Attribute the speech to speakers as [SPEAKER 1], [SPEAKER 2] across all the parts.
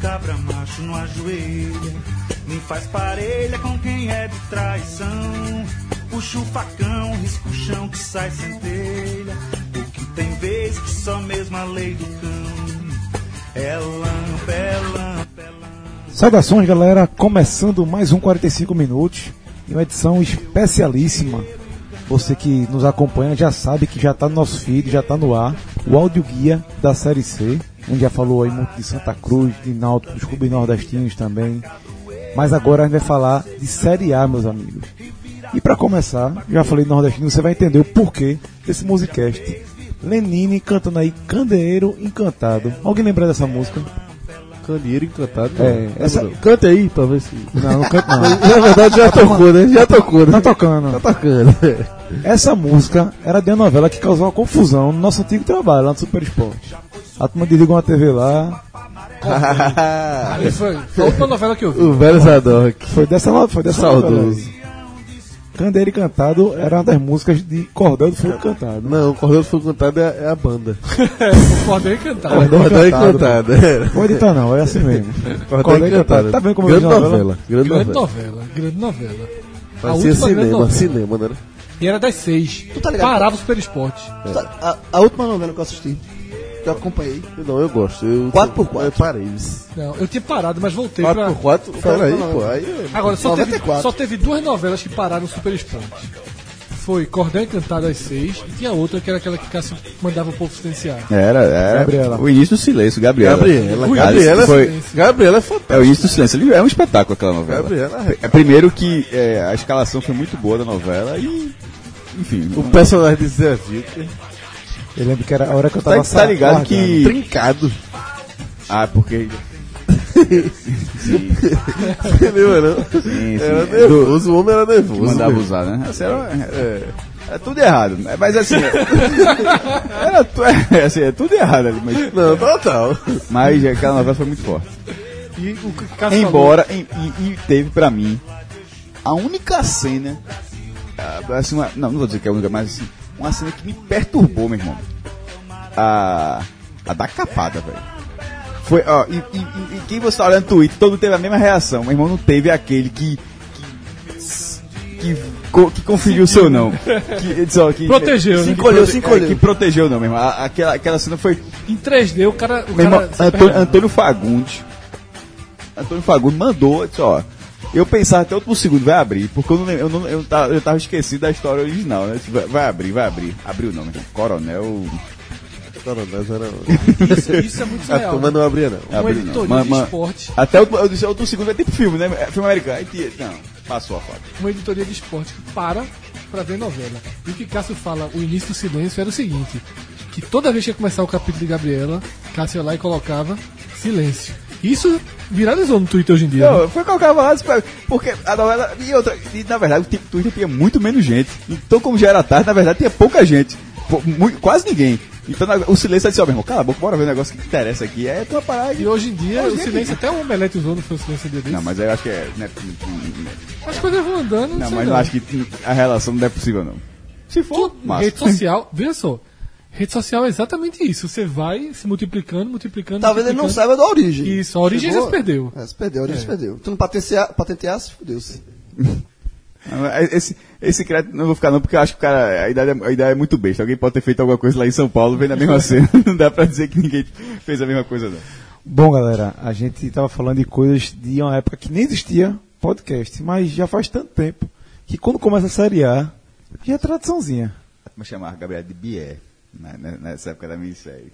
[SPEAKER 1] cabra macho não ajoelha, nem faz parelha com quem é de traição. Puxa o facão, risca o chão que sai centelha, porque tem vez que só mesmo a lei do cão é lampa, é lampa, é lampa.
[SPEAKER 2] Saudações, galera. Começando mais um 45 minutos e uma edição especialíssima. Você que nos acompanha já sabe que já está no nosso feed, já está no ar, o áudio guia da Série C. A gente já falou aí muito de Santa Cruz, de Náutico, dos clubes nordestinos também. Mas agora a gente vai falar de Série A, meus amigos. E para começar, já falei de nordestino, você vai entender o porquê desse musicast. Lenine cantando aí Candeeiro Encantado. Alguém lembra dessa música?
[SPEAKER 3] Candeeiro encantado.
[SPEAKER 2] É, essa-
[SPEAKER 3] Canta aí, pra ver se.
[SPEAKER 2] Não, não canto não.
[SPEAKER 3] Na verdade já tocou, né? Já tocou, né?
[SPEAKER 2] Tá tocando.
[SPEAKER 3] Tá tocando.
[SPEAKER 2] Essa música era de uma novela que causou uma confusão no nosso antigo trabalho lá no Super Esporte. A turma desligou uma TV lá,
[SPEAKER 4] Ali foi a última novela que eu vi.
[SPEAKER 3] o velho Zadok.
[SPEAKER 2] foi dessa lá, foi dessa novela
[SPEAKER 3] Saudoso.
[SPEAKER 2] aí. Candeeiro Encantado era uma das músicas de Cordel do Fogo Cantado.
[SPEAKER 3] Não, o Cordeiro foi cantado é, é a banda.
[SPEAKER 4] O Cordeiro Encantado.
[SPEAKER 2] Cordel
[SPEAKER 3] Cordel
[SPEAKER 2] Encantado,
[SPEAKER 3] encantado.
[SPEAKER 2] Não vou editar não, é assim mesmo. Cordel Encantado. Tá vendo como eu
[SPEAKER 3] grande
[SPEAKER 2] vi
[SPEAKER 3] novela.
[SPEAKER 2] novela?
[SPEAKER 3] Grande,
[SPEAKER 4] Grande
[SPEAKER 3] novela.
[SPEAKER 4] novela, grande novela. A
[SPEAKER 3] Parecia
[SPEAKER 4] última grande
[SPEAKER 3] cinema,
[SPEAKER 4] novela.
[SPEAKER 3] cinema, né?
[SPEAKER 4] E era das seis.
[SPEAKER 5] Tu tá ligado?
[SPEAKER 4] Parava o Super Esporte.
[SPEAKER 5] A, a última novela que eu assisti, que eu acompanhei,
[SPEAKER 3] Eu Não, eu gosto. Eu,
[SPEAKER 5] Quatro por quatro.
[SPEAKER 3] Eu parei. isso.
[SPEAKER 4] Não, eu tinha parado, mas voltei pra.
[SPEAKER 3] 4x4? Peraí,
[SPEAKER 5] Não, não,
[SPEAKER 3] pô.
[SPEAKER 5] não.
[SPEAKER 3] Aí é-
[SPEAKER 4] Agora, só teve,
[SPEAKER 5] 94.
[SPEAKER 4] só teve duas novelas que pararam o Super Esporte. Foi Cordel Encantado às seis e tinha outra que era aquela que Cássio mandava o povo silenciar.
[SPEAKER 6] Era, era
[SPEAKER 2] Gabriela.
[SPEAKER 6] o início do silêncio, Gabriela.
[SPEAKER 3] Gabriela,
[SPEAKER 4] Ui,
[SPEAKER 3] Gabriela,
[SPEAKER 6] foi-
[SPEAKER 3] Gabriela é fantástica.
[SPEAKER 6] É o início do silêncio. Ele- É um espetáculo aquela novela.
[SPEAKER 3] Gabriela.
[SPEAKER 6] É primeiro que é, a escalação foi muito boa da novela e. Enfim.
[SPEAKER 3] O um personagem de Zé Vitor.
[SPEAKER 2] Eu lembro que era a hora que eu
[SPEAKER 6] Tá,
[SPEAKER 2] tava
[SPEAKER 6] tá ligado
[SPEAKER 2] largando.
[SPEAKER 6] que.
[SPEAKER 3] né? Trincado.
[SPEAKER 6] Ah, porque. sim,
[SPEAKER 3] Entendeu, né? não?
[SPEAKER 6] sim, sim.
[SPEAKER 3] Era
[SPEAKER 6] É,
[SPEAKER 3] nervoso, o um homem era nervoso.
[SPEAKER 6] mandava
[SPEAKER 3] mesmo.
[SPEAKER 6] usar, né? Assim, era, era- era tudo errado. né? Mas assim. era tu- é, assim, é tudo errado ali. Mas,
[SPEAKER 3] Não, total.
[SPEAKER 6] mas aquela novela foi muito forte.
[SPEAKER 4] E o Cássio
[SPEAKER 6] Embora, e, e- e teve pra mim a única cena, ah, assim, uma- não, não vou dizer que é a única, mas assim, uma cena que me perturbou, meu irmão. A, a da capada, velho. Foi, ó, e, e, e- e quem você tá olhando no Twitter, todo mundo teve a mesma reação. Meu irmão não teve aquele que. que, que, co- que conferiu o seu não. Que, ele disse, ó, que-
[SPEAKER 4] Protegeu,
[SPEAKER 6] se
[SPEAKER 4] né?
[SPEAKER 6] encolheu,
[SPEAKER 3] Que
[SPEAKER 6] se
[SPEAKER 3] prote-
[SPEAKER 6] encolheu. que protegeu, não, meu irmão. A- Aquela, aquela cena foi.
[SPEAKER 4] falou, Em 3D, o cara. O
[SPEAKER 6] Meu irmão, é,
[SPEAKER 4] cara se
[SPEAKER 6] Antônio,
[SPEAKER 4] perdeu.
[SPEAKER 6] Antônio Fagundes. Antônio Fagundes mandou, disse, ó. Eu pensava até o último segundo, vai abrir, porque eu não lembro, eu, não, eu, tava, eu tava esquecido da história original, né? Disse, Vai, vai abrir, vai abrir. Abriu não, meu irmão. Coronel.
[SPEAKER 4] Um
[SPEAKER 3] Coronel era.
[SPEAKER 4] Isso, isso é muito
[SPEAKER 3] A
[SPEAKER 4] surreal.
[SPEAKER 3] turma não abria, não.
[SPEAKER 4] Uma
[SPEAKER 6] Abriu não.
[SPEAKER 4] editoria
[SPEAKER 6] Ma-
[SPEAKER 4] de
[SPEAKER 6] ma-
[SPEAKER 4] esporte.
[SPEAKER 6] até o último- eu disse, o último segundo vai ter pro filme, né? É Filme americano. Aí, tia, não, passou a foto.
[SPEAKER 4] uma editoria de esporte que para pra ver novela. E o que Cássio fala, o início do silêncio era o seguinte: que toda vez que ia começar o capítulo de Gabriela, Cássio ia lá e colocava silêncio. Isso viralizou no Twitter hoje em dia. né?
[SPEAKER 6] Não, foi colocava lá, tipo, porque a novela. E outra, e, na verdade, o tipo de Twitter tinha muito menos gente. Então, como já era tarde, na verdade, tinha pouca gente. Pou- mui- quase ninguém. Então, na- o silêncio é assim, ó, meu irmão, cala a boca, bora ver o negócio que interessa aqui. É tua parada.
[SPEAKER 4] E hoje em dia,
[SPEAKER 6] Hoje
[SPEAKER 4] o
[SPEAKER 6] é
[SPEAKER 4] silêncio, até o Omelete usou, não foi o silêncio dele.
[SPEAKER 6] Não,
[SPEAKER 4] Mas...
[SPEAKER 6] mas eu acho que é. Né,
[SPEAKER 4] As coisas vão andando, não,
[SPEAKER 6] não,
[SPEAKER 4] sei
[SPEAKER 6] mas eu
[SPEAKER 4] não.
[SPEAKER 6] acho que a relação não é possível, não. Se for,
[SPEAKER 4] Tudo-
[SPEAKER 6] massa.
[SPEAKER 4] Rede social, veja só. Rede social é exatamente isso. Você vai se multiplicando, multiplicando.
[SPEAKER 5] talvez ele não
[SPEAKER 4] multiplicando.
[SPEAKER 5] saiba da origem.
[SPEAKER 4] Isso, a origem
[SPEAKER 5] Chegou-
[SPEAKER 4] já se perdeu.
[SPEAKER 5] É, se perdeu, a origem se perdeu. Tu não patentear, patentear se fudeu-se.
[SPEAKER 6] É, Esse, esse crédito não vou ficar, não, porque eu acho que o cara, a ideia, é- a ideia é muito besta. Alguém pode ter feito alguma coisa lá em São Paulo, vem na mesma cena. Não dá pra dizer que ninguém fez a mesma coisa, não.
[SPEAKER 2] Bom, galera, a gente estava falando de coisas de uma época que nem existia podcast, mas já faz tanto tempo que quando começa a Série A, já é tradiçãozinha.
[SPEAKER 6] Como chamava Gabriel de Bier na- na- nessa época da minissérie.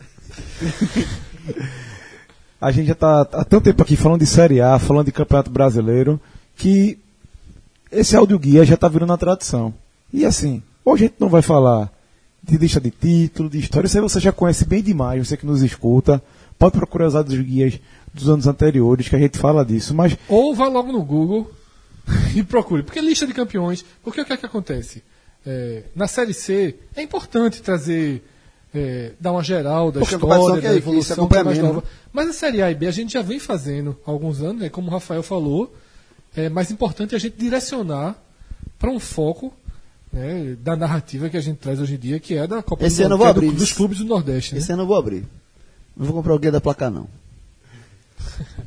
[SPEAKER 2] A gente já está há tanto tempo aqui falando de Série A, falando de Campeonato Brasileiro, que esse audioguia já está virando uma tradição. E assim, hoje a gente não vai falar de lista de título, de história, isso aí você já conhece bem demais, você que nos escuta, pode procurar os áudios guias dos anos anteriores, que a gente fala disso, mas
[SPEAKER 4] Ou vá logo no Google e procure. Porque é lista de campeões, porque o que é que acontece? É, na Série C é importante trazer, é, dar uma geral da
[SPEAKER 5] Porque a competição
[SPEAKER 4] história,
[SPEAKER 5] que
[SPEAKER 4] da
[SPEAKER 5] é- isso
[SPEAKER 4] evolução que é
[SPEAKER 5] acompanha
[SPEAKER 4] mais
[SPEAKER 5] mesmo,
[SPEAKER 4] nova. Mas a Série A e B a gente já vem fazendo há alguns anos, né? como o Rafael falou, é mais importante a gente direcionar para um foco né, da narrativa que a gente traz hoje em dia, que é da Copa
[SPEAKER 5] Esse
[SPEAKER 4] do
[SPEAKER 5] ano eu vou
[SPEAKER 4] Nordeste, que é
[SPEAKER 5] abrir
[SPEAKER 4] do, dos
[SPEAKER 5] isso.
[SPEAKER 4] clubes do Nordeste. né?
[SPEAKER 5] Esse ano eu vou abrir. Não vou comprar o guia da placa, não.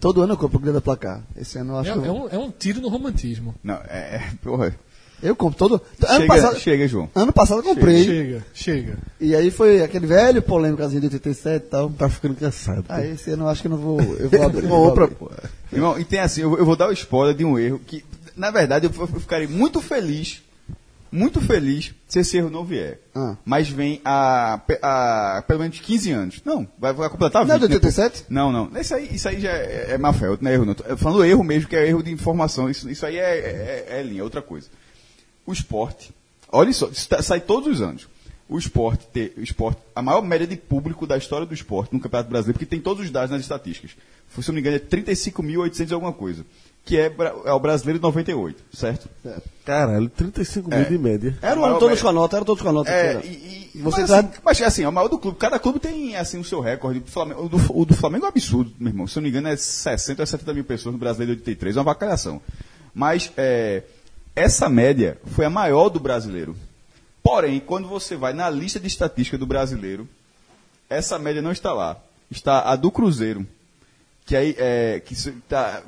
[SPEAKER 7] Todo ano eu compro o Grande Placar. Esse ano eu
[SPEAKER 4] É,
[SPEAKER 7] acho. que
[SPEAKER 4] é
[SPEAKER 7] eu-
[SPEAKER 4] um, é um tiro no romantismo.
[SPEAKER 6] Não, é. é, Porra.
[SPEAKER 7] Eu compro todo. ano,
[SPEAKER 6] Chega,
[SPEAKER 7] passado,
[SPEAKER 6] chega, João.
[SPEAKER 7] ano passado eu comprei.
[SPEAKER 4] Chega, chega.
[SPEAKER 7] E aí foi aquele velho polêmicazinho de 87 e tal.
[SPEAKER 3] Tá ficando cansado.
[SPEAKER 7] Aí esse ano eu acho que eu não vou. Eu vou abrir. eu vou
[SPEAKER 3] Compra,
[SPEAKER 7] abrir.
[SPEAKER 3] pô.
[SPEAKER 6] Irmão, e tem assim, eu, vou- eu vou dar o spoiler de um erro que, na verdade, eu, f- eu ficarei muito feliz, muito feliz se esse erro não vier.
[SPEAKER 7] Ah.
[SPEAKER 6] Mas vem a, pe- a pelo menos 15 anos. Não, vai, vai completar 20.
[SPEAKER 7] Não é
[SPEAKER 6] né,
[SPEAKER 7] do
[SPEAKER 6] pô?
[SPEAKER 7] 87?
[SPEAKER 6] Não, não. Isso aí, isso aí já é, é má fé, não é erro não. Tô falando erro mesmo, que é erro de informação. Isso, isso aí é, é, é- é linha, é outra coisa. O esporte, olha só, isso tá- sai todos os anos. O esporte, ter, o esporte, a maior média de público da história do esporte no Campeonato Brasileiro, porque tem todos os dados nas estatísticas. Se eu não me engano, é 35.800 e alguma coisa. Que é, bra- é o brasileiro de 98, certo?
[SPEAKER 3] Caralho, 35 mil
[SPEAKER 6] É.
[SPEAKER 3] de média.
[SPEAKER 7] Era o
[SPEAKER 6] Maior
[SPEAKER 7] ano todos
[SPEAKER 6] média.
[SPEAKER 7] com a nota, era todos com a nota.
[SPEAKER 6] É,
[SPEAKER 7] cara.
[SPEAKER 6] e, e-
[SPEAKER 7] Você
[SPEAKER 6] mas,
[SPEAKER 7] tá-
[SPEAKER 6] assim, mas assim, é o maior do clube. Cada clube tem assim, o seu recorde. O, Flamengo- o do, o do Flamengo é um absurdo, meu irmão. Se eu não me engano, é 60 ou 70 mil pessoas no Brasileiro de 83. É uma vacalhação. Mas é, essa média foi a maior do brasileiro. Porém, quando você vai na lista de estatística do brasileiro, essa média não está lá. Está a do Cruzeiro. Que aí é. Que está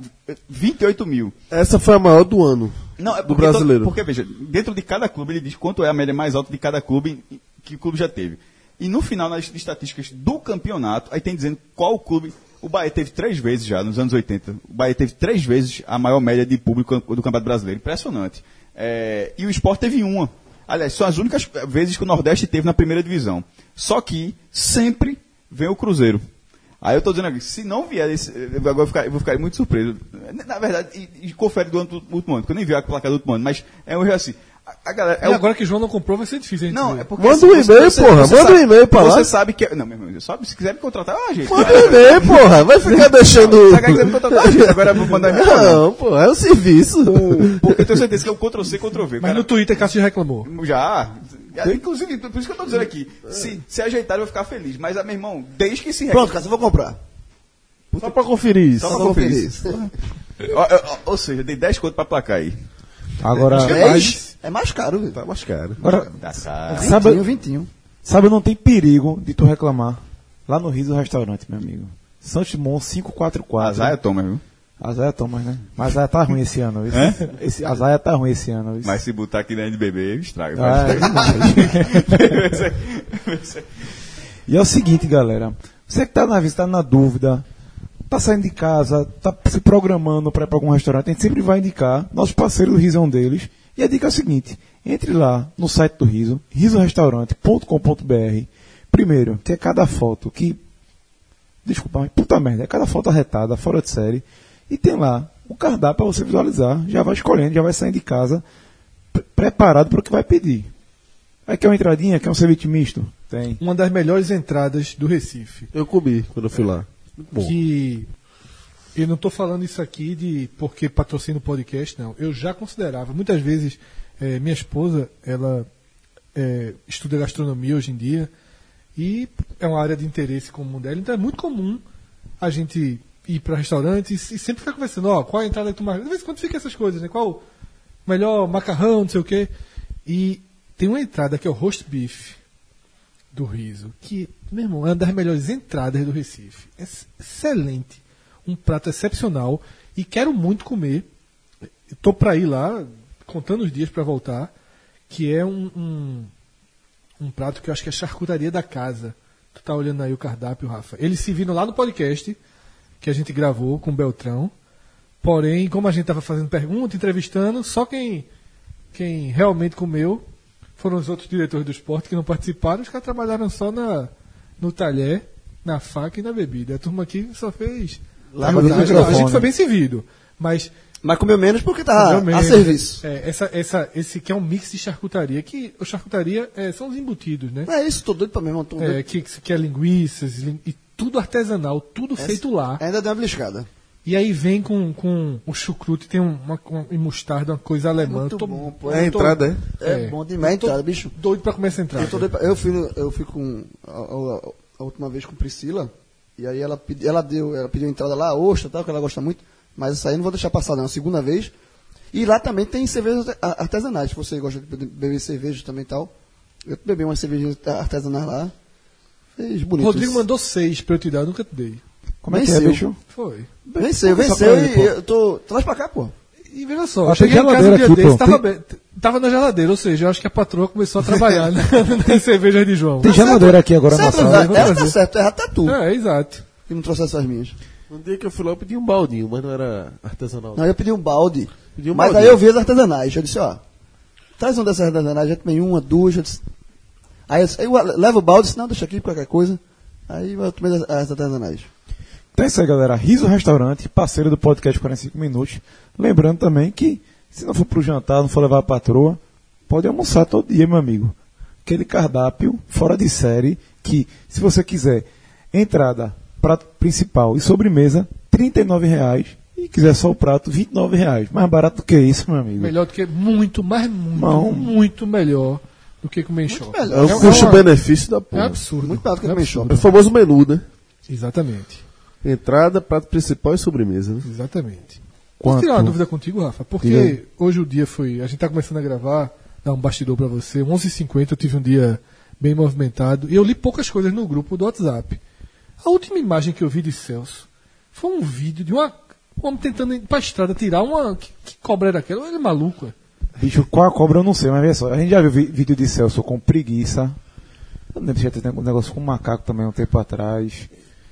[SPEAKER 6] 28 mil.
[SPEAKER 3] Essa foi a maior do ano.
[SPEAKER 6] Não, é
[SPEAKER 3] do
[SPEAKER 6] porque to-
[SPEAKER 3] brasileiro.
[SPEAKER 6] Porque, veja, dentro de cada clube ele diz quanto é a média mais alta de cada clube que o clube já teve. E no final, nas estatísticas do campeonato, aí tem dizendo qual o clube. O Bahia teve três vezes já, nos anos 80. O Bahia teve três vezes a maior média de público do Campeonato Brasileiro. Impressionante. É, e o Sport teve uma. Aliás, são as únicas vezes que o Nordeste teve na primeira divisão. Só que sempre vem o Cruzeiro. Aí eu tô dizendo aqui, se não vier esse. eu Agora eu, ficar, eu vou ficar muito surpreso. Na verdade, e, e confere do ano do último ano, porque eu nem vi a placa do último ano, mas é um erro assim. A, a galera. é
[SPEAKER 4] e
[SPEAKER 6] o-
[SPEAKER 4] agora que o João não comprou, vai ser difícil a gente
[SPEAKER 6] Não,
[SPEAKER 4] ver.
[SPEAKER 6] é porque.
[SPEAKER 3] Manda
[SPEAKER 6] assim,
[SPEAKER 3] um
[SPEAKER 6] você-
[SPEAKER 3] e-mail,
[SPEAKER 6] você-
[SPEAKER 3] porra,
[SPEAKER 6] você
[SPEAKER 3] manda
[SPEAKER 6] sabe-
[SPEAKER 3] um e-mail pra
[SPEAKER 6] Você
[SPEAKER 3] lá.
[SPEAKER 6] sabe que. é, Não, meu irmão, sabe, se quiser me contratar, ah, gente.
[SPEAKER 3] Manda um e-mail, porra. Vai ficar deixando.
[SPEAKER 6] Se a galera quiser me contratar, ah, gente, agora eu vou mandar e-mail. Não.
[SPEAKER 3] Não, pô, é um serviço.
[SPEAKER 6] Porque eu tenho certeza que é o Ctrl C, Ctrl V.
[SPEAKER 4] Mas
[SPEAKER 6] cara.
[SPEAKER 4] no Twitter Cássio reclamou.
[SPEAKER 6] Já. Inclusive, por isso que eu tô dizendo aqui. Se, se ajeitar, eu vou ficar feliz. Mas, ah, meu irmão, desde que se
[SPEAKER 7] Pronto, cara, eu vou comprar.
[SPEAKER 3] Só pra conferir isso.
[SPEAKER 6] Só pra
[SPEAKER 7] Só
[SPEAKER 6] conferir
[SPEAKER 7] conferir
[SPEAKER 6] isso. Ó, ó, ó, Ou seja, dei 10 conto pra placar aí.
[SPEAKER 2] Agora,
[SPEAKER 7] Dez é mais caro, velho.
[SPEAKER 3] Tá mais caro.
[SPEAKER 2] agora
[SPEAKER 6] Tá certo.
[SPEAKER 2] Sabe-
[SPEAKER 7] Vintinho, vintinho.
[SPEAKER 2] sabe, não tem perigo de tu reclamar. Lá no Riso Restaurante, meu amigo. Santos Dumont 544.
[SPEAKER 6] Azar é Thomas, viu?
[SPEAKER 2] Azaia Thomas, né? Mas Azaia tá ruim esse ano. Esse,
[SPEAKER 6] Hã?
[SPEAKER 2] esse Azaia tá ruim esse ano. Esse.
[SPEAKER 6] Mas se botar aqui na NBB, estraga.
[SPEAKER 2] Ah, é
[SPEAKER 6] Mas-
[SPEAKER 2] E é o seguinte, galera. Você que tá na vista, tá na dúvida, tá saindo de casa, tá se programando para ir para algum restaurante, a gente sempre vai indicar. Nosso parceiro do Riso é um deles. E a dica é a seguinte: entre lá no site do Riso, risorestaurante.com.br. Primeiro, tem cada foto que Desculpa, mas puta merda, é cada foto arretada, fora de série. E tem lá o cardápio para você visualizar, já vai escolhendo, já vai saindo de casa pre- preparado para o que vai pedir. Aí quer uma entradinha, quer um ceviche misto? Tem.
[SPEAKER 4] Uma das melhores entradas do Recife.
[SPEAKER 3] Eu comi quando eu fui lá. Muito bom.
[SPEAKER 4] Que eu não tô falando isso aqui de porque patrocina o podcast, não. Eu já considerava. Muitas vezes, eh, minha esposa, ela eh, estuda gastronomia hoje em dia e é uma área de interesse comum dela. Então é muito comum a gente ir para restaurantes e sempre ficar conversando, ó, qual a entrada que tu mais... De vez em quando fica essas coisas, né? Qual o melhor macarrão, não sei o quê. E tem uma entrada que é o roast beef do Riso, que, meu irmão, é uma das melhores entradas do Recife. É ex- excelente. Um prato excepcional. E quero muito comer. Estou para ir lá, contando os dias para voltar. Que é um, um, um prato que eu acho que é charcutaria da casa. Tu tá olhando aí o cardápio, Rafa. Eles se viram lá no podcast que a gente gravou com o Beltrão. Porém, como a gente tava fazendo pergunta, entrevistando, só quem, quem realmente comeu foram os outros diretores do esporte que não participaram. Os caras trabalharam só na, no talher, na faca e na bebida. A turma aqui só fez.
[SPEAKER 7] Lá
[SPEAKER 4] Não,
[SPEAKER 7] no
[SPEAKER 4] a gente
[SPEAKER 2] microfone.
[SPEAKER 4] foi bem servido. Mas
[SPEAKER 7] Mas comeu menos porque tá
[SPEAKER 4] Comeu
[SPEAKER 7] a
[SPEAKER 4] menos.
[SPEAKER 7] serviço.
[SPEAKER 4] é, essa, essa, esse que é um mix de charcutaria, que o charcutaria é, são os embutidos, né?
[SPEAKER 7] É isso, tô doido pra mesmo. Tô
[SPEAKER 4] É,
[SPEAKER 7] doido.
[SPEAKER 4] que, que é linguiças lin- e tudo artesanal, tudo feito lá.
[SPEAKER 7] Ainda deu uma beliscada.
[SPEAKER 4] E aí vem com, com o chucrute, tem um, uma, uma, e mostarda, uma coisa alemã. Eu tô
[SPEAKER 7] pô.
[SPEAKER 3] É a
[SPEAKER 7] Eu tô-
[SPEAKER 3] entrada, é?
[SPEAKER 7] É,
[SPEAKER 4] É.
[SPEAKER 7] bom demais. É
[SPEAKER 4] tô
[SPEAKER 7] entrada, bicho.
[SPEAKER 4] doido pra começar a entrar.
[SPEAKER 7] Eu, tô doido pra- eu fui, no- eu fui com a, a- a última vez com Priscila e aí ela pediu, ela deu, ela pediu entrada lá, ostra, e tal, que ela gosta muito, mas isso aí eu não vou deixar passar não, é segunda vez. E lá também tem cervejas arte- artesanais, se você gosta de be- beber cerveja também e tal. Eu bebi umas cervejas artesanais lá. Fez bonito.
[SPEAKER 4] Rodrigo
[SPEAKER 7] isso.
[SPEAKER 4] mandou seis pra eu te dar, eu nunca te dei.
[SPEAKER 2] Como é que é,
[SPEAKER 7] Venceu.
[SPEAKER 2] bicho?
[SPEAKER 4] Foi.
[SPEAKER 7] Venceu,
[SPEAKER 2] Conta
[SPEAKER 7] venceu
[SPEAKER 2] pra ele, pô.
[SPEAKER 7] e eu tô. Traz pra cá, pô.
[SPEAKER 4] E veja só, eu
[SPEAKER 2] Achei
[SPEAKER 4] cheguei em casa um
[SPEAKER 2] geladeira
[SPEAKER 4] dia
[SPEAKER 2] aqui,
[SPEAKER 4] desse,
[SPEAKER 2] pô.
[SPEAKER 4] tava, be- t- tava na geladeira, ou seja, eu acho que a patroa começou a trabalhar né, nas cervejas de João.
[SPEAKER 2] Tem
[SPEAKER 7] é
[SPEAKER 2] geladeira aqui agora na
[SPEAKER 7] Certo,
[SPEAKER 2] sala.
[SPEAKER 7] ela ela tá certo, erra tá tu.
[SPEAKER 4] É, exato.
[SPEAKER 7] Que não trouxe essas minhas.
[SPEAKER 8] Um dia que eu fui lá, eu pedi um baldinho, mas não era artesanal.
[SPEAKER 7] Não, eu pedi um balde.
[SPEAKER 8] Pedi um
[SPEAKER 7] mas
[SPEAKER 8] balde.
[SPEAKER 7] aí eu vi as artesanais. Eu disse, ó, traz uma dessas artesanais, já tomei uma, duas. Eu disse, aí eu, disse, eu levo o balde, disse, não, deixa aqui, qualquer coisa. Aí eu tomei as as artesanais.
[SPEAKER 2] Então é isso aí, galera. Riso Restaurante, parceiro do podcast 45 Minutos. Lembrando também que, se não for pro jantar, não for levar a patroa, pode almoçar todo dia, meu amigo. Aquele cardápio fora de série que, se você quiser entrada, prato principal e sobremesa, R$ 39,00. E quiser só o prato, R$ 29,00. Mais barato que isso, meu amigo.
[SPEAKER 4] Melhor do que muito, mas muito,
[SPEAKER 2] Não.
[SPEAKER 4] muito melhor do que comer em shopping.
[SPEAKER 7] melhor.
[SPEAKER 3] É
[SPEAKER 4] É
[SPEAKER 3] o
[SPEAKER 4] um-
[SPEAKER 3] custo-benefício da
[SPEAKER 4] É um
[SPEAKER 3] porra.
[SPEAKER 4] absurdo.
[SPEAKER 7] Muito barato que
[SPEAKER 4] é
[SPEAKER 7] comer em
[SPEAKER 4] absurdo.
[SPEAKER 7] shopping.
[SPEAKER 3] É o famoso menu, né?
[SPEAKER 4] Exatamente.
[SPEAKER 3] Entrada, prato principal e sobremesa, né?
[SPEAKER 4] Exatamente.
[SPEAKER 2] Quanto?
[SPEAKER 4] Posso tirar uma dúvida contigo, Rafa?
[SPEAKER 3] Diga
[SPEAKER 4] Porque
[SPEAKER 3] aí.
[SPEAKER 4] hoje o dia foi. A gente tá começando a gravar, dar um bastidor pra você. 11h50 eu tive um dia bem movimentado. E eu li poucas coisas no grupo do WhatsApp. A última imagem que eu vi de Celso foi um vídeo de uma. Um homem tentando ir pra estrada tirar uma. Que, que cobra era aquela? Ele é maluco. é.
[SPEAKER 2] Bicho, qual a cobra eu não sei, mas veja só. A gente já viu vi- vídeo de Celso com preguiça. Eu não lembro se já teve um negócio com macaco também um tempo atrás.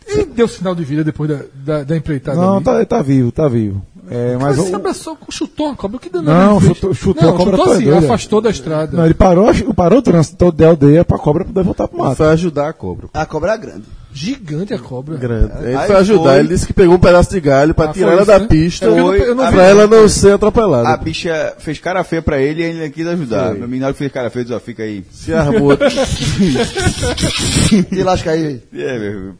[SPEAKER 4] Ele deu sinal de vida depois da, da, da empreitada.
[SPEAKER 2] não,
[SPEAKER 4] ali.
[SPEAKER 2] tá, tá vivo, tá vivo. É, mas
[SPEAKER 4] Mas
[SPEAKER 2] o-
[SPEAKER 6] tá
[SPEAKER 4] se abraçou, chutou a cobra, que danado.
[SPEAKER 2] Não,
[SPEAKER 4] ele fez?
[SPEAKER 2] chutou- chutou a cobra, tu
[SPEAKER 4] Chutou
[SPEAKER 2] é
[SPEAKER 4] assim,
[SPEAKER 2] doido, é.
[SPEAKER 4] afastou da estrada.
[SPEAKER 2] Não, ele parou, parou o trânsito todo da aldeia pra cobra poder voltar pro
[SPEAKER 3] Ele
[SPEAKER 2] Um mato.
[SPEAKER 3] foi ajudar a cobra.
[SPEAKER 7] A cobra é grande.
[SPEAKER 4] Gigante a cobra.
[SPEAKER 3] Grande. Ele
[SPEAKER 6] Aí
[SPEAKER 3] foi ajudar,
[SPEAKER 6] foi.
[SPEAKER 3] ele disse que pegou um pedaço de galho pra
[SPEAKER 4] Ah,
[SPEAKER 3] tirar
[SPEAKER 4] foi
[SPEAKER 3] ela
[SPEAKER 4] isso,
[SPEAKER 3] da
[SPEAKER 4] né?
[SPEAKER 3] pista
[SPEAKER 4] É porque eu não-
[SPEAKER 6] Foi.
[SPEAKER 4] eu não vi.
[SPEAKER 3] pra ela não ser
[SPEAKER 6] A
[SPEAKER 3] atropelada.
[SPEAKER 6] bicha fez cara feia pra ele e ele não quis ajudar.
[SPEAKER 3] Foi.
[SPEAKER 6] Meu menino na hora que fez cara feia, só fica aí.
[SPEAKER 3] Se armou.
[SPEAKER 7] E lasca aí.
[SPEAKER 6] É, meu irmão.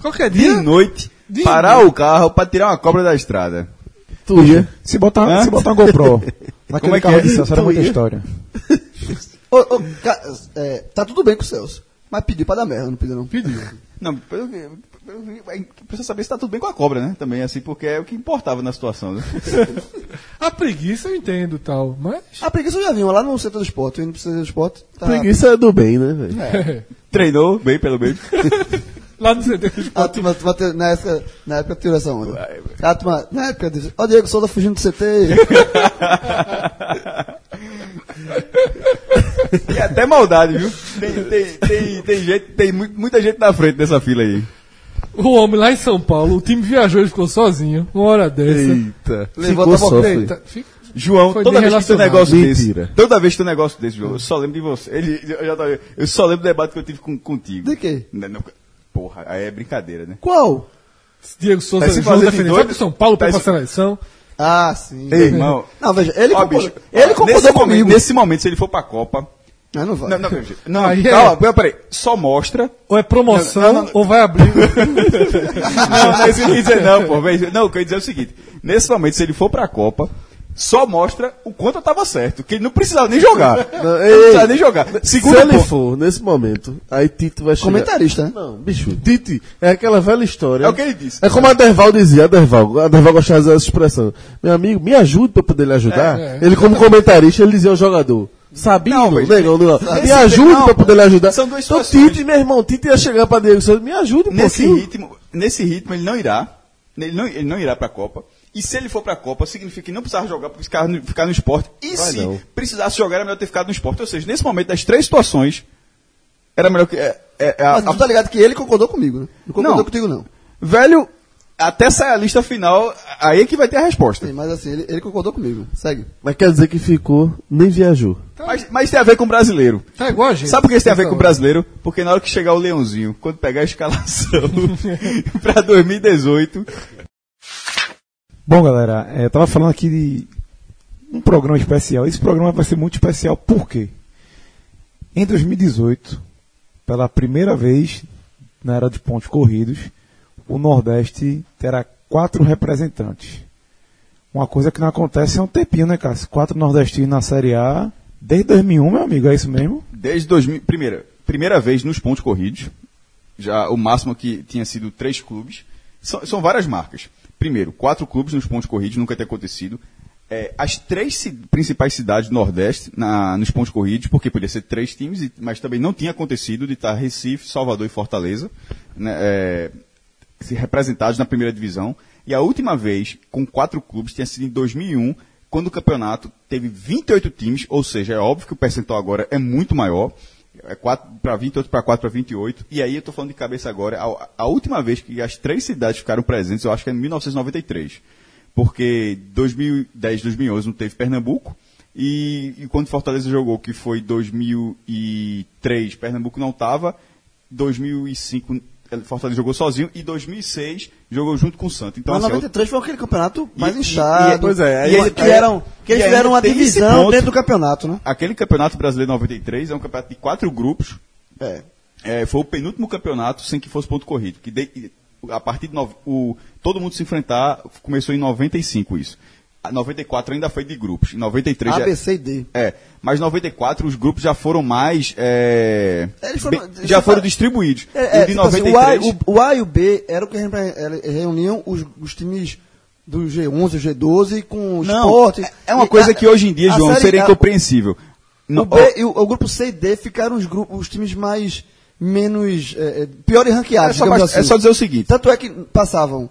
[SPEAKER 4] Qualquer
[SPEAKER 6] De
[SPEAKER 4] dia.
[SPEAKER 6] noite,
[SPEAKER 4] de
[SPEAKER 6] parar o carro pra tirar uma cobra da estrada.
[SPEAKER 3] tu ia.
[SPEAKER 2] Se botar,
[SPEAKER 6] Hã?
[SPEAKER 2] se botar uma GoPro naquele
[SPEAKER 6] Como é que
[SPEAKER 2] carro
[SPEAKER 6] é?
[SPEAKER 2] de Celso, era
[SPEAKER 6] Tu
[SPEAKER 2] muita
[SPEAKER 6] ia?
[SPEAKER 2] história.
[SPEAKER 7] Ô, ô, ca- é, tá tudo bem com o Celso. Mas pediu pra dar merda, não pediu não.
[SPEAKER 4] Pediu.
[SPEAKER 6] Não, pelo que. pelo que- aí Precisa saber se tá tudo bem com a cobra, né? Também, assim, porque é o que importava na situação. Né?
[SPEAKER 4] A preguiça eu entendo tal, mas.
[SPEAKER 7] A preguiça eu já vi, uma lá no centro do esporte. Eu indo pro centro do esporte. Tá,
[SPEAKER 3] Preguiça é do bem, né, velho?
[SPEAKER 6] Treinou bem, pelo menos.
[SPEAKER 4] Lá no CT.
[SPEAKER 7] A turma, turma te- na época, na época tirou essa onda. A turma, na época, disse, ó, Diego Souza fugindo do CT.
[SPEAKER 6] É até maldade, viu? Tem, tem, tem, tem, gente, tem mu- muita gente na frente dessa fila aí.
[SPEAKER 4] O homem lá em São Paulo, o time viajou e ficou sozinho, uma hora dessa.
[SPEAKER 3] Eita.
[SPEAKER 7] Levanta
[SPEAKER 3] Ficou
[SPEAKER 7] a boca.
[SPEAKER 3] só, foi.
[SPEAKER 4] Eita, fica-
[SPEAKER 6] João,
[SPEAKER 4] Foi
[SPEAKER 6] toda vez que tem um
[SPEAKER 4] desrelacionado.
[SPEAKER 6] negócio
[SPEAKER 3] Mentira.
[SPEAKER 6] desse. Toda vez que tem um negócio desse, João, eu só lembro de você. Ele, eu, já tava- eu só lembro do debate que eu tive com, contigo.
[SPEAKER 7] De quê?
[SPEAKER 6] Não, não, porra, aí é brincadeira, né?
[SPEAKER 7] Qual?
[SPEAKER 4] Diego Souza
[SPEAKER 6] Tá se
[SPEAKER 4] João
[SPEAKER 6] fazendo
[SPEAKER 4] da Fernandes,
[SPEAKER 6] doido?
[SPEAKER 4] vai pro São Paulo pra
[SPEAKER 6] Tá se-
[SPEAKER 4] passar a eleição.
[SPEAKER 7] Ah, sim.
[SPEAKER 6] Ei, irmão.
[SPEAKER 7] Não, veja, ele
[SPEAKER 6] Ó,
[SPEAKER 7] concordou,
[SPEAKER 6] bicho,
[SPEAKER 7] ele concordou
[SPEAKER 6] nesse
[SPEAKER 7] comigo.
[SPEAKER 6] Momento, nesse momento, se ele for pra Copa.
[SPEAKER 7] Ah, não vai.
[SPEAKER 6] Não, não, não,
[SPEAKER 4] Aí é-
[SPEAKER 6] calma, peraí. Só mostra
[SPEAKER 4] Ou é promoção,
[SPEAKER 6] Não, não, não.
[SPEAKER 4] ou vai abrir.
[SPEAKER 6] Não, não é isso que eu quis dizer, não, pô. Mas, Não, o que eu ia dizer é o seguinte: nesse momento, se ele for pra Copa, só mostra o quanto eu tava certo, que ele não precisava nem jogar. Não,
[SPEAKER 3] ei,
[SPEAKER 6] precisava
[SPEAKER 3] ei.
[SPEAKER 6] nem jogar.
[SPEAKER 3] Se
[SPEAKER 6] Segundo
[SPEAKER 3] ele
[SPEAKER 6] ponto,
[SPEAKER 3] for, nesse momento, aí Tito vai chegar.
[SPEAKER 7] Comentarista, né?
[SPEAKER 3] Não, bicho, Tite é aquela velha história.
[SPEAKER 6] É o que ele disse.
[SPEAKER 3] É como a Derval dizia, a Derval, a Derval gostava dessa expressão. Meu amigo, me ajude pra eu poder lhe ajudar.
[SPEAKER 4] É, é.
[SPEAKER 3] Ele, como comentarista, ele dizia ao jogador.
[SPEAKER 6] Não,
[SPEAKER 3] Sabino,
[SPEAKER 6] mas-
[SPEAKER 3] negão, negão,
[SPEAKER 6] Esse-
[SPEAKER 3] me ajude
[SPEAKER 6] não,
[SPEAKER 3] pra eu poder lhe ajudar.
[SPEAKER 6] são duas
[SPEAKER 3] então,
[SPEAKER 6] situações.
[SPEAKER 3] Tite, meu irmão, Tite ia chegar pra Diego Souza, me ajude um
[SPEAKER 6] nesse
[SPEAKER 3] pouquinho.
[SPEAKER 6] ritmo, nesse ritmo, ele não irá. Ele não, ele não irá pra Copa. E se ele for pra Copa, significa que não precisava jogar porque ficava no, ficar no esporte. E
[SPEAKER 3] Vai
[SPEAKER 6] se
[SPEAKER 3] não.
[SPEAKER 6] precisasse jogar, era melhor ter ficado no esporte. Ou seja, nesse momento, das três situações, era melhor que. É, é- é a-
[SPEAKER 7] Mas
[SPEAKER 6] a-
[SPEAKER 7] tu tá ligado que ele concordou comigo, né? Não concordou
[SPEAKER 6] Não.
[SPEAKER 7] contigo, não.
[SPEAKER 6] velho, até sair a lista final, aí é que vai ter a resposta.
[SPEAKER 7] Sim, mas assim, ele, ele concordou comigo. Segue.
[SPEAKER 3] Mas quer dizer que ficou, nem viajou.
[SPEAKER 6] Mas, mas tem a ver com o brasileiro.
[SPEAKER 4] Tá igual a gente.
[SPEAKER 6] Sabe por que isso tem a ver com o
[SPEAKER 4] Então,
[SPEAKER 6] brasileiro? Porque na hora que chegar o Leãozinho, quando pegar a escalação pra 2018,
[SPEAKER 2] Bom, galera, é, eu tava falando aqui de um programa especial. Esse programa vai ser muito especial, por quê? Em 2018, pela primeira vez na era de pontos corridos, o Nordeste terá quatro representantes. Uma coisa que não acontece há um tempinho, né, Cássio? Quatro nordestinos na Série A desde 2001, meu amigo, é isso mesmo?
[SPEAKER 6] desde 2000, primeira, primeira vez nos pontos corridos, já o máximo que tinha sido três clubes, são, são várias marcas. Primeiro, quatro clubes nos pontos corridos, nunca tinha acontecido. É, as três ci- principais cidades do Nordeste na- nos pontos corridos, porque podia ser três times, e- mas também não tinha acontecido de estar Recife, Salvador e Fortaleza. né, é, se representados na primeira divisão. E a última vez com quatro clubes tinha sido em 2001, quando o campeonato teve 28 times, ou seja, é óbvio que o percentual agora é muito maior. É 4 para 28 para 4 para 28. E aí eu estou falando de cabeça agora. A, a última vez que as três cidades ficaram presentes, eu acho que é em 1993. Porque 2010, 2011 não teve Pernambuco. E, e quando Fortaleza jogou, que foi 2003, Pernambuco não estava. 2005, eh, Fortaleza jogou sozinho. E 2006, jogou junto com o Santos. Então,
[SPEAKER 7] Mas
[SPEAKER 6] assim, é o-
[SPEAKER 7] 93 foi aquele campeonato
[SPEAKER 6] E-
[SPEAKER 7] mais
[SPEAKER 6] e-
[SPEAKER 7] inchado.
[SPEAKER 6] e- pois é,
[SPEAKER 7] e
[SPEAKER 6] aí-
[SPEAKER 7] eles fizeram, que eles
[SPEAKER 6] e aí
[SPEAKER 7] fizeram uma
[SPEAKER 6] tem esse
[SPEAKER 7] divisão
[SPEAKER 6] ponto.
[SPEAKER 7] dentro do campeonato, né?
[SPEAKER 6] Aquele campeonato brasileiro 93 é um campeonato de quatro grupos.
[SPEAKER 7] É.
[SPEAKER 6] É, foi o penúltimo campeonato sem que fosse ponto corrido. Que de- a partir de nove- o, todo mundo se enfrentar começou em 95 isso. A 94 ainda foi de grupos. Em 93
[SPEAKER 7] A,
[SPEAKER 6] já-
[SPEAKER 7] B, C e D.
[SPEAKER 6] é, mas 94 os grupos já foram mais é,
[SPEAKER 7] Eles foram-
[SPEAKER 6] bem- já foram
[SPEAKER 7] eles-
[SPEAKER 6] distribuídos.
[SPEAKER 7] É,
[SPEAKER 6] E
[SPEAKER 7] é,
[SPEAKER 6] o de
[SPEAKER 7] tipo assim,
[SPEAKER 6] 93
[SPEAKER 7] o, A, o, o A e o B eram que repre- era- reuniam os, os times do G11, G12 com o
[SPEAKER 6] não,
[SPEAKER 7] esporte.
[SPEAKER 6] é- é uma
[SPEAKER 7] E
[SPEAKER 6] coisa
[SPEAKER 7] a-
[SPEAKER 6] que hoje em dia,
[SPEAKER 7] a
[SPEAKER 6] João,
[SPEAKER 7] Série
[SPEAKER 6] seria
[SPEAKER 7] A-
[SPEAKER 6] incompreensível.
[SPEAKER 7] O,
[SPEAKER 6] Não,
[SPEAKER 7] B é
[SPEAKER 6] ó,
[SPEAKER 7] e o, o grupo C e D ficaram os, grupos, os times mais menos é, é, piores ranqueados.
[SPEAKER 6] é, só,
[SPEAKER 7] digamos
[SPEAKER 6] bast- é
[SPEAKER 7] assim.
[SPEAKER 6] só dizer o seguinte.
[SPEAKER 7] Tanto é que passavam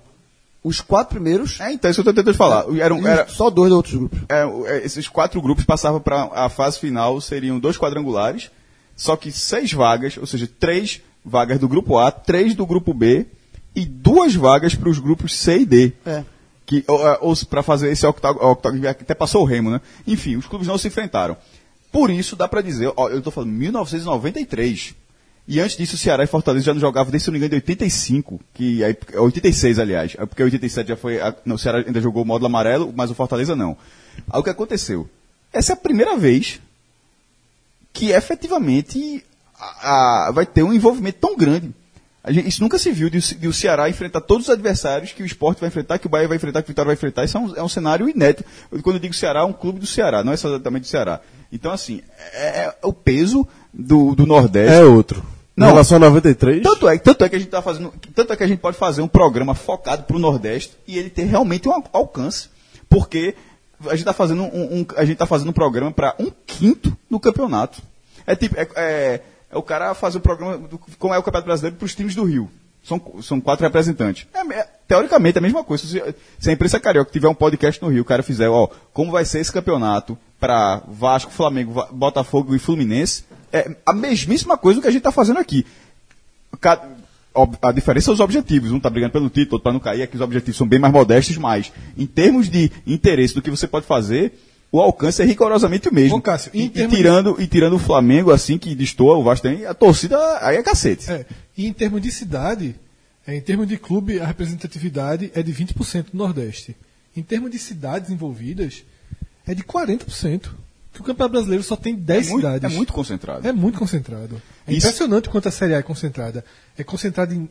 [SPEAKER 7] os quatro primeiros
[SPEAKER 6] É, então, isso que eu tô tentando falar. Eram,
[SPEAKER 7] e
[SPEAKER 6] era,
[SPEAKER 7] só dois de outros grupos.
[SPEAKER 6] É, o- é, esses quatro grupos passavam para a fase final, seriam dois quadrangulares, só que seis vagas, ou seja, três vagas do grupo A, três do grupo B e duas vagas para os grupos C e D.
[SPEAKER 7] É.
[SPEAKER 6] Que, ou, é, ou para fazer esse octágono, octágono, até passou o remo, né? Enfim, os clubes não se enfrentaram. Por isso, dá para dizer, ó, eu estou falando 1993. E antes disso, o Ceará e Fortaleza já não jogavam desde, se não me engano, de 85, que é aí, 86, aliás, é porque 87 já foi, a- não, o Ceará ainda jogou o módulo amarelo, mas o Fortaleza não. Aí o que aconteceu? Essa é a primeira vez que efetivamente a- a- vai ter um envolvimento tão grande. A gente- isso nunca se viu de, o Ce- de o Ceará enfrentar todos os adversários que o esporte vai enfrentar, que o Bahia vai enfrentar, que o Vitória vai enfrentar. Isso é um, é um cenário inédito. Eu- Quando eu digo Ceará, é um clube do Ceará, não é exatamente do Ceará. Então, assim, é, é o peso do, do Nordeste.
[SPEAKER 3] É outro.
[SPEAKER 6] Não.
[SPEAKER 3] Em relação a 93,
[SPEAKER 6] Tanto é, tanto é que a gente tá fazendo, tanto é que a gente pode fazer um programa focado para o Nordeste e ele ter realmente um al- alcance, porque a gente está fazendo um, um- a gente tá fazendo um programa para um quinto do campeonato. É tipo é, é- é o cara fazer o programa do, como é o Campeonato Brasileiro para os times do Rio. São, são quatro representantes. É me- teoricamente é a mesma coisa. Se, se a imprensa carioca tiver um podcast no Rio, o cara fizer, ó, como vai ser esse campeonato para Vasco, Flamengo, Va- Botafogo e Fluminense, é a mesmíssima coisa do que a gente está fazendo aqui. Ca- ob- A diferença são os objetivos. Um está brigando pelo título, outro para não cair. Aqui os objetivos são bem mais modestos, mas em termos de interesse do que você pode fazer, o alcance é rigorosamente o mesmo.
[SPEAKER 9] Ô, Cássio, em
[SPEAKER 6] e, e
[SPEAKER 9] termos de-
[SPEAKER 6] tirando, e tirando o Flamengo, assim, que destoa, o Vasco tem, a torcida aí é cacete.
[SPEAKER 9] É, e em termos de cidade, é, em termos de clube, a representatividade é de 20% do Nordeste. Em termos de cidades envolvidas, é de 40%. Porque o Campeonato Brasileiro só tem 10
[SPEAKER 6] muito, é
[SPEAKER 9] cidades.
[SPEAKER 6] muito concentrado.
[SPEAKER 9] É muito concentrado. É
[SPEAKER 6] Isso-
[SPEAKER 9] impressionante o quanto a Série A é concentrada. É concentrada em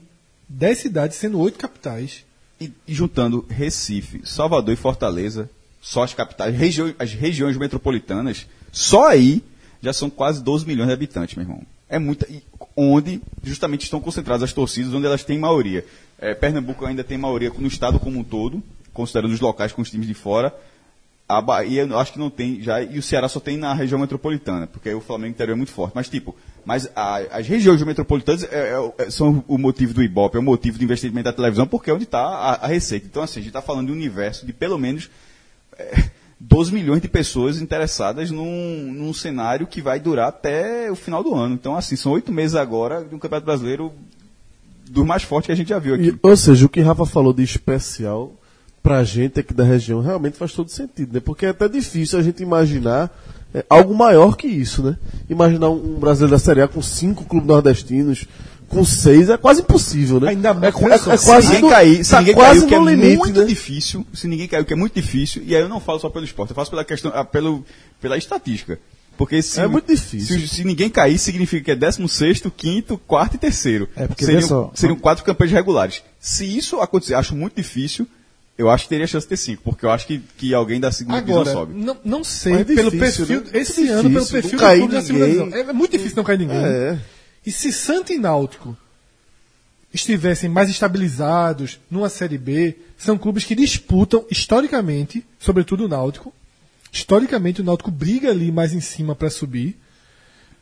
[SPEAKER 9] 10 cidades, sendo 8 capitais.
[SPEAKER 6] E, e juntando Recife, Salvador e Fortaleza, só as capitais, regi- as regiões metropolitanas, só aí já são quase 12 milhões de habitantes, meu irmão. É muita. e onde justamente estão concentradas as torcidas, onde elas têm maioria. Eh, Pernambuco ainda tem maioria no estado como um todo, considerando os locais com os times de fora. A Bahia, eu acho que não tem já, e o Ceará só tem na região metropolitana, porque aí o Flamengo interior é muito forte. Mas, tipo, mas a- as regiões metropolitanas é- é o- é- são o motivo do Ibope, é o motivo do investimento da televisão, porque é onde está a, a receita. Então, assim, a gente está falando de um universo de pelo menos é, 12 milhões de pessoas interessadas num, num cenário que vai durar até o final do ano. Então, assim, são oito meses agora de um Campeonato Brasileiro dos mais fortes que a gente já viu aqui.
[SPEAKER 3] E, ou seja, o que Rafa falou de especial pra gente aqui da região realmente faz todo sentido, né? Porque é até difícil a gente imaginar é, algo maior que isso, né? Imaginar um, um brasileiro da Série A com cinco clubes nordestinos, com seis, é quase impossível, né?
[SPEAKER 9] Ainda mais-
[SPEAKER 3] é, é,
[SPEAKER 9] olha só,
[SPEAKER 3] é
[SPEAKER 9] se
[SPEAKER 6] se
[SPEAKER 3] quase
[SPEAKER 6] ninguém
[SPEAKER 3] no,
[SPEAKER 6] cair, se
[SPEAKER 3] tá
[SPEAKER 6] ninguém
[SPEAKER 3] quase
[SPEAKER 6] caiu, que é
[SPEAKER 3] no limite,
[SPEAKER 6] muito
[SPEAKER 3] né?
[SPEAKER 6] difícil, se ninguém caiu, que é muito difícil, e aí eu não falo só pelo esporte, eu faço pela questão, ah, pelo, pela estatística. Porque se,
[SPEAKER 3] É muito difícil.
[SPEAKER 6] Se, se ninguém cair, significa que é 16, 5, 4 e terceiro.
[SPEAKER 2] É, porque
[SPEAKER 6] seriam,
[SPEAKER 2] vê só.
[SPEAKER 6] seriam quatro campanhas regulares. Se isso acontecer, acho muito difícil, eu acho que teria chance de ter cinco, porque eu acho que, que alguém da segunda
[SPEAKER 9] Agora,
[SPEAKER 6] divisão é sobe.
[SPEAKER 9] não, não sei,
[SPEAKER 3] Mas é
[SPEAKER 9] pelo
[SPEAKER 3] difícil,
[SPEAKER 9] perfil,
[SPEAKER 3] né?
[SPEAKER 9] esse
[SPEAKER 3] Muito
[SPEAKER 9] ano, pelo
[SPEAKER 3] difícil,
[SPEAKER 9] perfil
[SPEAKER 3] não cair
[SPEAKER 9] clube da segunda
[SPEAKER 3] ninguém.
[SPEAKER 9] divisão. É, é muito difícil não cair ninguém.
[SPEAKER 3] É.
[SPEAKER 9] E se Santa e Náutico estivessem mais estabilizados numa Série B, são clubes que disputam historicamente, sobretudo o Náutico. Historicamente, o Náutico briga ali mais em cima para subir.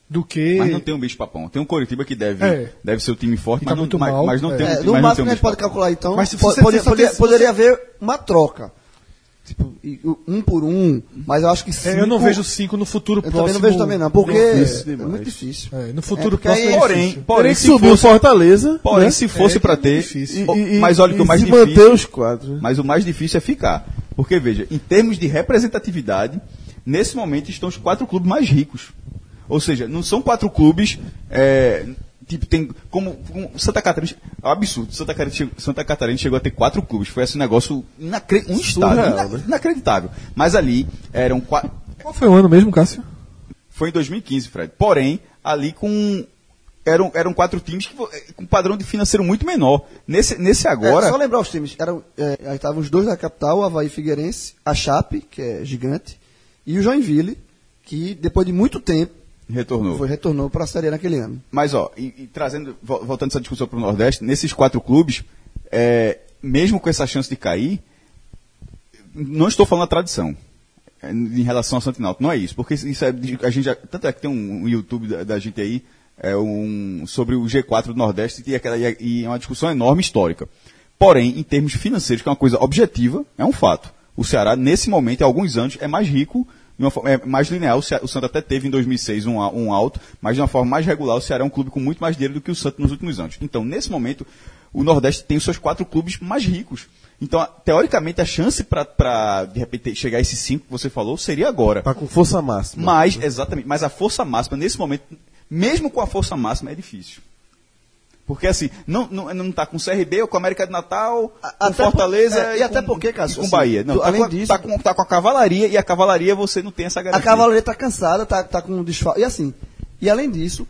[SPEAKER 9] do que.
[SPEAKER 6] Mas não tem um bicho papão. Tem um Coritiba que deve,
[SPEAKER 9] É.
[SPEAKER 6] deve ser o time forte,
[SPEAKER 9] E
[SPEAKER 6] mas,
[SPEAKER 9] tá
[SPEAKER 6] não,
[SPEAKER 9] muito
[SPEAKER 6] mas,
[SPEAKER 9] mal.
[SPEAKER 6] mas não
[SPEAKER 9] É.
[SPEAKER 6] tem um
[SPEAKER 7] É,
[SPEAKER 6] time
[SPEAKER 7] no
[SPEAKER 6] mas não tem
[SPEAKER 7] máximo
[SPEAKER 6] um
[SPEAKER 7] que a
[SPEAKER 6] bicho
[SPEAKER 7] gente pode
[SPEAKER 6] papão.
[SPEAKER 7] calcular, então,
[SPEAKER 4] Mas se
[SPEAKER 7] po-
[SPEAKER 4] você-
[SPEAKER 7] poderia,
[SPEAKER 4] se você-
[SPEAKER 7] poderia-
[SPEAKER 4] se você-
[SPEAKER 7] poderia haver uma troca. Tipo, e- o- um por um, mas eu acho que cinco...
[SPEAKER 9] É, eu não vejo cinco no futuro
[SPEAKER 7] Eu
[SPEAKER 9] próximo.
[SPEAKER 7] também não vejo também não, porque
[SPEAKER 3] Difícil
[SPEAKER 7] é
[SPEAKER 3] demais.
[SPEAKER 7] muito difícil.
[SPEAKER 9] É, no futuro
[SPEAKER 7] É, porque
[SPEAKER 9] próximo.
[SPEAKER 7] aí-
[SPEAKER 9] é
[SPEAKER 6] Porém,
[SPEAKER 9] difícil.
[SPEAKER 6] porém,
[SPEAKER 3] Teria que
[SPEAKER 6] se
[SPEAKER 3] subir o
[SPEAKER 6] fosse,
[SPEAKER 3] Fortaleza.
[SPEAKER 9] né?
[SPEAKER 6] porém, se fosse pra ter.
[SPEAKER 3] E-
[SPEAKER 6] o-
[SPEAKER 3] e-
[SPEAKER 6] mas
[SPEAKER 3] e
[SPEAKER 6] olha que o mais
[SPEAKER 3] se
[SPEAKER 6] difícil.
[SPEAKER 3] manter os quatro.
[SPEAKER 6] Mas o mais difícil é ficar. Porque, veja, em termos de representatividade, nesse momento estão os quatro clubes mais ricos. Ou seja, não são quatro clubes. é, tipo, tem. Como, como Santa Catarina. É um absurdo. Santa Catarina, Santa Catarina chegou a ter quatro clubes. Foi esse negócio inacre, um estado,
[SPEAKER 3] Surreal,
[SPEAKER 6] ina- inacreditável. Mas ali eram quatro.
[SPEAKER 9] Qual foi o ano mesmo, Cássio?
[SPEAKER 6] Foi em 2015, Fred. Porém, ali com. Eram, eram quatro times que, vo- eh, com padrão de financeiro muito menor. Nesse, nesse agora.
[SPEAKER 7] É, só lembrar os times. Eram, é, aí estavam os dois da capital, o Havaí Figueirense, a Chape, que é gigante, e o Joinville, que depois de muito tempo
[SPEAKER 6] retornou.
[SPEAKER 7] foi, retornou para a Série A naquele ano.
[SPEAKER 6] Mas, ó, e, e trazendo, vo- voltando essa discussão para o Nordeste, nesses quatro clubes, é, mesmo com essa chance de cair, não estou falando a tradição é, em relação ao Santinalto, não é isso, porque isso é, de- a gente já, tanto é que tem um, um YouTube da, da gente aí é um, sobre o G4 do Nordeste e, aquela, e, e é uma discussão enorme histórica. Porém, em termos financeiros, que é uma coisa objetiva, é um fato. O Ceará, nesse momento, há alguns anos, é mais rico, de uma forma- é mais linear. O, Cea- o Santos até teve em 2006 um, a- um alto, mas de uma forma mais regular, o Ceará é um clube com muito mais dinheiro do que o Santos nos últimos anos. Então, nesse momento, o Nordeste tem os seus quatro clubes mais ricos. Então, a- teoricamente, a chance para, de repente, chegar a esses cinco que você falou seria agora.
[SPEAKER 3] Tá com força máxima.
[SPEAKER 6] Mas, exatamente, mas a força máxima, nesse momento, mesmo com a força máxima, é difícil. Porque assim, não, não, não tá com o CRB ou com a América de Natal,
[SPEAKER 7] A-
[SPEAKER 6] com
[SPEAKER 7] até
[SPEAKER 6] Fortaleza
[SPEAKER 7] por- é,
[SPEAKER 6] e,
[SPEAKER 7] e até
[SPEAKER 6] com,
[SPEAKER 7] porque,
[SPEAKER 6] e
[SPEAKER 7] Cássio,
[SPEAKER 6] com
[SPEAKER 7] assim,
[SPEAKER 6] Bahia. Não,
[SPEAKER 7] tu-
[SPEAKER 6] tá,
[SPEAKER 7] além
[SPEAKER 6] com a,
[SPEAKER 7] disso-
[SPEAKER 6] tá, com, tá com a cavalaria e a cavalaria você não tem essa
[SPEAKER 7] A
[SPEAKER 6] garantia.
[SPEAKER 7] Cavalaria tá cansada, tá, tá com um desfalque. E assim, e além disso,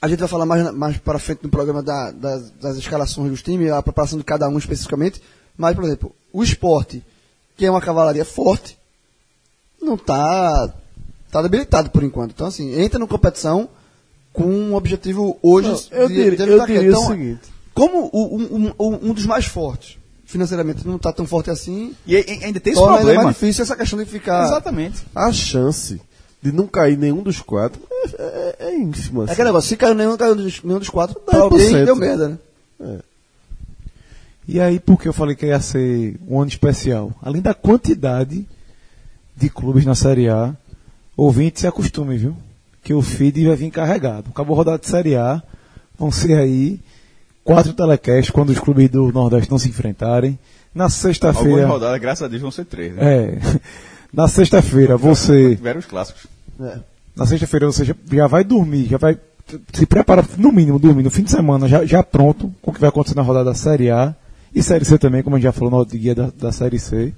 [SPEAKER 7] a gente vai falar mais, na- mais para frente no programa da- das, das escalações dos times, a preparação de cada um especificamente. Mas, por exemplo, o esporte, que é uma cavalaria forte, não tá, tá debilitado por enquanto. Então, assim, entra na competição com um objetivo hoje
[SPEAKER 3] Não, eu diria- eu
[SPEAKER 7] tacar.
[SPEAKER 3] diria o seguinte.
[SPEAKER 7] é. Então, Como o- um, um- um dos mais fortes, financeiramente, não está tão forte assim,
[SPEAKER 6] E, e- ainda tem esse
[SPEAKER 7] torna ainda
[SPEAKER 6] problema.
[SPEAKER 7] é mais difícil Ah. essa questão de ficar...
[SPEAKER 6] Exatamente.
[SPEAKER 3] A chance de não cair nenhum dos quatro é, é, é ínfima.
[SPEAKER 7] É
[SPEAKER 3] assim.
[SPEAKER 7] aquele negócio, se caiu nenhum, caiu dos- nenhum dos quatro, pra
[SPEAKER 3] 10%.
[SPEAKER 7] alguém deu merda, né?
[SPEAKER 2] E aí, por que eu falei que ia ser um ano especial? Além da quantidade de clubes na Série A, ouvinte se acostume, viu? Que o feed vai vir carregado. Acabou a rodada de Série A, vão ser aí quatro telecasts quando os clubes do Nordeste não se enfrentarem. Na
[SPEAKER 6] Algumas
[SPEAKER 2] sexta-feira.
[SPEAKER 6] rodadas, graças a Deus, vão ser três. Né?
[SPEAKER 2] É. Na sexta-feira você.
[SPEAKER 6] Tiveram os clássicos.
[SPEAKER 2] Na sexta-feira você já- já vai dormir, já vai se preparar, no mínimo, dormir no fim de semana, já, já pronto com o que vai acontecer na rodada da Série A e Série C também, como a gente já falou no outro guia da, da Série C.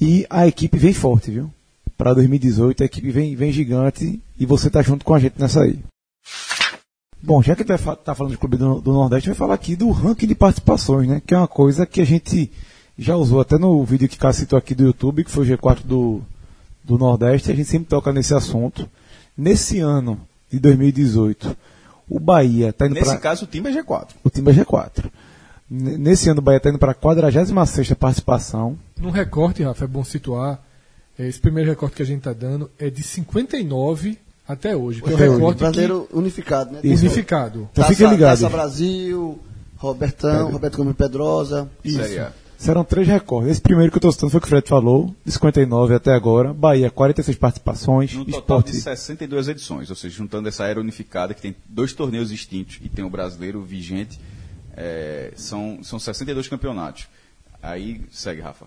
[SPEAKER 2] E a equipe vem forte, viu? Para 2018, a equipe vem, vem gigante e você tá junto com a gente nessa aí. Bom, já que tá, fa- tá falando de clube do, do Nordeste, vai falar aqui do ranking de participações, né? Que é uma coisa que a gente já usou até no vídeo que o Cássio citou aqui do YouTube, que foi o G4 do, do Nordeste, a gente sempre toca nesse assunto. Nesse ano de 2018, o Bahia está indo
[SPEAKER 6] Nesse
[SPEAKER 2] para
[SPEAKER 6] caso, o time é G4.
[SPEAKER 2] o time é G4. N- Nesse ano o Bahia está indo para a 46 participação.
[SPEAKER 9] Num recorte, Rafa, é bom situar.
[SPEAKER 4] é,
[SPEAKER 9] eh, Esse primeiro recorte que a gente tá dando é de 59 até hoje.
[SPEAKER 4] um
[SPEAKER 9] Que é o
[SPEAKER 7] O
[SPEAKER 9] recorte que-
[SPEAKER 7] brasileiro unificado, né?
[SPEAKER 2] Isso.
[SPEAKER 9] unificado.
[SPEAKER 2] Então fiquem ligados.
[SPEAKER 7] Taça Brasil, Robertão, Roberto Gomes Pedrosa.
[SPEAKER 6] Série A.
[SPEAKER 2] Serão três recordes. Esse primeiro que eu estou citando foi o que o Fred falou, de 59 até agora. Bahia, 46 participações.
[SPEAKER 6] Num total
[SPEAKER 2] Esporte,
[SPEAKER 6] de 62 edições, ou seja, juntando essa era unificada que tem dois torneios distintos e tem o brasileiro vigente, é, são, são 62 campeonatos. Aí segue, Rafa.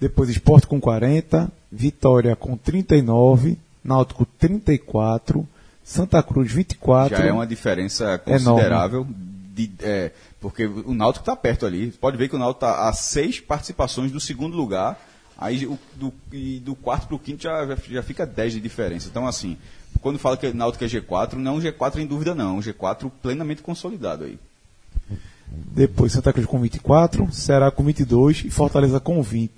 [SPEAKER 2] Depois Esporte com 40, Vitória com 39, Náutico 34, Santa Cruz 24.
[SPEAKER 6] Já é uma diferença considerável, de- é, porque o Náutico está perto ali. Pode ver que o Náutico está a seis participações do segundo lugar, aí o- do, e do quarto para o quinto já, já- já fica 10 de diferença. Então, assim, quando fala que o Náutico é G4, não é um G4 em dúvida, não. É um G4 plenamente consolidado aí.
[SPEAKER 2] Depois Santa Cruz com 24, Ceará com 22 e Fortaleza com 20.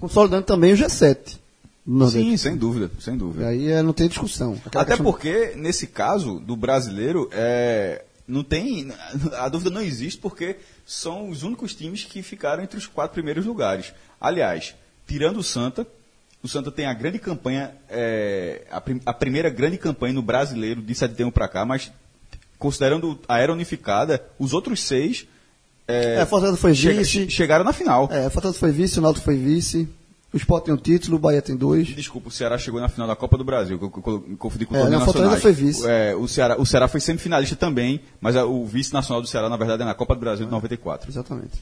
[SPEAKER 7] Consolidando também o G7. do Nordeste.
[SPEAKER 6] Sim, sem dúvida, sem dúvida.
[SPEAKER 7] E aí é, não tem discussão. Aquela
[SPEAKER 6] Até
[SPEAKER 7] questão-
[SPEAKER 6] porque, nesse caso do brasileiro, é, não tem. A dúvida não existe porque são os únicos times que ficaram entre os quatro primeiros lugares. Aliás, tirando o Santa, O Santa tem a grande campanha, é, a, prim- a primeira grande campanha no brasileiro de 71 para cá, mas considerando a era unificada, os outros seis é,
[SPEAKER 7] É, Fortaleza foi
[SPEAKER 6] chega-
[SPEAKER 7] vice.
[SPEAKER 6] che- chegaram na final.
[SPEAKER 7] É, Fortaleza foi vice, o Náutico foi vice. O Sport tem um título, o Bahia tem dois.
[SPEAKER 6] Desculpa, o Ceará chegou na final da Copa do Brasil, que eu, que eu me confundi com o
[SPEAKER 7] É,
[SPEAKER 6] torneio
[SPEAKER 7] não,
[SPEAKER 6] nacional.
[SPEAKER 7] Fortaleza foi vice.
[SPEAKER 6] É, o, Ceará, o Ceará foi semifinalista também, mas a- o vice-nacional do Ceará, na verdade, é na Copa do Brasil de 94.
[SPEAKER 7] Exatamente.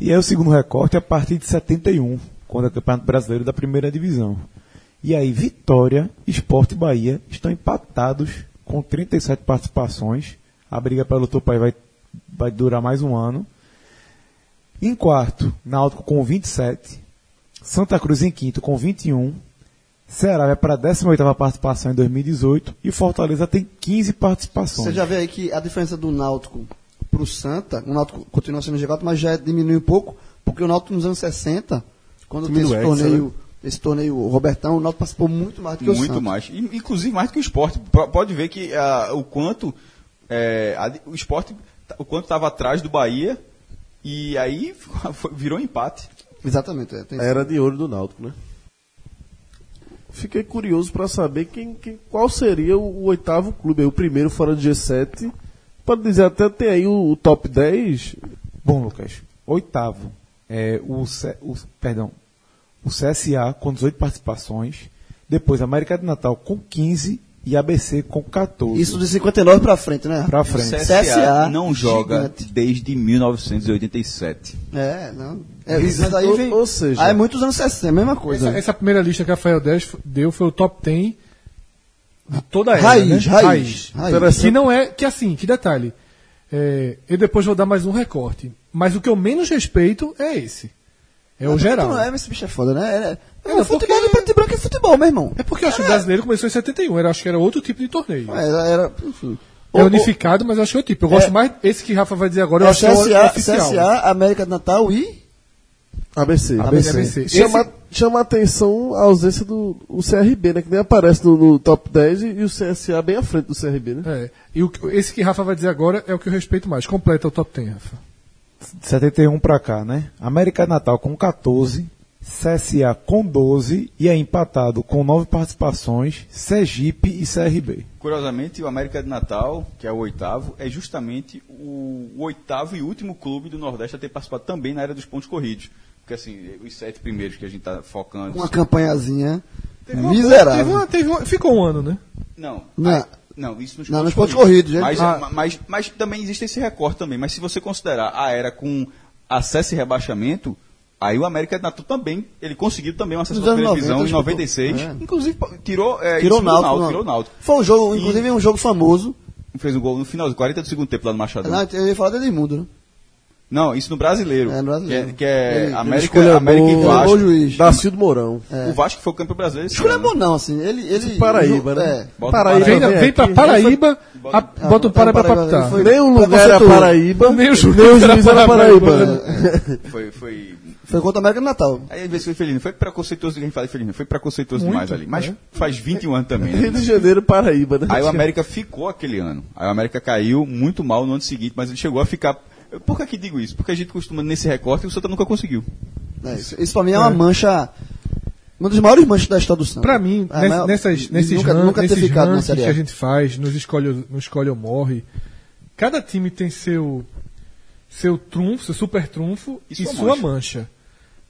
[SPEAKER 2] E aí o segundo recorte é a partir de 71, quando é o Campeonato Brasileiro da Primeira Divisão. E aí Vitória, Esporte e Bahia estão empatados com 37 participações. A briga pelo topo aí vai, vai durar mais um ano. Em quarto, Náutico com 27. Santa Cruz em quinto com 21. Ceará vai para a 18ª participação em 2018 e Fortaleza tem 15 participações.
[SPEAKER 7] Você já vê aí que a diferença do Náutico pro Santa, o Náutico continua sendo G4, mas já diminui um pouco, porque o Náutico nos anos 60, quando
[SPEAKER 3] Time
[SPEAKER 7] teve
[SPEAKER 3] do
[SPEAKER 7] esse
[SPEAKER 3] Hexa,
[SPEAKER 7] torneio, esse torneio o Robertão, o Náutico participou muito mais do que o Santa.
[SPEAKER 6] Muito mais. In- Inclusive mais do que o esporte. Pro- Pode ver que ah, o quanto eh, a di- o esporte ta- o quanto estava atrás do Bahia e aí foi- virou um empate.
[SPEAKER 7] Exatamente, é, tem
[SPEAKER 3] A era de ouro do Náutico, né? Fiquei curioso pra saber quem, quem- qual seria o, o oitavo clube, aí, o primeiro fora do G7. Pode dizer, até tem aí o, o top 10.
[SPEAKER 2] Bom, Lucas, oitavo. É, o, C- o- perdão, o CSA com 18 participações. Depois América de Natal com 15 e ABC com 14.
[SPEAKER 7] Isso de 59 pra frente, né?
[SPEAKER 2] pra frente.
[SPEAKER 6] O
[SPEAKER 7] CSA
[SPEAKER 6] não joga
[SPEAKER 7] gigante.
[SPEAKER 6] desde 1987.
[SPEAKER 7] É, não. É, mas aí
[SPEAKER 3] Ou-
[SPEAKER 7] vem.
[SPEAKER 3] ou seja-
[SPEAKER 7] aí é muitos anos 60, é a mesma coisa.
[SPEAKER 4] Essa, essa primeira lista que o Rafael Dez f- deu foi o top 10 de toda a era,
[SPEAKER 7] Raiz,
[SPEAKER 4] né?
[SPEAKER 7] raiz, raiz.
[SPEAKER 4] Que não é, que assim, que detalhe. É, eu depois vou dar mais um recorte. Mas o que eu menos respeito é esse. É o geral.
[SPEAKER 7] Não é, mas esse bicho é foda, né? É, é,
[SPEAKER 4] Não,
[SPEAKER 7] futebol
[SPEAKER 4] porque-
[SPEAKER 7] de preto e branco é futebol, meu irmão.
[SPEAKER 4] É porque eu acho que o brasileiro começou em 71, era, acho que era outro tipo de torneio. É,
[SPEAKER 7] Era, era, enfim.
[SPEAKER 4] unificado, mas eu acho que é outro tipo. Eu gosto mais esse que Rafa vai dizer agora, eu
[SPEAKER 7] É
[SPEAKER 4] acho que é o
[SPEAKER 7] CSA,
[SPEAKER 4] oficial.
[SPEAKER 7] CSA, América de Natal e.
[SPEAKER 3] ABC.
[SPEAKER 4] ABC. Esse-
[SPEAKER 3] Chama, chama atenção a ausência do o CRB, né? Que nem aparece no, no top 10 e, e o CSA bem à frente do CRB, né?
[SPEAKER 4] É. E o, que- esse que Rafa vai dizer agora é o que eu respeito mais. Completa o top 10, Rafa.
[SPEAKER 2] De 71 pra cá, né? América de Natal com 14. CSA com 12 e é empatado com 9 participações, Sergipe e CRB.
[SPEAKER 6] Curiosamente, o América de Natal, que é o oitavo, é justamente o, o oitavo e último clube do Nordeste a ter participado também na era dos pontos corridos. Porque assim, os sete primeiros que a gente está focando.
[SPEAKER 7] Uma campanhazinha. né?
[SPEAKER 4] uma-
[SPEAKER 7] É miserável.
[SPEAKER 4] teve uma- teve uma- ficou um ano, né?
[SPEAKER 6] Não.
[SPEAKER 7] Não. é?
[SPEAKER 6] aí- não, isso nos
[SPEAKER 7] Não,
[SPEAKER 6] pontos
[SPEAKER 7] nos pontos corridos, né?
[SPEAKER 6] Mas,
[SPEAKER 7] Ah.
[SPEAKER 6] ma- mas, mas também existe esse recorte também. Mas se você considerar a era com acesso e rebaixamento, aí o América de Natal também, ele conseguiu também um acesso
[SPEAKER 7] Nos
[SPEAKER 6] à
[SPEAKER 7] anos
[SPEAKER 6] televisão
[SPEAKER 7] 90,
[SPEAKER 6] em 96.
[SPEAKER 7] disputou.
[SPEAKER 6] Inclusive, pa- tirou, é,
[SPEAKER 7] Tirou o
[SPEAKER 6] em cima do
[SPEAKER 7] Náutico. não.
[SPEAKER 6] Tirou o Náutico.
[SPEAKER 7] Foi um jogo,
[SPEAKER 6] E-
[SPEAKER 7] inclusive um jogo famoso.
[SPEAKER 6] Fez um gol no final, 40 do segundo tempo lá no Machadão.
[SPEAKER 7] Não, eu ia falar do Edmundo, né?
[SPEAKER 6] Não, isso no brasileiro.
[SPEAKER 7] É, no brasileiro.
[SPEAKER 6] Que é, que é
[SPEAKER 7] Ele-
[SPEAKER 6] América,
[SPEAKER 3] escolheu
[SPEAKER 6] América e
[SPEAKER 3] gol,
[SPEAKER 7] Ô,
[SPEAKER 6] Vasco.
[SPEAKER 7] juiz. É.
[SPEAKER 3] Dacildo Mourão.
[SPEAKER 6] O Vasco foi o campeão brasileiro. esse
[SPEAKER 7] Escolha
[SPEAKER 6] ano, né?
[SPEAKER 7] bom não, assim. Ele. ele
[SPEAKER 3] Paraíba,
[SPEAKER 7] o-
[SPEAKER 3] né?
[SPEAKER 7] é.
[SPEAKER 6] Bota
[SPEAKER 3] Paraíba.
[SPEAKER 4] Vem,
[SPEAKER 6] Paraíba.
[SPEAKER 3] também
[SPEAKER 4] vem pra
[SPEAKER 3] aqui,
[SPEAKER 4] Paraíba,
[SPEAKER 6] bota-
[SPEAKER 4] a-
[SPEAKER 7] Ah,
[SPEAKER 4] bota o Paraíba pra captar.
[SPEAKER 7] tá Foi-
[SPEAKER 3] Nem um lugar era
[SPEAKER 7] preconceituoso.
[SPEAKER 3] Paraíba,
[SPEAKER 6] um
[SPEAKER 4] Nem o juiz
[SPEAKER 3] nem o
[SPEAKER 6] é
[SPEAKER 4] era
[SPEAKER 3] juiz era
[SPEAKER 4] Paraíba.
[SPEAKER 3] Paraíba.
[SPEAKER 6] né?
[SPEAKER 3] né?
[SPEAKER 6] Foi, foi
[SPEAKER 7] Foi contra a América do Natal.
[SPEAKER 6] Aí às vezes foi felino, foi preconceituoso, a gente fala felino, foi preconceituoso demais ali. Mas faz 21 anos também.
[SPEAKER 3] Rio
[SPEAKER 6] Né?
[SPEAKER 3] de Janeiro, Paraíba, né?
[SPEAKER 6] Aí o América ficou aquele ano. Aí o América caiu muito mal no ano seguinte, mas ele chegou a ficar. Por que, que digo isso? Porque a gente costuma nesse recorte e o Santa nunca conseguiu.
[SPEAKER 7] É, isso, isso pra mim é uma mancha. Uma das maiores manchas da história do Samba.
[SPEAKER 4] Pra mim,
[SPEAKER 7] É,
[SPEAKER 4] ness-
[SPEAKER 7] mas
[SPEAKER 4] nessas, nesses
[SPEAKER 7] nunca,
[SPEAKER 4] ran-
[SPEAKER 7] nunca ter
[SPEAKER 4] nesses
[SPEAKER 7] ficado na
[SPEAKER 4] rankings
[SPEAKER 7] Série
[SPEAKER 4] que a
[SPEAKER 7] A.
[SPEAKER 4] gente faz, nos escolhe, ou- no escolhe ou morre, cada time tem seu seu trunfo, seu super trunfo
[SPEAKER 6] E
[SPEAKER 4] e,
[SPEAKER 6] sua
[SPEAKER 4] sua mancha.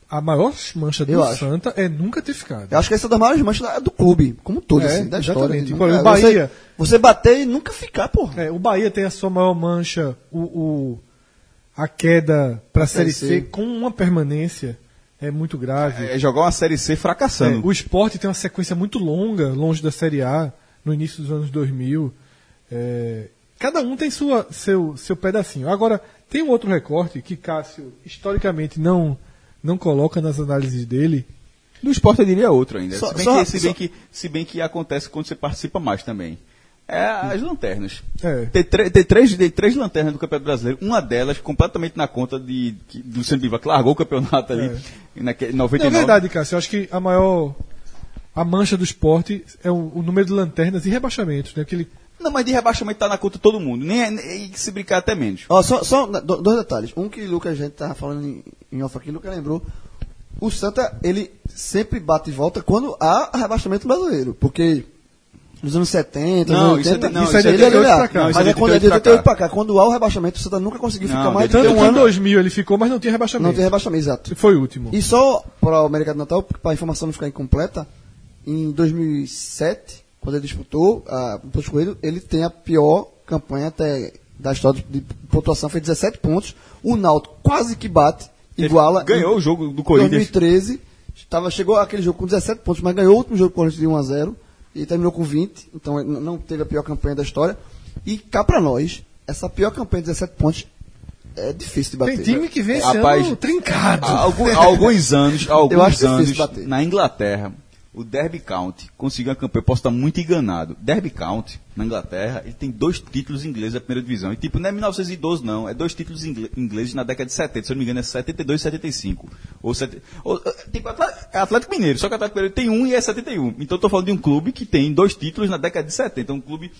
[SPEAKER 4] A maior mancha do
[SPEAKER 7] Eu acho.
[SPEAKER 4] Santa é nunca ter ficado.
[SPEAKER 7] Eu acho que essa é uma das maiores manchas da- do clube, como um todo,
[SPEAKER 4] É,
[SPEAKER 7] assim, da história.
[SPEAKER 4] exatamente.
[SPEAKER 7] de
[SPEAKER 4] Tipo,
[SPEAKER 7] nunca-
[SPEAKER 4] o Bahia.
[SPEAKER 7] Você, você bater e nunca ficar, porra.
[SPEAKER 4] É, o Bahia tem a sua maior mancha, o, o- a queda pra Série
[SPEAKER 7] C.
[SPEAKER 4] C com uma permanência é muito grave.
[SPEAKER 6] É jogar uma Série C
[SPEAKER 4] É,
[SPEAKER 6] fracassando.
[SPEAKER 4] o esporte tem uma sequência muito longa, longe da Série A, no início dos anos 2000. É, cada um tem sua, seu, seu pedacinho. Agora, tem um outro recorte que Cássio, historicamente, não, não coloca nas análises dele.
[SPEAKER 6] Do esporte eu diria outro ainda.
[SPEAKER 7] Só-
[SPEAKER 6] se, bem que,
[SPEAKER 7] só-
[SPEAKER 6] se, bem
[SPEAKER 7] só-
[SPEAKER 6] que, se bem que acontece quando você participa mais também. É as lanternas.
[SPEAKER 4] É.
[SPEAKER 6] Tem, tre- tem três, tem três lanternas do Campeonato Brasileiro. Uma delas completamente na conta de, que- do Santos Bivac, que largou o campeonato ali. Naquele, 99.
[SPEAKER 4] É verdade, Cássio. Eu acho que a maior. A mancha do esporte é o, o número de lanternas e rebaixamentos. Né? Aquele,
[SPEAKER 6] Não, mas de rebaixamento tá na conta de todo mundo. Nem, nem- e se brincar até menos.
[SPEAKER 7] Ó, só, só do- dois detalhes. Um que Lucas, a gente tava falando em, em off aqui, Lucas lembrou. o Santa, ele sempre bate e volta quando há rebaixamento brasileiro. Porque nos anos 70,
[SPEAKER 6] Não,
[SPEAKER 7] nos
[SPEAKER 6] isso
[SPEAKER 7] 80,
[SPEAKER 6] é- não,
[SPEAKER 7] isso é
[SPEAKER 6] isso é
[SPEAKER 7] dele,
[SPEAKER 6] 88
[SPEAKER 7] ele é.
[SPEAKER 6] pra cá. Não, isso é
[SPEAKER 7] Mas é quando é
[SPEAKER 6] 88 pra
[SPEAKER 7] 88
[SPEAKER 6] cá.
[SPEAKER 7] pra cá. Quando há o rebaixamento, o Santa nunca conseguiu
[SPEAKER 6] Não,
[SPEAKER 7] ficar mais de
[SPEAKER 4] Tanto que
[SPEAKER 7] um
[SPEAKER 4] em
[SPEAKER 7] ano.
[SPEAKER 4] 2000 ele ficou, mas não tinha rebaixamento.
[SPEAKER 7] Não tem rebaixamento, exato.
[SPEAKER 4] Foi o último.
[SPEAKER 7] E só para o América do Natal, para a informação não ficar incompleta, em 2007, quando ele disputou a o Porto Coelho, ele tem a pior campanha até da história de pontuação, foi 17 pontos. O Náutico quase que bate, iguala.
[SPEAKER 6] ganhou o jogo do Corinthians.
[SPEAKER 7] 2013, tava, chegou aquele jogo com 17 pontos, mas ganhou o último jogo do Corinthians de 1 a 0 e terminou com 20, então ele n- não teve a pior campanha da história. E cá para nós, essa pior campanha de 17 pontos é difícil de bater.
[SPEAKER 4] Tem time que vem esse
[SPEAKER 6] Rapaz, ah,
[SPEAKER 4] ano trincado.
[SPEAKER 6] Há algu- há alguns anos, há
[SPEAKER 7] Eu acho
[SPEAKER 6] alguns
[SPEAKER 7] difícil
[SPEAKER 6] anos,
[SPEAKER 7] bater.
[SPEAKER 6] na Inglaterra, o Derby County conseguiu uma campanha. Eu posso estar muito enganado. Derby County, na Inglaterra, ele tem dois títulos ingleses da primeira divisão. E tipo, não é 1912, não. É dois títulos ingle- ingleses na década de 70. Se eu não me engano, é 72 e 75. Ou, sete, ou eh, tipo, Atla- é Atlético Mineiro. Só que o Atlético Mineiro tem um e é 71. Então, eu tô falando de um clube que tem dois títulos na década de 70. Um clube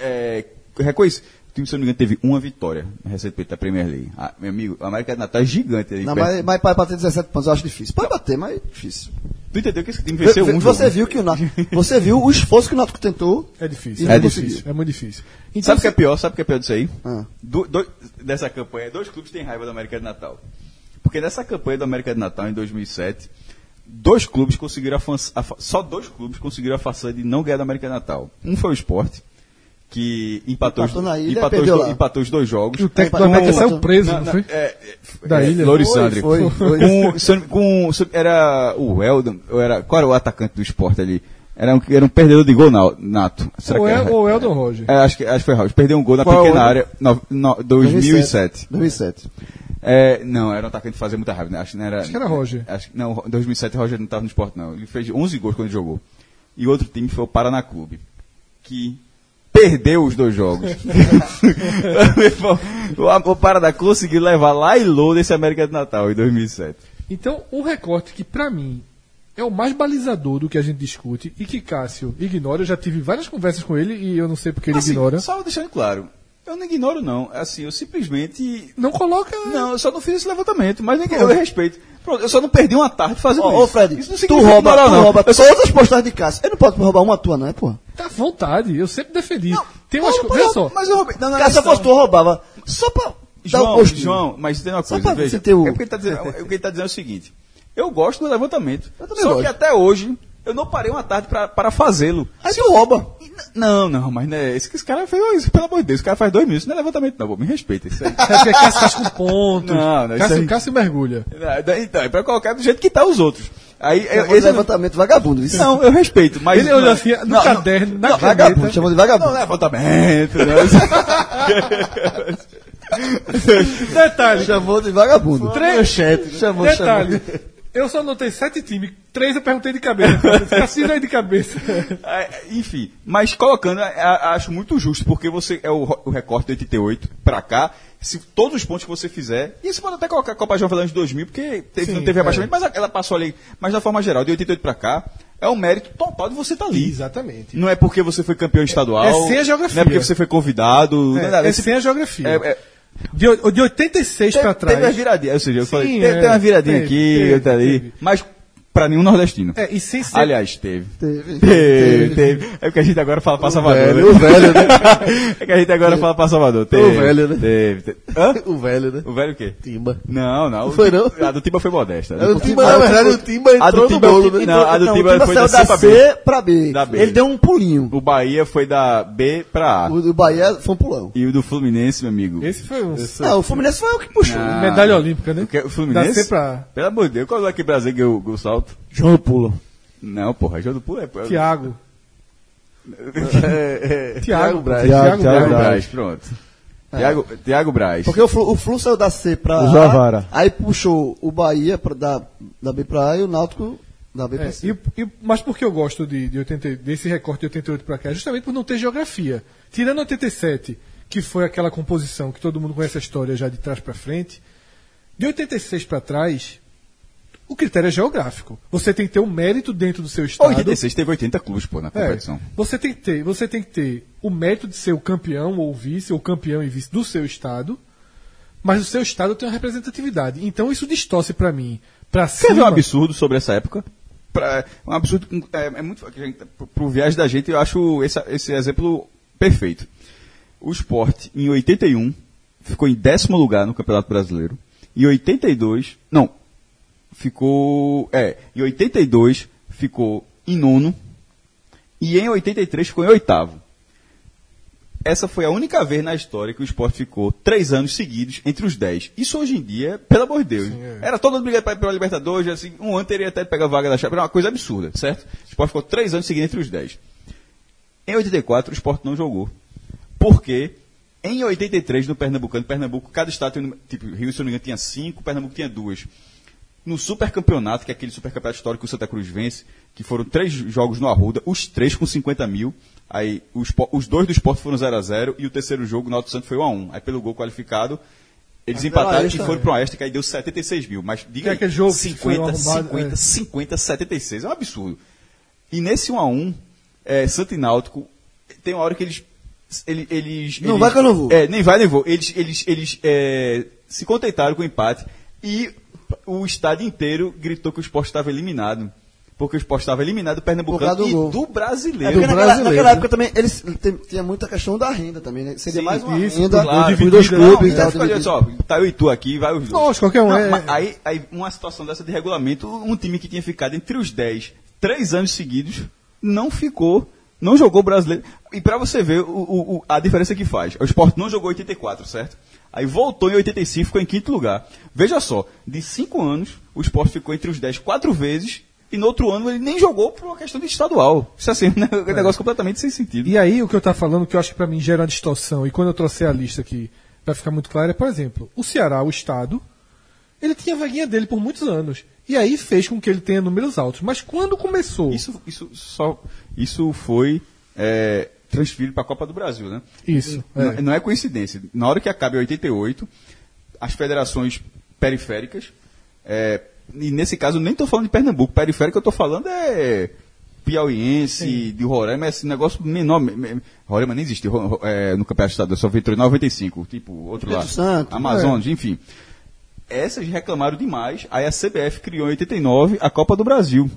[SPEAKER 6] é, reconhecido. O time, se eu não me engano, teve uma vitória recentemente da Premier League. Ah, meu amigo, a América do Natal é gigante. aí
[SPEAKER 7] Não,
[SPEAKER 6] perto.
[SPEAKER 7] mas, mas para bater 17 pontos eu acho difícil. Pode bater, mas é difícil.
[SPEAKER 6] Tu entendeu que esse time venceu
[SPEAKER 7] Ve- ve-
[SPEAKER 6] um
[SPEAKER 7] você
[SPEAKER 6] jogo.
[SPEAKER 7] viu que o Náutico, você viu o esforço que o Náutico tentou.
[SPEAKER 4] É difícil.
[SPEAKER 7] E não
[SPEAKER 4] é
[SPEAKER 7] conseguiu.
[SPEAKER 4] difícil. É muito difícil. Então,
[SPEAKER 6] Sabe o que é
[SPEAKER 4] se-
[SPEAKER 6] pior? Sabe o que é pior disso aí?
[SPEAKER 7] Ah.
[SPEAKER 6] Do- do- dessa campanha, dois clubes têm raiva da América de Natal. Porque nessa campanha da América de Natal, em 2007, dois clubes conseguiram a, fan- a fa- só dois clubes conseguiram a façanha de não ganhar da América de Natal. Um foi o Sport, que empatou,
[SPEAKER 7] Empatou
[SPEAKER 6] os,
[SPEAKER 7] na ilha,
[SPEAKER 6] empatou, os,
[SPEAKER 7] perdeu
[SPEAKER 6] do-
[SPEAKER 7] lá.
[SPEAKER 6] empatou os dois jogos.
[SPEAKER 4] E o técnico da América saiu preso,
[SPEAKER 6] Na-
[SPEAKER 4] não
[SPEAKER 6] na-
[SPEAKER 4] foi?
[SPEAKER 6] é, é,
[SPEAKER 4] Da
[SPEAKER 6] é,
[SPEAKER 4] ilha.
[SPEAKER 6] Loris
[SPEAKER 7] Foi,
[SPEAKER 6] Sandri.
[SPEAKER 7] foi, foi.
[SPEAKER 6] Com, se eu não- com- se eu- era o Eldon, ou era, qual era o atacante do esporte ali? Era um, era um perdedor de gol na- nato. Será
[SPEAKER 4] Ou
[SPEAKER 6] que
[SPEAKER 4] é,
[SPEAKER 6] era?
[SPEAKER 4] ou é o Eldon Roger.
[SPEAKER 6] É, acho, que, acho que foi Raul. Perdeu um gol na
[SPEAKER 4] é
[SPEAKER 7] Qual
[SPEAKER 6] pequena
[SPEAKER 7] ano?
[SPEAKER 6] área no, no- 2007.
[SPEAKER 7] 2007.
[SPEAKER 6] É, não, era um atacante que fazia muita raiva. Né? Acho, que não era,
[SPEAKER 4] Acho que era Roger.
[SPEAKER 6] Acho, que- não, em 2007 Roger não estava no esporte, não. Ele fez 11 gols quando ele jogou. E outro time foi o Paraná Clube, que perdeu os dois jogos. Meu irmão, o, o Paraná conseguiu levar lá e loura esse América do Natal em 2007.
[SPEAKER 4] Então, um recorte que, pra mim, é o mais balizador do que a gente discute e que Cássio ignora. Eu já tive várias conversas com ele e eu não sei porque ele
[SPEAKER 6] Assim,
[SPEAKER 4] ignora.
[SPEAKER 6] Só deixando claro, eu não ignoro, não. Assim, eu simplesmente
[SPEAKER 4] Não coloca.
[SPEAKER 6] Não, eu só não fiz esse levantamento, mas ninguém, eu respeito. Pronto, eu só não perdi uma tarde fazendo
[SPEAKER 7] Ô,
[SPEAKER 6] isso.
[SPEAKER 7] ô Fred,
[SPEAKER 6] um isso
[SPEAKER 7] tu
[SPEAKER 6] significa
[SPEAKER 7] rouba,
[SPEAKER 6] moral,
[SPEAKER 7] tu
[SPEAKER 6] não.
[SPEAKER 7] rouba
[SPEAKER 6] Eu só-
[SPEAKER 7] todas as postagens de Cássio. Eu não posso roubar uma tua, não é, porra?
[SPEAKER 4] Tá à vontade. Eu sempre defendi. Tem umas
[SPEAKER 6] Não,
[SPEAKER 4] co-
[SPEAKER 6] mas
[SPEAKER 4] Veja
[SPEAKER 6] eu-
[SPEAKER 4] só.
[SPEAKER 6] Mas eu roubei. Não, não,
[SPEAKER 7] Cássio, se eu
[SPEAKER 6] não.
[SPEAKER 7] fosse tu, eu roubava. Só pra dar um
[SPEAKER 6] João,
[SPEAKER 7] gostinho.
[SPEAKER 6] João, mas tem uma
[SPEAKER 7] Só
[SPEAKER 6] coisa,
[SPEAKER 7] pra
[SPEAKER 6] veja.
[SPEAKER 7] você ter o-
[SPEAKER 6] É porque ele tá dizendo, é o que ele tá dizendo é o seguinte. Eu gosto do levantamento.
[SPEAKER 7] Eu também
[SPEAKER 6] só que
[SPEAKER 7] gosto.
[SPEAKER 6] até hoje eu não parei uma tarde pra- para fazê-lo.
[SPEAKER 7] Aí tu rouba.
[SPEAKER 6] E n- Não, não, mas né, esse, esse cara fez isso, pelo amor de Deus, o cara faz dois minutos, não é levantamento, não, pô, me respeita. Isso aí.
[SPEAKER 4] Cássio Cássio faz com pontos.
[SPEAKER 6] Não, não, isso
[SPEAKER 4] Cássio,
[SPEAKER 6] aí-
[SPEAKER 4] Cássio mergulha.
[SPEAKER 6] Não, da- então, é pra colocar do jeito que tá os outros. Aí, eu-
[SPEAKER 7] Chamou de
[SPEAKER 6] esse- é-
[SPEAKER 7] levantamento vagabundo. Isso
[SPEAKER 6] Não, eu respeito, mas. é-
[SPEAKER 4] Ele olhou assim, no caderno, na caneta.
[SPEAKER 7] vagabundo. Chamou de
[SPEAKER 6] Não,
[SPEAKER 7] vagabundo.
[SPEAKER 6] levantamento. Né?
[SPEAKER 4] Detalhe.
[SPEAKER 7] Chamou de vagabundo.
[SPEAKER 6] Tá
[SPEAKER 4] Três-
[SPEAKER 6] né?
[SPEAKER 7] Chamou,
[SPEAKER 4] Detalhe. Eu só anotei sete times. Três eu perguntei de cabeça. Cássio aí de cabeça.
[SPEAKER 6] Ah, Enfim, mas colocando, a- a- acho muito justo, porque você é o, ro- o recorte de 88 pra cá. Se todos os pontos que você fizer, e você pode até colocar a Copa João Velão de 2000, porque teve- não
[SPEAKER 4] é.
[SPEAKER 6] teve rebaixamento, mas ela passou ali. Mas da forma geral, de 88 pra cá, é um mérito total de você estar ali.
[SPEAKER 4] Exatamente.
[SPEAKER 6] Não é porque você foi campeão estadual.
[SPEAKER 4] É sem a geografia.
[SPEAKER 6] Não é porque você foi convidado. não
[SPEAKER 4] É,
[SPEAKER 6] nada.
[SPEAKER 4] é
[SPEAKER 6] Esse-
[SPEAKER 4] sem a geografia.
[SPEAKER 6] é- é-
[SPEAKER 4] De, o- de 86
[SPEAKER 6] Teve-
[SPEAKER 4] pra trás.
[SPEAKER 6] Teve uma viradinha, ou seja, eu
[SPEAKER 4] Sim,
[SPEAKER 6] falei, te-
[SPEAKER 4] é.
[SPEAKER 6] teve, uma viradinha
[SPEAKER 4] Teve,
[SPEAKER 6] aqui,
[SPEAKER 4] teve,
[SPEAKER 6] outra ali,
[SPEAKER 4] teve.
[SPEAKER 6] mas pra nenhum nordestino.
[SPEAKER 4] É, e sem ser.
[SPEAKER 6] Aliás, teve.
[SPEAKER 7] Teve.
[SPEAKER 6] Teve, teve. É porque a gente agora fala pra Salvador.
[SPEAKER 3] velho, o velho,
[SPEAKER 6] né? é que a gente agora fala pra Salvador. Teve,
[SPEAKER 3] velho, né?
[SPEAKER 6] Teve, teve. Hã?
[SPEAKER 3] O velho, né?
[SPEAKER 6] O velho o quê?
[SPEAKER 3] Timba.
[SPEAKER 6] Não, não. o-
[SPEAKER 3] Foi não?
[SPEAKER 6] A do Timba foi modesta. né?
[SPEAKER 3] É, O Timba, na verdade, o Timba
[SPEAKER 6] A do
[SPEAKER 3] entrou no
[SPEAKER 6] Timba-
[SPEAKER 3] bolo, né?
[SPEAKER 6] Não, a do
[SPEAKER 7] Então,
[SPEAKER 6] Timba é
[SPEAKER 7] o Timba
[SPEAKER 6] foi
[SPEAKER 7] saiu
[SPEAKER 6] do
[SPEAKER 7] da
[SPEAKER 6] C assim, pra B.
[SPEAKER 7] C pra B.
[SPEAKER 6] Da B.
[SPEAKER 7] Ele deu um pulinho.
[SPEAKER 6] O Bahia foi da B pra A.
[SPEAKER 7] O do Bahia foi um pulão.
[SPEAKER 6] E o do Fluminense, meu amigo.
[SPEAKER 4] Esse foi um.
[SPEAKER 7] Não, o Fluminense foi o que puxou.
[SPEAKER 6] Ah,
[SPEAKER 4] Medalha olímpica, né?
[SPEAKER 6] o que- O Fluminense?
[SPEAKER 4] Dá C pra A.
[SPEAKER 6] Pelo amor de Deus, qual é que Brasil ganhou o salto?
[SPEAKER 2] João Pula.
[SPEAKER 6] Não, porra, João do Pulo é. é-
[SPEAKER 4] Tiago.
[SPEAKER 6] É, é,
[SPEAKER 4] Tiago Braz.
[SPEAKER 2] Thiago,
[SPEAKER 6] Thiago
[SPEAKER 2] Thiago
[SPEAKER 6] Braz,
[SPEAKER 2] Braz. É.
[SPEAKER 6] pronto. Thiago, Thiago Braz.
[SPEAKER 7] Porque o Flu, o Flu saiu da C pra
[SPEAKER 2] O Javara.
[SPEAKER 7] A, aí puxou o Bahia pra, da, da B pra A e o Náutico da B pra
[SPEAKER 4] É,
[SPEAKER 7] C.
[SPEAKER 4] e, e- mas por que eu gosto de, de 80, desse recorte de 88 pra cá? É Justamente por não ter geografia. Tirando 87, que foi aquela composição que todo mundo conhece a história já de trás pra frente, de 86 pra trás, o critério é geográfico. Você tem que ter o mérito dentro do seu estado.
[SPEAKER 6] 86 teve 80 clubes, pô, na
[SPEAKER 4] É,
[SPEAKER 6] competição.
[SPEAKER 4] você tem que ter, você tem que ter o mérito de ser o campeão ou vice, ou campeão e vice do seu estado, mas o seu estado tem uma representatividade. Então isso distorce pra mim. Pra
[SPEAKER 6] Quer ver um
[SPEAKER 4] cima.
[SPEAKER 6] absurdo sobre essa época? Pra- um absurdo que, é, é muito que a gente, pro, pro viés da gente, eu acho esse, esse exemplo perfeito. O esporte, em 81, ficou em décimo lugar no Campeonato Brasileiro. Em 82, não, ficou, é, em 82 ficou em nono. E em 83 ficou em oitavo. Essa foi a única vez na história que o esporte ficou três anos seguidos entre os dez. Isso hoje em dia, pelo amor de Deus. Era todo mundo brigando pra- pela Libertadores, assim, um ano teria até pegar a vaga da chave. Era uma coisa absurda, certo? O esporte ficou três anos seguidos entre os dez. Em 84, o esporte não jogou. Porque em 83, no Pernambucano, Pernambuco, cada estado tem, um número- tipo, Rio, se eu não me engano, tinha cinco, Pernambuco tinha duas. No supercampeonato, que é aquele supercampeonato histórico que o Santa Cruz vence, que foram três jogos no Arruda, os três com 50 mil. Aí o Sport- os, dois do esporte foram 0 a 0 e o terceiro jogo, o Náutico Santo, foi 1x1. Aí pelo gol qualificado, eles empataram e foram para uma extra, que aí deu 76 mil. Mas diga
[SPEAKER 4] Que é
[SPEAKER 6] aí,
[SPEAKER 4] aquele jogo que
[SPEAKER 6] 50,
[SPEAKER 4] foi arrombado,
[SPEAKER 6] 50,
[SPEAKER 4] é.
[SPEAKER 6] 50, 76. É um absurdo. E nesse 1x1, é, Santo e Náutico, tem uma hora que eles. ele- eles
[SPEAKER 7] Não
[SPEAKER 6] eles-
[SPEAKER 7] vai que eu não vou.
[SPEAKER 6] É, nem vai nem vou. Eles, eles, eles é, se contentaram com o empate e o estado inteiro gritou que o esporte estava eliminado. Porque o esporte estava eliminado do
[SPEAKER 7] Por causa
[SPEAKER 6] Pernambucano
[SPEAKER 7] do
[SPEAKER 6] e
[SPEAKER 7] gol.
[SPEAKER 6] do
[SPEAKER 7] É,
[SPEAKER 6] brasileiro.
[SPEAKER 7] porque naquela,
[SPEAKER 4] brasileiro.
[SPEAKER 7] naquela época também eles tem- tinha muita questão da renda também, né? Seria mais uma
[SPEAKER 4] isso,
[SPEAKER 7] renda
[SPEAKER 6] claro,
[SPEAKER 7] dos dois
[SPEAKER 6] dividida,
[SPEAKER 7] clubes
[SPEAKER 6] não,
[SPEAKER 7] tá e tal.
[SPEAKER 6] fica olhando
[SPEAKER 7] dividida.
[SPEAKER 6] só, tá eu e tu aqui, vai os dois.
[SPEAKER 4] Lógico, qualquer um, é-
[SPEAKER 6] mas aí, aí uma situação dessa de regulamento, um time que tinha ficado entre os 10, três anos seguidos, não ficou, não jogou brasileiro. E pra você ver o- o- o- a diferença que faz. O Sport não jogou 84, certo? Aí voltou em 85, ficou em quinto lugar. Veja só, de cinco anos, o Sport ficou entre os 10 quatro vezes, e no outro ano ele nem jogou por uma questão de estadual. Isso assim, né, é um negócio completamente sem sentido.
[SPEAKER 4] E aí o que eu tava falando, que eu acho que pra mim gera uma distorção, e quando eu trouxer a lista aqui pra ficar muito claro, é, por exemplo, o Ceará, o Estado, ele tinha a vaguinha dele por muitos anos. E aí fez com que ele tenha números altos. Mas quando começou.
[SPEAKER 6] Isso, isso, só, isso foi é, transferido para a Copa do Brasil, né?
[SPEAKER 4] Isso,
[SPEAKER 6] N-
[SPEAKER 4] é.
[SPEAKER 6] Não é coincidência. Na hora que acaba em 88, as federações periféricas, é, e nesse caso eu nem estou falando de Pernambuco, periférico eu estou falando é piauiense, de Roraima, é esse negócio menor. me- me- Roraima nem existe ro- ro- é, no Campeonato Estadual, só veio em 95, tipo outro
[SPEAKER 7] Espírito
[SPEAKER 6] lá.
[SPEAKER 7] Santo,
[SPEAKER 6] Amazonas, enfim. Essas reclamaram demais, aí a CBF criou em 89 a Copa do Brasil,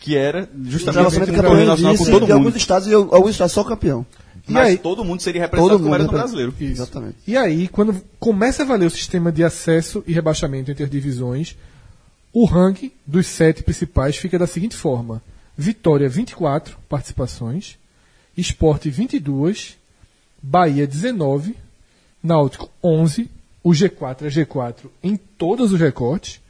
[SPEAKER 6] que era justamente
[SPEAKER 7] Justamente
[SPEAKER 6] um torneio nacional com
[SPEAKER 7] disso,
[SPEAKER 6] todo
[SPEAKER 7] de alguns
[SPEAKER 6] mundo.
[SPEAKER 7] estados e eu- alguns estados só campeão.
[SPEAKER 6] Mas
[SPEAKER 4] aí-
[SPEAKER 6] todo mundo seria representado como era no
[SPEAKER 7] repre-
[SPEAKER 6] brasileiro.
[SPEAKER 7] Exatamente.
[SPEAKER 4] E aí, quando começa a valer o sistema de acesso e rebaixamento entre as divisões, o ranking dos sete principais fica da seguinte forma: Vitória 24 participações, Esporte 22, Bahia 19, Náutico 11, o G4 é G4 em todos os recortes,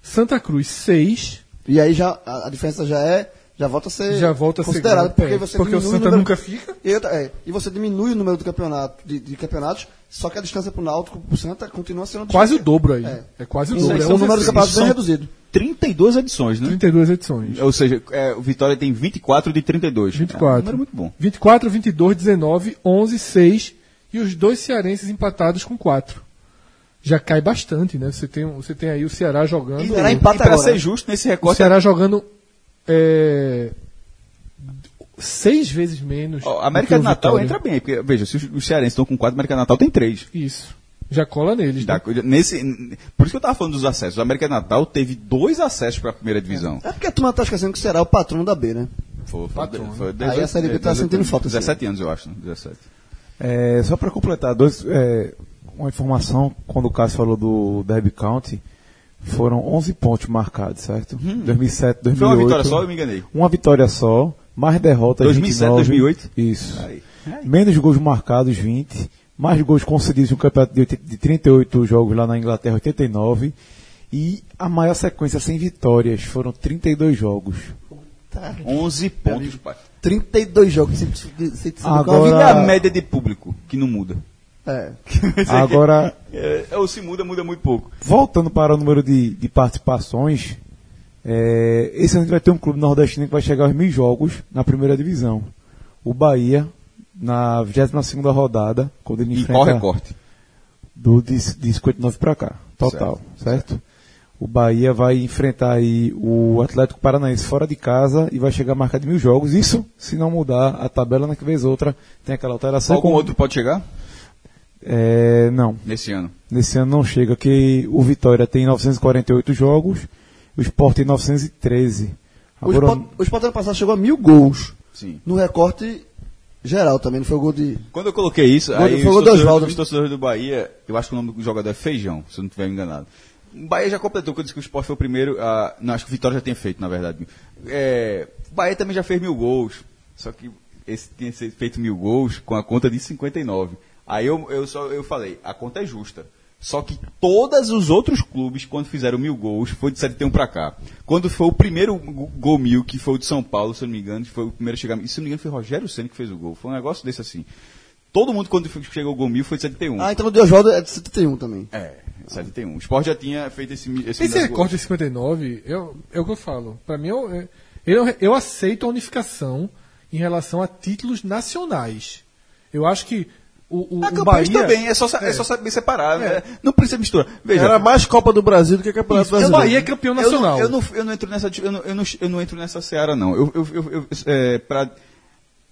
[SPEAKER 4] Santa Cruz 6,
[SPEAKER 7] E aí já a, a diferença já é já volta a ser
[SPEAKER 4] já volta a ser
[SPEAKER 7] considerada
[SPEAKER 4] grande,
[SPEAKER 7] porque
[SPEAKER 4] é,
[SPEAKER 7] você
[SPEAKER 4] porque o
[SPEAKER 7] diminui
[SPEAKER 4] Santa
[SPEAKER 7] número-
[SPEAKER 4] nunca fica.
[SPEAKER 7] E, outra- é, e você diminui o número do campeonato de, de campeonatos, só que a distância pro Náutico pro Santa continua sendo
[SPEAKER 4] Quase o
[SPEAKER 7] distância.
[SPEAKER 4] dobro aí. É,
[SPEAKER 7] É.
[SPEAKER 4] quase o
[SPEAKER 7] Isso
[SPEAKER 4] dobro.
[SPEAKER 7] aí
[SPEAKER 4] É
[SPEAKER 7] são
[SPEAKER 4] um número
[SPEAKER 7] números
[SPEAKER 4] de
[SPEAKER 7] que capazes-
[SPEAKER 6] São
[SPEAKER 7] bem reduzido.
[SPEAKER 6] 32 edições, né?
[SPEAKER 4] 32 edições.
[SPEAKER 6] Ou seja, é, o Vitória tem 24 de 32. É um
[SPEAKER 4] 24.
[SPEAKER 6] número muito bom.
[SPEAKER 4] 24, 22, 19, 11, 6 e os dois cearenses empatados com 4. Já cai bastante, né? Você tem, um- você tem aí o Ceará jogando.
[SPEAKER 7] E Ceará empata
[SPEAKER 6] e pra
[SPEAKER 7] agora,
[SPEAKER 6] ser
[SPEAKER 7] né?
[SPEAKER 6] justo, nesse
[SPEAKER 4] o
[SPEAKER 6] recorte,
[SPEAKER 4] Ceará jogando é, seis vezes menos.
[SPEAKER 6] ó,
[SPEAKER 4] do que
[SPEAKER 6] a América
[SPEAKER 4] o
[SPEAKER 6] do Natal
[SPEAKER 4] Vitória.
[SPEAKER 6] entra bem. Porque, veja, se os, os cearenses estão com 4, a América do Natal tem 3.
[SPEAKER 4] Isso. Já cola neles. né?
[SPEAKER 6] nesse, n- por isso que eu estava falando dos acessos. A América do Natal teve dois acessos para a primeira divisão.
[SPEAKER 7] É porque a turma tá esquecendo que será o patrono da B, né?
[SPEAKER 6] Foi, foi, foi,
[SPEAKER 7] Aí a Série B tá sentindo falta, assim.
[SPEAKER 6] 17 anos, eu acho. né? 17.
[SPEAKER 2] É, só para completar, dois, é, uma informação, quando o Cássio falou do Derby County, foram 11 pontos marcados, certo? 2007, 2008.
[SPEAKER 6] Hum. Foi uma vitória só, eu me enganei.
[SPEAKER 2] Uma vitória só, mais derrotas
[SPEAKER 6] 2007,
[SPEAKER 2] 29,
[SPEAKER 6] 2008.
[SPEAKER 2] Isso.
[SPEAKER 6] Aí.
[SPEAKER 2] Menos gols marcados, 20. Mais gols concedidos no campeonato de, 80 de 38 jogos lá na Inglaterra, 89. E a maior sequência sem vitórias foram 32 jogos. Tá.
[SPEAKER 6] 11 pontos, pai.
[SPEAKER 7] 32 jogos, se, se, se, se
[SPEAKER 2] Agora-
[SPEAKER 6] E
[SPEAKER 7] Ah.
[SPEAKER 6] a média de público, que não muda.
[SPEAKER 7] é.
[SPEAKER 4] Ah.
[SPEAKER 2] Agora,
[SPEAKER 6] É, ou se muda, muda muito pouco.
[SPEAKER 2] Voltando para o número de, de participações, é, esse ano a gente vai ter um clube nordestino que vai chegar aos mil jogos na primeira divisão. O Bahia, na 22 rodada, quando ele
[SPEAKER 6] E
[SPEAKER 2] enfrenta
[SPEAKER 6] qual recorte?
[SPEAKER 2] do, de, de 59 para cá, total, certo. O Bahia vai enfrentar aí o Atlético Paranaense fora de casa e vai chegar a marca de mil jogos. Isso se não mudar a tabela na que vez outra tem aquela alteração.
[SPEAKER 6] Algum
[SPEAKER 2] com-
[SPEAKER 6] outro pode chegar?
[SPEAKER 2] É, não,
[SPEAKER 6] nesse ano.
[SPEAKER 2] nesse ano não chega, que o Vitória tem 948 jogos, o Sport tem 913.
[SPEAKER 7] O
[SPEAKER 2] Agora,
[SPEAKER 7] Sport- O Sport ano passado chegou a mil gols.
[SPEAKER 6] Sim.
[SPEAKER 7] No recorte geral também, não foi o gol de.
[SPEAKER 6] Quando eu coloquei isso,
[SPEAKER 7] Quando
[SPEAKER 6] aí
[SPEAKER 7] foi
[SPEAKER 6] os
[SPEAKER 7] o gol do Oswaldo,
[SPEAKER 6] torcedores,
[SPEAKER 7] né?
[SPEAKER 6] os torcedores do Bahia, eu acho que o nome do jogador é Feijão, se eu não estiver enganado. O Bahia já completou, que eu disse que o Sport foi o primeiro. a- não, acho que o Vitória já tinha feito, na verdade. É, o Bahia também já fez mil gols, só que esse tinha se- feito mil gols com a conta de 59. Aí eu, eu, só, eu falei, a conta é justa. Só que todos os outros clubes, quando fizeram mil gols, foi de 71 pra cá. Quando foi o primeiro go- gol mil, que foi o de São Paulo, se eu não me engano, que foi o primeiro a chegar. E se eu não me engano, foi Rogério Senna que fez o gol. Foi um negócio desse assim. Todo mundo, quando chegou o gol mil, foi de 71.
[SPEAKER 7] Ah, então o de Oswaldo é de 71 também.
[SPEAKER 6] É, 71. O Sport já tinha feito esse. mi- Esse,
[SPEAKER 9] Esse
[SPEAKER 6] milagre.
[SPEAKER 9] recorte de 59, eu, é o que eu falo. Pra mim, eu, é- eu, eu aceito a unificação em relação a títulos nacionais. Eu acho que o, o,
[SPEAKER 6] A
[SPEAKER 9] o
[SPEAKER 6] campanha
[SPEAKER 9] Bahia...
[SPEAKER 6] também, é só, sa- é. só saber separar. né? Não precisa misturar. Veja,
[SPEAKER 3] Era mais Copa do Brasil do que Campeonato
[SPEAKER 9] o
[SPEAKER 3] Brasileiro.
[SPEAKER 9] Bahia é campeão nacional.
[SPEAKER 6] Eu não, eu não, eu não entro nessa, eu não, eu não, eu não entro nessa seara não. Eu, eu, eu, eu, é, pra-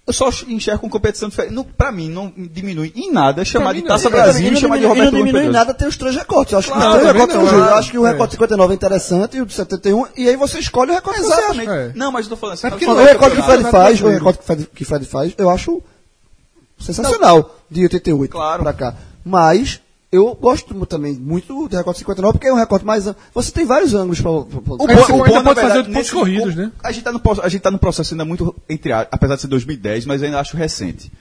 [SPEAKER 6] eu só enxergo com competição diferente. Não, pra mim não diminui em nada chamar de
[SPEAKER 9] mim não.
[SPEAKER 6] Taça
[SPEAKER 9] E pra
[SPEAKER 6] Brasil
[SPEAKER 7] E
[SPEAKER 6] e
[SPEAKER 7] não
[SPEAKER 6] chamar de
[SPEAKER 7] diminui, e não
[SPEAKER 6] Roberto Gomes
[SPEAKER 7] diminui em
[SPEAKER 6] Pedroso.
[SPEAKER 7] nada ter os três recortes. Eu acho que
[SPEAKER 9] Claro,
[SPEAKER 7] os três
[SPEAKER 9] também
[SPEAKER 7] recortes
[SPEAKER 9] não,
[SPEAKER 7] são justos.
[SPEAKER 9] claro.
[SPEAKER 7] um Eu acho que o
[SPEAKER 9] É.
[SPEAKER 7] recorte 59 é interessante e o de 71, e aí você escolhe o recorte que você acha.
[SPEAKER 6] Exatamente.
[SPEAKER 9] É.
[SPEAKER 6] Não, mas eu tô falando assim.
[SPEAKER 9] É
[SPEAKER 6] tá
[SPEAKER 9] porque
[SPEAKER 7] O
[SPEAKER 6] falando
[SPEAKER 9] não é
[SPEAKER 6] do
[SPEAKER 7] recorde que o Fred
[SPEAKER 6] campeonato.
[SPEAKER 7] faz, o recorde que o Fred, que o Fred faz, eu acho sensacional de 88
[SPEAKER 6] Claro.
[SPEAKER 7] pra cá. Mas eu gosto mu- também muito do recorde 59, porque é um recorde mais. am- Você tem vários ângulos pra. pra-
[SPEAKER 6] O
[SPEAKER 7] pra-
[SPEAKER 9] Aí
[SPEAKER 6] bom-
[SPEAKER 9] você
[SPEAKER 6] o
[SPEAKER 9] ainda
[SPEAKER 6] bom, na
[SPEAKER 9] pode é fazer
[SPEAKER 6] verdade,
[SPEAKER 9] pontos
[SPEAKER 6] nesse-
[SPEAKER 9] corridos,
[SPEAKER 6] o-
[SPEAKER 9] né?
[SPEAKER 6] A gente está no, pro- a gente tá num processo ainda muito, entre a- apesar de ser 2010, mas ainda acho recente.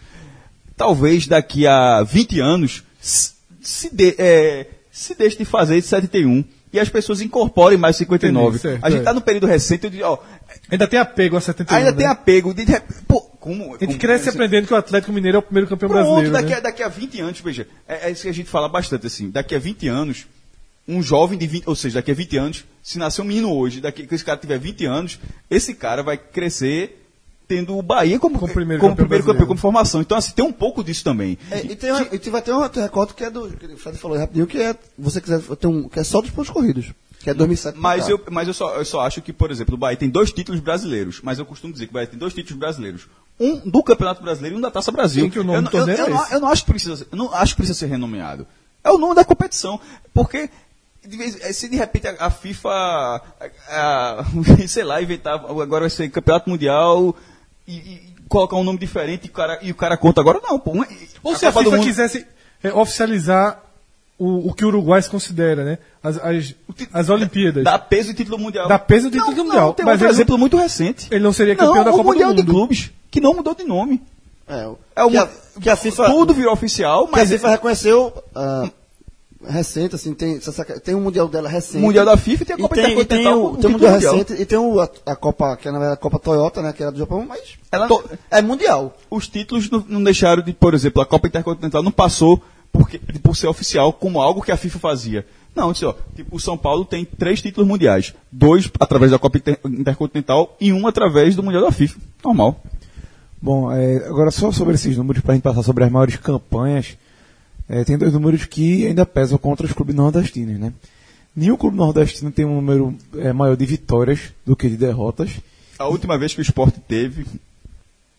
[SPEAKER 6] Talvez daqui a 20 anos se, se, de- é, se deixe de fazer de 71 e as pessoas incorporem mais 59.
[SPEAKER 9] Entendi, certo,
[SPEAKER 6] a gente
[SPEAKER 9] é.
[SPEAKER 6] está no período recente, eu digo, ó,
[SPEAKER 9] Ainda tem apego a 71.
[SPEAKER 6] ainda
[SPEAKER 9] né?
[SPEAKER 6] tem apego. De, de- pô, como,
[SPEAKER 9] A gente
[SPEAKER 6] como-
[SPEAKER 9] cresce
[SPEAKER 6] assim,
[SPEAKER 9] aprendendo que o Atlético Mineiro é o primeiro campeão
[SPEAKER 6] Pronto,
[SPEAKER 9] brasileiro.
[SPEAKER 6] daqui,
[SPEAKER 9] né?
[SPEAKER 6] a, daqui a 20 anos, veja, é, é isso que a gente fala bastante, assim, daqui a 20 anos, um jovem de 20, ou seja, daqui a 20 anos, se nascer um menino hoje, daqui que esse cara tiver 20 anos, esse cara vai crescer tendo o Bahia como,
[SPEAKER 9] Como primeiro campeão
[SPEAKER 6] primeiro
[SPEAKER 9] brasileiro.
[SPEAKER 6] campeão, como formação. Então, assim, tem um pouco disso também.
[SPEAKER 7] É, e, tem, uma- e te- vai ter um outro recorde que é do. que o Fred falou rapidinho, que é. Você quiser. Tem um, que é só dos pontos corridos. Que é 2007. pra
[SPEAKER 6] Mas,
[SPEAKER 9] Tá.
[SPEAKER 7] cá.
[SPEAKER 6] eu, mas eu, só, eu só acho que, por exemplo, o Bahia tem dois títulos brasileiros, mas eu costumo dizer que o Bahia tem dois títulos brasileiros. Um do Campeonato Brasileiro e um da Taça Brasil.
[SPEAKER 9] Sim, que o nome
[SPEAKER 6] eu,
[SPEAKER 9] do
[SPEAKER 6] não- eu,
[SPEAKER 9] torneio
[SPEAKER 6] eu
[SPEAKER 9] é
[SPEAKER 6] não,
[SPEAKER 9] esse.
[SPEAKER 6] eu não acho que precisa, ser- eu não acho que precisa ser renomeado. É o nome da competição. Porque de vez- eh, se de repente a, a FIFA, a- a- sei lá, inventar agora vai ser Campeonato Mundial e, e colocar um nome diferente e o cara, e o cara conta agora, não. Pô,
[SPEAKER 9] Ou
[SPEAKER 6] a
[SPEAKER 9] se a
[SPEAKER 6] Copa do
[SPEAKER 9] FIFA
[SPEAKER 6] Mundo-
[SPEAKER 9] quisesse é, oficializar o, o que o Uruguai se considera, né? As, as, as Olimpíadas.
[SPEAKER 6] Dá peso e título mundial.
[SPEAKER 9] Dá peso e título
[SPEAKER 6] Não,
[SPEAKER 9] mundial.
[SPEAKER 6] Não, tem
[SPEAKER 9] Mas
[SPEAKER 6] outro
[SPEAKER 9] ele-
[SPEAKER 6] exemplo muito recente.
[SPEAKER 9] Ele não seria campeão da
[SPEAKER 6] o
[SPEAKER 9] Copa do
[SPEAKER 6] Mundial de
[SPEAKER 9] Mundo.
[SPEAKER 6] Clubes, que não mudou de nome.
[SPEAKER 7] É, o-
[SPEAKER 6] É o
[SPEAKER 7] que, a,
[SPEAKER 6] mu-
[SPEAKER 7] que a FIFA.
[SPEAKER 6] Tudo virou oficial,
[SPEAKER 7] Mas
[SPEAKER 6] mas
[SPEAKER 7] a FIFA reconheceu ah, recente, assim, tem, essa- essa- tem um mundial dela
[SPEAKER 6] o
[SPEAKER 7] recente.
[SPEAKER 6] Mundial da FIFA tem a
[SPEAKER 7] e
[SPEAKER 6] Copa
[SPEAKER 7] tem, e tem
[SPEAKER 6] Intercontinental. com
[SPEAKER 7] o, tem o
[SPEAKER 6] título
[SPEAKER 7] mundial recente e tem o, a, a Copa, que é na verdade a Copa Toyota, né, que era do Japão, mas
[SPEAKER 6] Ela-
[SPEAKER 7] to- é mundial.
[SPEAKER 6] Os títulos não, não deixaram de, por exemplo, a Copa Intercontinental não passou porque, por ser oficial como algo que a FIFA fazia. Não, disse, ó, tipo, o São Paulo tem três títulos mundiais. Dois através da Copa Inter- Intercontinental e um através do Mundial da FIFA. Normal.
[SPEAKER 2] Bom, é, agora só sobre esses números, para a gente passar sobre as maiores campanhas, é, tem dois números que ainda pesam contra os clubes nordestinos, né? Nenhum clube nordestino tem um número é, maior de vitórias do que de derrotas.
[SPEAKER 6] A última vez que o esporte teve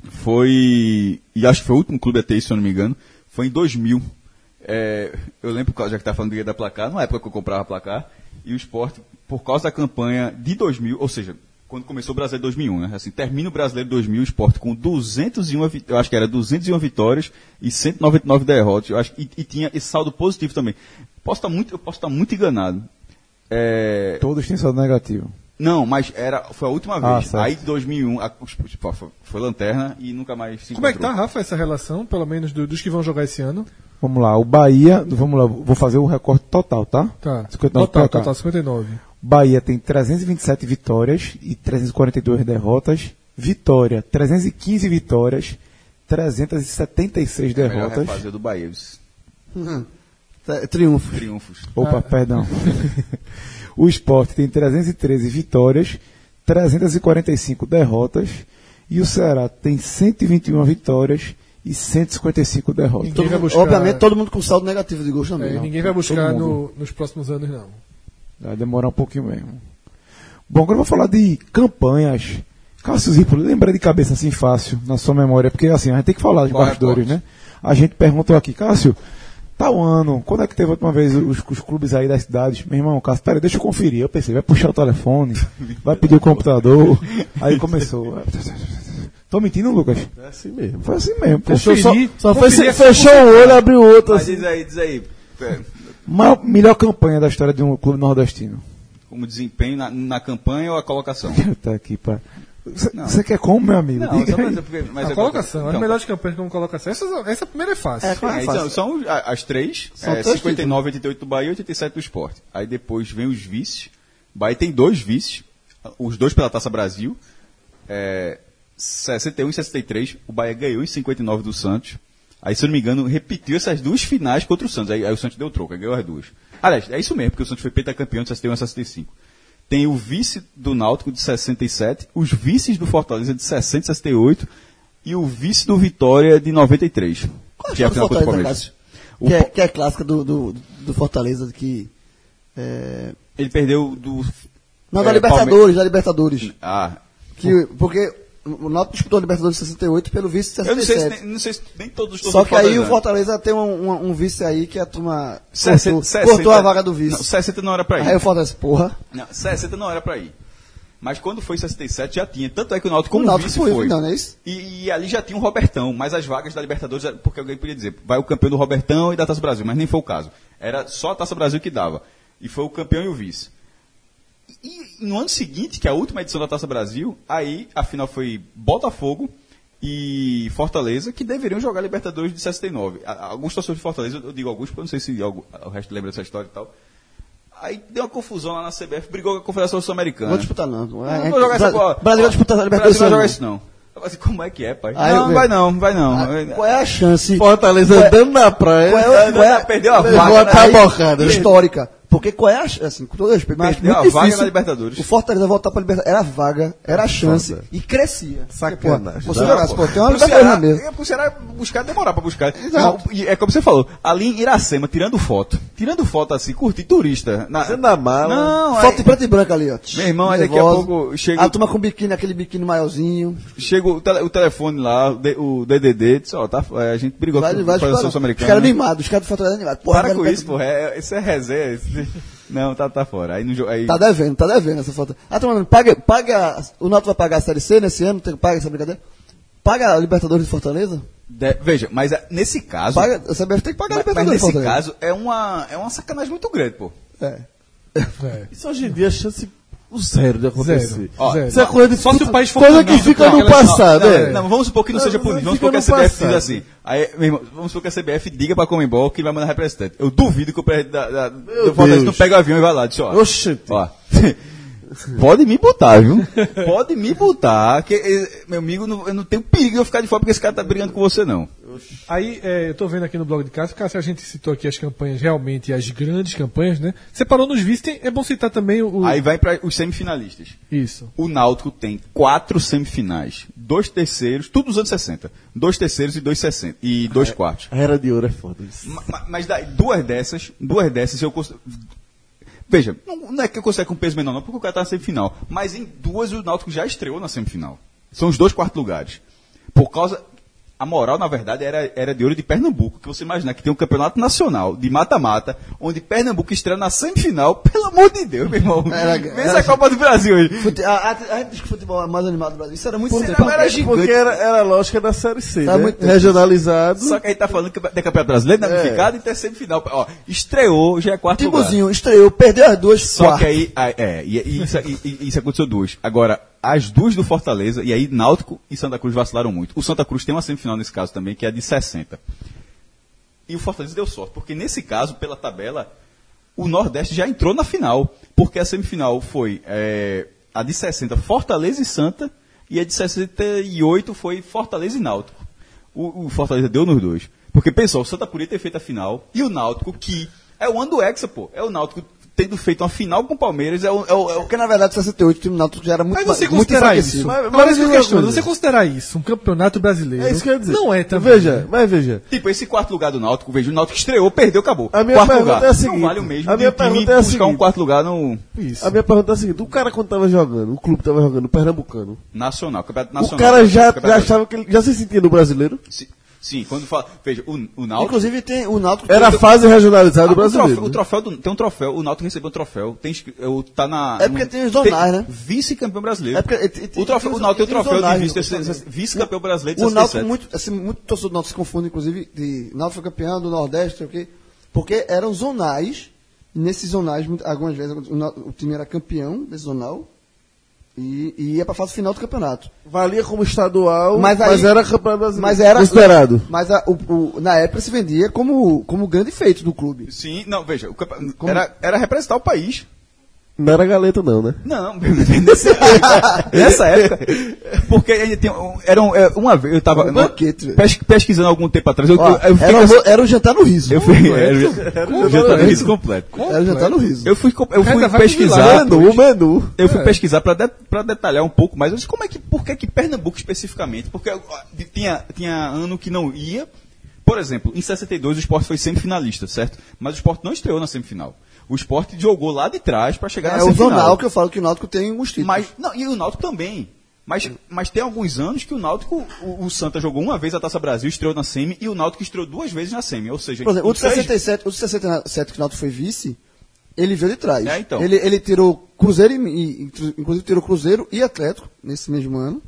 [SPEAKER 6] foi. E acho que foi o último clube a ter isso, se eu não me engano. Foi em 2000. É, eu lembro, por causa- já que estava falando do dia da placar, na época que eu comprava placar, e o esporte, por causa da campanha de 2000, ou seja, quando começou o Brasileiro 2001, né? Assim, termina o Brasileiro 2000, o esporte com 201, vi- eu acho que era 201 vitórias e 199 derrotas. Eu acho, que- e, e tinha esse saldo positivo também. Posso estar muito, eu posso estar muito enganado. É,
[SPEAKER 2] Todos têm saldo negativo.
[SPEAKER 6] não, mas era, foi a última
[SPEAKER 2] Ah,
[SPEAKER 6] vez.
[SPEAKER 2] certo.
[SPEAKER 6] Aí, 2001, a, os- os- foi, foi lanterna e nunca mais se
[SPEAKER 9] Como é que tá,
[SPEAKER 6] encontrou.
[SPEAKER 9] Rafa, essa relação, pelo menos do- dos que vão jogar esse ano?
[SPEAKER 2] Vamos lá, o Bahia, vamos lá, vou fazer o recorte total, tá?
[SPEAKER 9] Tá. total,
[SPEAKER 2] 59 pra cá.
[SPEAKER 9] total, 59.
[SPEAKER 2] Bahia tem 327 vitórias e 342 derrotas. Vitória, 315 vitórias, 376
[SPEAKER 6] Melhor
[SPEAKER 2] derrotas.
[SPEAKER 6] refazer do Bahia, os
[SPEAKER 7] É, Triunfo.
[SPEAKER 6] triunfos.
[SPEAKER 2] Opa, perdão. o Sport tem 313 vitórias, 345 derrotas. E o Ceará tem 121 vitórias e 155 derrotas.
[SPEAKER 9] Ninguém vai buscar-
[SPEAKER 7] Obviamente todo mundo com saldo negativo de gols também.
[SPEAKER 9] É,
[SPEAKER 7] né?
[SPEAKER 9] ninguém vai buscar
[SPEAKER 2] todo mundo.
[SPEAKER 9] no- nos próximos anos, não.
[SPEAKER 2] Vai demorar um pouquinho mesmo. Bom, agora eu vou falar de campanhas. Cássio Zippo, lembra de cabeça assim fácil na sua memória? Porque assim, a gente tem que falar de
[SPEAKER 6] Qual
[SPEAKER 2] bastidores,
[SPEAKER 6] recorte?
[SPEAKER 2] né? A gente perguntou aqui, Cássio, Tal ano, quando é que teve a última vez os, os clubes aí das cidades? Meu irmão, Cássio, peraí, deixa eu conferir. Eu pensei, vai puxar o telefone, vai pedir o computador. Aí começou. Tô mentindo, Lucas?
[SPEAKER 3] É assim mesmo.
[SPEAKER 2] Foi assim mesmo. é pô.
[SPEAKER 3] Fechou, só, só um foi
[SPEAKER 2] conferi
[SPEAKER 3] se-
[SPEAKER 2] essa-
[SPEAKER 3] fechou o olho, abriu o outro.
[SPEAKER 6] Mas
[SPEAKER 3] Assim.
[SPEAKER 6] diz aí, diz aí. é,
[SPEAKER 2] Ma- melhor campanha da história de um clube nordestino.
[SPEAKER 6] Como desempenho na, na campanha ou a colocação?
[SPEAKER 2] Tá aqui, pá.
[SPEAKER 6] Não.
[SPEAKER 2] Você quer como, meu amigo?
[SPEAKER 6] Não, só
[SPEAKER 2] Diga
[SPEAKER 6] pra
[SPEAKER 2] aí.
[SPEAKER 6] dizer, porque, mas
[SPEAKER 9] a
[SPEAKER 6] é
[SPEAKER 9] colocação, é
[SPEAKER 3] tá.
[SPEAKER 6] então,
[SPEAKER 9] a melhor de campanha como colocação. Essa, essa primeira é fácil.
[SPEAKER 7] É, claro,
[SPEAKER 6] É,
[SPEAKER 7] é
[SPEAKER 6] então,
[SPEAKER 7] fácil.
[SPEAKER 6] são a- as três, é, 59, 88 do Bahia e 87 do Esporte. Aí depois vem os vices. Bahia tem dois vices, os dois pela Taça Brasil. É, 61 e 63, o Bahia ganhou em 59 do Santos. Aí, se eu não me engano, repetiu essas duas finais contra o Santos. Aí, aí o Santos deu troco, aí ganhou as duas. Aliás, é isso mesmo, porque o Santos foi pentacampeão de 61 a 65. Tem o vice do Náutico de 67, os vices do Fortaleza de 60 e 68 e o vice do Vitória de 93.
[SPEAKER 7] Qual a
[SPEAKER 6] que é a
[SPEAKER 7] história do
[SPEAKER 6] final contra o
[SPEAKER 7] Fortaleza,
[SPEAKER 6] Palmeiras. O
[SPEAKER 7] Que é,
[SPEAKER 6] Po-
[SPEAKER 7] que é clássica do, do, do Fortaleza, que. É,
[SPEAKER 6] Ele perdeu do.
[SPEAKER 7] não,
[SPEAKER 6] é,
[SPEAKER 7] da
[SPEAKER 6] Palme-
[SPEAKER 7] Libertadores, da Libertadores.
[SPEAKER 6] Ah,
[SPEAKER 7] Que, porque o Náutico disputou a Libertadores em 68 pelo vice de
[SPEAKER 6] eu não sei, se,
[SPEAKER 7] 67.
[SPEAKER 6] nem- não sei se nem todos os
[SPEAKER 7] Só que aí o
[SPEAKER 6] Fortaleza-
[SPEAKER 7] Fortaleza tem um, um- um vice aí que a turma cortou,
[SPEAKER 6] 60
[SPEAKER 7] cortou a vaga do
[SPEAKER 6] tá- Não, tá
[SPEAKER 7] vice.
[SPEAKER 6] 60 não era pra ir.
[SPEAKER 7] aí o Fortaleza, porra.
[SPEAKER 6] Não, 60 não era pra ir. Mas quando foi 67 já tinha. Tanto é que o Náutico
[SPEAKER 7] O
[SPEAKER 6] como
[SPEAKER 7] Náutico
[SPEAKER 6] vice
[SPEAKER 7] foi,
[SPEAKER 6] foi.
[SPEAKER 7] não, não é isso?
[SPEAKER 6] E, e ali já tinha um Robertão, mas as vagas da Libertadores, era- porque alguém podia dizer, vai o campeão do Robertão e da Taça Brasil, mas nem foi o caso. Era só a Taça Brasil que dava. E foi o campeão e o vice. E, e no ano seguinte, que é a última edição da Taça Brasil, aí a final foi Botafogo e Fortaleza, que deveriam jogar Libertadores de 69. A- Alguns torcedores de Fortaleza, eu digo alguns, porque eu não sei se algu- o resto lembra dessa história e tal. Aí deu uma confusão lá na CBF, brigou com a Confederação
[SPEAKER 7] Não
[SPEAKER 6] Sul-Americana.
[SPEAKER 7] vou disputar, não.
[SPEAKER 6] É. Não, não vou jogar essa bola.
[SPEAKER 7] Ah, é, Brasil vai disputar a Libertadores.
[SPEAKER 6] Brasil vai jogar isso não. Eu falei assim, como é que é, pai?
[SPEAKER 7] Aí
[SPEAKER 6] não,
[SPEAKER 7] eu-
[SPEAKER 6] vai não, vai não.
[SPEAKER 7] Ah, Qual é a chance? é-
[SPEAKER 3] Fortaleza andando na praia.
[SPEAKER 7] Qual
[SPEAKER 6] é-
[SPEAKER 7] é, qual é,
[SPEAKER 6] perdeu a
[SPEAKER 7] levou
[SPEAKER 6] vaga, né?
[SPEAKER 7] a
[SPEAKER 3] Tabocada.
[SPEAKER 7] histórica. Porque qual é a chance, assim, com todo respeito, mas
[SPEAKER 6] Perdeu
[SPEAKER 7] muito
[SPEAKER 6] a vaga
[SPEAKER 7] difícil
[SPEAKER 6] na Libertadores. É
[SPEAKER 7] O Fortaleza voltar pra Libertadores era a vaga, era a chance
[SPEAKER 3] Foda.
[SPEAKER 7] e crescia.
[SPEAKER 3] Sacanagem.
[SPEAKER 7] Porque,
[SPEAKER 6] Não,
[SPEAKER 7] pô, Você jogasse, pô, tem uma
[SPEAKER 6] pro
[SPEAKER 7] Libertadores na
[SPEAKER 6] Ceará-
[SPEAKER 7] mesa.
[SPEAKER 6] é, Pro Ceará buscar, demorar pra buscar. Não, e é como você falou, ali em Iracema, tirando foto. Tirando foto assim, curti turista. Na,
[SPEAKER 3] Fazendo a mala.
[SPEAKER 6] Não,
[SPEAKER 7] Foto em
[SPEAKER 6] aí,
[SPEAKER 7] preto e branco ali, ó.
[SPEAKER 6] Meu irmão, aí daqui a pouco chega-
[SPEAKER 7] A turma com biquíni, aquele biquíni maiorzinho.
[SPEAKER 6] chega o, tele- o telefone lá, o D- o DDD, disse, ó, tá, é, a gente brigou
[SPEAKER 7] Vai,
[SPEAKER 6] com
[SPEAKER 7] vai
[SPEAKER 6] a Confederação
[SPEAKER 7] disparar. Os
[SPEAKER 6] Sul-Americana.
[SPEAKER 7] caras animados, os caras do Fortaleza animados. Porra,
[SPEAKER 6] né? Para
[SPEAKER 7] vai
[SPEAKER 6] com
[SPEAKER 7] Libertadores.
[SPEAKER 6] isso, porra, é, isso é resenha. isso- Não, tá, tá fora. Aí, no, jo- aí
[SPEAKER 7] Tá devendo, tá devendo essa foto. Ah, tá mandando, paga, paga, o Náutico vai pagar a Série C nesse ano, tem, paga essa brincadeira. Paga a Libertadores de Fortaleza?
[SPEAKER 6] de- veja, mas é, nesse caso...
[SPEAKER 7] Paga, a CBF tem que pagar a
[SPEAKER 6] mas, mas
[SPEAKER 7] Libertadores de
[SPEAKER 6] nesse
[SPEAKER 7] Fortaleza.
[SPEAKER 6] caso, é uma, é uma sacanagem muito grande, pô.
[SPEAKER 7] É.
[SPEAKER 9] então,
[SPEAKER 3] Isso hoje em dia é chance zero de acontecer.
[SPEAKER 9] Zero.
[SPEAKER 6] Ó,
[SPEAKER 9] Zero.
[SPEAKER 3] Isso é coisa de
[SPEAKER 9] Só se o país for
[SPEAKER 3] Coisa que
[SPEAKER 9] canal,
[SPEAKER 3] fica
[SPEAKER 9] não,
[SPEAKER 3] no
[SPEAKER 9] aquelas-
[SPEAKER 3] passado.
[SPEAKER 6] não,
[SPEAKER 3] é.
[SPEAKER 6] não, vamos supor que não,
[SPEAKER 3] Não,
[SPEAKER 6] seja
[SPEAKER 3] não
[SPEAKER 6] punido, vamos
[SPEAKER 3] fica
[SPEAKER 6] supor que a
[SPEAKER 3] no
[SPEAKER 6] CBF
[SPEAKER 3] passado.
[SPEAKER 6] diz assim. Aí, meu irmão, vamos supor que a CBF diga pra Comembol que vai mandar representante. Eu duvido que o presidente da, da, do Fortaleza não
[SPEAKER 3] Deus.
[SPEAKER 6] pegue o avião e vá lá. Disse, ó,
[SPEAKER 3] Oxente.
[SPEAKER 6] ó, pode me botar, viu? Pode me botar. Que, eh, meu amigo, não- eu não tenho perigo de eu ficar de fora porque esse cara tá brigando com você, não.
[SPEAKER 9] Aí, é, eu tô vendo aqui no blog de Cássio, Cássio, a gente citou aqui as campanhas, realmente, as grandes campanhas, né? Separou nos vice, tem- é bom citar também o... o-
[SPEAKER 6] Aí vai para os semifinalistas.
[SPEAKER 9] Isso.
[SPEAKER 6] O Náutico tem quatro semifinais, dois terceiros, tudo nos anos 60. Dois terceiros e dois, 60, e dois quartos.
[SPEAKER 3] A era de ouro é foda isso.
[SPEAKER 6] Ma- ma- Mas daí, duas dessas, duas dessas eu considero. Veja, não, não é que eu considero com peso menor, não, porque o cara tá na semifinal. Mas em duas o Náutico já estreou na semifinal. São os dois quartos lugares. Por causa. A moral, na verdade, era, era de ouro de Pernambuco, que você imaginar que tem um campeonato nacional de mata-mata, onde Pernambuco estreia na semifinal, pelo amor de Deus, meu irmão.
[SPEAKER 7] Era-
[SPEAKER 6] Vem
[SPEAKER 7] era-
[SPEAKER 6] essa Copa do Brasil aí.
[SPEAKER 7] Fute- A, a, a gente diz que o futebol é mais animado do Brasil. Isso era muito
[SPEAKER 6] um Porque
[SPEAKER 7] sério.
[SPEAKER 6] era
[SPEAKER 7] Era
[SPEAKER 6] gigante.
[SPEAKER 3] Porque era, era a lógica da Série C,
[SPEAKER 7] Tá
[SPEAKER 3] né?
[SPEAKER 7] muito-
[SPEAKER 3] Regionalizado.
[SPEAKER 6] Só que aí tá falando que é campeonato brasileiro, não é
[SPEAKER 3] É.
[SPEAKER 6] unificado e tá semifinal. Ó, estreou, já é quarto lugar.
[SPEAKER 7] Timbuzinho estreou, perdeu as duas.
[SPEAKER 6] Só
[SPEAKER 7] quarto.
[SPEAKER 6] que aí, ah, é, e, e isso, e- e isso é aconteceu duas. Agora, as duas do Fortaleza, e aí Náutico e Santa Cruz vacilaram muito. O Santa Cruz tem uma semifinal nesse caso também, que é a de 60. E o Fortaleza deu sorte, porque nesse caso, pela tabela, o Nordeste já entrou na final, porque a semifinal foi é, a de 60, Fortaleza e Santa, e a de 68 foi Fortaleza e Náutico. O, o Fortaleza deu nos dois. Porque, pessoal, o Santa podia ter feito a final, e o Náutico, que é o ano do Hexa, pô. É o Náutico tendo feito uma final com o Palmeiras, é o... É o, é o-
[SPEAKER 7] Porque na verdade, 68, o time do Náutico já era muito,
[SPEAKER 9] Mas você
[SPEAKER 7] muito
[SPEAKER 9] considerar isso,
[SPEAKER 7] Mas,
[SPEAKER 9] mas,
[SPEAKER 3] mas eu digo uma coisa.
[SPEAKER 9] você considerar isso um campeonato brasileiro...
[SPEAKER 3] É isso que eu ia dizer.
[SPEAKER 9] Não é também.
[SPEAKER 3] Veja, mas veja.
[SPEAKER 6] Tipo, esse quarto lugar do Náutico, veja, o Náutico estreou, perdeu, acabou.
[SPEAKER 3] A minha
[SPEAKER 6] quarto
[SPEAKER 3] pergunta
[SPEAKER 6] lugar.
[SPEAKER 3] é a seguinte,
[SPEAKER 6] não vale o mesmo
[SPEAKER 3] a minha
[SPEAKER 6] de um time
[SPEAKER 3] pergunta é a
[SPEAKER 6] buscar um
[SPEAKER 3] seguinte.
[SPEAKER 6] quarto lugar no
[SPEAKER 9] Isso.
[SPEAKER 3] A minha pergunta é a seguinte: o cara quando tava jogando, o clube tava jogando, o Pernambucano,
[SPEAKER 6] Nacional, Campeonato
[SPEAKER 3] o
[SPEAKER 6] Nacional.
[SPEAKER 3] cara já,
[SPEAKER 6] Campeonato
[SPEAKER 3] já achava que ele já se sentia no brasileiro?
[SPEAKER 6] Se- Sim, quando fala. Veja, o, o Náutico.
[SPEAKER 7] Inclusive, tem o Náutico.
[SPEAKER 3] Era a
[SPEAKER 7] tem-
[SPEAKER 3] fase
[SPEAKER 7] é
[SPEAKER 3] regionalizada
[SPEAKER 6] Ah,
[SPEAKER 3] do
[SPEAKER 6] o
[SPEAKER 3] brasileiro. né?
[SPEAKER 6] troféu,
[SPEAKER 7] né?
[SPEAKER 6] o troféu do- tem um troféu, o Náutico recebeu um troféu. Tem, escri- é o- tá na,
[SPEAKER 7] É porque
[SPEAKER 6] no-
[SPEAKER 7] tem os zonais, né?
[SPEAKER 6] Vice-campeão brasileiro.
[SPEAKER 7] É porque ele- ele-
[SPEAKER 6] o, troféu,
[SPEAKER 7] ele-
[SPEAKER 6] o Náutico tem o
[SPEAKER 7] ele-
[SPEAKER 6] troféu de
[SPEAKER 7] ele-
[SPEAKER 6] vice-
[SPEAKER 7] ele-
[SPEAKER 6] vice- vice-campeão brasileiro de
[SPEAKER 7] né? O Náutico,
[SPEAKER 6] 67.
[SPEAKER 7] muito, assim, muito torcedor do Náutico se confunde, inclusive, de Náutico foi campeão do Nordeste, sei o quê, porque eram zonais, e nesses zonais, muito- algumas vezes, o, Nau- o time era campeão desse zonal, e, e ia pra fase final do campeonato.
[SPEAKER 3] Valia como estadual, mas,
[SPEAKER 7] Mas aí-
[SPEAKER 3] era campeonato brasileiro.
[SPEAKER 7] Mas era...
[SPEAKER 3] Considerado.
[SPEAKER 7] Mas a- o- o- na época se vendia como, como grande feito do clube.
[SPEAKER 6] Sim, não, veja, o campe-
[SPEAKER 7] Como-
[SPEAKER 6] era, era representar o país.
[SPEAKER 3] Não era galeta, não, né?
[SPEAKER 6] Não, nessa época, nessa época, porque ainda tem, um- era um- é, uma vez eu estava
[SPEAKER 7] Um banquete, velho.
[SPEAKER 6] pesquisando algum tempo atrás, eu,
[SPEAKER 7] Ó,
[SPEAKER 6] eu, eu
[SPEAKER 7] era,
[SPEAKER 6] fiquei- assim,
[SPEAKER 7] o- era o jantar no riso.
[SPEAKER 6] eu fui, era, completo, completo.
[SPEAKER 7] Era um o jantar tá no riso.
[SPEAKER 6] Eu fui, co- eu
[SPEAKER 9] Cada
[SPEAKER 6] fui
[SPEAKER 9] vai
[SPEAKER 6] pesquisar.
[SPEAKER 3] menu, menu.
[SPEAKER 6] Eu
[SPEAKER 7] É.
[SPEAKER 6] fui pesquisar para detalhar um pouco mais. Eu disse, como é que, por que, que Pernambuco especificamente? Porque ó, de- tinha, tinha ano que não ia. Por exemplo, em 62 o esporte foi semifinalista, certo? Mas o esporte não estreou na semifinal. O esporte jogou lá de trás para chegar
[SPEAKER 7] É
[SPEAKER 6] na
[SPEAKER 7] o
[SPEAKER 6] semifinal.
[SPEAKER 7] zonal que eu falo que o Náutico tem um uns títulos.
[SPEAKER 6] Mas, não, e o Náutico também. Mas, mas tem alguns anos que o Náutico, o, o Santa jogou uma vez a Taça Brasil, estreou na Semi, e o Náutico estreou duas vezes na Semi. Ou seja,
[SPEAKER 7] Por exemplo, o de
[SPEAKER 6] três-
[SPEAKER 7] 67, o de 67 que o Náutico foi vice, ele veio de trás.
[SPEAKER 6] É, então.
[SPEAKER 7] ele, ele tirou Cruzeiro, e, e- inclusive tirou Cruzeiro e Atlético nesse mesmo ano.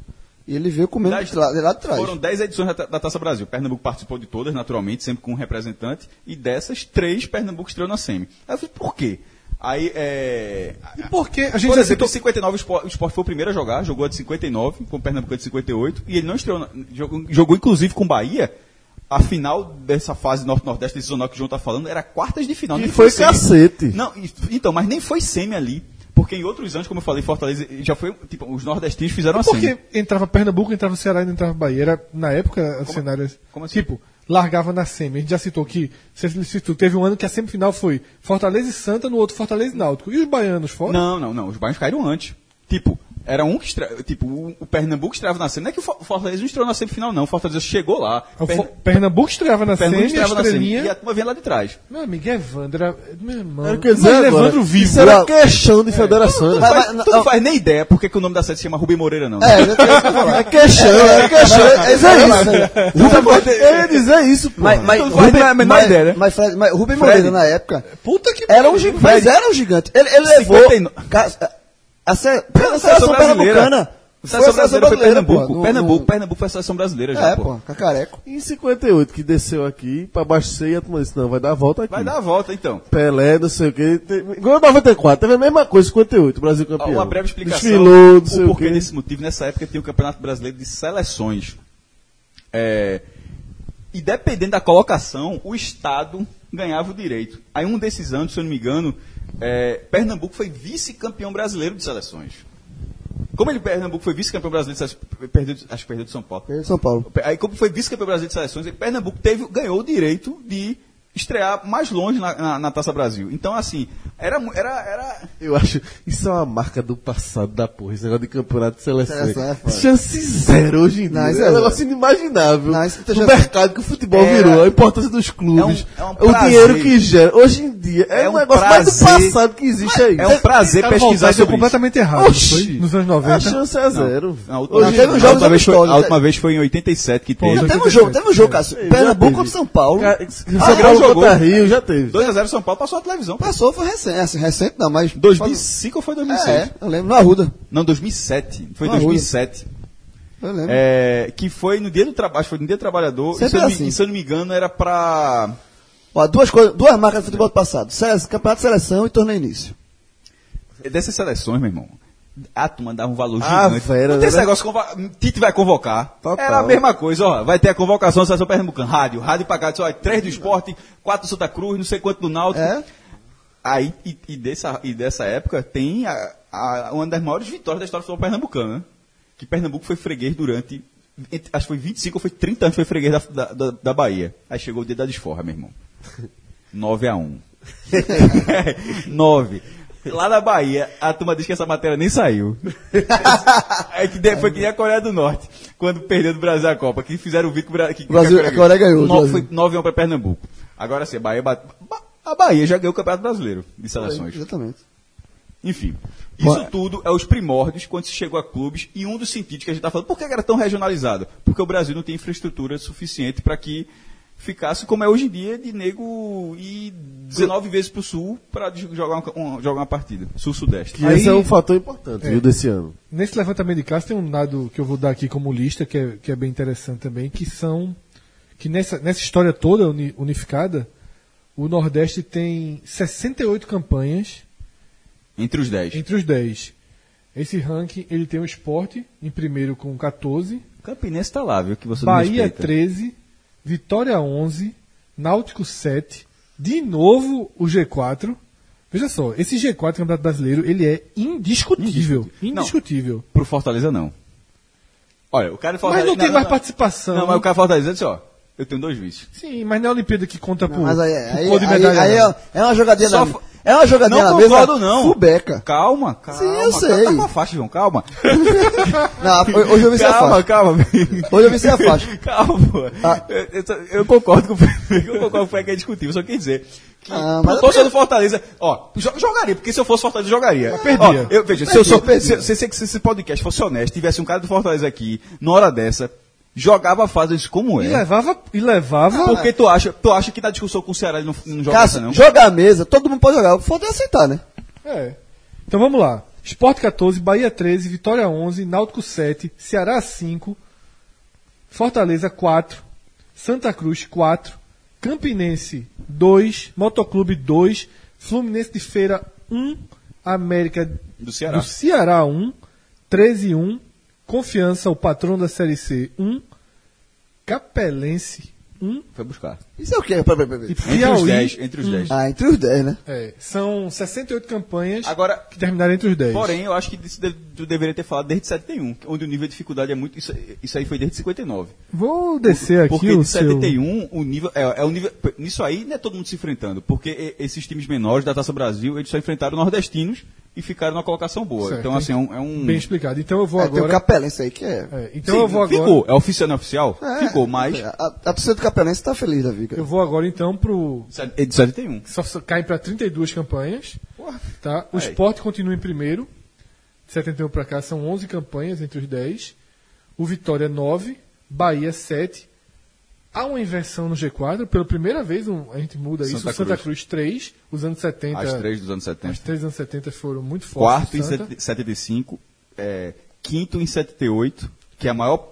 [SPEAKER 7] E ele veio comendo
[SPEAKER 6] Das-
[SPEAKER 7] de lá, de lá de trás.
[SPEAKER 6] Foram 10 edições da, Ta- da Taça Brasil. Pernambuco participou de todas, naturalmente, sempre com um representante. E dessas, três, Pernambuco estreou na Semi. Aí eu falei, por quê? Aí, é...
[SPEAKER 9] E por que a gente
[SPEAKER 6] Por
[SPEAKER 9] já citou
[SPEAKER 6] exemplo, em 59 o Sport, o Sport foi o primeiro a jogar, jogou a de 59, com o Pernambuco de 58, e ele não estreou, na- jogou, jogou inclusive com o Bahia, a final dessa fase norte-nordeste decisional que o João tá falando, era quartas de final.
[SPEAKER 3] E
[SPEAKER 6] nem
[SPEAKER 3] foi
[SPEAKER 6] semi.
[SPEAKER 3] cacete.
[SPEAKER 6] Não, e- então, mas nem foi semi ali, porque em outros anos, como eu falei, Fortaleza já foi, tipo, os nordestinos fizeram assim.
[SPEAKER 9] Porque entrava Pernambuco, entrava Ceará e não entrava Bahia. Era, na época, o cenário era-
[SPEAKER 6] como assim?
[SPEAKER 9] Tipo, largava na semi. A gente já citou que, se ele citou, teve um ano que a semifinal foi Fortaleza e Santa, no outro Fortaleza e Náutico. E os baianos fora?
[SPEAKER 6] Não, não, não. Os baianos caíram antes. Tipo, era um que estra... Tipo, o, o Pernambuco estreava na semi. Não é que o Fo- Fortaleza não estreou na semifinal, não. O Fortaleza chegou lá.
[SPEAKER 9] O
[SPEAKER 6] Pern-
[SPEAKER 9] Fo- Pernambuco estreava na
[SPEAKER 6] Pernambuco
[SPEAKER 9] semi, a
[SPEAKER 6] estreava na semi.
[SPEAKER 9] estrelinha.
[SPEAKER 6] E a turma vinha lá de trás.
[SPEAKER 9] Meu amigo, Evandro. era- Meu irmão.
[SPEAKER 3] Era É o que eu ia dizer
[SPEAKER 9] Mas
[SPEAKER 3] agora.
[SPEAKER 9] Evandro vivo.
[SPEAKER 3] Isso era queixão de federação. né?
[SPEAKER 6] Tu não
[SPEAKER 7] Mas-
[SPEAKER 6] faz,
[SPEAKER 7] mas-
[SPEAKER 6] tu não
[SPEAKER 7] não-
[SPEAKER 6] faz nem ideia porque que o nome da série se chama Rubem Moreira, não.
[SPEAKER 7] É, eu tenho isso pra falar.
[SPEAKER 3] É queixão, é queixão.
[SPEAKER 7] É isso aí, isso aí.
[SPEAKER 3] Rubem Moreira-
[SPEAKER 6] é-
[SPEAKER 3] Eu ia dizer é isso, pô.
[SPEAKER 7] Mas, mas,
[SPEAKER 6] Tu não faz a menor
[SPEAKER 7] mas-
[SPEAKER 6] ideia, né?
[SPEAKER 7] mas Fred- mas Rubem
[SPEAKER 6] Fred.
[SPEAKER 7] Moreira, na época,
[SPEAKER 6] Puta que
[SPEAKER 7] era um gigante. Mas era um gigante. Ele, ele levou.
[SPEAKER 6] 59.
[SPEAKER 7] ca- A, se- a
[SPEAKER 6] seleção
[SPEAKER 7] seleção
[SPEAKER 6] brasileira.
[SPEAKER 7] pernambucana.
[SPEAKER 6] A seleção brasileira foi Pernambuco.
[SPEAKER 7] pô, no-
[SPEAKER 6] Pernambuco,
[SPEAKER 7] no-
[SPEAKER 6] Pernambuco foi a seleção brasileira já,
[SPEAKER 7] É,
[SPEAKER 6] pô.
[SPEAKER 7] pô, cacareco.
[SPEAKER 3] Em 58, que desceu aqui, pra baixar e a turma disse, não, vai dar a volta aqui.
[SPEAKER 6] Vai dar a volta, então.
[SPEAKER 3] Pelé, não sei o quê. Te- Igual 94, teve a mesma coisa, 58, Brasil campeão.
[SPEAKER 6] Uma breve explicação.
[SPEAKER 3] Desfilou, não sei
[SPEAKER 6] o
[SPEAKER 3] o
[SPEAKER 6] porquê
[SPEAKER 3] quê.
[SPEAKER 6] desse motivo. Nessa época tinha o Campeonato Brasileiro de Seleções. É, e dependendo da colocação, o Estado ganhava o direito. Aí um desses anos, se eu não me engano, é, Pernambuco foi vice-campeão brasileiro de seleções. Como ele, Pernambuco foi vice-campeão brasileiro de seleções, perdeu, de- acho que perdeu de São Paulo.
[SPEAKER 7] Ele é de São Paulo.
[SPEAKER 6] Aí, como foi vice-campeão brasileiro de seleções, aí Pernambuco teve, ganhou o direito de estrear mais longe na, na- na Taça Brasil. Então, assim, era, mu- era, era,
[SPEAKER 3] Eu acho, isso é uma marca do passado da porra, esse negócio de campeonato de seleção.
[SPEAKER 7] Seleção é foda.
[SPEAKER 3] Chance zero hoje em dia.
[SPEAKER 7] Não, isso é
[SPEAKER 3] é um
[SPEAKER 7] zero.
[SPEAKER 3] negócio inimaginável.
[SPEAKER 7] Não, isso não tem
[SPEAKER 3] o
[SPEAKER 7] chance.
[SPEAKER 3] mercado que o futebol
[SPEAKER 6] É,
[SPEAKER 3] virou, a importância dos clubes,
[SPEAKER 6] é um- é um
[SPEAKER 3] o
[SPEAKER 6] prazer.
[SPEAKER 3] dinheiro que gera. Hoje em dia, é,
[SPEAKER 6] É
[SPEAKER 3] um
[SPEAKER 6] um
[SPEAKER 3] negócio mais
[SPEAKER 6] prazer.
[SPEAKER 3] do passado que existe aí.
[SPEAKER 6] É um prazer
[SPEAKER 9] Cara,
[SPEAKER 6] pesquisar
[SPEAKER 9] voltar, deu
[SPEAKER 6] sobre isso.
[SPEAKER 9] completamente errado.
[SPEAKER 3] Oxi.
[SPEAKER 9] Foi nos anos
[SPEAKER 3] A
[SPEAKER 9] 90.
[SPEAKER 3] chance é zero.
[SPEAKER 6] Na última,
[SPEAKER 7] Hoje teve
[SPEAKER 6] na
[SPEAKER 7] uns jogos
[SPEAKER 6] última vez foi,
[SPEAKER 7] amistosos, né?
[SPEAKER 6] a última vez foi em 87 que
[SPEAKER 9] Pô,
[SPEAKER 6] teve.
[SPEAKER 7] Teve um jogo, teve um jogo, Cássio. Pernambuco contra São Paulo.
[SPEAKER 3] Ca- São
[SPEAKER 6] Ah,
[SPEAKER 3] Paulo
[SPEAKER 6] jogou.
[SPEAKER 3] contra Rio, já teve.
[SPEAKER 6] 2x0 São Paulo passou na televisão.
[SPEAKER 7] Passou, foi recente. Assim, recente não, mas.
[SPEAKER 6] 2005 ou foi 2006?
[SPEAKER 7] É, é, eu lembro. No Arruda.
[SPEAKER 6] Não, 2007. Foi
[SPEAKER 7] Ah, olha.
[SPEAKER 6] 2007.
[SPEAKER 7] Eu lembro.
[SPEAKER 6] É, que foi no dia do trabalho, acho que foi no dia do trabalhador. E
[SPEAKER 7] Sempre
[SPEAKER 6] se, eu não me-
[SPEAKER 7] assim.
[SPEAKER 6] e se eu não me engano, era pra.
[SPEAKER 7] Ó, duas, coisas, duas marcas do futebol do passado. Sele- Campeonato de seleção e torneio início.
[SPEAKER 6] é Dessas seleções, meu irmão. A turma dava um valor
[SPEAKER 3] Ah,
[SPEAKER 6] gigante.
[SPEAKER 3] velho,
[SPEAKER 6] não tem esse
[SPEAKER 3] né?
[SPEAKER 6] negócio, convo- Tite vai convocar.
[SPEAKER 3] Total.
[SPEAKER 6] Era a mesma coisa, ó. Vai ter a convocação da seleção pernambucana. Rádio, rádio pra cá. Disse, ó, três do esporte, quatro do Santa Cruz, não sei quanto do Náutico.
[SPEAKER 7] É?
[SPEAKER 6] Aí, e, e dessa, e dessa época, tem a, a- uma das maiores vitórias da história do futebol pernambucano, né? Que Pernambuco foi freguês durante, entre- acho que foi 25 ou foi 30 anos, foi freguês da, da, da- da Bahia. Aí chegou o dia da desforra, meu irmão. 9 a 1 9. Lá na Bahia, a turma diz que essa matéria nem saiu. é que de- foi que nem a Coreia do Norte, quando perdeu do Brasil a Copa, que fizeram o vídeo que o Bra- que, que
[SPEAKER 7] Brasil- a Coreia ganhou,
[SPEAKER 6] No-
[SPEAKER 7] Brasil.
[SPEAKER 6] foi 9 a 1 para Pernambuco. Agora sim, a Bahia bate- Ba- a Bahia já ganhou o Campeonato Brasileiro de seleções.
[SPEAKER 7] Exatamente.
[SPEAKER 6] Enfim, isso tudo é os primórdios quando se chegou a clubes e um dos sentidos que a gente está falando, por que era tão regionalizado? Porque o Brasil não tem infraestrutura suficiente para que ficasse como é hoje em dia de nego ir 19 vezes para o sul para jogar, uma- um- jogar uma partida, sul-sudeste.
[SPEAKER 3] Que esse é um fator importante,
[SPEAKER 7] É.
[SPEAKER 3] viu, desse ano.
[SPEAKER 4] Nesse levantamento de casa tem um dado que eu vou dar aqui como lista, que é, que é bem interessante também, que são. que nessa, nessa história toda uni- unificada, o Nordeste tem 68 campanhas
[SPEAKER 6] Entre os 10.
[SPEAKER 4] entre os 10. Esse ranking ele tem o esporte em primeiro com 14,
[SPEAKER 6] Campinense está lá, viu? Que você não
[SPEAKER 4] Bahia
[SPEAKER 6] respeita.
[SPEAKER 4] 13, Vitória 11, Náutico 7, de novo o G4. Veja só, esse G4 do Campeonato Brasileiro, ele é indiscutível.
[SPEAKER 6] Indiscutível. Não.
[SPEAKER 4] Indiscutível.
[SPEAKER 6] Pro Fortaleza, não. Olha, o cara de
[SPEAKER 4] Mas
[SPEAKER 6] Fortaleza.
[SPEAKER 4] não tem mais participação.
[SPEAKER 6] Não, mas o cara de Fortaleza disse, assim, ó, eu tenho dois vices.
[SPEAKER 4] Sim, mas não é a Olimpíada que conta por,
[SPEAKER 7] Mas aí,
[SPEAKER 4] por
[SPEAKER 7] aí,
[SPEAKER 4] cor de
[SPEAKER 7] aí,
[SPEAKER 4] medalha.
[SPEAKER 7] aí
[SPEAKER 4] não.
[SPEAKER 7] é- é uma jogadinha
[SPEAKER 6] Só
[SPEAKER 7] na
[SPEAKER 6] fa-
[SPEAKER 7] É uma jogadinha
[SPEAKER 6] Não
[SPEAKER 7] na mesa.
[SPEAKER 6] concordo, não.
[SPEAKER 7] Fubeca.
[SPEAKER 6] Calma, calma.
[SPEAKER 7] Sim,
[SPEAKER 6] cara,
[SPEAKER 7] eu
[SPEAKER 6] Tá
[SPEAKER 7] sei.
[SPEAKER 6] com a faixa, João, calma.
[SPEAKER 7] Não, hoje eu vi a
[SPEAKER 6] calma,
[SPEAKER 7] faixa.
[SPEAKER 6] calma.
[SPEAKER 7] Hoje eu vi a faixa.
[SPEAKER 6] Calma, pô.
[SPEAKER 7] Ah.
[SPEAKER 6] Eu, eu só- eu concordo com o eu concordo com o Fred que é discutível, só quer dizer. Que
[SPEAKER 7] Ah,
[SPEAKER 6] pro
[SPEAKER 7] mas é
[SPEAKER 6] torcedor do Fortaleza, ó, jo- jogaria, porque se eu fosse Fortaleza, jogaria. Mas
[SPEAKER 4] perdia.
[SPEAKER 6] eu, veja, se, eu
[SPEAKER 7] Perdia,
[SPEAKER 6] sou,
[SPEAKER 7] perdia.
[SPEAKER 6] se, eu- se, esse- se esse podcast fosse honesto, tivesse um cara do Fortaleza aqui, na hora dessa, jogava a fase eu disse, como
[SPEAKER 4] E
[SPEAKER 6] é.
[SPEAKER 4] levava. E levava
[SPEAKER 6] Porque tu acha, tu acha que na discussão com o Ceará ele não, não joga essa,
[SPEAKER 7] Cássio,
[SPEAKER 6] não?
[SPEAKER 7] joga a mesa, todo mundo pode jogar. O que Foda é aceitar, né?
[SPEAKER 4] É. Então vamos lá. Sport 14, Bahia 13, Vitória 11, Náutico 7, Ceará 5, Fortaleza 4, Santa Cruz 4, Campinense 2, Motoclube 2, Fluminense de Feira 1, América
[SPEAKER 6] Do Ceará.
[SPEAKER 4] do Ceará 1, 13 1, Confiança, o patrão da Série C 1, Capelense 1
[SPEAKER 6] Foi buscar.
[SPEAKER 7] Isso é o quê? Peraí, peraí,
[SPEAKER 4] e
[SPEAKER 7] peraí.
[SPEAKER 6] Entre
[SPEAKER 4] Piauí
[SPEAKER 6] os 10, entre os 10.
[SPEAKER 7] Ah, entre os 10, né?
[SPEAKER 4] É, são 68 campanhas
[SPEAKER 6] Agora,
[SPEAKER 4] que terminaram entre os 10.
[SPEAKER 6] Porém, eu acho que isso de- tu deveria ter falado desde 71, onde o nível de dificuldade é muito. Isso, isso aí foi desde 59.
[SPEAKER 4] Vou descer aqui
[SPEAKER 6] Porque
[SPEAKER 4] o
[SPEAKER 6] de
[SPEAKER 4] seu...
[SPEAKER 6] 71, o nível. É, é o nível. Nisso aí não é todo mundo se enfrentando. Porque e- esses times menores da Taça Brasil, eles só enfrentaram nordestinos e ficaram numa colocação boa.
[SPEAKER 4] Certo.
[SPEAKER 6] Então, assim, é um. É um
[SPEAKER 4] Bem explicado. Então eu vou
[SPEAKER 7] É, tem o
[SPEAKER 4] agora.
[SPEAKER 7] Capelense aí que é.
[SPEAKER 4] É, então
[SPEAKER 6] Sim,
[SPEAKER 4] eu vou agora.
[SPEAKER 6] Ficou. É oficial, não é oficial?
[SPEAKER 7] É,
[SPEAKER 6] ficou, mas.
[SPEAKER 7] A, a torcida do Capelense tá feliz da vida.
[SPEAKER 4] Eu vou agora então pro.
[SPEAKER 6] É de 71.
[SPEAKER 4] Só, só caem para 32 campanhas. Tá? O
[SPEAKER 6] Aí.
[SPEAKER 4] Sport continua em primeiro. De 71 para cá são 11 campanhas entre os 10. O Vitória 9. Bahia 7. Há uma inversão no G4. Pela primeira vez um- a gente muda isso.
[SPEAKER 6] Santa
[SPEAKER 4] O Santa
[SPEAKER 6] Cruz.
[SPEAKER 4] Cruz 3. Os anos 70.
[SPEAKER 6] Às 3 dos anos 70.
[SPEAKER 4] Os 3 anos 70 foram muito fortes.
[SPEAKER 6] quarto
[SPEAKER 4] do
[SPEAKER 6] em
[SPEAKER 4] Santa.
[SPEAKER 6] 70 75, é, quinto em 78, que é a maior.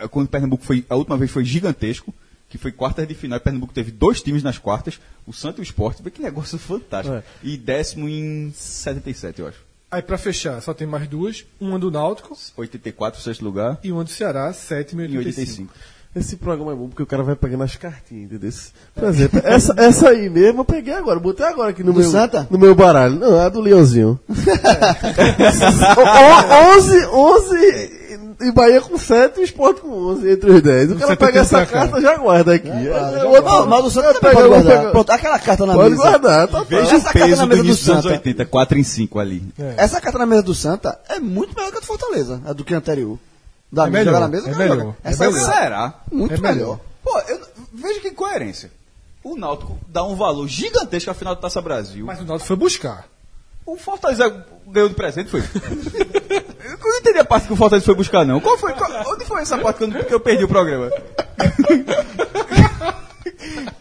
[SPEAKER 6] é, Quando Pernambuco foi. A última vez foi gigantesco, que foi quartas de final. e Pernambuco teve dois times nas quartas, o Santos e o Sport. Vê que negócio fantástico.
[SPEAKER 4] É.
[SPEAKER 6] E décimo em 77, eu acho.
[SPEAKER 4] Aí para fechar, só tem mais duas. Uma do Náutico
[SPEAKER 6] 84, sexto lugar.
[SPEAKER 4] e uma do Ceará, 7
[SPEAKER 6] Em 85.
[SPEAKER 3] Esse programa é bom porque o cara vai pegando as cartinhas, entendeu? Por exemplo, essa, essa aí mesmo eu peguei agora, botei agora aqui no
[SPEAKER 7] Do
[SPEAKER 3] meu
[SPEAKER 7] Santa?
[SPEAKER 3] no meu baralho. Não, é a do Leãozinho. O- o- 11, 11 e Bahia com 7 e o Sport com 11 entre os 10. O cara
[SPEAKER 4] Santa
[SPEAKER 3] pega
[SPEAKER 4] tem
[SPEAKER 3] essa
[SPEAKER 4] pra cá.
[SPEAKER 3] carta e já guarda aqui.
[SPEAKER 7] Ah,
[SPEAKER 3] É,
[SPEAKER 7] já
[SPEAKER 3] o outro-
[SPEAKER 7] guarda. mas o Santa
[SPEAKER 3] é,
[SPEAKER 7] também
[SPEAKER 3] pega-
[SPEAKER 7] pode guardar.
[SPEAKER 3] pega-
[SPEAKER 7] Pronto, aquela carta na
[SPEAKER 3] Pode
[SPEAKER 7] mesa.
[SPEAKER 3] guardar, tá
[SPEAKER 7] Veja
[SPEAKER 6] Veja
[SPEAKER 7] essa
[SPEAKER 6] o
[SPEAKER 7] carta na
[SPEAKER 6] peso do
[SPEAKER 7] mesa do
[SPEAKER 6] início dos anos
[SPEAKER 7] Santa.
[SPEAKER 6] 80, 4 em 5 ali.
[SPEAKER 7] É. Essa carta na mesa do Santa é muito melhor que a do Fortaleza, a do que a anterior. Da
[SPEAKER 4] É
[SPEAKER 7] mesa,
[SPEAKER 4] melhor,
[SPEAKER 7] jogar na mesa,
[SPEAKER 4] é
[SPEAKER 7] cara,
[SPEAKER 4] melhor,
[SPEAKER 7] joga.
[SPEAKER 4] é
[SPEAKER 7] Essa
[SPEAKER 4] melhor.
[SPEAKER 7] é
[SPEAKER 6] Será?
[SPEAKER 7] muito
[SPEAKER 4] É melhor.
[SPEAKER 7] melhor.
[SPEAKER 6] Pô, eu- veja que incoerência. O Náutico dá um valor gigantesco à final da Taça Brasil.
[SPEAKER 4] Mas o Náutico foi buscar.
[SPEAKER 6] O Fortaleza ganhou de presente, foi? eu não entendi a parte que o Fortaleza foi buscar, não. Qual foi? Qual- onde foi essa parte que eu, não- que eu perdi o programa?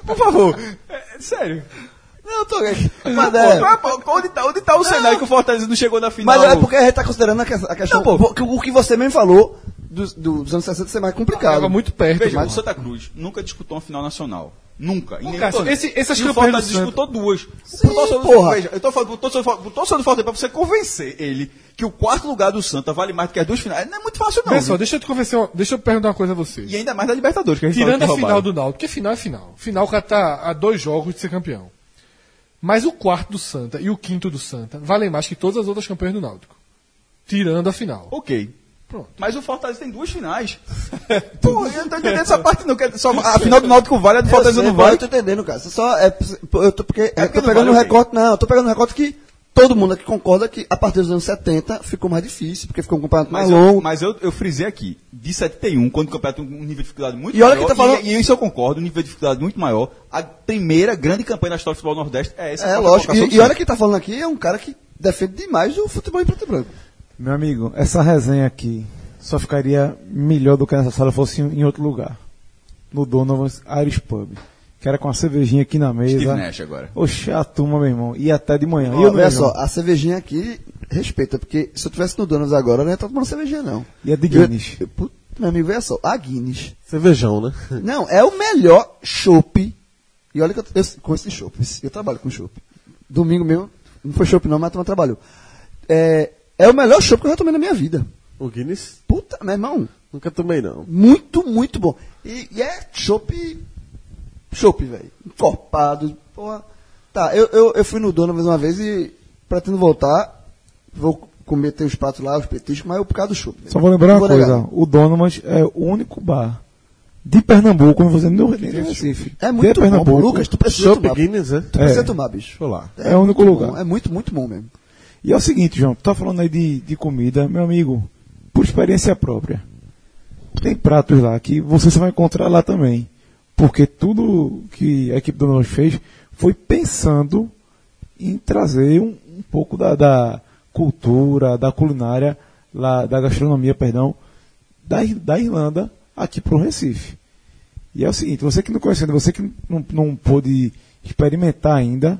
[SPEAKER 6] Por favor. É, é sério.
[SPEAKER 7] Não, eu tô aqui. Mas
[SPEAKER 6] Pô,
[SPEAKER 7] é.
[SPEAKER 6] qual é a- qual- onde, tá, onde tá o cenário que o Fortaleza não chegou na final?
[SPEAKER 7] Mas é porque a gente tá considerando a que- a questão.
[SPEAKER 6] Não, pô.
[SPEAKER 7] que o que você mesmo falou dos, dos anos 60 ser mais complicado.
[SPEAKER 4] Estava muito perto.
[SPEAKER 6] Veja,
[SPEAKER 4] mas-
[SPEAKER 6] o Santa Cruz nunca disputou uma final nacional. Nunca. E nem
[SPEAKER 4] Cássio,
[SPEAKER 6] o Fortaleza.
[SPEAKER 4] esse- essas
[SPEAKER 6] E o
[SPEAKER 4] campanhas do
[SPEAKER 6] Fortaleza
[SPEAKER 4] Santa.
[SPEAKER 6] disputou duas.
[SPEAKER 7] Sim,
[SPEAKER 6] O torcedor do-
[SPEAKER 7] porra.
[SPEAKER 6] Veja, eu tô falando pro torcedor do- pro torcedor do Fortaleza pra você convencer ele que o quarto lugar do Santa vale mais do que as duas finais. Não é muito fácil, não.
[SPEAKER 4] Vê só,
[SPEAKER 6] viu?
[SPEAKER 4] deixa eu te convencer, uma- deixa eu perguntar uma coisa a você.
[SPEAKER 6] E ainda mais da Libertadores, que a gente falou
[SPEAKER 4] Tirando
[SPEAKER 6] que
[SPEAKER 4] a
[SPEAKER 6] roubaram.
[SPEAKER 4] final do Náutico, porque final é final. Final o cara tá a dois jogos de ser campeão. Mas o quarto do Santa e o quinto do Santa valem mais que todas as outras campanhas do Náutico. Tirando a final.
[SPEAKER 6] Ok.
[SPEAKER 4] Pronto.
[SPEAKER 6] Mas o Fortaleza tem duas finais. Pô, eu não tô entendendo essa parte não. que é Só, a final do Náutico vale, a do
[SPEAKER 7] Eu
[SPEAKER 6] Fortaleza
[SPEAKER 7] sei,
[SPEAKER 6] não
[SPEAKER 7] pô,
[SPEAKER 6] vale.
[SPEAKER 7] Eu tô entendendo, cara. Você Só é, eu tô, porque,
[SPEAKER 6] porque
[SPEAKER 7] eu tô
[SPEAKER 6] não
[SPEAKER 7] pegando
[SPEAKER 6] vale
[SPEAKER 7] um
[SPEAKER 6] o
[SPEAKER 7] recorte, não, eu tô pegando um recorte que todo mundo aqui concorda que a partir dos anos 70 ficou mais difícil, porque ficou um campeonato mais
[SPEAKER 6] Mas, é eu,
[SPEAKER 7] longo.
[SPEAKER 6] mas eu, eu frisei aqui, de 71, quando o campeonato tem um nível de dificuldade muito
[SPEAKER 7] E olha
[SPEAKER 6] maior,
[SPEAKER 7] que tá falando-
[SPEAKER 6] e, e isso eu concordo, um nível de dificuldade muito maior, a primeira grande campanha da história do futebol nordeste é essa.
[SPEAKER 7] É,
[SPEAKER 6] quarta
[SPEAKER 7] lógico.
[SPEAKER 6] colocação
[SPEAKER 7] E,
[SPEAKER 6] do
[SPEAKER 7] e olha
[SPEAKER 6] Santos.
[SPEAKER 7] quem tá falando aqui é um cara que defende demais o futebol em preto e branco.
[SPEAKER 2] Meu amigo, essa resenha aqui só ficaria melhor do que nessa sala fosse em em outro lugar. No Donovan's Irish Pub. Que era com a cervejinha aqui na
[SPEAKER 6] Steve
[SPEAKER 2] mesa.
[SPEAKER 6] Nash agora.
[SPEAKER 2] Oxe, a turma, meu irmão. E até de manhã. e
[SPEAKER 7] Ó,
[SPEAKER 2] eu, meu
[SPEAKER 7] olha só,
[SPEAKER 2] irmão?
[SPEAKER 7] a cervejinha aqui respeita, porque se eu tivesse no Donos agora, eu não ia estar tomando cervejinha, não.
[SPEAKER 2] E a de
[SPEAKER 7] Eu-
[SPEAKER 2] Guinness?
[SPEAKER 7] eu- put- meu amigo, olha só, a Guinness.
[SPEAKER 3] Cervejão, né?
[SPEAKER 7] Não, é o melhor chopp. E olha que eu, eu conheço de chopp. Eu trabalho com chopp. Domingo meu, não foi chopp não, mas a turma trabalhou. É, é o melhor chopp que eu já tomei na minha vida.
[SPEAKER 3] O Guinness?
[SPEAKER 7] Puta, meu irmão,
[SPEAKER 3] Nunca tomei, não.
[SPEAKER 7] muito, muito bom. E, e é chopp, chopp, velho. Encorpado, porra. Tá, eu, eu, eu fui no dono mais uma vez e pretendo voltar. Vou comer, tem os pratos lá, os petiscos, mas é por causa do chopp.
[SPEAKER 2] Só vou lembrar
[SPEAKER 7] Não
[SPEAKER 2] uma
[SPEAKER 7] negar.
[SPEAKER 2] coisa. O Donovan's é o único bar de Pernambuco, como você não nem no Recife.
[SPEAKER 7] É
[SPEAKER 2] de
[SPEAKER 7] muito bom,
[SPEAKER 2] Pernambuco.
[SPEAKER 7] pô. Lucas, tu precisa
[SPEAKER 3] Chopp
[SPEAKER 7] tomar.
[SPEAKER 3] Guinness, né?
[SPEAKER 7] Tu precisa
[SPEAKER 2] É.
[SPEAKER 7] tomar, bicho.
[SPEAKER 2] Vou lá. É o único
[SPEAKER 7] muito
[SPEAKER 2] lugar.
[SPEAKER 7] bom, é muito, muito bom mesmo.
[SPEAKER 2] E é o seguinte, João, tu tá falando aí de, de comida, meu amigo, por experiência própria. Tem pratos lá que você só vai encontrar lá também. Porque tudo que a equipe do Nós fez foi pensando em trazer um, um pouco da, da cultura, da culinária, lá, da gastronomia, perdão, da, Ir- da Irlanda aqui pro Recife. E é o seguinte, você que não conhece ainda, você que não, não pôde experimentar ainda,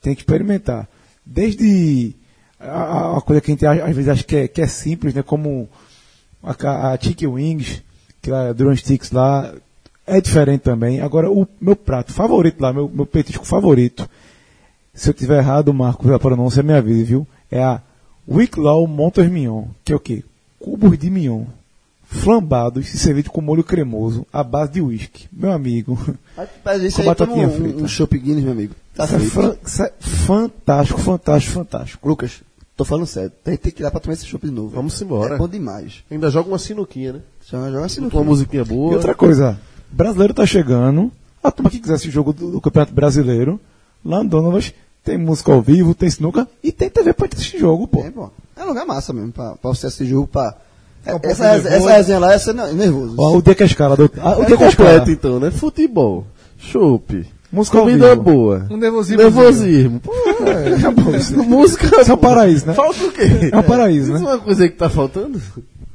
[SPEAKER 2] tem que experimentar. Desde a, a- a coisa que a gente a- às vezes acha que é, que é simples, né? Como a, ca- a Chicken Wings, que lá, Drone Sticks lá, é diferente também. Agora, o meu prato favorito lá, meu, meu petisco favorito, se eu tiver errado, Marco, pela pronúncia, me avise, viu? É a Wicklow Montes Mignon, que é o quê? Cubos de mignon, flambados e servido com molho cremoso, à base de uísque. Meu amigo,
[SPEAKER 7] Mas, mas isso
[SPEAKER 2] Com
[SPEAKER 7] aí toma
[SPEAKER 2] batatinha
[SPEAKER 7] um, um,
[SPEAKER 2] frita.
[SPEAKER 7] um chopp Guinness, meu amigo. Tá
[SPEAKER 2] isso é,
[SPEAKER 7] feito.
[SPEAKER 2] fan- isso é fantástico, fantástico, fantástico.
[SPEAKER 7] Lucas, tô falando sério. Tem, tem que ir lá pra tomar esse chopp de novo.
[SPEAKER 3] Vamos embora.
[SPEAKER 7] É bom demais.
[SPEAKER 3] Ainda joga uma sinuquinha, né?
[SPEAKER 7] Já joga assim no
[SPEAKER 3] Uma musiquinha boa.
[SPEAKER 2] E outra coisa, brasileiro tá chegando. A turma que quiser esse jogo do, do Campeonato Brasileiro, lá no Donovas tem música ao vivo, tem sinuca e tem TV pra assistir jogo, pô.
[SPEAKER 7] É, pô. É lugar massa mesmo, pra, pra você assistir jogo, pra... É,
[SPEAKER 4] um pouco
[SPEAKER 7] essa, rese-
[SPEAKER 4] nervoso.
[SPEAKER 7] essa resenha lá, essa é ne- nervoso.
[SPEAKER 2] Ó, o dia que a escala do. Ah, o
[SPEAKER 3] É
[SPEAKER 2] dia que a escala.
[SPEAKER 3] completo, então, né? Futebol, chope,
[SPEAKER 2] Música ao
[SPEAKER 3] comida é
[SPEAKER 2] vivo. É,
[SPEAKER 3] boa,
[SPEAKER 4] Um nervosismo.
[SPEAKER 3] nervosismo. Pô, música...
[SPEAKER 2] Isso é um paraíso, né?
[SPEAKER 3] Falta o quê?
[SPEAKER 2] É um paraíso, né?
[SPEAKER 3] Isso é uma coisa aí que tá faltando?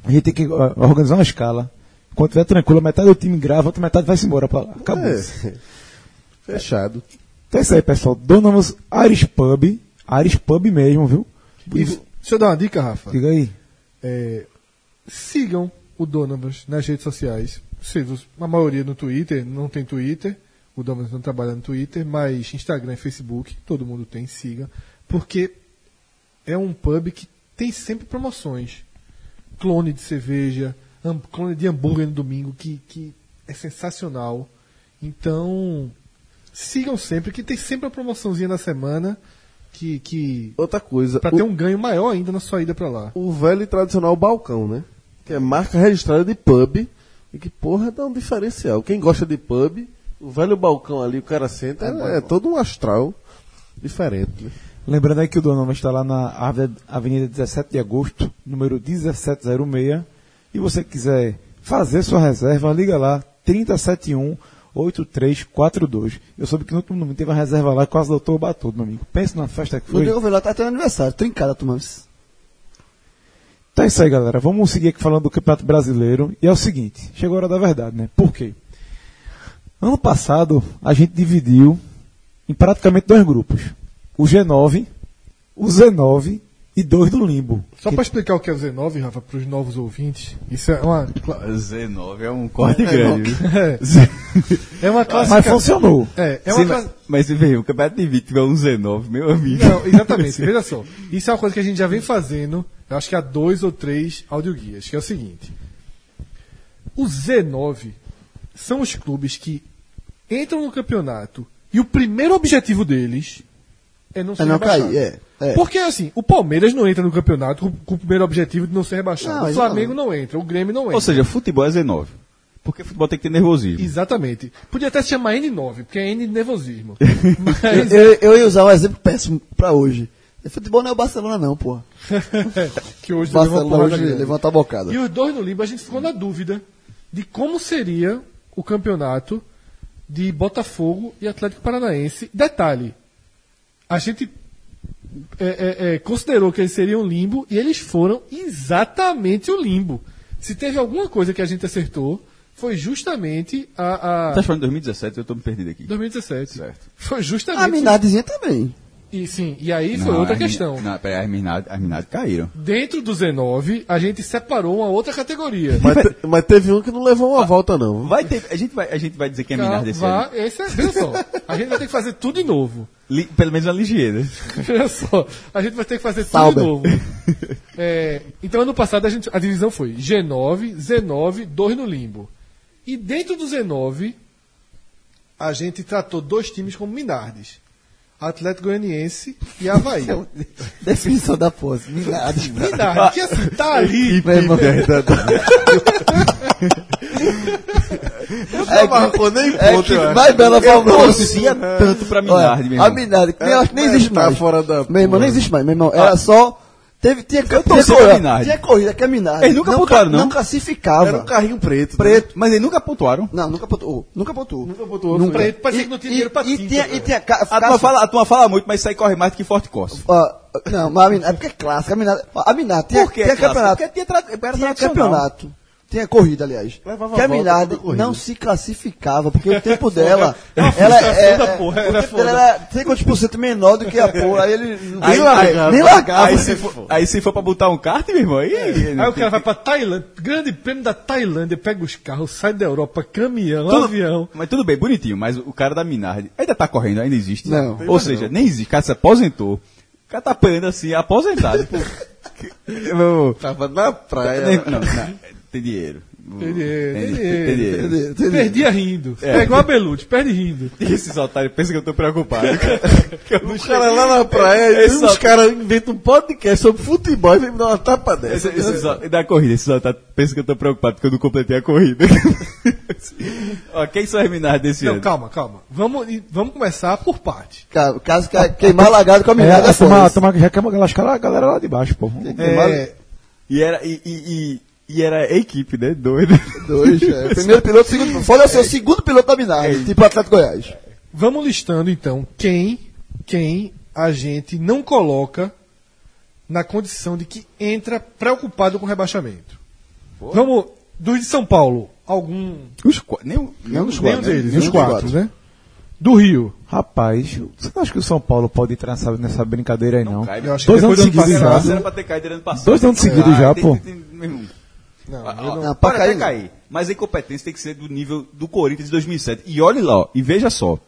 [SPEAKER 2] A gente tem que ó, organizar uma escala. Quando tiver tranquilo, metade do time grava, a outra metade vai-se embora pra lá. Acabou.
[SPEAKER 3] É. Fechado.
[SPEAKER 2] Então é isso aí, pessoal. Donovas Ares Pub. Ares Pub mesmo, viu?
[SPEAKER 4] E, deixa eu dar uma dica, Rafa.
[SPEAKER 2] Diga aí.
[SPEAKER 4] É, sigam o Donovas nas redes sociais. Vocês, os- A maioria no Twitter, não tem Twitter. O Donovan não trabalha no Twitter, mas Instagram e Facebook, todo mundo tem, siga. Porque é um pub que tem sempre promoções. Clone de cerveja, ham- clone de hambúrguer no domingo, que, que é sensacional. Então, sigam sempre, que tem sempre uma promoçãozinha na semana que, que
[SPEAKER 3] Outra coisa,
[SPEAKER 4] para
[SPEAKER 3] o,
[SPEAKER 4] ter um ganho maior ainda na sua ida para lá.
[SPEAKER 3] o velho e tradicional balcão, né? Que é marca registrada de pub e que, porra, dá um diferencial. Quem gosta de pub, o velho balcão ali, o cara senta, é, é todo um astral diferente. né?
[SPEAKER 2] Lembrando aí que o Donovan está lá na Ave- Avenida 17 de Agosto, número 1706. E você que quiser fazer sua reserva, liga lá, 371-8342. Eu soube que no último domingo teve uma reserva lá, quase lotou o bar todo, meu amigo. Pensa na festa que
[SPEAKER 7] O
[SPEAKER 2] foi.
[SPEAKER 7] Diego Velar tá tendo aniversário, trincada, turma.
[SPEAKER 2] Então é isso aí, galera. Vamos seguir aqui falando do Campeonato Brasileiro. E é o seguinte, chegou a hora da verdade, né? Por quê? Ano passado, a gente dividiu em praticamente dois grupos. O G9, o Z9 e dois do Limbo.
[SPEAKER 4] Só
[SPEAKER 2] Que-
[SPEAKER 4] pra explicar o que é o Z9, Rafa, pros novos ouvintes, isso é uma, cla-
[SPEAKER 6] Z9 é um corte grande. viu?
[SPEAKER 4] é
[SPEAKER 7] Ah,
[SPEAKER 4] uma clássica.
[SPEAKER 2] Mas funcionou.
[SPEAKER 4] É, é
[SPEAKER 6] Sim,
[SPEAKER 4] uma
[SPEAKER 6] mas,
[SPEAKER 4] cla-
[SPEAKER 6] mas veio, o campeonato de 20 tiver um Z9, meu amigo.
[SPEAKER 4] Não, exatamente. Veja só. Isso é uma coisa que a gente já vem fazendo, eu acho que há dois ou três audioguias, que é o seguinte. O Z9 são os clubes que entram no campeonato e o primeiro objetivo deles é não ser
[SPEAKER 7] É não
[SPEAKER 4] rebaixado.
[SPEAKER 7] cair, é. é.
[SPEAKER 4] Porque assim, o Palmeiras não entra no campeonato com- com o primeiro objetivo de não ser rebaixado.
[SPEAKER 7] Não,
[SPEAKER 4] o Flamengo não. entra, o Grêmio não entra.
[SPEAKER 6] Ou seja, futebol é Z9. Porque futebol tem que ter nervosismo.
[SPEAKER 4] Exatamente. Podia até se chamar N9, porque é N de nervosismo.
[SPEAKER 7] Eu,
[SPEAKER 4] Mas,
[SPEAKER 7] eu, eu ia usar um exemplo péssimo pra hoje. Futebol não é o Barcelona, não, porra.
[SPEAKER 4] que hoje levou uma
[SPEAKER 7] Barcelona
[SPEAKER 4] porrada
[SPEAKER 7] hoje
[SPEAKER 4] grande.
[SPEAKER 7] levanta a bocada.
[SPEAKER 4] E os dois no Limbo a gente ficou na dúvida de como seria o campeonato de Botafogo e Atlético Paranaense. Detalhe, a gente é, é, é, considerou que eles seriam limbo e eles foram exatamente o limbo. Se teve alguma coisa que a gente acertou, foi justamente a. a-
[SPEAKER 6] Tá falando de 2017, eu tô me perdendo aqui.
[SPEAKER 4] 2017.
[SPEAKER 6] Certo.
[SPEAKER 4] Foi
[SPEAKER 7] A
[SPEAKER 4] justamente.
[SPEAKER 7] Minardezinha também.
[SPEAKER 4] E sim, e aí foi outra
[SPEAKER 6] as mina-
[SPEAKER 4] questão.
[SPEAKER 6] Não, peraí, as minadas, as minadas caíram.
[SPEAKER 4] Dentro do Z9, a gente separou uma outra categoria.
[SPEAKER 3] Mas, te- mas teve um que não levou uma volta, não.
[SPEAKER 6] Vai ter, a, gente vai, a gente vai dizer que é minado desse ano.
[SPEAKER 4] Vá- Esse é, veja só, a gente vai ter que fazer tudo de novo.
[SPEAKER 6] Li- pelo menos uma ligeira.
[SPEAKER 4] Veja só, a gente vai ter que fazer tudo
[SPEAKER 7] Sauber.
[SPEAKER 4] de novo. É, então, ano passado, a, gente, a divisão foi G9, Z9, 2 no limbo. E dentro do Z9, a gente tratou dois times como Minardes. Atlético Goianiense e Havaí.
[SPEAKER 7] Definição da pose. Minardes.
[SPEAKER 4] Minardes, que assim, tá ali.
[SPEAKER 7] Meu irmão. né?
[SPEAKER 3] É, não marcou nem
[SPEAKER 7] É
[SPEAKER 3] ponto,
[SPEAKER 7] que
[SPEAKER 3] eu acho.
[SPEAKER 7] vai Bela Valdoce.
[SPEAKER 6] Torcia tanto pra Minardi, assim, meu
[SPEAKER 7] A
[SPEAKER 6] irmão.
[SPEAKER 7] Minardi, nem, eu acho que nem existe
[SPEAKER 3] tá
[SPEAKER 7] mais.
[SPEAKER 3] fora da
[SPEAKER 7] Meu irmão,
[SPEAKER 3] porra.
[SPEAKER 7] nem existe mais, meu irmão. Era só. Teve, tinha, tinha,
[SPEAKER 6] torci pra
[SPEAKER 7] corrida,
[SPEAKER 6] Minardi.
[SPEAKER 7] tinha corrida que a Minardi.
[SPEAKER 6] Eles nunca pontuaram, não?
[SPEAKER 7] Não classificava.
[SPEAKER 3] Era um carrinho preto.
[SPEAKER 7] preto.
[SPEAKER 6] Mas eles nunca pontuaram.
[SPEAKER 7] Não, nunca pontuou. Nunca pontuou. Nunca
[SPEAKER 4] pontuou,
[SPEAKER 3] né?
[SPEAKER 4] foi. Parecia que não tinha dinheiro pra
[SPEAKER 7] e
[SPEAKER 4] tinta,
[SPEAKER 7] tinha,
[SPEAKER 4] velho.
[SPEAKER 7] e tinha ca-
[SPEAKER 6] A
[SPEAKER 7] caça-
[SPEAKER 6] turma, fala, a turma fala muito, mas sai corre mais do que Forte Corsa.
[SPEAKER 7] Ó, não, mas a Minardi, é porque é clássica. A Minardi, ó, a Minardi tinha,
[SPEAKER 6] Por quê?
[SPEAKER 7] tinha
[SPEAKER 6] Cássio?
[SPEAKER 7] campeonato.
[SPEAKER 6] Porque tinha, tra... era
[SPEAKER 7] tinha
[SPEAKER 6] tradicional.
[SPEAKER 7] campeonato. Tinha corrida, aliás.
[SPEAKER 3] Levava
[SPEAKER 7] que a
[SPEAKER 3] volta,
[SPEAKER 7] Minardi
[SPEAKER 3] toda corrida.
[SPEAKER 7] não se classificava, porque o tempo dela. ela é.
[SPEAKER 6] foda,
[SPEAKER 7] é-
[SPEAKER 6] porra,
[SPEAKER 7] o
[SPEAKER 6] era
[SPEAKER 7] tempo
[SPEAKER 6] foda.
[SPEAKER 7] dela era sei quantos por cento menor do que a porra. Aí ele.
[SPEAKER 6] Aí-
[SPEAKER 7] largava.
[SPEAKER 6] aí-
[SPEAKER 7] nem largava.
[SPEAKER 6] Aí se, for, aí se for pra botar um kart, meu irmão, aí... aí
[SPEAKER 4] É. Aí o cara vai pra Tailândia, grande prêmio da Tailândia, pega os carros, sai da Europa, caminhão,
[SPEAKER 6] Tudo-
[SPEAKER 4] avião.
[SPEAKER 6] Mas tudo bem, bonitinho, mas o cara da Minardi ainda tá correndo, ainda existe.
[SPEAKER 7] Não.
[SPEAKER 6] Ou seja, nem existe, o cara se aposentou. O cara tá apanhando assim, aposentado. pô. Eu-
[SPEAKER 3] Tava na
[SPEAKER 6] nem-
[SPEAKER 3] praia.
[SPEAKER 6] É, não, não, tem dinheiro.
[SPEAKER 4] Tem dinheiro, tem
[SPEAKER 6] Tem
[SPEAKER 4] dinheiro.
[SPEAKER 6] dinheiro.
[SPEAKER 4] Perdia rindo. É igual a Belute, perde rindo.
[SPEAKER 6] E esses otários pensam que eu tô preocupado. Que eu não
[SPEAKER 3] O cara lá na praia, e
[SPEAKER 6] Esse
[SPEAKER 3] os caras inventam um podcast sobre futebol e vem me dar uma tapa dessa.
[SPEAKER 6] Esse, esse, só- da corrida, esse só tá, pensa que eu tô preocupado porque eu não completei a corrida. Ó, quem são as Minardi desse
[SPEAKER 4] Não,
[SPEAKER 6] ano?
[SPEAKER 4] calma, calma. Vamos, e vamos começar por parte.
[SPEAKER 7] Cara, o caso que queimar lagado com a
[SPEAKER 2] É,
[SPEAKER 7] Minardi é,
[SPEAKER 2] a turma,
[SPEAKER 7] foda.
[SPEAKER 2] a turma que já quer aquelas caras, a galera lá de baixo, pô.
[SPEAKER 4] É,
[SPEAKER 6] E era, e, e, e, e era a equipe, né? Doido.
[SPEAKER 7] Dois, é. Primeiro piloto, segundo. Foda
[SPEAKER 6] É.
[SPEAKER 7] ser o segundo piloto da Minardi, tipo Atlético Goiás.
[SPEAKER 4] vamos listando então quem, quem a gente não coloca na condição de que entra preocupado com rebaixamento. Vamos, dos de São Paulo, algum.
[SPEAKER 6] Os qu- nem, o- nem
[SPEAKER 7] Nenhum
[SPEAKER 6] os
[SPEAKER 7] dos
[SPEAKER 4] Nenhum
[SPEAKER 7] quatro. né?
[SPEAKER 4] deles,
[SPEAKER 7] Nenhum
[SPEAKER 4] os
[SPEAKER 7] dos
[SPEAKER 4] quatro, né? Do Rio.
[SPEAKER 2] Rapaz, você não acha que o São Paulo pode entrar nessa, nessa brincadeira aí, não?
[SPEAKER 6] cai,
[SPEAKER 4] Eu acho
[SPEAKER 2] Dois
[SPEAKER 4] que
[SPEAKER 2] anos
[SPEAKER 4] depois do ano
[SPEAKER 2] seguidos
[SPEAKER 4] passado-
[SPEAKER 2] já.
[SPEAKER 6] Era pra ter caído ano passado.
[SPEAKER 2] Dois anos
[SPEAKER 6] Sei
[SPEAKER 2] seguidos
[SPEAKER 6] lá,
[SPEAKER 2] já,
[SPEAKER 6] Ah, tem-
[SPEAKER 2] pô.
[SPEAKER 6] tem- tem- meu irmão. Ó, ó,
[SPEAKER 7] não, pra
[SPEAKER 6] Ah, pode até
[SPEAKER 7] cair não.
[SPEAKER 6] cair. Mas a incompetência tem que ser do nível do Corinthians de 2007. E olhe lá, ó, e veja só.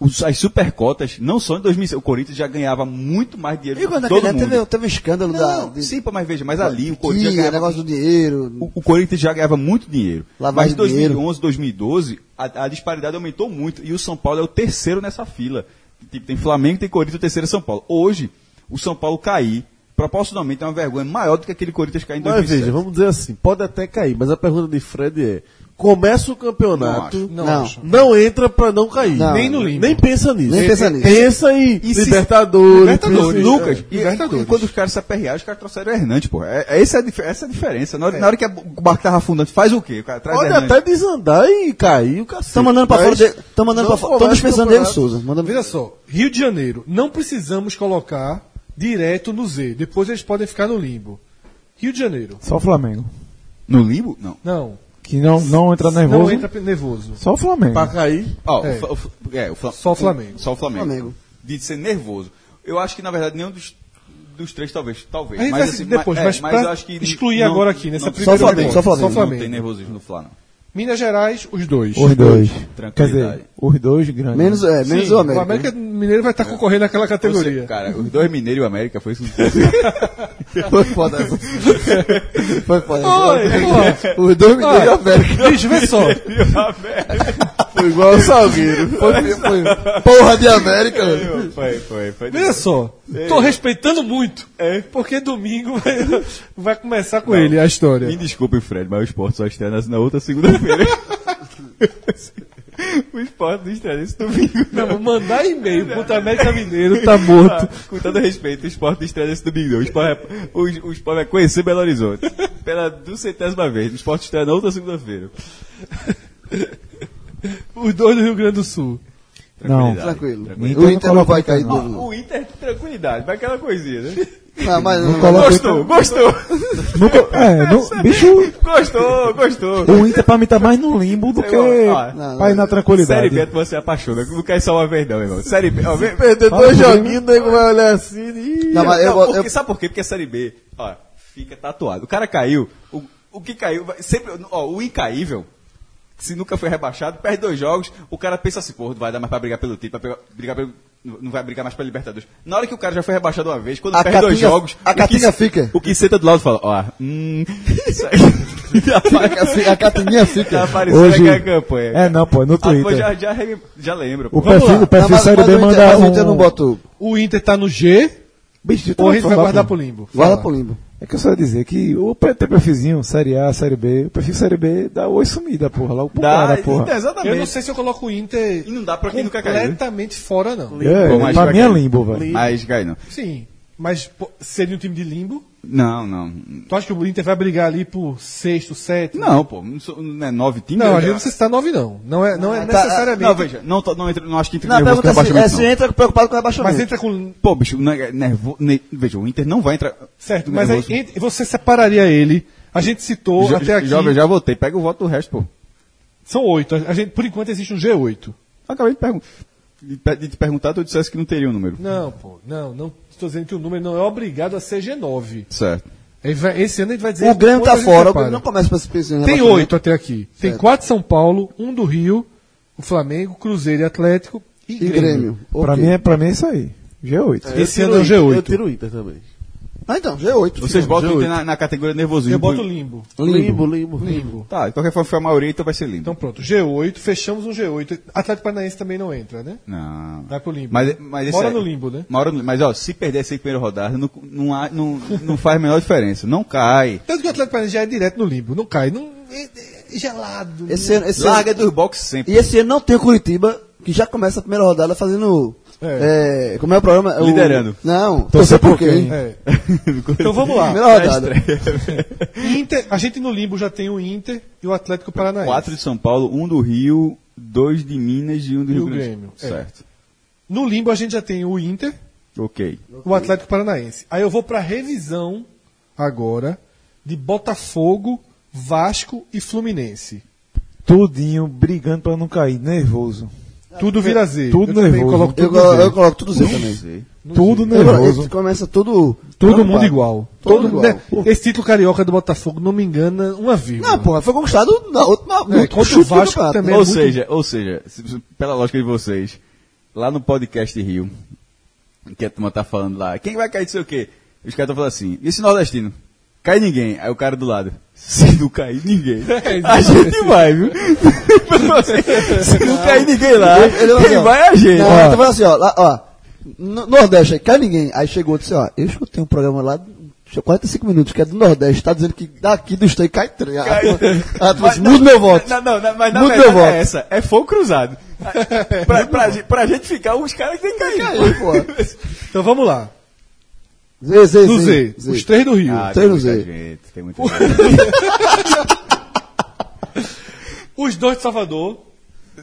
[SPEAKER 6] Os- as supercotas não só em 2007. O Corinthians já ganhava muito mais dinheiro
[SPEAKER 7] E
[SPEAKER 6] do
[SPEAKER 7] quando
[SPEAKER 6] que
[SPEAKER 7] aquele
[SPEAKER 6] todo
[SPEAKER 7] ano
[SPEAKER 6] mundo.
[SPEAKER 7] teve, teve um escândalo da.
[SPEAKER 6] Não,
[SPEAKER 7] de-
[SPEAKER 6] sim, pô, mas veja, mas ali o Corinthians já
[SPEAKER 7] Tinha,
[SPEAKER 6] ganhava
[SPEAKER 7] negócio do dinheiro.
[SPEAKER 6] o, o Corinthians já ganhava muito dinheiro. mas
[SPEAKER 7] Lavagem de
[SPEAKER 6] em 2011, 2012, a, a disparidade aumentou muito e o São Paulo é o terceiro nessa fila. Tipo, tem Flamengo, tem Corinthians, o terceiro é São Paulo. Hoje, o São Paulo cair, proporcionalmente, é uma vergonha maior do que aquele Corinthians cair em
[SPEAKER 3] Mas
[SPEAKER 6] 2007.
[SPEAKER 3] veja, vamos dizer assim, pode até cair, mas a pergunta de Fred é: começa o campeonato,
[SPEAKER 7] Não, acho.
[SPEAKER 3] não entra pra não cair.
[SPEAKER 7] Não. Nem
[SPEAKER 4] no limbo.
[SPEAKER 3] Nem pensa nisso.
[SPEAKER 7] Nem pensa nisso.
[SPEAKER 3] Pensa em
[SPEAKER 6] E se-
[SPEAKER 3] Libertadores,
[SPEAKER 6] Libertadores,
[SPEAKER 3] pensa em-
[SPEAKER 6] Lucas,
[SPEAKER 3] É.
[SPEAKER 6] e, e quando os caras se aperrearam, os caras trouxeram o Hernandes, pô. É, é- essa, é a, dif- essa é a diferença. Na hora, na hora que a- o barco tava afundando, faz o quê? O cara traz
[SPEAKER 3] Pode
[SPEAKER 6] Hernandes.
[SPEAKER 3] até desandar e cair o cacete.
[SPEAKER 7] Estão mandando pra
[SPEAKER 3] mas
[SPEAKER 7] fora. Estão mandando
[SPEAKER 3] não
[SPEAKER 7] pra fora. Estão
[SPEAKER 3] começa o
[SPEAKER 7] dispensando Diego
[SPEAKER 3] campeonato.
[SPEAKER 7] Souza. Mandando...
[SPEAKER 4] Veja só, Rio de Janeiro, não precisamos colocar direto no Z. Depois eles podem ficar no limbo. Rio de Janeiro.
[SPEAKER 2] Só o Flamengo.
[SPEAKER 6] No limbo? Não.
[SPEAKER 4] Não.
[SPEAKER 2] Que não, não entra nervoso.
[SPEAKER 4] Não entra nervoso.
[SPEAKER 2] Só o Flamengo.
[SPEAKER 3] Pra cair,
[SPEAKER 6] Ó,
[SPEAKER 4] É.
[SPEAKER 6] o, Fla- o Fla- é, o Fla-
[SPEAKER 4] Só o Flamengo.
[SPEAKER 6] Só o Flamengo.
[SPEAKER 7] Flamengo.
[SPEAKER 6] De ser nervoso. Eu acho que, na verdade, nenhum dos, dos três, talvez. Talvez.
[SPEAKER 4] A gente vai seguir depois,
[SPEAKER 6] é,
[SPEAKER 4] mas pra
[SPEAKER 6] eu acho que
[SPEAKER 4] excluir agora aqui, né? é nessa
[SPEAKER 7] Só o
[SPEAKER 6] não-
[SPEAKER 7] Flamengo, só o Flamengo.
[SPEAKER 4] Só o
[SPEAKER 6] Não tem
[SPEAKER 4] Flamengo.
[SPEAKER 6] nervosismo no Flá, não.
[SPEAKER 4] Minas Gerais, os dois.
[SPEAKER 2] Os dois.
[SPEAKER 6] Tranquilidade.
[SPEAKER 2] Quer dizer, os dois grandes.
[SPEAKER 7] Menos, é, menos
[SPEAKER 4] Sim,
[SPEAKER 7] o América.
[SPEAKER 4] Mineiro vai estar concorrendo naquela categoria.
[SPEAKER 6] Cara, os dois Mineiro e o América foi isso.
[SPEAKER 7] Foi foda essa. Foi foda
[SPEAKER 4] Oi,
[SPEAKER 7] essa. Os dois mineiros e o América.
[SPEAKER 4] pô. Bicho, vê só.
[SPEAKER 7] Foi igual o Salgueiro. Foi, foi porra de América. velho.
[SPEAKER 6] foi, foi, foi.
[SPEAKER 4] Veja só. Tô respeitando muito. Porque domingo vai, vai começar com ele a
[SPEAKER 6] Me
[SPEAKER 4] história.
[SPEAKER 6] desculpe, Fred, mas o esporte só estreia na- na outra segunda-feira. o esporte não estreia nesse domingo.
[SPEAKER 4] Não, vou mandar e-mail contra América Mineiro, tá morto.
[SPEAKER 6] Com todo respeito, o esporte não estreia nesse domingo. não. O esporte, é- o, o esporte vai conhecer Belo Horizonte. Pela duzentésima vez. O esporte estreia na outra segunda-feira.
[SPEAKER 4] Os dois do Rio Grande do Sul.
[SPEAKER 2] Não.
[SPEAKER 7] Tranquilo.
[SPEAKER 2] Tranquilo.
[SPEAKER 7] O Inter não vai cair de novo.
[SPEAKER 6] O Inter tranquilidade, vai aquela coisinha, né?
[SPEAKER 7] Não, mas não,
[SPEAKER 2] Coloca-
[SPEAKER 6] Gostou, gostou,
[SPEAKER 2] Nunca, é, não, bicho,
[SPEAKER 6] gostou, gostou.
[SPEAKER 2] o Inter pra mim tá mais no limbo do que
[SPEAKER 6] Eu- ó,
[SPEAKER 2] pra ir na
[SPEAKER 6] Série B
[SPEAKER 2] tranquilidade.
[SPEAKER 6] você apaixona, não cai só uma vez não, irmão. Série B, ó, vem-
[SPEAKER 3] Perder
[SPEAKER 2] Fala
[SPEAKER 3] dois
[SPEAKER 2] comigo.
[SPEAKER 3] joguinhos, o nego vai olhar assim e...
[SPEAKER 7] Não, mas eu,
[SPEAKER 6] Não,
[SPEAKER 7] eu,
[SPEAKER 6] porque- Sabe por quê? Porque a Série B, ó, fica tatuado. O cara caiu, o, o que caiu, vai- sempre, ó, o incaível, se nunca foi rebaixado, perde dois jogos, o cara pensa assim, porra, não vai dar mais pra brigar pelo título, pra pegar- brigar pelo- não vai brigar mais pra Libertadores. Na hora que o cara já foi rebaixado uma vez, quando
[SPEAKER 7] A
[SPEAKER 6] perde dois
[SPEAKER 7] catinga-
[SPEAKER 6] jogos...
[SPEAKER 7] a
[SPEAKER 6] o que
[SPEAKER 7] catinga
[SPEAKER 6] se-
[SPEAKER 7] fica.
[SPEAKER 6] O que senta do lado fala, ó, hum... Isso aí...
[SPEAKER 7] a,
[SPEAKER 2] assim,
[SPEAKER 7] fi- a catinguinha fica.
[SPEAKER 6] tá aparecendo
[SPEAKER 2] Hoje,
[SPEAKER 6] aqui a campanha.
[SPEAKER 2] é, não, pô, no
[SPEAKER 6] Ah, pô,
[SPEAKER 2] Twitter.
[SPEAKER 6] já, já, re- já lembro.
[SPEAKER 2] O
[SPEAKER 6] pô.
[SPEAKER 2] perfil, o
[SPEAKER 7] Não,
[SPEAKER 2] perfil
[SPEAKER 7] mas-
[SPEAKER 2] Série
[SPEAKER 7] mas
[SPEAKER 2] B
[SPEAKER 7] o Inter-
[SPEAKER 2] manda
[SPEAKER 7] mas o Inter
[SPEAKER 2] um...
[SPEAKER 7] não bota o-
[SPEAKER 10] O Inter tá no G
[SPEAKER 2] Bicho,
[SPEAKER 10] ou a gente vai
[SPEAKER 2] falar,
[SPEAKER 10] guardar
[SPEAKER 2] pô.
[SPEAKER 10] pro limbo?
[SPEAKER 7] Guarda pro limbo.
[SPEAKER 2] É que eu só ia dizer que o pre- tem perfilzinho, Série A, Série B, o perfil Série B dá oi sumida, porra, logo pro
[SPEAKER 6] Dá,
[SPEAKER 2] cara, porra.
[SPEAKER 6] então,
[SPEAKER 10] Eu não
[SPEAKER 6] exatamente.
[SPEAKER 10] sei se eu coloco o Inter
[SPEAKER 6] E não dá pra quem nunca caiu.
[SPEAKER 10] completamente fora, não.
[SPEAKER 2] É,
[SPEAKER 6] Pô, mas
[SPEAKER 2] pra
[SPEAKER 6] vai
[SPEAKER 2] mim é
[SPEAKER 6] cair.
[SPEAKER 2] limbo, velho.
[SPEAKER 6] Mas cai não.
[SPEAKER 10] Sim.
[SPEAKER 4] Mas pô, seria um time de limbo?
[SPEAKER 6] Não, não.
[SPEAKER 4] Tu acha que o Inter vai brigar ali por sexto, sétimo?
[SPEAKER 6] Não, pô, não, sou- não é nove times.
[SPEAKER 4] Não,
[SPEAKER 6] eu-
[SPEAKER 4] a gente não precisa citar nove, não. Não é, não é
[SPEAKER 7] Ah, tá,
[SPEAKER 4] necessariamente.
[SPEAKER 6] Não, veja, não, tô- não, entra- não acho que entra
[SPEAKER 7] Não, a
[SPEAKER 6] nervoso com
[SPEAKER 7] pergunta é
[SPEAKER 4] assim,
[SPEAKER 7] se, é
[SPEAKER 6] rebaixamento,
[SPEAKER 7] se
[SPEAKER 6] não.
[SPEAKER 7] entra preocupado com o
[SPEAKER 4] mas
[SPEAKER 7] rebaixamento.
[SPEAKER 4] entra com.
[SPEAKER 6] Pô, bicho, não é nervo, ne- veja, o Inter não vai entrar...
[SPEAKER 4] Certo,
[SPEAKER 6] do
[SPEAKER 4] mas aí,
[SPEAKER 6] nervoso.
[SPEAKER 4] ent- você separaria ele. A gente citou
[SPEAKER 6] Jo-
[SPEAKER 4] até aqui.
[SPEAKER 6] Jovem, já voltei, pega o voto do resto, pô.
[SPEAKER 4] São oito. A gente, por enquanto existe um G8.
[SPEAKER 6] Acabei de, pergun de pe- de te perguntar, tu dissesse que não teria o número.
[SPEAKER 4] Não, pô, não, não. Estou dizendo que o número não é obrigado a ser G9.
[SPEAKER 6] Certo.
[SPEAKER 4] Ele vai- Esse ano a gente vai dizer.
[SPEAKER 7] O Grêmio
[SPEAKER 4] quando a
[SPEAKER 7] tá
[SPEAKER 4] gente
[SPEAKER 7] fora, o
[SPEAKER 4] separa.
[SPEAKER 7] Grêmio não começa pra se pensar
[SPEAKER 4] Tem
[SPEAKER 7] em rebaixamento.
[SPEAKER 4] oito até aqui. Tem quatro São Paulo, um do Rio, o Flamengo, Cruzeiro e Atlético e,
[SPEAKER 7] E
[SPEAKER 4] Grêmio.
[SPEAKER 7] Grêmio.
[SPEAKER 2] Pra,
[SPEAKER 7] Ok.
[SPEAKER 2] mim, é- pra mim é isso aí, G8.
[SPEAKER 4] Esse ano é o G8.
[SPEAKER 3] Eu tiro o Inter também.
[SPEAKER 7] Ah, então, G8.
[SPEAKER 6] Vocês
[SPEAKER 7] filho.
[SPEAKER 6] botam o Inter na, na categoria nervosismo.
[SPEAKER 4] um Eu boto limbo.
[SPEAKER 3] Limbo, limbo.
[SPEAKER 4] Limbo.
[SPEAKER 6] Tá, de qualquer forma, foi a maioria, então vai ser lindo.
[SPEAKER 4] Então pronto, G8, fechamos um G8. Atlético Paranaense também não entra, né?
[SPEAKER 6] Não.
[SPEAKER 4] Vai pro limbo.
[SPEAKER 6] Mas, mas esse
[SPEAKER 4] Mora
[SPEAKER 6] é-
[SPEAKER 4] no limbo, né?
[SPEAKER 6] Mora no, mas, ó, se perder essa primeira rodada, não, não, há- não, não faz a menor diferença. Não cai.
[SPEAKER 4] Tanto que o Atlético Paranaense já é direto no limbo, não cai. Não, é, é gelado.
[SPEAKER 7] Esse ano, esse
[SPEAKER 6] Larga
[SPEAKER 7] ano-
[SPEAKER 6] dos boxes sempre.
[SPEAKER 7] E esse ano não tem o Curitiba, que já começa a primeira rodada fazendo.
[SPEAKER 4] É.
[SPEAKER 7] É, como é o programa? O-
[SPEAKER 6] Liderando.
[SPEAKER 7] Não, torcer por quem?
[SPEAKER 4] É. Então vamos lá.
[SPEAKER 6] É
[SPEAKER 4] É,
[SPEAKER 7] Primeira rodada.
[SPEAKER 4] Inter, a gente no limbo já tem o Inter e o Atlético Paranaense.
[SPEAKER 6] Quatro de São Paulo, um do Rio, dois de Minas e um do
[SPEAKER 4] E
[SPEAKER 6] Rio
[SPEAKER 4] o
[SPEAKER 6] Grande.
[SPEAKER 4] Grêmio, é.
[SPEAKER 6] Certo.
[SPEAKER 4] No limbo a gente já tem o Inter,
[SPEAKER 6] Ok.
[SPEAKER 4] o Atlético Paranaense. Aí eu vou para revisão agora de Botafogo, Vasco e Fluminense.
[SPEAKER 2] Tudinho, brigando pra não cair, nervoso.
[SPEAKER 4] Tudo vira Z.
[SPEAKER 2] Tudo
[SPEAKER 4] eu também
[SPEAKER 2] nervoso.
[SPEAKER 4] coloco
[SPEAKER 7] Eu,
[SPEAKER 4] tudo
[SPEAKER 7] colo-
[SPEAKER 4] Z.
[SPEAKER 7] eu coloco tudo Z também.
[SPEAKER 6] Sei.
[SPEAKER 2] Tudo
[SPEAKER 7] Eu coloco-
[SPEAKER 2] nervoso.
[SPEAKER 7] começa tudo.
[SPEAKER 4] Todo
[SPEAKER 7] Não,
[SPEAKER 4] mundo
[SPEAKER 7] pá.
[SPEAKER 4] igual.
[SPEAKER 7] Todo igual.
[SPEAKER 4] né? Esse título carioca do Botafogo não me engana uma vírgula.
[SPEAKER 7] Não, porra, foi conquistado na última. no
[SPEAKER 4] É,
[SPEAKER 7] último
[SPEAKER 4] contra o
[SPEAKER 7] chute do
[SPEAKER 4] Vasco
[SPEAKER 7] campeonato.
[SPEAKER 4] também. é
[SPEAKER 6] Ou
[SPEAKER 4] muito-
[SPEAKER 6] seja, ou seja, se- pela lógica de vocês, lá no podcast Rio, que a turma tá falando lá, quem vai cair de sei o quê? Os caras estão falando assim, e esse nordestino? Cai ninguém. Aí o cara do lado, se não cair ninguém,
[SPEAKER 4] É,
[SPEAKER 6] a gente vai, viu? se não cair ninguém lá,
[SPEAKER 7] Ele- ele
[SPEAKER 6] quem
[SPEAKER 7] não-
[SPEAKER 6] vai é a gente.
[SPEAKER 7] Não,
[SPEAKER 6] Ó,
[SPEAKER 4] tá
[SPEAKER 7] eu tô falando assim, ó, lá, ó. No Nordeste, aí cai ninguém. Aí chegou e disse, ó, eu escutei um programa lá, tinha 45 minutos, que é do Nordeste, tá dizendo que daqui do Estado cai três. Ah,
[SPEAKER 6] Cai.
[SPEAKER 7] tu
[SPEAKER 6] Mas
[SPEAKER 7] disse,
[SPEAKER 6] na-
[SPEAKER 7] muda meu voto.
[SPEAKER 6] na- não, na- mas na
[SPEAKER 7] Muda
[SPEAKER 6] verdade
[SPEAKER 7] meu voto.
[SPEAKER 6] é essa. É fogo cruzado. pra, pra, gente- pra gente ficar, os caras têm que cair.
[SPEAKER 7] Caiu, pô.
[SPEAKER 4] Então vamos lá.
[SPEAKER 7] Z, Z,
[SPEAKER 4] Do Z,
[SPEAKER 7] Z.
[SPEAKER 4] os três do Rio.
[SPEAKER 6] Ah,
[SPEAKER 7] Tem
[SPEAKER 6] tem
[SPEAKER 7] no
[SPEAKER 6] muita
[SPEAKER 7] Z.
[SPEAKER 6] gente, tem muita gente.
[SPEAKER 4] Os dois de Salvador.
[SPEAKER 6] Ah,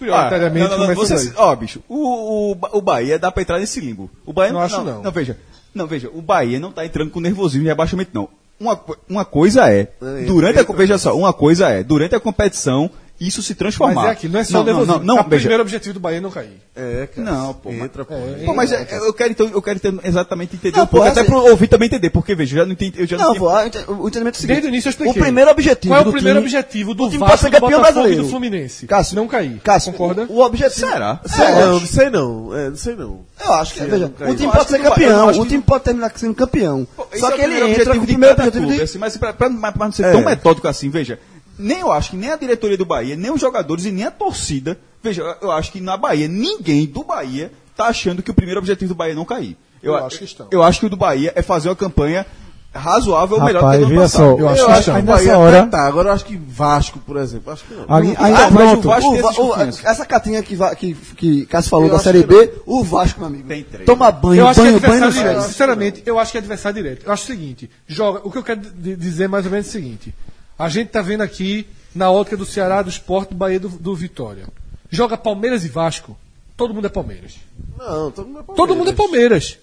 [SPEAKER 4] Prioritariamente
[SPEAKER 6] não, não, não,
[SPEAKER 4] começam
[SPEAKER 6] você-
[SPEAKER 4] daí.
[SPEAKER 6] Ó, bicho, o, o, Ba- o Bahia dá pra entrar nesse limbo. O Bahia
[SPEAKER 4] Não acho, não.
[SPEAKER 6] Não, veja. Não, veja, o Bahia não tá entrando com nervosismo e abaixamento, não. Uma, co- uma coisa é, durante a, co- veja só, uma coisa é, durante a competição, isso se transformar.
[SPEAKER 4] Mas é aquilo, não é só
[SPEAKER 6] não, não,
[SPEAKER 4] nervosismo.
[SPEAKER 6] não, não,
[SPEAKER 4] é o
[SPEAKER 6] veja.
[SPEAKER 4] primeiro objetivo do Bahia é não cair.
[SPEAKER 3] É, cara.
[SPEAKER 6] Não, pô, mas-
[SPEAKER 3] Entra, pô.
[SPEAKER 6] Pô, mas é- eu quero então, eu quero ter- exatamente entender
[SPEAKER 7] Não,
[SPEAKER 6] um pouco,
[SPEAKER 7] pô,
[SPEAKER 6] até
[SPEAKER 7] assim-
[SPEAKER 6] pro ouvir também entender, porque veja, eu já não entendi, eu já não,
[SPEAKER 7] Não,
[SPEAKER 6] tinha-
[SPEAKER 7] vou, ah, ente- o entendimento é o seguinte.
[SPEAKER 4] Desde o início eu expliquei.
[SPEAKER 7] O primeiro objetivo
[SPEAKER 4] Qual é o
[SPEAKER 7] do
[SPEAKER 4] primeiro
[SPEAKER 7] time-
[SPEAKER 4] objetivo do
[SPEAKER 7] o time
[SPEAKER 4] Vasco,
[SPEAKER 7] pode ser
[SPEAKER 4] do
[SPEAKER 7] campeão
[SPEAKER 4] Botafogo e
[SPEAKER 7] brasileiro.
[SPEAKER 4] do Fluminense?
[SPEAKER 7] Cássio,
[SPEAKER 4] Não cair.
[SPEAKER 7] Cássio,
[SPEAKER 4] Concorda?
[SPEAKER 7] O objetivo...
[SPEAKER 6] Será?
[SPEAKER 3] Sei
[SPEAKER 7] É,
[SPEAKER 3] não, não sei não. É, não sei não.
[SPEAKER 7] Eu acho que, é. veja, o time
[SPEAKER 6] Eu acho
[SPEAKER 7] pode ser
[SPEAKER 6] que não vai-
[SPEAKER 7] campeão,
[SPEAKER 6] eu acho
[SPEAKER 7] o
[SPEAKER 6] que
[SPEAKER 7] time pode terminar sendo campeão.
[SPEAKER 6] Pô, esse é
[SPEAKER 7] Só
[SPEAKER 6] o
[SPEAKER 7] que ele
[SPEAKER 6] primeiro
[SPEAKER 7] entra
[SPEAKER 6] objetivo
[SPEAKER 7] com o
[SPEAKER 6] de
[SPEAKER 7] primeiro
[SPEAKER 6] cada
[SPEAKER 7] objetivo É.
[SPEAKER 6] clube,
[SPEAKER 7] de...
[SPEAKER 6] assim, mas pra, pra- mas pra não ser tão metódico assim, veja, nem eu acho que nem a diretoria do Bahia, nem os jogadores e nem a torcida, veja, eu- eu acho que na Bahia, ninguém do Bahia tá achando que o primeiro objetivo do Bahia é não cair. Eu, acho que estão. Eu acho que o do Bahia é fazer uma campanha razoável, melhor do que a
[SPEAKER 2] Rapaz,
[SPEAKER 6] do ano
[SPEAKER 2] veja só,
[SPEAKER 6] passado.
[SPEAKER 2] eu acho
[SPEAKER 3] eu
[SPEAKER 2] que
[SPEAKER 3] acho
[SPEAKER 2] já-
[SPEAKER 3] que o
[SPEAKER 2] nessa
[SPEAKER 3] Bahia
[SPEAKER 2] hora-
[SPEAKER 3] até tá. Agora eu acho que Vasco, por exemplo. Acho que não.
[SPEAKER 2] Aí, aí,
[SPEAKER 6] Ah, mas o
[SPEAKER 2] pronto.
[SPEAKER 6] Vasco tem
[SPEAKER 7] O Va-
[SPEAKER 6] essas
[SPEAKER 7] o-
[SPEAKER 6] confianças.
[SPEAKER 7] essa catinha que, va- que, que Cássio falou
[SPEAKER 3] Eu
[SPEAKER 7] da
[SPEAKER 3] acho
[SPEAKER 7] Série
[SPEAKER 3] que
[SPEAKER 7] B, o Vasco, meu amigo.
[SPEAKER 6] Tem três.
[SPEAKER 7] Toma banho,
[SPEAKER 4] Eu acho
[SPEAKER 7] banho,
[SPEAKER 4] que é
[SPEAKER 7] banho no
[SPEAKER 4] adversário direto.
[SPEAKER 7] Fred.
[SPEAKER 4] Sinceramente, eu acho que é adversário direto. Eu acho o seguinte, joga, o que eu quero di- dizer mais ou menos é o seguinte. A gente tá vendo aqui na ótica do Ceará, do Sport, do Bahia, do, do Vitória. Joga Palmeiras e Vasco. Todo mundo é Palmeiras.
[SPEAKER 3] Não, todo mundo é Palmeiras.
[SPEAKER 4] Todo mundo é Palmeiras.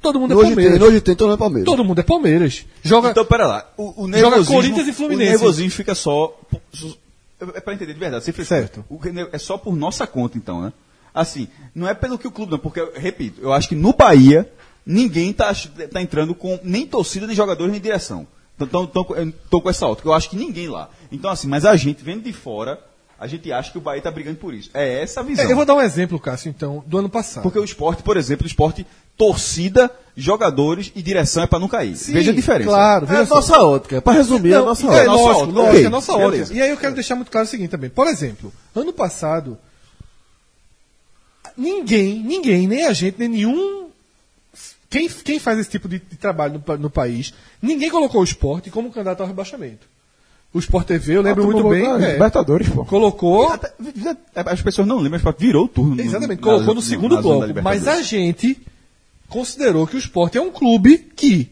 [SPEAKER 4] Todo mundo é
[SPEAKER 7] Hoje tem,
[SPEAKER 4] Palmeiras.
[SPEAKER 7] hoje tem, todo mundo é Palmeiras.
[SPEAKER 4] Todo mundo é Palmeiras. Joga.
[SPEAKER 6] Então, pera lá. O, o
[SPEAKER 4] Joga
[SPEAKER 6] nervosismo-
[SPEAKER 4] Corinthians e Fluminense.
[SPEAKER 6] O nervosismo fica só. por- É pra entender de verdade. Você fez
[SPEAKER 4] Certo.
[SPEAKER 6] O que- é só por nossa conta, então, né? Assim, não é pelo que o clube, não, porque, eu repito, eu acho que no Bahia, ninguém tá, ach- tá entrando com nem torcida, nem jogadores, nem direção. Então, então, então, eu tô com essa alta, eu acho que ninguém lá. Então, assim, mas a gente, vendo de fora, a gente acha que o Bahia tá brigando por isso. É essa a visão.
[SPEAKER 4] É, eu vou dar um exemplo, Cássio, então, do ano passado.
[SPEAKER 6] Porque o esporte, por exemplo, o esporte, torcida, jogadores e direção é pra não cair. Veja a diferença.
[SPEAKER 4] Claro,
[SPEAKER 3] É
[SPEAKER 4] veja
[SPEAKER 3] a
[SPEAKER 4] só.
[SPEAKER 3] nossa ótica. Pra resumir, é a
[SPEAKER 4] Não,
[SPEAKER 3] nossa
[SPEAKER 4] é,
[SPEAKER 3] ótica.
[SPEAKER 6] nossa
[SPEAKER 4] lógico,
[SPEAKER 6] ótica.
[SPEAKER 4] lógico,
[SPEAKER 6] Ok,
[SPEAKER 4] é nossa
[SPEAKER 6] beleza.
[SPEAKER 4] ótica. E aí eu quero deixar muito claro o seguinte também. Por exemplo, ano passado, ninguém, ninguém, nem a gente, nem nenhum. Quem, quem faz esse tipo de, de trabalho no, pa- no país, ninguém colocou o esporte como candidato ao rebaixamento. O Sport TV, eu lembro muito bem.
[SPEAKER 2] Ah,
[SPEAKER 4] é,
[SPEAKER 7] né?
[SPEAKER 2] Libertadores, pô.
[SPEAKER 4] colocou.
[SPEAKER 6] Até- é, As pessoas não lembram, mas virou o turno. no-
[SPEAKER 4] Exatamente,
[SPEAKER 6] na-
[SPEAKER 4] colocou
[SPEAKER 6] na-
[SPEAKER 4] no segundo
[SPEAKER 6] na zona da
[SPEAKER 4] bloco. Mas a
[SPEAKER 6] Libertadores.
[SPEAKER 4] gente considerou que o esporte é um clube que,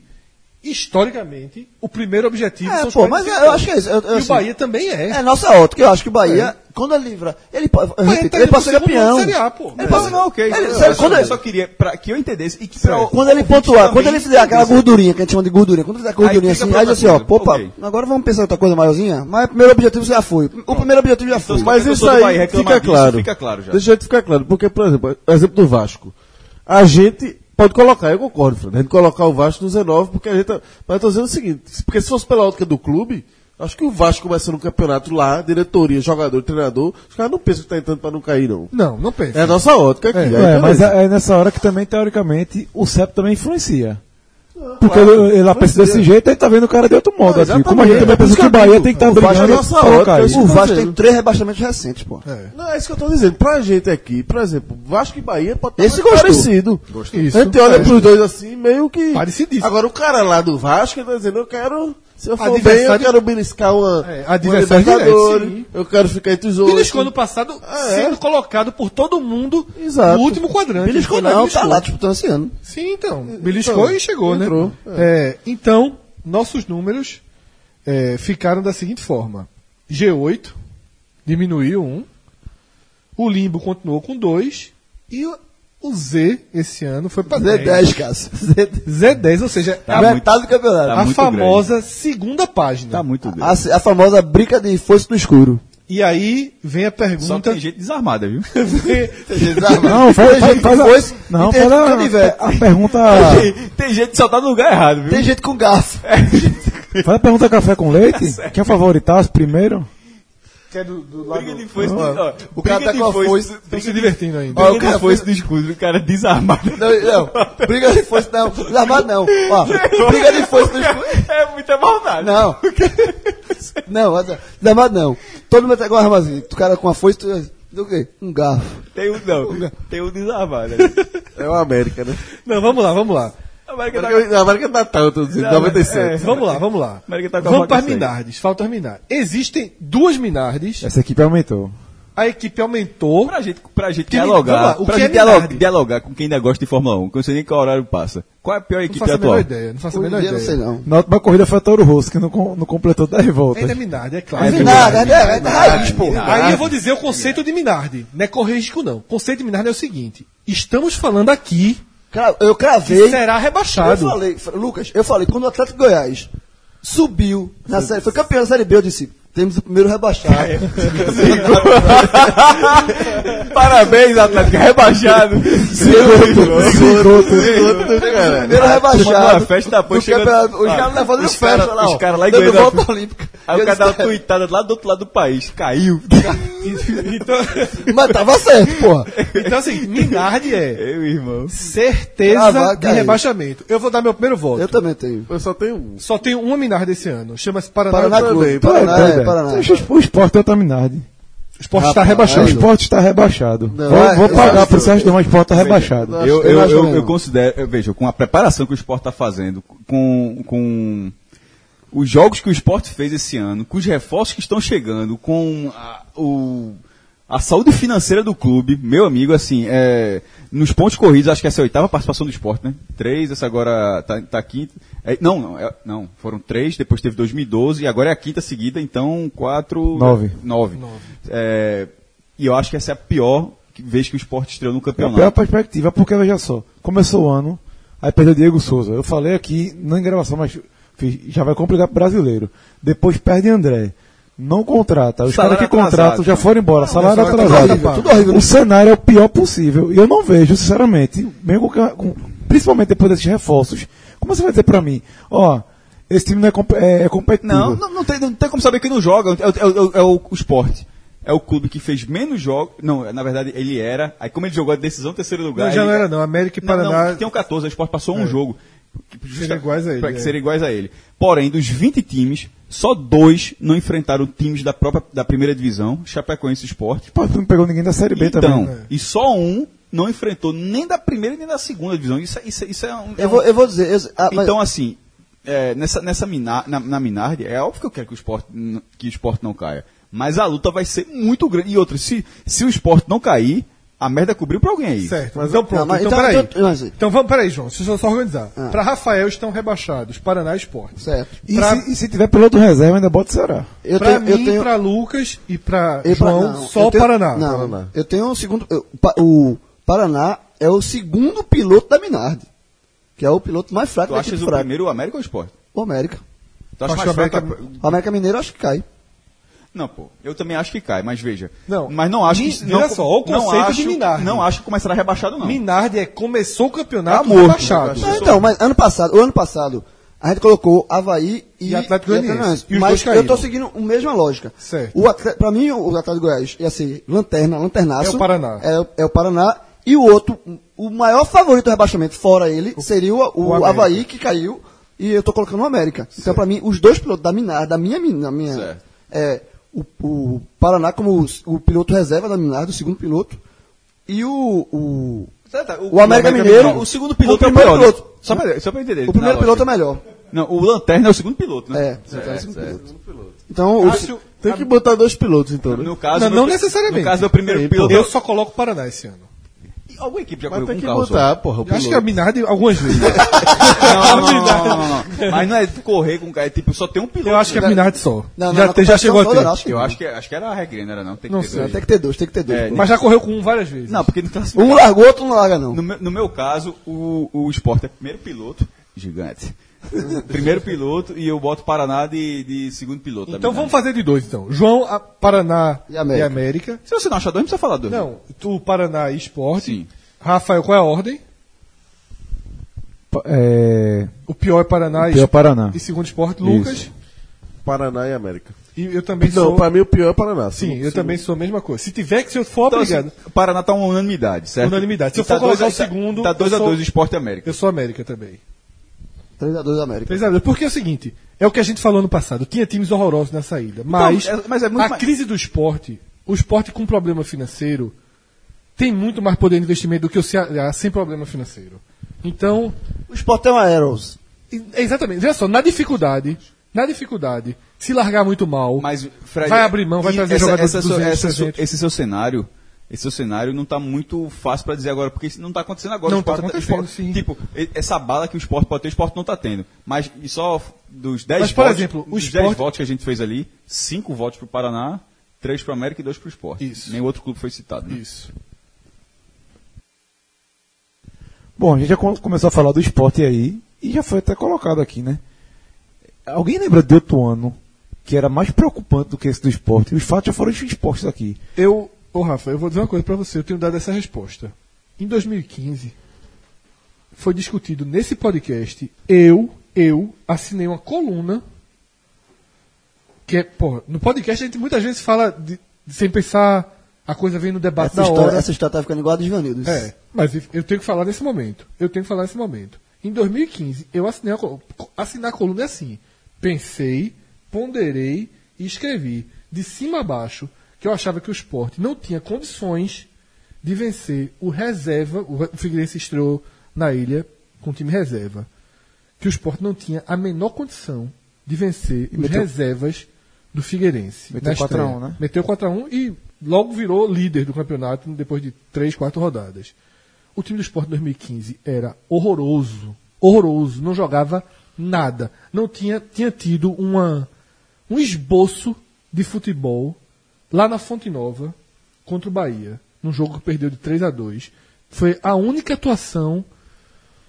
[SPEAKER 4] historicamente, o primeiro objetivo
[SPEAKER 7] É,
[SPEAKER 4] são os
[SPEAKER 7] pô, mas
[SPEAKER 4] 45.
[SPEAKER 7] eu acho que é isso. Eu- eu,
[SPEAKER 4] E o
[SPEAKER 7] assim,
[SPEAKER 4] Bahia também é.
[SPEAKER 7] É nossa ótica. Eu acho que o Bahia, quando ele livra, ele, pode- eu
[SPEAKER 4] Bahia
[SPEAKER 7] repito,
[SPEAKER 4] tá
[SPEAKER 7] ele
[SPEAKER 4] indo
[SPEAKER 7] pode
[SPEAKER 4] pro
[SPEAKER 7] ser
[SPEAKER 4] segundo
[SPEAKER 7] campeão.
[SPEAKER 4] ano de Série A, pô.
[SPEAKER 7] Ele
[SPEAKER 6] Não,
[SPEAKER 7] pode,
[SPEAKER 6] não, ok.
[SPEAKER 7] Ele-
[SPEAKER 6] eu,
[SPEAKER 7] sabe,
[SPEAKER 6] é, só,
[SPEAKER 7] quando
[SPEAKER 6] eu
[SPEAKER 7] ele-
[SPEAKER 6] só queria pra, que eu entendesse e que pra, o-
[SPEAKER 7] Quando ele
[SPEAKER 6] ouvinte
[SPEAKER 7] pontuar,
[SPEAKER 6] também
[SPEAKER 7] quando ele fizer aquela
[SPEAKER 6] entendesse.
[SPEAKER 7] gordurinha que a gente chama de gordurinha, quando fizer a gordurinha
[SPEAKER 6] fica
[SPEAKER 7] assim,
[SPEAKER 6] pra
[SPEAKER 7] aí diz
[SPEAKER 6] outra
[SPEAKER 7] assim, ó,
[SPEAKER 6] coisa.
[SPEAKER 7] opa,
[SPEAKER 6] Ok.
[SPEAKER 7] agora vamos pensar em outra coisa maiorzinha, mas o primeiro objetivo já foi. O primeiro objetivo já foi.
[SPEAKER 6] Então,
[SPEAKER 3] Mas
[SPEAKER 6] Qualquer
[SPEAKER 3] isso
[SPEAKER 6] pessoa do Bahia
[SPEAKER 3] aí
[SPEAKER 6] reclamar
[SPEAKER 3] fica
[SPEAKER 6] disso,
[SPEAKER 3] claro.
[SPEAKER 6] fica claro já.
[SPEAKER 3] Deixa eu te ficar claro. Porque, por exemplo, exemplo do Vasco. A gente pode colocar, eu concordo, Fred, a gente colocar o Vasco no 19, porque a gente... tá- Mas eu tô dizendo o seguinte, porque se fosse pela ótica do clube, acho que o Vasco começando um campeonato lá, diretoria, jogador, treinador, os caras não pensam que tá entrando pra não cair, não.
[SPEAKER 4] Não, não pensa.
[SPEAKER 3] É a nossa ótica aqui. aí tá
[SPEAKER 2] É, mas
[SPEAKER 3] beleza.
[SPEAKER 2] é é nessa hora que também, teoricamente, o CEP também influencia. Porque ele, ela pensa desse jeito, aí tá vendo o cara de outro modo.
[SPEAKER 3] Ah, Não,
[SPEAKER 2] aqui. Como a gente
[SPEAKER 3] exatamente. É
[SPEAKER 2] também pensa
[SPEAKER 3] Isso
[SPEAKER 2] que o
[SPEAKER 3] que eu
[SPEAKER 2] Bahia
[SPEAKER 3] digo,
[SPEAKER 2] tem que estar
[SPEAKER 3] pô.
[SPEAKER 2] tá
[SPEAKER 3] O Vasco
[SPEAKER 2] brigando
[SPEAKER 3] é nossa
[SPEAKER 2] pra não
[SPEAKER 3] hora,
[SPEAKER 2] cair.
[SPEAKER 3] isso
[SPEAKER 7] O
[SPEAKER 3] que eu
[SPEAKER 7] Vasco
[SPEAKER 3] sei.
[SPEAKER 7] tem três rebaixamentos recentes, pô.
[SPEAKER 3] Não, é isso que eu tô dizendo. Pra gente aqui, por exemplo, Vasco e Bahia pode
[SPEAKER 7] Esse
[SPEAKER 3] estar
[SPEAKER 7] gostou.
[SPEAKER 3] parecido.
[SPEAKER 4] Isso. É.
[SPEAKER 3] a gente olha pros dois assim, meio que.
[SPEAKER 4] Parecidíssimo.
[SPEAKER 3] Agora o cara lá do Vasco, ele tá dizendo, eu quero. Se eu for bem, eu
[SPEAKER 4] Adversário-
[SPEAKER 3] quero beliscar uma.
[SPEAKER 4] É,
[SPEAKER 3] uma
[SPEAKER 4] adversário direto,
[SPEAKER 3] Libertadores,
[SPEAKER 4] sim.
[SPEAKER 3] Eu quero ficar entre os outros.
[SPEAKER 4] Beliscou ano passado
[SPEAKER 3] Ah, é?
[SPEAKER 4] sendo colocado por todo mundo
[SPEAKER 3] Exato.
[SPEAKER 4] no último quadrante.
[SPEAKER 7] Beliscou
[SPEAKER 4] Foi lá,
[SPEAKER 7] não, tá
[SPEAKER 4] beliscou.
[SPEAKER 7] lá disputando esse ano.
[SPEAKER 4] Sim, então. Beliscou
[SPEAKER 3] Então,
[SPEAKER 4] e chegou,
[SPEAKER 3] entrou,
[SPEAKER 4] né? É, então, nossos números é, ficaram da seguinte forma: G8 diminuiu um, o Limbo continuou com dois e o- o Z esse ano foi para
[SPEAKER 3] É
[SPEAKER 4] 10.
[SPEAKER 7] Z10, Cássio. Z10.
[SPEAKER 4] Z10, ou seja,
[SPEAKER 6] Tá
[SPEAKER 4] a,
[SPEAKER 6] muito-
[SPEAKER 7] Metade do campeonato.
[SPEAKER 6] tá
[SPEAKER 4] a
[SPEAKER 6] muito
[SPEAKER 4] famosa segunda página.
[SPEAKER 6] Tá muito grande.
[SPEAKER 7] A, a famosa briga de força no escuro.
[SPEAKER 4] E aí vem a
[SPEAKER 6] Só
[SPEAKER 4] pergunta.
[SPEAKER 6] que tem gente desarmada, viu?
[SPEAKER 2] Não, faz, faz, faz,
[SPEAKER 7] Depois,
[SPEAKER 2] a, não,
[SPEAKER 7] e tem
[SPEAKER 2] faz
[SPEAKER 7] gente que tiver.
[SPEAKER 2] a, a pergunta.
[SPEAKER 6] tem gente que só tá no lugar errado, viu?
[SPEAKER 7] Tem gente com garfo.
[SPEAKER 2] Faz a pergunta café com leite? Quer favoritar primeiro?
[SPEAKER 6] Briga de foice no- ó,
[SPEAKER 7] o cara
[SPEAKER 6] briga
[SPEAKER 7] tá
[SPEAKER 6] de
[SPEAKER 7] com a
[SPEAKER 6] foice-
[SPEAKER 7] foice,
[SPEAKER 4] Estão se
[SPEAKER 6] Briga de-
[SPEAKER 4] divertindo ainda.
[SPEAKER 7] Ó, o
[SPEAKER 6] briga de
[SPEAKER 7] cara-
[SPEAKER 6] foice do escudo, o cara desarmado.
[SPEAKER 7] Não, não. Briga de força não. Desarmado não. Ó, briga de força no escuro.
[SPEAKER 6] É muita maldade.
[SPEAKER 7] Não. não, mas- não, mas não. Todo mundo tá com uma armazinha. O cara com uma foice, tu, do quê? Um garfo.
[SPEAKER 6] Tem um, não. Tem um desarmado.
[SPEAKER 3] É o América, né?
[SPEAKER 4] Não, vamos lá, vamos lá. É,
[SPEAKER 6] América tá-
[SPEAKER 3] América, América assim, Natal, eu tô dizendo,
[SPEAKER 6] Não,
[SPEAKER 7] é,
[SPEAKER 3] 97.
[SPEAKER 4] Vamos lá, vamos lá.
[SPEAKER 6] América tá com a
[SPEAKER 4] Vamos para
[SPEAKER 6] vaca
[SPEAKER 4] as Minardes. Falta as Minardes. Existem duas Minardes.
[SPEAKER 2] Essa equipe aumentou.
[SPEAKER 4] A equipe aumentou.
[SPEAKER 6] Pra gente, pra gente
[SPEAKER 4] Que-
[SPEAKER 6] dialogar,
[SPEAKER 4] vamos lá, o
[SPEAKER 6] pra
[SPEAKER 4] que é
[SPEAKER 6] gente dialogar,
[SPEAKER 4] Minardi?
[SPEAKER 6] dialogar com quem ainda gosta de Fórmula 1, que eu não sei nem qual horário passa. Qual é a pior
[SPEAKER 4] Não
[SPEAKER 6] equipe
[SPEAKER 4] faço a
[SPEAKER 6] atual?
[SPEAKER 4] menor ideia. Não faço a
[SPEAKER 7] Hoje
[SPEAKER 4] menor
[SPEAKER 7] em dia,
[SPEAKER 4] ideia.
[SPEAKER 7] não sei não.
[SPEAKER 2] Na última corrida foi a Toro Rosso, que não, com- não completou 10
[SPEAKER 4] Ainda é
[SPEAKER 2] voltas.
[SPEAKER 4] Minardi, é claro.
[SPEAKER 7] Não vi nada, é, é, é da raiz, pô.
[SPEAKER 4] Aí eu vou dizer o conceito de Minardi. Não é corrístico, não. O conceito de Minardi é o seguinte. Estamos falando aqui
[SPEAKER 7] Cra- Eu
[SPEAKER 4] que
[SPEAKER 7] cravei.
[SPEAKER 4] será
[SPEAKER 7] Eu
[SPEAKER 4] rebaixado.
[SPEAKER 7] falei, fa- Lucas, eu falei, quando o Atlético de Goiás subiu na série, foi campeão da série B, eu disse, temos o primeiro rebaixado.
[SPEAKER 6] Parabéns, Atlético, rebaixado.
[SPEAKER 7] primeiro
[SPEAKER 6] Tomando uma
[SPEAKER 7] rebaixado.
[SPEAKER 6] festa, pô,
[SPEAKER 7] do
[SPEAKER 6] chegando-
[SPEAKER 7] campeonato. Os
[SPEAKER 6] Ah,
[SPEAKER 7] caras lá fazendo
[SPEAKER 6] os cara-
[SPEAKER 7] festa lá,
[SPEAKER 6] os
[SPEAKER 7] ó,
[SPEAKER 6] cara lá em
[SPEAKER 7] dando
[SPEAKER 6] Goiânia.
[SPEAKER 7] volta olímpica.
[SPEAKER 6] Aí
[SPEAKER 7] Eu
[SPEAKER 6] o cara dá uma
[SPEAKER 7] disse,
[SPEAKER 6] tuitada lá do outro lado do país. Caiu.
[SPEAKER 4] Então,
[SPEAKER 7] Mas tava certo, porra.
[SPEAKER 4] então assim, Minardi é
[SPEAKER 6] Meu irmão.
[SPEAKER 4] certeza
[SPEAKER 7] Cravar,
[SPEAKER 4] de
[SPEAKER 7] caiu.
[SPEAKER 4] rebaixamento. Eu vou dar meu primeiro voto.
[SPEAKER 7] Eu também tenho.
[SPEAKER 3] Eu só tenho um.
[SPEAKER 4] Só tem uma Minardi esse ano. Chama-se Paraná.
[SPEAKER 7] Paraná
[SPEAKER 3] também,
[SPEAKER 7] Clube.
[SPEAKER 2] Tu é
[SPEAKER 7] Paraná,
[SPEAKER 2] doido,
[SPEAKER 7] é,
[SPEAKER 2] é?
[SPEAKER 7] Paraná.
[SPEAKER 2] Tu acha que O esporte é outra Minardi.
[SPEAKER 4] O esporte está
[SPEAKER 2] O
[SPEAKER 4] rebaixado.
[SPEAKER 2] esporte está rebaixado.
[SPEAKER 7] Não,
[SPEAKER 2] vou
[SPEAKER 7] é,
[SPEAKER 2] vou
[SPEAKER 7] eu
[SPEAKER 2] pagar
[SPEAKER 7] acho
[SPEAKER 2] por
[SPEAKER 7] que-
[SPEAKER 2] isso, acho que não, mas o esporte está Tá rebaixado.
[SPEAKER 7] acho-
[SPEAKER 6] Eu,
[SPEAKER 7] eu
[SPEAKER 6] eu,
[SPEAKER 7] acho
[SPEAKER 2] é
[SPEAKER 6] eu,
[SPEAKER 7] também
[SPEAKER 2] um-
[SPEAKER 6] eu
[SPEAKER 7] não.
[SPEAKER 6] considero, eu vejo, com a preparação que o esporte está fazendo, com, com os jogos que o esporte fez esse ano, com os reforços que estão chegando, com a, o, a saúde financeira do clube, meu amigo, assim, é, nos pontos corridos, acho que essa é a oitava participação do esporte, né? Três, essa agora tá, tá quinta. É, não, não, é- não, foram três, depois teve 2012, e agora é a quinta seguida, então quatro.
[SPEAKER 2] Nove.
[SPEAKER 6] Nove. É, e eu acho que essa é a pior que- vez que o esporte estreou
[SPEAKER 2] É
[SPEAKER 6] no
[SPEAKER 2] a pior
[SPEAKER 6] campeonato.
[SPEAKER 2] perspectiva, porque veja só, começou o ano, aí perdeu o Diego Souza. Eu falei aqui, não em gravação, mas fiz, já vai complicar pro brasileiro. Depois perde André. Não contrata. Os
[SPEAKER 6] Salário
[SPEAKER 2] caras que
[SPEAKER 6] atrasado.
[SPEAKER 2] contratam já foram embora. Salário
[SPEAKER 6] tá
[SPEAKER 7] salário
[SPEAKER 2] atrasado.
[SPEAKER 7] tudo horrível,
[SPEAKER 2] pá.
[SPEAKER 7] tudo horrível.
[SPEAKER 2] O cenário é o pior possível. E eu não vejo, sinceramente, mesmo com- com- principalmente depois desses reforços. Como você vai dizer pra mim, ó, esse time não é, comp- é- é competitivo.
[SPEAKER 6] Não,
[SPEAKER 4] Uhum.
[SPEAKER 6] não, não tem, não tem como saber quem não joga. É, o- é o- é o, o esporte. É o clube que fez menos jogos. Não, na verdade ele era. Aí como ele jogou a decisão terceiro lugar.
[SPEAKER 4] Não, já
[SPEAKER 6] ele-
[SPEAKER 4] não era não. América e
[SPEAKER 6] Não, não,
[SPEAKER 4] Paraná. É.
[SPEAKER 6] tem um 14, o Sport passou um jogo. Que,
[SPEAKER 4] Seria iguais a ele,
[SPEAKER 6] Pra que
[SPEAKER 4] é.
[SPEAKER 6] seria iguais a ele. Porém, dos 20 times, só dois não enfrentaram times da própria da primeira divisão, Chapecoense e Sport.
[SPEAKER 2] Pô, tu não pegou ninguém da Série B
[SPEAKER 6] Então,
[SPEAKER 4] né?
[SPEAKER 2] também. né?
[SPEAKER 6] e só um não enfrentou nem da primeira nem da segunda divisão. Isso, é- isso, é- isso é um. é
[SPEAKER 7] Eu vou, eu vou dizer. eu- ah, mas-
[SPEAKER 6] então, assim, é, nessa, nessa mina- na, na Minardi, é óbvio que eu quero que o esporte, n- que o esporte não caia. Mas a luta vai ser muito grande. E outra, se, se o esporte não cair, a merda cobriu pra alguém aí.
[SPEAKER 4] Certo, mas então pronto.
[SPEAKER 7] Não, mas
[SPEAKER 4] então,
[SPEAKER 7] então-
[SPEAKER 4] peraí.
[SPEAKER 7] então- mas-
[SPEAKER 4] Então vamos, peraí, João. Deixa eu só organizar.
[SPEAKER 7] Ah.
[SPEAKER 4] Pra Rafael estão rebaixados Paraná e Esporte.
[SPEAKER 7] Certo.
[SPEAKER 2] E,
[SPEAKER 4] Pra-
[SPEAKER 2] se, e se tiver piloto reserva, ainda bota o Ceará.
[SPEAKER 7] Eu
[SPEAKER 4] pra
[SPEAKER 7] tenho, eu
[SPEAKER 4] mim,
[SPEAKER 7] tenho-
[SPEAKER 4] pra Lucas e pra
[SPEAKER 7] eu pra-
[SPEAKER 4] João,
[SPEAKER 7] não,
[SPEAKER 4] só
[SPEAKER 7] eu
[SPEAKER 4] o
[SPEAKER 7] tenho-
[SPEAKER 4] Paraná.
[SPEAKER 7] Não,
[SPEAKER 4] Paraná.
[SPEAKER 7] eu tenho um segundo. eu- pa- o Paraná é o segundo piloto da Minardi. Que é o piloto mais fraco
[SPEAKER 6] Tu
[SPEAKER 7] da
[SPEAKER 6] achas
[SPEAKER 7] equipe
[SPEAKER 6] o
[SPEAKER 7] fraca.
[SPEAKER 6] primeiro o América ou o esporte?
[SPEAKER 7] O América.
[SPEAKER 6] Tu acha
[SPEAKER 4] Acho
[SPEAKER 6] mais
[SPEAKER 4] que o América-
[SPEAKER 6] fraco a-
[SPEAKER 7] O América Mineiro eu acho que cai.
[SPEAKER 6] Não, pô. Eu também acho que cai, mas veja.
[SPEAKER 4] Não.
[SPEAKER 6] Mas não acho que.
[SPEAKER 4] Mi- olha
[SPEAKER 6] não,
[SPEAKER 4] só, o
[SPEAKER 6] não
[SPEAKER 4] conceito de
[SPEAKER 6] acho-
[SPEAKER 4] Minardi.
[SPEAKER 6] Não acho que começará rebaixado, não.
[SPEAKER 4] Minardi é, começou o campeonato
[SPEAKER 6] Tá morto,
[SPEAKER 4] rebaixado.
[SPEAKER 6] eu acho.
[SPEAKER 7] Não, então, mas ano passado, o ano passado, a gente colocou Havaí e,
[SPEAKER 4] E Atlético Goianiense. E os dois
[SPEAKER 7] Mas
[SPEAKER 4] caíram.
[SPEAKER 7] eu tô seguindo a mesma lógica.
[SPEAKER 4] Certo.
[SPEAKER 7] O atle- pra mim, o Atlético Goiás ia ser lanterna, lanternaço.
[SPEAKER 4] É o Paraná.
[SPEAKER 7] É, é o Paraná. E o outro, o maior favorito do rebaixamento, fora ele, seria o,
[SPEAKER 4] o
[SPEAKER 7] o,
[SPEAKER 4] América.
[SPEAKER 7] Havaí, que caiu. E eu tô colocando o América. Então, pra mim, os dois pilotos da Minar, da minha, min- da minha
[SPEAKER 6] Certo.
[SPEAKER 7] é, o, o Paraná como os- o, piloto reserva da Minar, do segundo piloto. E o- o
[SPEAKER 6] Tá, tá,
[SPEAKER 7] o América Mineiro-
[SPEAKER 6] O segundo piloto
[SPEAKER 7] o
[SPEAKER 6] é o pior.
[SPEAKER 7] primeiro
[SPEAKER 6] né?
[SPEAKER 7] piloto.
[SPEAKER 6] Só pra, só pra entender.
[SPEAKER 4] tá
[SPEAKER 7] O primeiro
[SPEAKER 6] na
[SPEAKER 7] piloto é
[SPEAKER 6] lógica.
[SPEAKER 7] melhor.
[SPEAKER 6] Não, o Lanterna é o segundo piloto, né?
[SPEAKER 7] É, então é o segundo
[SPEAKER 6] certo.
[SPEAKER 7] Então, o-
[SPEAKER 4] Cássio,
[SPEAKER 3] Tem que botar dois pilotos, então, né?
[SPEAKER 6] No caso,
[SPEAKER 4] Não,
[SPEAKER 6] meu-
[SPEAKER 4] não necessariamente.
[SPEAKER 6] No caso, é o primeiro
[SPEAKER 4] Ei,
[SPEAKER 6] piloto.
[SPEAKER 4] Eu só coloco o Paraná esse ano.
[SPEAKER 6] E Alguma equipe já
[SPEAKER 3] Mas
[SPEAKER 6] correu com
[SPEAKER 3] tem
[SPEAKER 6] um
[SPEAKER 3] que
[SPEAKER 6] carro só?
[SPEAKER 3] botar, porra, o
[SPEAKER 4] Eu acho que
[SPEAKER 3] piloto.
[SPEAKER 4] é a Minardi algumas vezes.
[SPEAKER 6] Não, não, não, não, não, não. Mas não é correr com um carro. É, tipo, só tem um piloto.
[SPEAKER 4] Eu acho que a
[SPEAKER 6] né?
[SPEAKER 4] Minardi só.
[SPEAKER 7] Não, não,
[SPEAKER 4] já,
[SPEAKER 7] na
[SPEAKER 4] te- já
[SPEAKER 7] competição
[SPEAKER 4] chegou a
[SPEAKER 7] toda,
[SPEAKER 4] ter.
[SPEAKER 7] não, acho que é
[SPEAKER 6] Eu
[SPEAKER 7] não.
[SPEAKER 6] acho que, é, acho que era a regra, não era não? Tem que
[SPEAKER 4] Não
[SPEAKER 6] ter
[SPEAKER 4] sei,
[SPEAKER 6] dois.
[SPEAKER 7] Tem que ter dois, tem que ter dois.
[SPEAKER 6] É,
[SPEAKER 4] Mas já correu com um várias vezes.
[SPEAKER 6] Não, porque não classificava.
[SPEAKER 7] Um largou, outro não larga, não.
[SPEAKER 6] No meu, no meu caso, o, o Sport é primeiro piloto. Gigante. primeiro piloto e eu boto Paraná de, de segundo piloto.
[SPEAKER 4] Então
[SPEAKER 6] tá
[SPEAKER 4] vamos fazer de dois, então. João, a- Paraná
[SPEAKER 7] E América.
[SPEAKER 4] e América.
[SPEAKER 6] Se você não achar dois, não precisa falar dois.
[SPEAKER 4] Não, tu, Paraná e Esporte.
[SPEAKER 6] Sim.
[SPEAKER 4] Rafael, qual é a ordem?
[SPEAKER 2] Pa- É...
[SPEAKER 4] O pior é Paraná
[SPEAKER 2] O pior é Paraná.
[SPEAKER 4] e segundo Esporte, Lucas.
[SPEAKER 3] Paraná e América.
[SPEAKER 4] E eu também
[SPEAKER 3] Não,
[SPEAKER 4] sou...
[SPEAKER 3] pra mim o pior é Paraná.
[SPEAKER 4] Sim, eu
[SPEAKER 3] Segundo-
[SPEAKER 4] também sou a mesma coisa. Se tiver que, se eu for
[SPEAKER 6] Então,
[SPEAKER 4] obrigado...
[SPEAKER 6] assim, Paraná tá uma unanimidade, certo?
[SPEAKER 4] Unanimidade. Se
[SPEAKER 6] E
[SPEAKER 4] eu for
[SPEAKER 6] dois
[SPEAKER 4] colocar
[SPEAKER 6] a-
[SPEAKER 4] o segundo,
[SPEAKER 6] Tá 2x2
[SPEAKER 4] eu sou-
[SPEAKER 6] o Sport e América.
[SPEAKER 4] Eu sou América também.
[SPEAKER 7] 3x2 América.
[SPEAKER 4] Três a dois. Porque é o seguinte, é o que a gente falou no passado. Tinha times horrorosos na saída, mas,
[SPEAKER 6] é- mas é muito
[SPEAKER 4] a
[SPEAKER 6] mais-
[SPEAKER 4] crise do esporte, o esporte com problema financeiro, tem muito mais poder de investimento do que o Ceará sem problema financeiro. Então,
[SPEAKER 7] O Sport é uma Aeros.
[SPEAKER 4] e- é exatamente. Veja só, na dificuldade, na dificuldade, se largar muito mal,
[SPEAKER 6] Mas, Fred,
[SPEAKER 4] vai abrir mão, vai
[SPEAKER 6] e
[SPEAKER 4] trazer
[SPEAKER 6] essa,
[SPEAKER 4] jogador
[SPEAKER 6] essa,
[SPEAKER 4] 200,
[SPEAKER 6] essa-
[SPEAKER 4] 300.
[SPEAKER 6] esse seu cenário, esse seu cenário não tá muito fácil para dizer agora, porque isso não tá acontecendo agora.
[SPEAKER 4] Não
[SPEAKER 6] O Sport
[SPEAKER 4] tá
[SPEAKER 6] o
[SPEAKER 4] acontecendo,
[SPEAKER 6] Sport-
[SPEAKER 4] sim.
[SPEAKER 6] Tipo, e- essa bala que o esporte pode ter, o esporte não tá tendo. Mas e só dos 10
[SPEAKER 4] Mas, por exemplo, o
[SPEAKER 6] dos
[SPEAKER 4] Sport-
[SPEAKER 6] 10 votos que a gente fez ali, 5 votos pro Paraná, 3 pro América e 2 pro esporte.
[SPEAKER 4] Isso.
[SPEAKER 6] Nenhum outro clube foi citado. Né?
[SPEAKER 4] isso.
[SPEAKER 2] Bom, a gente já com- começou a falar do esporte aí e já foi até colocado aqui, né? Alguém lembra de outro ano que era mais preocupante do que esse do esporte? Os fatos já foram expostos aqui.
[SPEAKER 4] Eu, ô Rafa, eu vou dizer uma coisa pra você, eu tenho dado essa resposta. Em 2015, foi discutido nesse podcast, eu, eu assinei uma coluna que é, porra, no podcast a gente muitas vezes fala de- de- sem pensar, a coisa vem no debate
[SPEAKER 7] Essa
[SPEAKER 4] da
[SPEAKER 7] história,
[SPEAKER 3] é.
[SPEAKER 4] hora.
[SPEAKER 7] essa história tá ficando igual a dos Vanildos.
[SPEAKER 4] É, mas eu tenho que falar nesse momento. Eu tenho que falar nesse momento. Em 2015, eu assinei a, col- assinar a coluna é assim. Pensei, ponderei e escrevi de cima a baixo que eu achava que o esporte não tinha condições de vencer o reserva. O Re- o Figueirense estreou na ilha com o time reserva. Que o esporte não tinha a menor condição de vencer os
[SPEAKER 2] meteu-
[SPEAKER 4] reservas do Figueirense.
[SPEAKER 2] Meteu
[SPEAKER 4] na
[SPEAKER 2] 4 a 1,
[SPEAKER 4] estreia.
[SPEAKER 2] né?
[SPEAKER 4] Meteu 4x1 e logo virou líder do campeonato depois de 3, 4 rodadas. O time do Sport 2015 era horroroso. Horroroso. Não jogava nada. Não tinha, tinha tido uma, um esboço de futebol lá na Fonte Nova contra o Bahia. num jogo que perdeu de 3 a 2 Foi a única atuação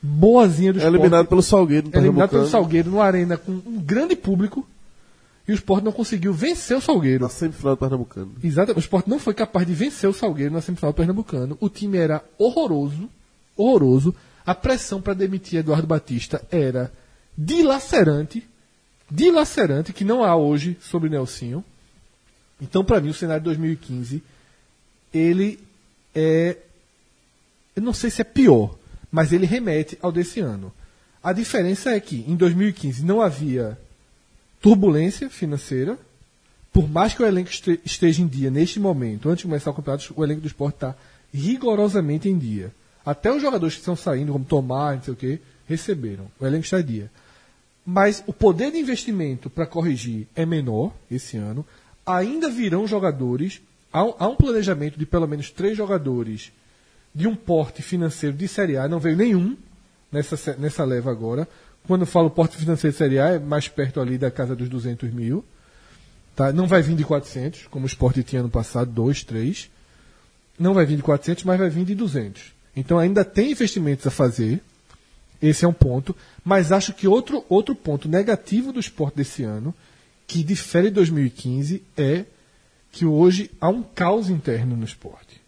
[SPEAKER 4] boazinha do
[SPEAKER 3] É eliminado pelo Salgueiro.
[SPEAKER 4] é eliminado pelo
[SPEAKER 3] pernambucano.
[SPEAKER 4] Salgueiro numa arena com um grande público e o Sport não conseguiu vencer o Salgueiro.
[SPEAKER 3] Na semifinal do Pernambucano.
[SPEAKER 4] Exatamente. O Sport não foi capaz de vencer o Salgueiro na semifinal do Pernambucano. O time era horroroso, horroroso. A pressão para demitir Eduardo Batista era dilacerante, dilacerante, que não há hoje sobre Nelsinho. Então, para mim, o cenário de 2015, ele é... Eu não sei se é pior, mas ele remete ao desse ano. A diferença é que, em 2015, não havia turbulência financeira, por mais que o elenco este- esteja em dia neste momento, antes de começar o campeonato, o elenco do esporte está rigorosamente em dia. Até os jogadores que estão saindo, como Tomás, não sei o quê, receberam. O elenco está em dia. Mas o poder de investimento para corrigir é menor esse ano. Ainda virão jogadores. Há um, há um planejamento de pelo menos três jogadores de um porte financeiro de Série A. Não veio nenhum nessa, se- nessa leva agora. Quando eu falo porte financeiro de Série A, é mais perto ali da casa dos 200 mil. Tá? Não vai vir de 400, como o Sport tinha ano passado, 2, 3. Não vai vir de 400, mas vai vir de 200. Então ainda tem investimentos a fazer. Esse é um ponto. Mas acho que outro, outro ponto negativo do esporte desse ano, que difere de 2015, é que hoje há um caos interno no esporte.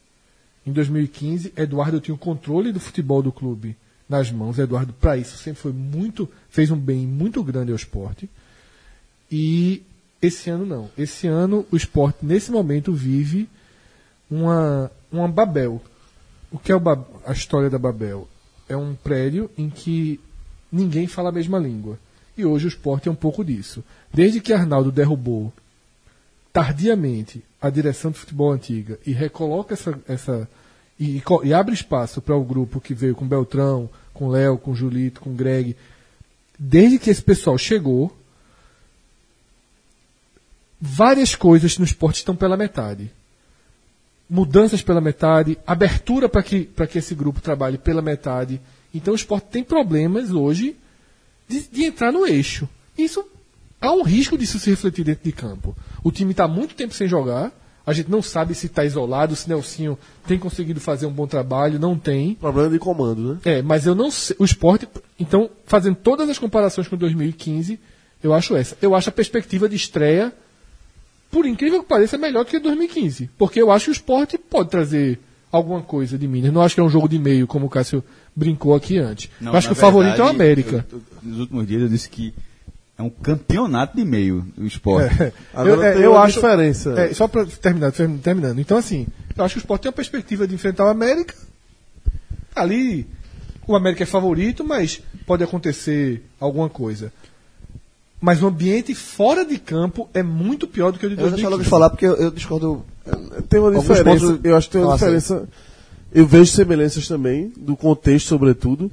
[SPEAKER 4] Em 2015, Eduardo tinha o controle do futebol do clube nas mãos. Eduardo, para isso, sempre foi muito. fez um bem muito grande ao esporte. E esse ano não. Esse ano o esporte, nesse momento, vive uma, uma Babel. O que é o Ba- a história da Babel? É um prédio em que ninguém fala a mesma língua. E hoje o esporte é um pouco disso. Desde que Arnaldo derrubou tardiamente a direção do futebol antiga e recoloca essa. essa e, e co- e abre espaço para o grupo que veio com Beltrão, com Léo, com Julito, com Greg. Desde que esse pessoal chegou, várias coisas no esporte estão pela metade. Mudanças pela metade, abertura para que, pra que esse grupo trabalhe pela metade. Então o esporte tem problemas hoje de, de entrar no eixo. Isso há um risco disso se refletir dentro de campo. O time está muito tempo sem jogar. A gente não sabe se está isolado, se Nelsinho tem conseguido fazer um bom trabalho, não tem.
[SPEAKER 3] Problema de comando, né?
[SPEAKER 4] É, mas eu não sei. O esporte. Então, fazendo todas as comparações com 2015, eu acho essa. Eu acho a perspectiva de estreia, por incrível que pareça, melhor que a de 2015. Porque eu acho que o esporte pode trazer alguma coisa de Minas. Não acho que é um jogo de meio, como o Cássio brincou aqui antes. eu acho que
[SPEAKER 6] na
[SPEAKER 4] o favorito é o
[SPEAKER 6] verdade,
[SPEAKER 4] América.
[SPEAKER 6] eu- eu- nos últimos dias eu disse que é um campeonato de meio o esporte.
[SPEAKER 3] Agora
[SPEAKER 4] é,
[SPEAKER 3] tem
[SPEAKER 4] eu
[SPEAKER 3] uma
[SPEAKER 4] acho-
[SPEAKER 3] diferença.
[SPEAKER 4] É, só para terminar, term- terminando. Então, assim, eu acho que o Sport tem uma perspectiva de enfrentar o América. Ali, o América é favorito, mas pode acontecer alguma coisa. Mas o ambiente fora de campo é muito pior do que o de
[SPEAKER 7] Eu vou deixar o
[SPEAKER 4] 2015.
[SPEAKER 7] Lucas falar porque eu, eu discordo. eh,
[SPEAKER 3] É, Tem uma
[SPEAKER 7] Alguns
[SPEAKER 3] diferença.
[SPEAKER 7] pontos-
[SPEAKER 3] Eu acho que tem uma
[SPEAKER 7] Fala,
[SPEAKER 3] diferença. Eu vejo semelhanças também, do contexto, sobretudo,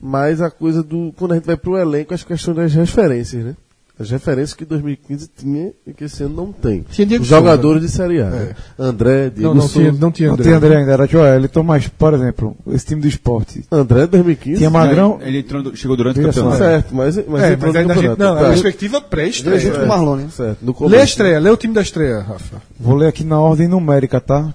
[SPEAKER 3] mas a coisa do. Quando a gente vai pro elenco, as questões das referências, né? As referências que 2015 tinha e que esse ano não tem.
[SPEAKER 4] Tinha Diego É.
[SPEAKER 3] Jogadores de Série A. né? André, Diego
[SPEAKER 4] Não, não
[SPEAKER 3] Souza.
[SPEAKER 4] tinha, não tinha
[SPEAKER 2] Não
[SPEAKER 4] André.
[SPEAKER 2] tem André ainda, era Joelito, mas, por exemplo, esse time do esporte.
[SPEAKER 3] André 2015.
[SPEAKER 2] Tinha Magrão,
[SPEAKER 6] Não, Ele entrou, do- chegou durante o
[SPEAKER 2] Veja só,
[SPEAKER 6] campeonato.
[SPEAKER 3] Tá Certo, mas, mas
[SPEAKER 4] É,
[SPEAKER 3] entrou
[SPEAKER 4] mas
[SPEAKER 3] no
[SPEAKER 4] ainda a gente,
[SPEAKER 3] campeonato.
[SPEAKER 4] não, é
[SPEAKER 3] Tá.
[SPEAKER 4] uma perspectiva
[SPEAKER 7] Veio junto
[SPEAKER 4] pré-estreia.
[SPEAKER 7] com o Marlon, né?
[SPEAKER 3] Certo, no
[SPEAKER 4] Lê a
[SPEAKER 3] começo.
[SPEAKER 4] estreia, lê o time da estreia, Rafa.
[SPEAKER 2] vou ler aqui na ordem numérica, tá?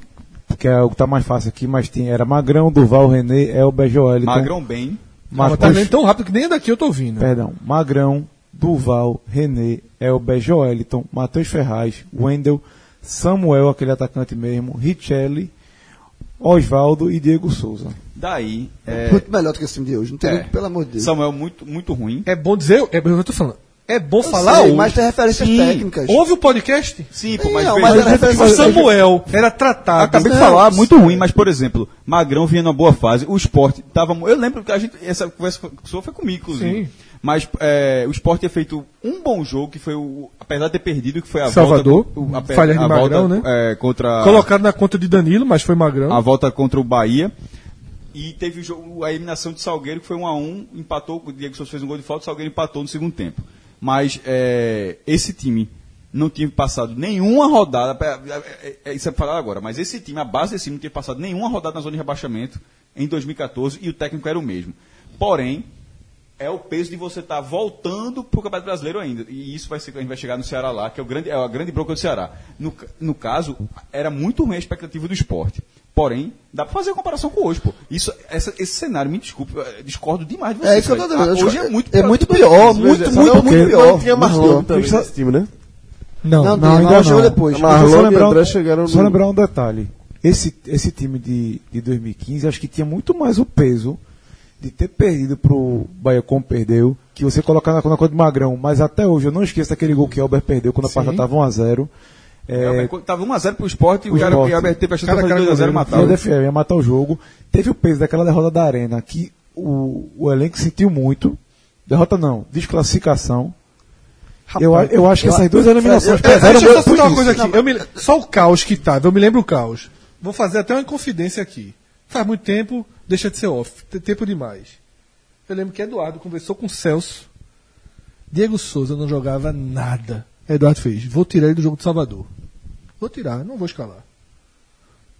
[SPEAKER 2] Que é o que tá mais fácil aqui, mas tinha. Era Magrão, Duval, René, Elber, Joelito.
[SPEAKER 6] Magrão bem.
[SPEAKER 4] Mas
[SPEAKER 2] Marcos,
[SPEAKER 4] tá lendo tão rápido que nem daqui eu tô ouvindo.
[SPEAKER 7] É.
[SPEAKER 2] Perdão, Magrão, Duval, René, Elber, Joeliton, Matheus Ferraz, Wendel, Samuel, aquele atacante mesmo, Richelli, Osvaldo e Diego Souza.
[SPEAKER 6] Daí. É,
[SPEAKER 7] Muito melhor do que esse time de hoje. Não tem
[SPEAKER 6] é,
[SPEAKER 7] nem- pelo amor de Deus.
[SPEAKER 6] Samuel muito, muito ruim.
[SPEAKER 4] É bom dizer, é bom eu tô falando. É bom falar
[SPEAKER 7] Sei,
[SPEAKER 4] hoje.
[SPEAKER 7] mas tem referências
[SPEAKER 6] Sim.
[SPEAKER 7] técnicas.
[SPEAKER 4] Ouve o podcast?
[SPEAKER 6] Sim, pô,
[SPEAKER 7] Sim,
[SPEAKER 6] mas,
[SPEAKER 7] não,
[SPEAKER 6] veja-
[SPEAKER 7] mas era
[SPEAKER 4] é O
[SPEAKER 7] referência-
[SPEAKER 4] Samuel É era tratado. né?
[SPEAKER 6] Acabei de falar, muito ruim, mas, por exemplo, Magrão vinha numa boa fase, o esporte tava. mu- Eu lembro que a gente. Essa conversa foi- sua foi comigo, inclusive.
[SPEAKER 4] Sim.
[SPEAKER 6] Mas é, o esporte tinha feito um bom jogo, que foi o. Apesar de ter perdido, que foi a
[SPEAKER 4] Salvador,
[SPEAKER 6] volta. o- a pe-
[SPEAKER 4] falha de
[SPEAKER 6] a
[SPEAKER 4] Magrão, né?
[SPEAKER 6] volta, é, contra.
[SPEAKER 4] Colocado na conta de Danilo, mas foi magrão.
[SPEAKER 6] A volta contra o Bahia. E teve o jogo, a eliminação de Salgueiro, que foi 1 a 1 empatou, o Diego Souza fez um gol de falta, o Salgueiro empatou no segundo tempo. Mas é, esse time não tinha passado nenhuma rodada, pra- é, é, é, isso é falar agora, mas esse time, a base desse time não tinha passado nenhuma rodada na zona de rebaixamento em 2014 e o técnico era o mesmo. Porém, é o peso de você estar voltando para o Campeonato Brasileiro ainda. E isso vai ser, a gente vai chegar no Ceará lá, que é, o grande, é a grande bronca do Ceará. No, ca- no caso, era muito ruim a expectativa do esporte. Porém, dá pra fazer a comparação com hoje, pô. Isso, essa- esse cenário, me desculpe, eu discordo demais de você.
[SPEAKER 7] É isso que eu tô dizendo.
[SPEAKER 6] Hoje é muito
[SPEAKER 7] é
[SPEAKER 6] pior.
[SPEAKER 7] muito pior, muito,
[SPEAKER 3] Mas
[SPEAKER 7] muito,
[SPEAKER 3] não,
[SPEAKER 7] muito pior.
[SPEAKER 3] Não tinha
[SPEAKER 7] muito
[SPEAKER 3] Marlon
[SPEAKER 7] pior.
[SPEAKER 3] também nesse time, né?
[SPEAKER 2] Não,
[SPEAKER 7] Não,
[SPEAKER 2] não,
[SPEAKER 7] não,
[SPEAKER 2] ainda
[SPEAKER 7] chegou
[SPEAKER 2] não.
[SPEAKER 7] depois.
[SPEAKER 2] Deixa eu
[SPEAKER 3] Marlon
[SPEAKER 2] só
[SPEAKER 3] e
[SPEAKER 2] lembrar,
[SPEAKER 3] André
[SPEAKER 2] um-
[SPEAKER 3] chegaram
[SPEAKER 2] só
[SPEAKER 3] no-
[SPEAKER 2] lembrar um detalhe. Esse, esse time de, de 2015, acho que tinha muito mais o peso de ter perdido pro Bahia como perdeu, que você colocar na, na conta do Magrão. Mas até hoje, eu não esqueço daquele gol que o Elber perdeu quando a partida tava 1x0.
[SPEAKER 6] É,
[SPEAKER 2] É,
[SPEAKER 6] quando tava 1x0 pro esporte e o
[SPEAKER 2] O
[SPEAKER 6] cara
[SPEAKER 2] Sport.
[SPEAKER 6] o Albert teve a chance de
[SPEAKER 4] Cara,
[SPEAKER 6] fazer
[SPEAKER 4] cara,
[SPEAKER 6] 2x0
[SPEAKER 4] cara,
[SPEAKER 6] e matar.
[SPEAKER 2] ia, def- ia matar o jogo. Teve o peso daquela derrota da Arena, que o, o elenco sentiu muito. Derrota não, desclassificação. eu, a- eu acho que essas duas eliminações
[SPEAKER 4] É,
[SPEAKER 2] pesaram
[SPEAKER 4] deixa eu só
[SPEAKER 2] muito por
[SPEAKER 4] citar uma
[SPEAKER 2] isso.
[SPEAKER 4] coisa aqui. Eu me- só o caos que tava, eu me lembro o caos. Vou fazer até uma confidência aqui. Faz muito tempo, deixa de ser off. Tem tempo demais. Eu lembro que Eduardo conversou com o Celso. Diego Souza não jogava nada. Eduardo fez, vou tirar ele do jogo de Salvador. Vou tirar, não vou escalar.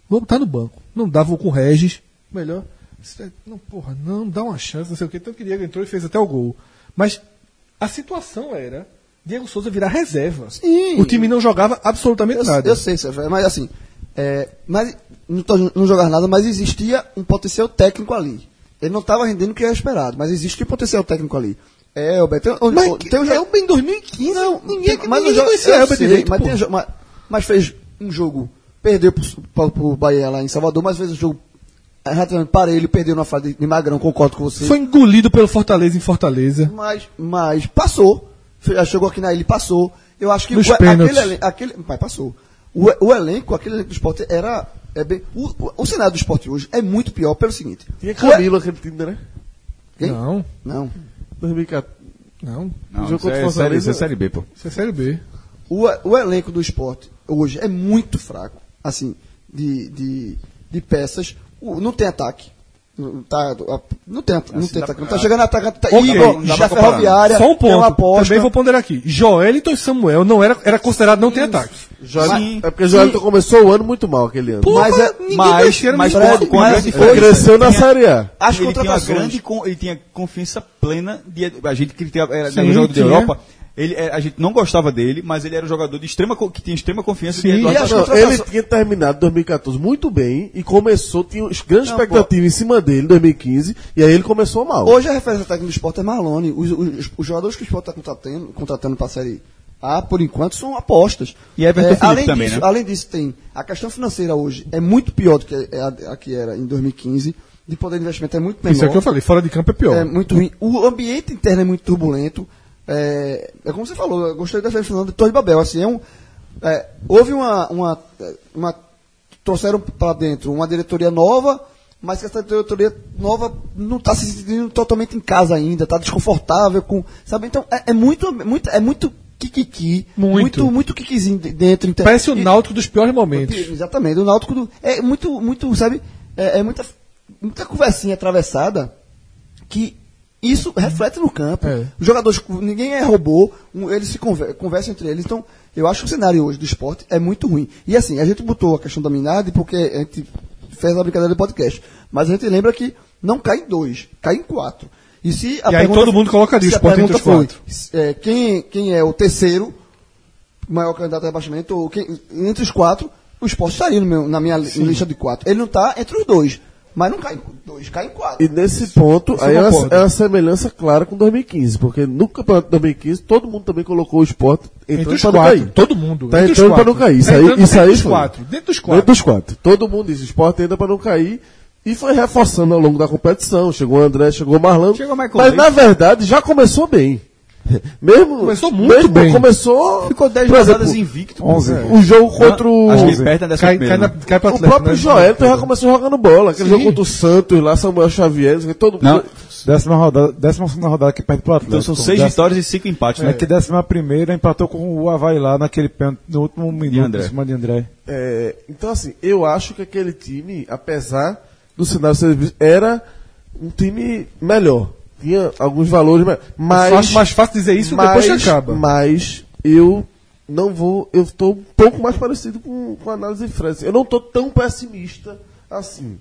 [SPEAKER 4] Vou botar no banco. Não dá, vou com o Regis. Melhor. Não, porra, não, dá uma chance, não sei o quê. Tanto que Diego entrou e fez até o gol. Mas a situação era Diego Souza virar reserva.
[SPEAKER 7] Sim.
[SPEAKER 4] O time não jogava absolutamente
[SPEAKER 7] Eu,
[SPEAKER 4] nada.
[SPEAKER 7] eu sei, Sérgio, mas assim, é, mas não, tô- não jogar nada, mas existia um potencial técnico ali. Ele não estava rendendo o que era esperado, mas existe um potencial técnico ali. É, Elber, tem, o-
[SPEAKER 4] Mas
[SPEAKER 7] o-
[SPEAKER 4] que- é
[SPEAKER 7] tem um jo-
[SPEAKER 4] Elber em 2015,
[SPEAKER 7] Não,
[SPEAKER 4] ninguém-
[SPEAKER 7] tem- mas
[SPEAKER 4] ninguém
[SPEAKER 7] o jo-
[SPEAKER 4] conhecia
[SPEAKER 7] eu
[SPEAKER 4] Elber
[SPEAKER 7] sei,
[SPEAKER 4] direito,
[SPEAKER 7] Mas,
[SPEAKER 4] é pô.
[SPEAKER 7] tem jo- mas- mas fez um jogo, perdeu pro, pro Bahia lá em Salvador, mas fez um jogo é, relativamente parelho, perdeu na fase de, de Magrão, concordo com você.
[SPEAKER 4] Foi engolido pelo Fortaleza em Fortaleza.
[SPEAKER 7] Mas, mas passou. Fe- ah, Chegou aqui na ilha e passou. Eu acho que
[SPEAKER 4] Nos
[SPEAKER 7] o,
[SPEAKER 4] pênaltis.
[SPEAKER 7] aquele, elen- aquele. Mas passou. O, o elenco, aquele elenco do esporte era. É bem, o, o, o cenário do esporte hoje é muito pior pelo seguinte.
[SPEAKER 3] Tinha
[SPEAKER 7] O e-
[SPEAKER 3] Camilo aquele time, né?
[SPEAKER 7] Quem?
[SPEAKER 4] Não,
[SPEAKER 7] Não.
[SPEAKER 3] 2014.
[SPEAKER 4] não.
[SPEAKER 6] Não,
[SPEAKER 3] Jogo
[SPEAKER 6] isso
[SPEAKER 3] contra
[SPEAKER 6] é,
[SPEAKER 3] Fortaleza.
[SPEAKER 6] série, isso é Série B, pô.
[SPEAKER 4] Isso é Série B.
[SPEAKER 7] O, e- o elenco do esporte hoje é muito fraco. Assim, de, de, de peças. O- não tem ataque. Não tá, a- não tem, at- não
[SPEAKER 6] Assim,
[SPEAKER 7] tem
[SPEAKER 6] dá
[SPEAKER 7] ataque. Não
[SPEAKER 6] pra-
[SPEAKER 7] tá chegando atacante. Tá,
[SPEAKER 4] Ok,
[SPEAKER 7] Igor,
[SPEAKER 6] não dá
[SPEAKER 7] da
[SPEAKER 6] pra comparar.
[SPEAKER 7] ferroviária.
[SPEAKER 4] Só um
[SPEAKER 7] é uma
[SPEAKER 4] ponto.
[SPEAKER 7] aposta.
[SPEAKER 4] Também vou ponderar aqui. Joelito e Samuel não era, era considerado não ter ataque.
[SPEAKER 3] Joel-
[SPEAKER 6] Sim.
[SPEAKER 3] É porque o Joelito começou o ano muito mal aquele ano.
[SPEAKER 7] mas é-
[SPEAKER 4] ninguém
[SPEAKER 6] mas-
[SPEAKER 4] conhecia, não
[SPEAKER 6] mas
[SPEAKER 4] tinha
[SPEAKER 6] quando-
[SPEAKER 4] como.
[SPEAKER 6] quando
[SPEAKER 7] mas
[SPEAKER 6] ele
[SPEAKER 7] foi-
[SPEAKER 6] foi-
[SPEAKER 3] Cresceu na
[SPEAKER 6] tinha-
[SPEAKER 3] Série A.
[SPEAKER 7] As
[SPEAKER 6] ele tinha uma
[SPEAKER 7] contratações.
[SPEAKER 6] grande con- ele tinha confiança plena de a gente que tinha- era
[SPEAKER 4] Sim,
[SPEAKER 6] no jogo da
[SPEAKER 4] tinha.
[SPEAKER 6] Europa ele é, a gente não gostava dele mas ele era um jogador de extrema co- que tinha extrema confiança de Eduardo
[SPEAKER 7] e as
[SPEAKER 6] Paixão.
[SPEAKER 3] Não,
[SPEAKER 7] contratações-
[SPEAKER 3] ele tinha terminado 2014 muito bem e começou, tinha grande
[SPEAKER 7] Não,
[SPEAKER 3] expectativa em cima dele em 2015 e aí ele começou mal.
[SPEAKER 7] Hoje a referência técnica do esporte é Marlone. Os, os- os jogadores que o esporte está contratando, contratando para a Série A, por enquanto, são apostas. É,
[SPEAKER 6] E Everton Felipe
[SPEAKER 7] além
[SPEAKER 6] também,
[SPEAKER 7] disso,
[SPEAKER 6] né?
[SPEAKER 7] Além disso, tem a questão financeira hoje é muito pior do que a, a que era em 2015. De poder de investimento é muito menor.
[SPEAKER 4] Isso é o que eu falei, fora de campo é pior.
[SPEAKER 7] É muito ruim. O ambiente interno é muito turbulento. É, é como você falou, eu gostei da definição de Torre de Babel. Assim, é um, é, houve uma, uma, é, uma- Trouxeram para dentro uma diretoria nova, mas que essa diretoria nova não está se sentindo totalmente em casa ainda, está desconfortável com. Sabe? Então, é, é muito. muito é muito kikiki.
[SPEAKER 4] Muito.
[SPEAKER 7] Muito, muito kikizinho de- dentro. interno.
[SPEAKER 4] Parece é o
[SPEAKER 7] E-
[SPEAKER 4] náutico dos piores momentos.
[SPEAKER 7] Exatamente. O Náutico do- é muito, muito, sabe? É, é muita, muita conversinha atravessada que isso reflete no campo.
[SPEAKER 4] É.
[SPEAKER 7] Os jogadores, ninguém é robô, um- eles se conver- conversam entre eles. Então, eu acho que o cenário hoje do esporte é muito ruim. E assim, a gente botou a questão da Minardi porque a gente fez a brincadeira do podcast. Mas a gente lembra que não cai em dois, cai em quatro. E, se a
[SPEAKER 4] E aí todo mundo coloca ali,
[SPEAKER 7] se
[SPEAKER 4] o
[SPEAKER 7] a
[SPEAKER 4] Sport entre os
[SPEAKER 7] pergunta foi,
[SPEAKER 4] quatro.
[SPEAKER 7] é, quem, quem é o terceiro maior candidato a rebaixamento, ou quem- entre os quatro, o esporte estaria no meu- na minha li- lista de quatro. Ele não está entre os dois, mas não cai em dois, cai em quatro.
[SPEAKER 3] E nesse ponto, aí é uma, é uma semelhança clara com 2015, porque no campeonato de 2015 todo mundo também colocou o esporte
[SPEAKER 4] Entre
[SPEAKER 3] entrando
[SPEAKER 4] os
[SPEAKER 3] para não
[SPEAKER 4] quatro,
[SPEAKER 3] cair.
[SPEAKER 4] todo mundo.
[SPEAKER 3] Tá
[SPEAKER 4] entre os
[SPEAKER 3] entrando pra
[SPEAKER 4] quatro.
[SPEAKER 3] não cair, isso
[SPEAKER 4] Tá
[SPEAKER 3] aí-
[SPEAKER 4] entrando
[SPEAKER 3] isso aí
[SPEAKER 4] dentro dos
[SPEAKER 3] foi.
[SPEAKER 4] quatro. Dentro dos
[SPEAKER 3] Dentro
[SPEAKER 4] quatro.
[SPEAKER 3] dos quatro. Todo mundo diz, o esporte entra para não cair. E foi reforçando ao longo da competição. Chegou o André, chegou o Marlon.
[SPEAKER 6] Chegou o Michael
[SPEAKER 3] mas
[SPEAKER 6] Leite.
[SPEAKER 3] na verdade já começou bem. Mesmo,
[SPEAKER 4] Começou muito
[SPEAKER 3] mesmo
[SPEAKER 4] bem.
[SPEAKER 3] Começou.
[SPEAKER 6] ficou 10
[SPEAKER 3] por exemplo,
[SPEAKER 6] rodadas invicto
[SPEAKER 2] 11.
[SPEAKER 4] é.
[SPEAKER 3] O jogo contra o.
[SPEAKER 6] Ah,
[SPEAKER 4] Ah,
[SPEAKER 6] acho que perde na
[SPEAKER 4] Cai,
[SPEAKER 6] décima
[SPEAKER 4] cai,
[SPEAKER 6] primeira,
[SPEAKER 4] na,
[SPEAKER 6] né?
[SPEAKER 4] cai pra
[SPEAKER 3] O
[SPEAKER 4] Atlético,
[SPEAKER 3] próprio
[SPEAKER 4] né?
[SPEAKER 3] Joel já começou jogando bola. Aquele
[SPEAKER 4] Sim.
[SPEAKER 3] jogo contra o Santos lá, Samuel Xavier, todo mundo.
[SPEAKER 6] Não,
[SPEAKER 2] Décima rodada, décima segunda rodada que perde pro Atlético.
[SPEAKER 6] então são seis
[SPEAKER 2] Décima-
[SPEAKER 6] vitórias e cinco empates
[SPEAKER 2] É
[SPEAKER 6] né?
[SPEAKER 2] que décima primeira empatou com o Havaí lá naquele pênalti no último minuto
[SPEAKER 6] André.
[SPEAKER 2] em cima de André.
[SPEAKER 3] É, então, assim, eu acho que aquele time, apesar do cenário ser visto, era um time melhor. Tinha alguns valores melhores.
[SPEAKER 4] Mas,
[SPEAKER 3] Mas,
[SPEAKER 4] mais fácil dizer isso depois que acaba.
[SPEAKER 3] mas eu não vou. Eu estou um pouco mais parecido com, com a análise de Fred. assim, Eu não estou tão pessimista assim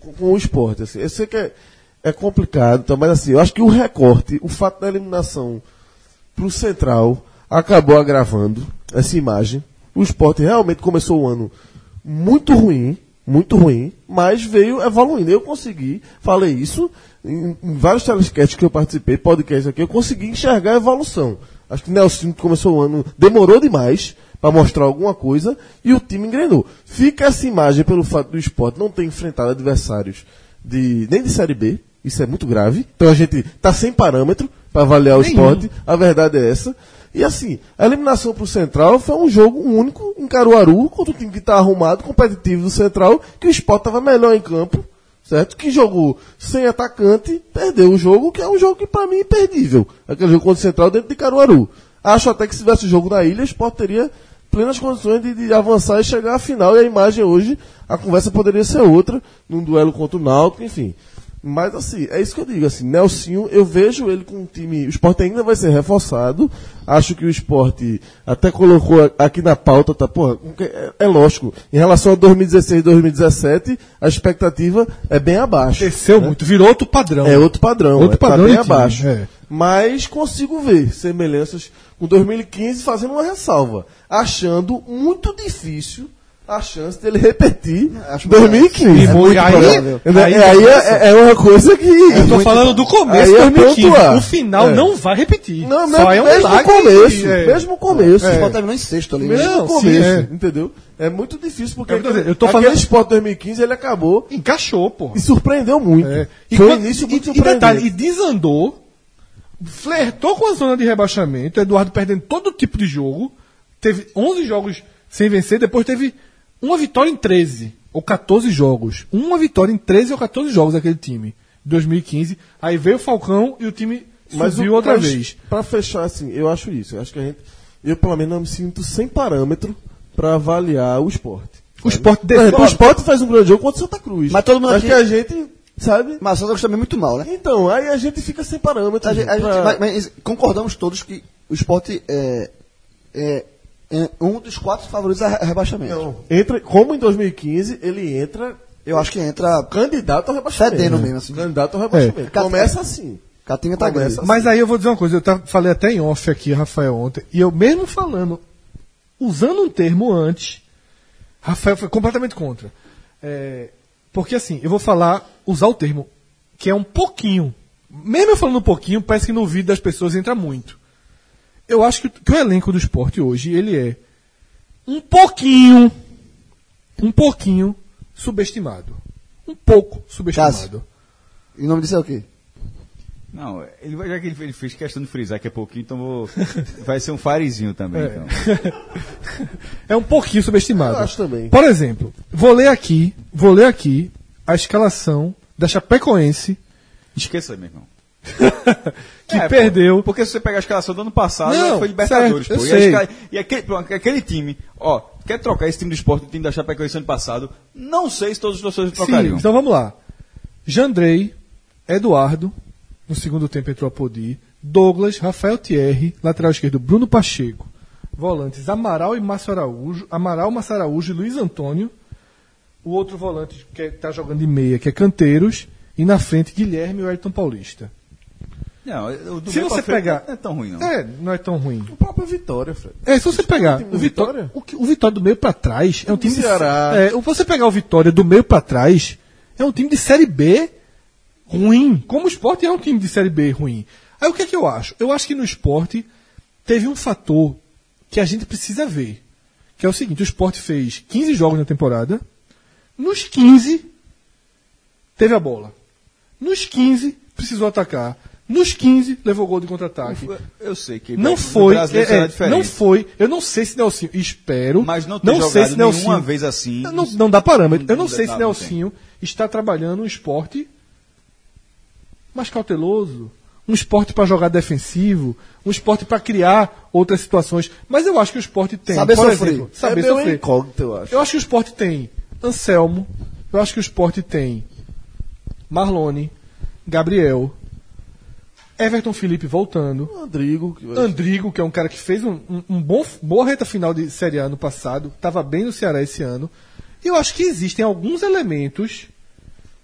[SPEAKER 3] com, com o esporte. Assim. Eu sei que é, é complicado, tá, mas assim, eu acho que o recorte, o fato da eliminação pro Central acabou agravando essa imagem. O esporte realmente começou o ano um muito ruim, muito ruim, mas veio evoluindo. Eu consegui, falei isso em, em vários telesquetes que eu participei, podcasts aqui, eu consegui enxergar a evolução. Acho que o Nelson começou o ano, demorou demais para mostrar alguma coisa e o time engrenou. Fica essa imagem pelo fato do esporte não ter enfrentado adversários de nem de Série B, isso é muito grave. Então a gente tá sem parâmetro para avaliar o esporte, a verdade é essa. E assim, a eliminação pro Central foi um jogo único em Caruaru, contra um time que tá arrumado, competitivo do Central, que o esporte tava melhor em campo, certo? Que jogou sem atacante, perdeu o jogo, que é um jogo que para mim é imperdível. Aquele jogo contra o Central dentro de Caruaru. Acho até que se tivesse jogo na ilha, o esporte teria plenas condições de, de avançar e chegar à final. E a imagem hoje, a conversa poderia ser outra, num duelo contra o Náutico, enfim. Mas assim, é isso que eu digo, assim, Nelsinho, eu vejo ele com um time, o esporte ainda vai ser reforçado, acho que o esporte até colocou a- aqui na pauta, tá, porra, é, é lógico, em relação a 2016 2017, a expectativa é bem abaixo.
[SPEAKER 4] Desceu muito, virou outro padrão.
[SPEAKER 3] É outro padrão.
[SPEAKER 4] Outro
[SPEAKER 3] é, tá
[SPEAKER 4] padrão
[SPEAKER 3] bem
[SPEAKER 4] de time,
[SPEAKER 3] abaixo.
[SPEAKER 4] é.
[SPEAKER 3] Mas consigo ver semelhanças com 2015 fazendo uma ressalva. Achando muito difícil a chance dele repetir
[SPEAKER 7] Acho
[SPEAKER 3] 2015.
[SPEAKER 7] muito
[SPEAKER 3] É
[SPEAKER 4] E
[SPEAKER 3] muito
[SPEAKER 4] aí-
[SPEAKER 3] provável.
[SPEAKER 4] aí-
[SPEAKER 3] É, aí é, é uma coisa que.
[SPEAKER 4] Eu tô falando do começo de
[SPEAKER 3] Aí é
[SPEAKER 4] 2015.
[SPEAKER 3] pontuar.
[SPEAKER 4] o final
[SPEAKER 3] É.
[SPEAKER 4] não vai repetir.
[SPEAKER 3] Não,
[SPEAKER 4] Só
[SPEAKER 3] mesmo,
[SPEAKER 4] é um
[SPEAKER 3] mesmo
[SPEAKER 4] milagre.
[SPEAKER 3] começo.
[SPEAKER 4] É.
[SPEAKER 3] Mesmo começo.
[SPEAKER 7] O Sport terminou em sexto ali. né?
[SPEAKER 3] Mesmo
[SPEAKER 4] Não, sim,
[SPEAKER 3] começo,
[SPEAKER 4] é.
[SPEAKER 3] entendeu? É muito difícil, porque
[SPEAKER 4] É o que eu tô dizendo, eu tô
[SPEAKER 3] aquele
[SPEAKER 4] falando-
[SPEAKER 3] Sport 2015 ele acabou
[SPEAKER 4] Encaixou, pô.
[SPEAKER 3] e surpreendeu muito.
[SPEAKER 4] É. E,
[SPEAKER 3] Foi um
[SPEAKER 4] quando-
[SPEAKER 3] início
[SPEAKER 4] e-
[SPEAKER 3] muito
[SPEAKER 4] e, detalhe,
[SPEAKER 3] surpreendente.
[SPEAKER 4] e desandou, flertou com a zona de rebaixamento, Eduardo perdendo todo tipo de jogo, teve 11 jogos sem vencer, depois teve uma vitória em 13 ou 14 jogos. Uma vitória em 13 ou 14 jogos daquele time. 2015, aí veio o Falcão e o time
[SPEAKER 3] Mas
[SPEAKER 4] subiu
[SPEAKER 3] o-
[SPEAKER 4] outra
[SPEAKER 3] mas
[SPEAKER 4] vez.
[SPEAKER 3] Pra fechar, assim, eu acho isso. Eu acho que a gente. Eu, pelo menos, não me sinto sem parâmetro pra avaliar o esporte.
[SPEAKER 4] O esporte
[SPEAKER 3] Por exemplo, o
[SPEAKER 4] desceu.
[SPEAKER 3] esporte faz um grande jogo contra o Santa Cruz.
[SPEAKER 7] Mas todo mundo
[SPEAKER 3] Acho
[SPEAKER 7] aqui-
[SPEAKER 3] que a gente, sabe?
[SPEAKER 7] Mas o Santa Cruz também muito mal, né?
[SPEAKER 3] Então, aí a gente fica sem parâmetro.
[SPEAKER 7] A gente- a gente-
[SPEAKER 3] pra-
[SPEAKER 7] mas, mas concordamos todos que o esporte é, é- é um dos quatro favoritos a re- rebaixamento.
[SPEAKER 3] Não. Entra, como em 2015, ele entra
[SPEAKER 7] Eu acho que entra.
[SPEAKER 3] candidato ao rebaixamento.
[SPEAKER 7] Fedendo mesmo, assim.
[SPEAKER 3] Candidato ao rebaixamento.
[SPEAKER 7] É.
[SPEAKER 3] Começa assim.
[SPEAKER 7] Catinga tá grande.
[SPEAKER 3] Começa assim.
[SPEAKER 4] Mas aí eu vou dizer uma coisa, eu tava- falei até em off aqui, Rafael, ontem, e eu mesmo falando, usando um termo antes, Rafael foi completamente contra. É, porque assim, eu vou falar, usar o termo, que é um pouquinho. Mesmo eu falando um pouquinho, parece que no ouvido das pessoas entra muito. Eu acho que, que o elenco do esporte hoje, ele é um pouquinho, um pouquinho subestimado. Um pouco subestimado.
[SPEAKER 7] Cássio. E o nome disso é o quê?
[SPEAKER 6] Não, é, ele, vai- já que ele, ele fez questão de frisar que é pouquinho, então vou, vai ser um farezinho também. Então.
[SPEAKER 4] é um pouquinho subestimado.
[SPEAKER 3] Eu acho também.
[SPEAKER 4] Por exemplo, vou ler aqui, vou ler aqui a escalação da Chapecoense
[SPEAKER 6] Esqueça, meu irmão.
[SPEAKER 4] que
[SPEAKER 6] É, pô,
[SPEAKER 4] perdeu.
[SPEAKER 6] porque se você pegar a escalação do ano passado,
[SPEAKER 4] Não,
[SPEAKER 6] foi Libertadores,
[SPEAKER 4] certo,
[SPEAKER 6] pô.
[SPEAKER 4] eu
[SPEAKER 6] E, a
[SPEAKER 4] sei.
[SPEAKER 6] escala- e aquele, pronto, aquele time, ó, quer trocar esse time do esporte do time da Chapecoense ano passado? Não sei se todos os torcedores
[SPEAKER 4] Sim,
[SPEAKER 6] trocariam.
[SPEAKER 4] então vamos lá. Jandrei, Eduardo, no segundo tempo entrou a Podi, Douglas, Rafael Thierry, lateral esquerdo Bruno Pacheco, volantes Amaral e Márcio Araújo, Amaral, Márcio Araújo e Luiz Antônio, o outro volante que está jogando de meia, que é Canteiros, e na frente Guilherme e o Ayrton Paulista.
[SPEAKER 6] Não, o do
[SPEAKER 4] Se
[SPEAKER 6] meio pra
[SPEAKER 4] você
[SPEAKER 6] frente
[SPEAKER 4] pegar-
[SPEAKER 6] Não é tão ruim, não.
[SPEAKER 4] É, não é tão ruim.
[SPEAKER 3] O próprio Vitória, Fred.
[SPEAKER 4] É, se você pegar
[SPEAKER 3] time do
[SPEAKER 4] o Vitória,
[SPEAKER 3] Vitória?
[SPEAKER 4] o, que- o Vitória do meio pra trás é um time de
[SPEAKER 3] Ceará.
[SPEAKER 4] É, se você pegar o Vitória do meio pra trás é um time de série B ruim, como o Sport é um time de série B ruim. Aí o que é que eu acho? Eu acho que no esporte teve um fator que a gente precisa ver, que é o seguinte, o Sport fez 15 jogos na temporada, nos 15 teve a bola. Nos 15 precisou atacar. Nos 15 levou gol de contra-ataque.
[SPEAKER 6] Eu sei que
[SPEAKER 4] Não
[SPEAKER 6] no
[SPEAKER 4] foi,
[SPEAKER 6] brasileiro
[SPEAKER 4] é,
[SPEAKER 6] será
[SPEAKER 4] é,
[SPEAKER 6] diferente.
[SPEAKER 4] não foi. Eu não sei se Nelsinho. Espero.
[SPEAKER 6] Mas não ter
[SPEAKER 4] não
[SPEAKER 6] jogado
[SPEAKER 4] sei se
[SPEAKER 6] nenhuma
[SPEAKER 4] Nelsinho-
[SPEAKER 6] vez assim.
[SPEAKER 4] Não, não dá parâmetro. Eu não
[SPEAKER 6] Não
[SPEAKER 4] sei
[SPEAKER 6] dá,
[SPEAKER 4] se
[SPEAKER 6] não
[SPEAKER 4] Nelsinho está trabalhando um esporte mais cauteloso, um esporte para jogar defensivo, um esporte para criar outras situações. Mas eu acho que o esporte tem.
[SPEAKER 7] Saber
[SPEAKER 4] por
[SPEAKER 7] sofrer.
[SPEAKER 4] Exemplo, saber
[SPEAKER 3] é meio
[SPEAKER 4] sofrer.
[SPEAKER 3] incógnito, eu acho.
[SPEAKER 4] Eu acho que o esporte tem Anselmo. Eu acho que o esporte tem Marlone, Gabriel, Everton Felipe voltando.
[SPEAKER 3] Rodrigo, que vai-
[SPEAKER 4] Andrigo, que é um cara que fez um, um, um bom, boa reta final de Série A no passado, estava bem no Ceará esse ano. E eu acho que existem alguns elementos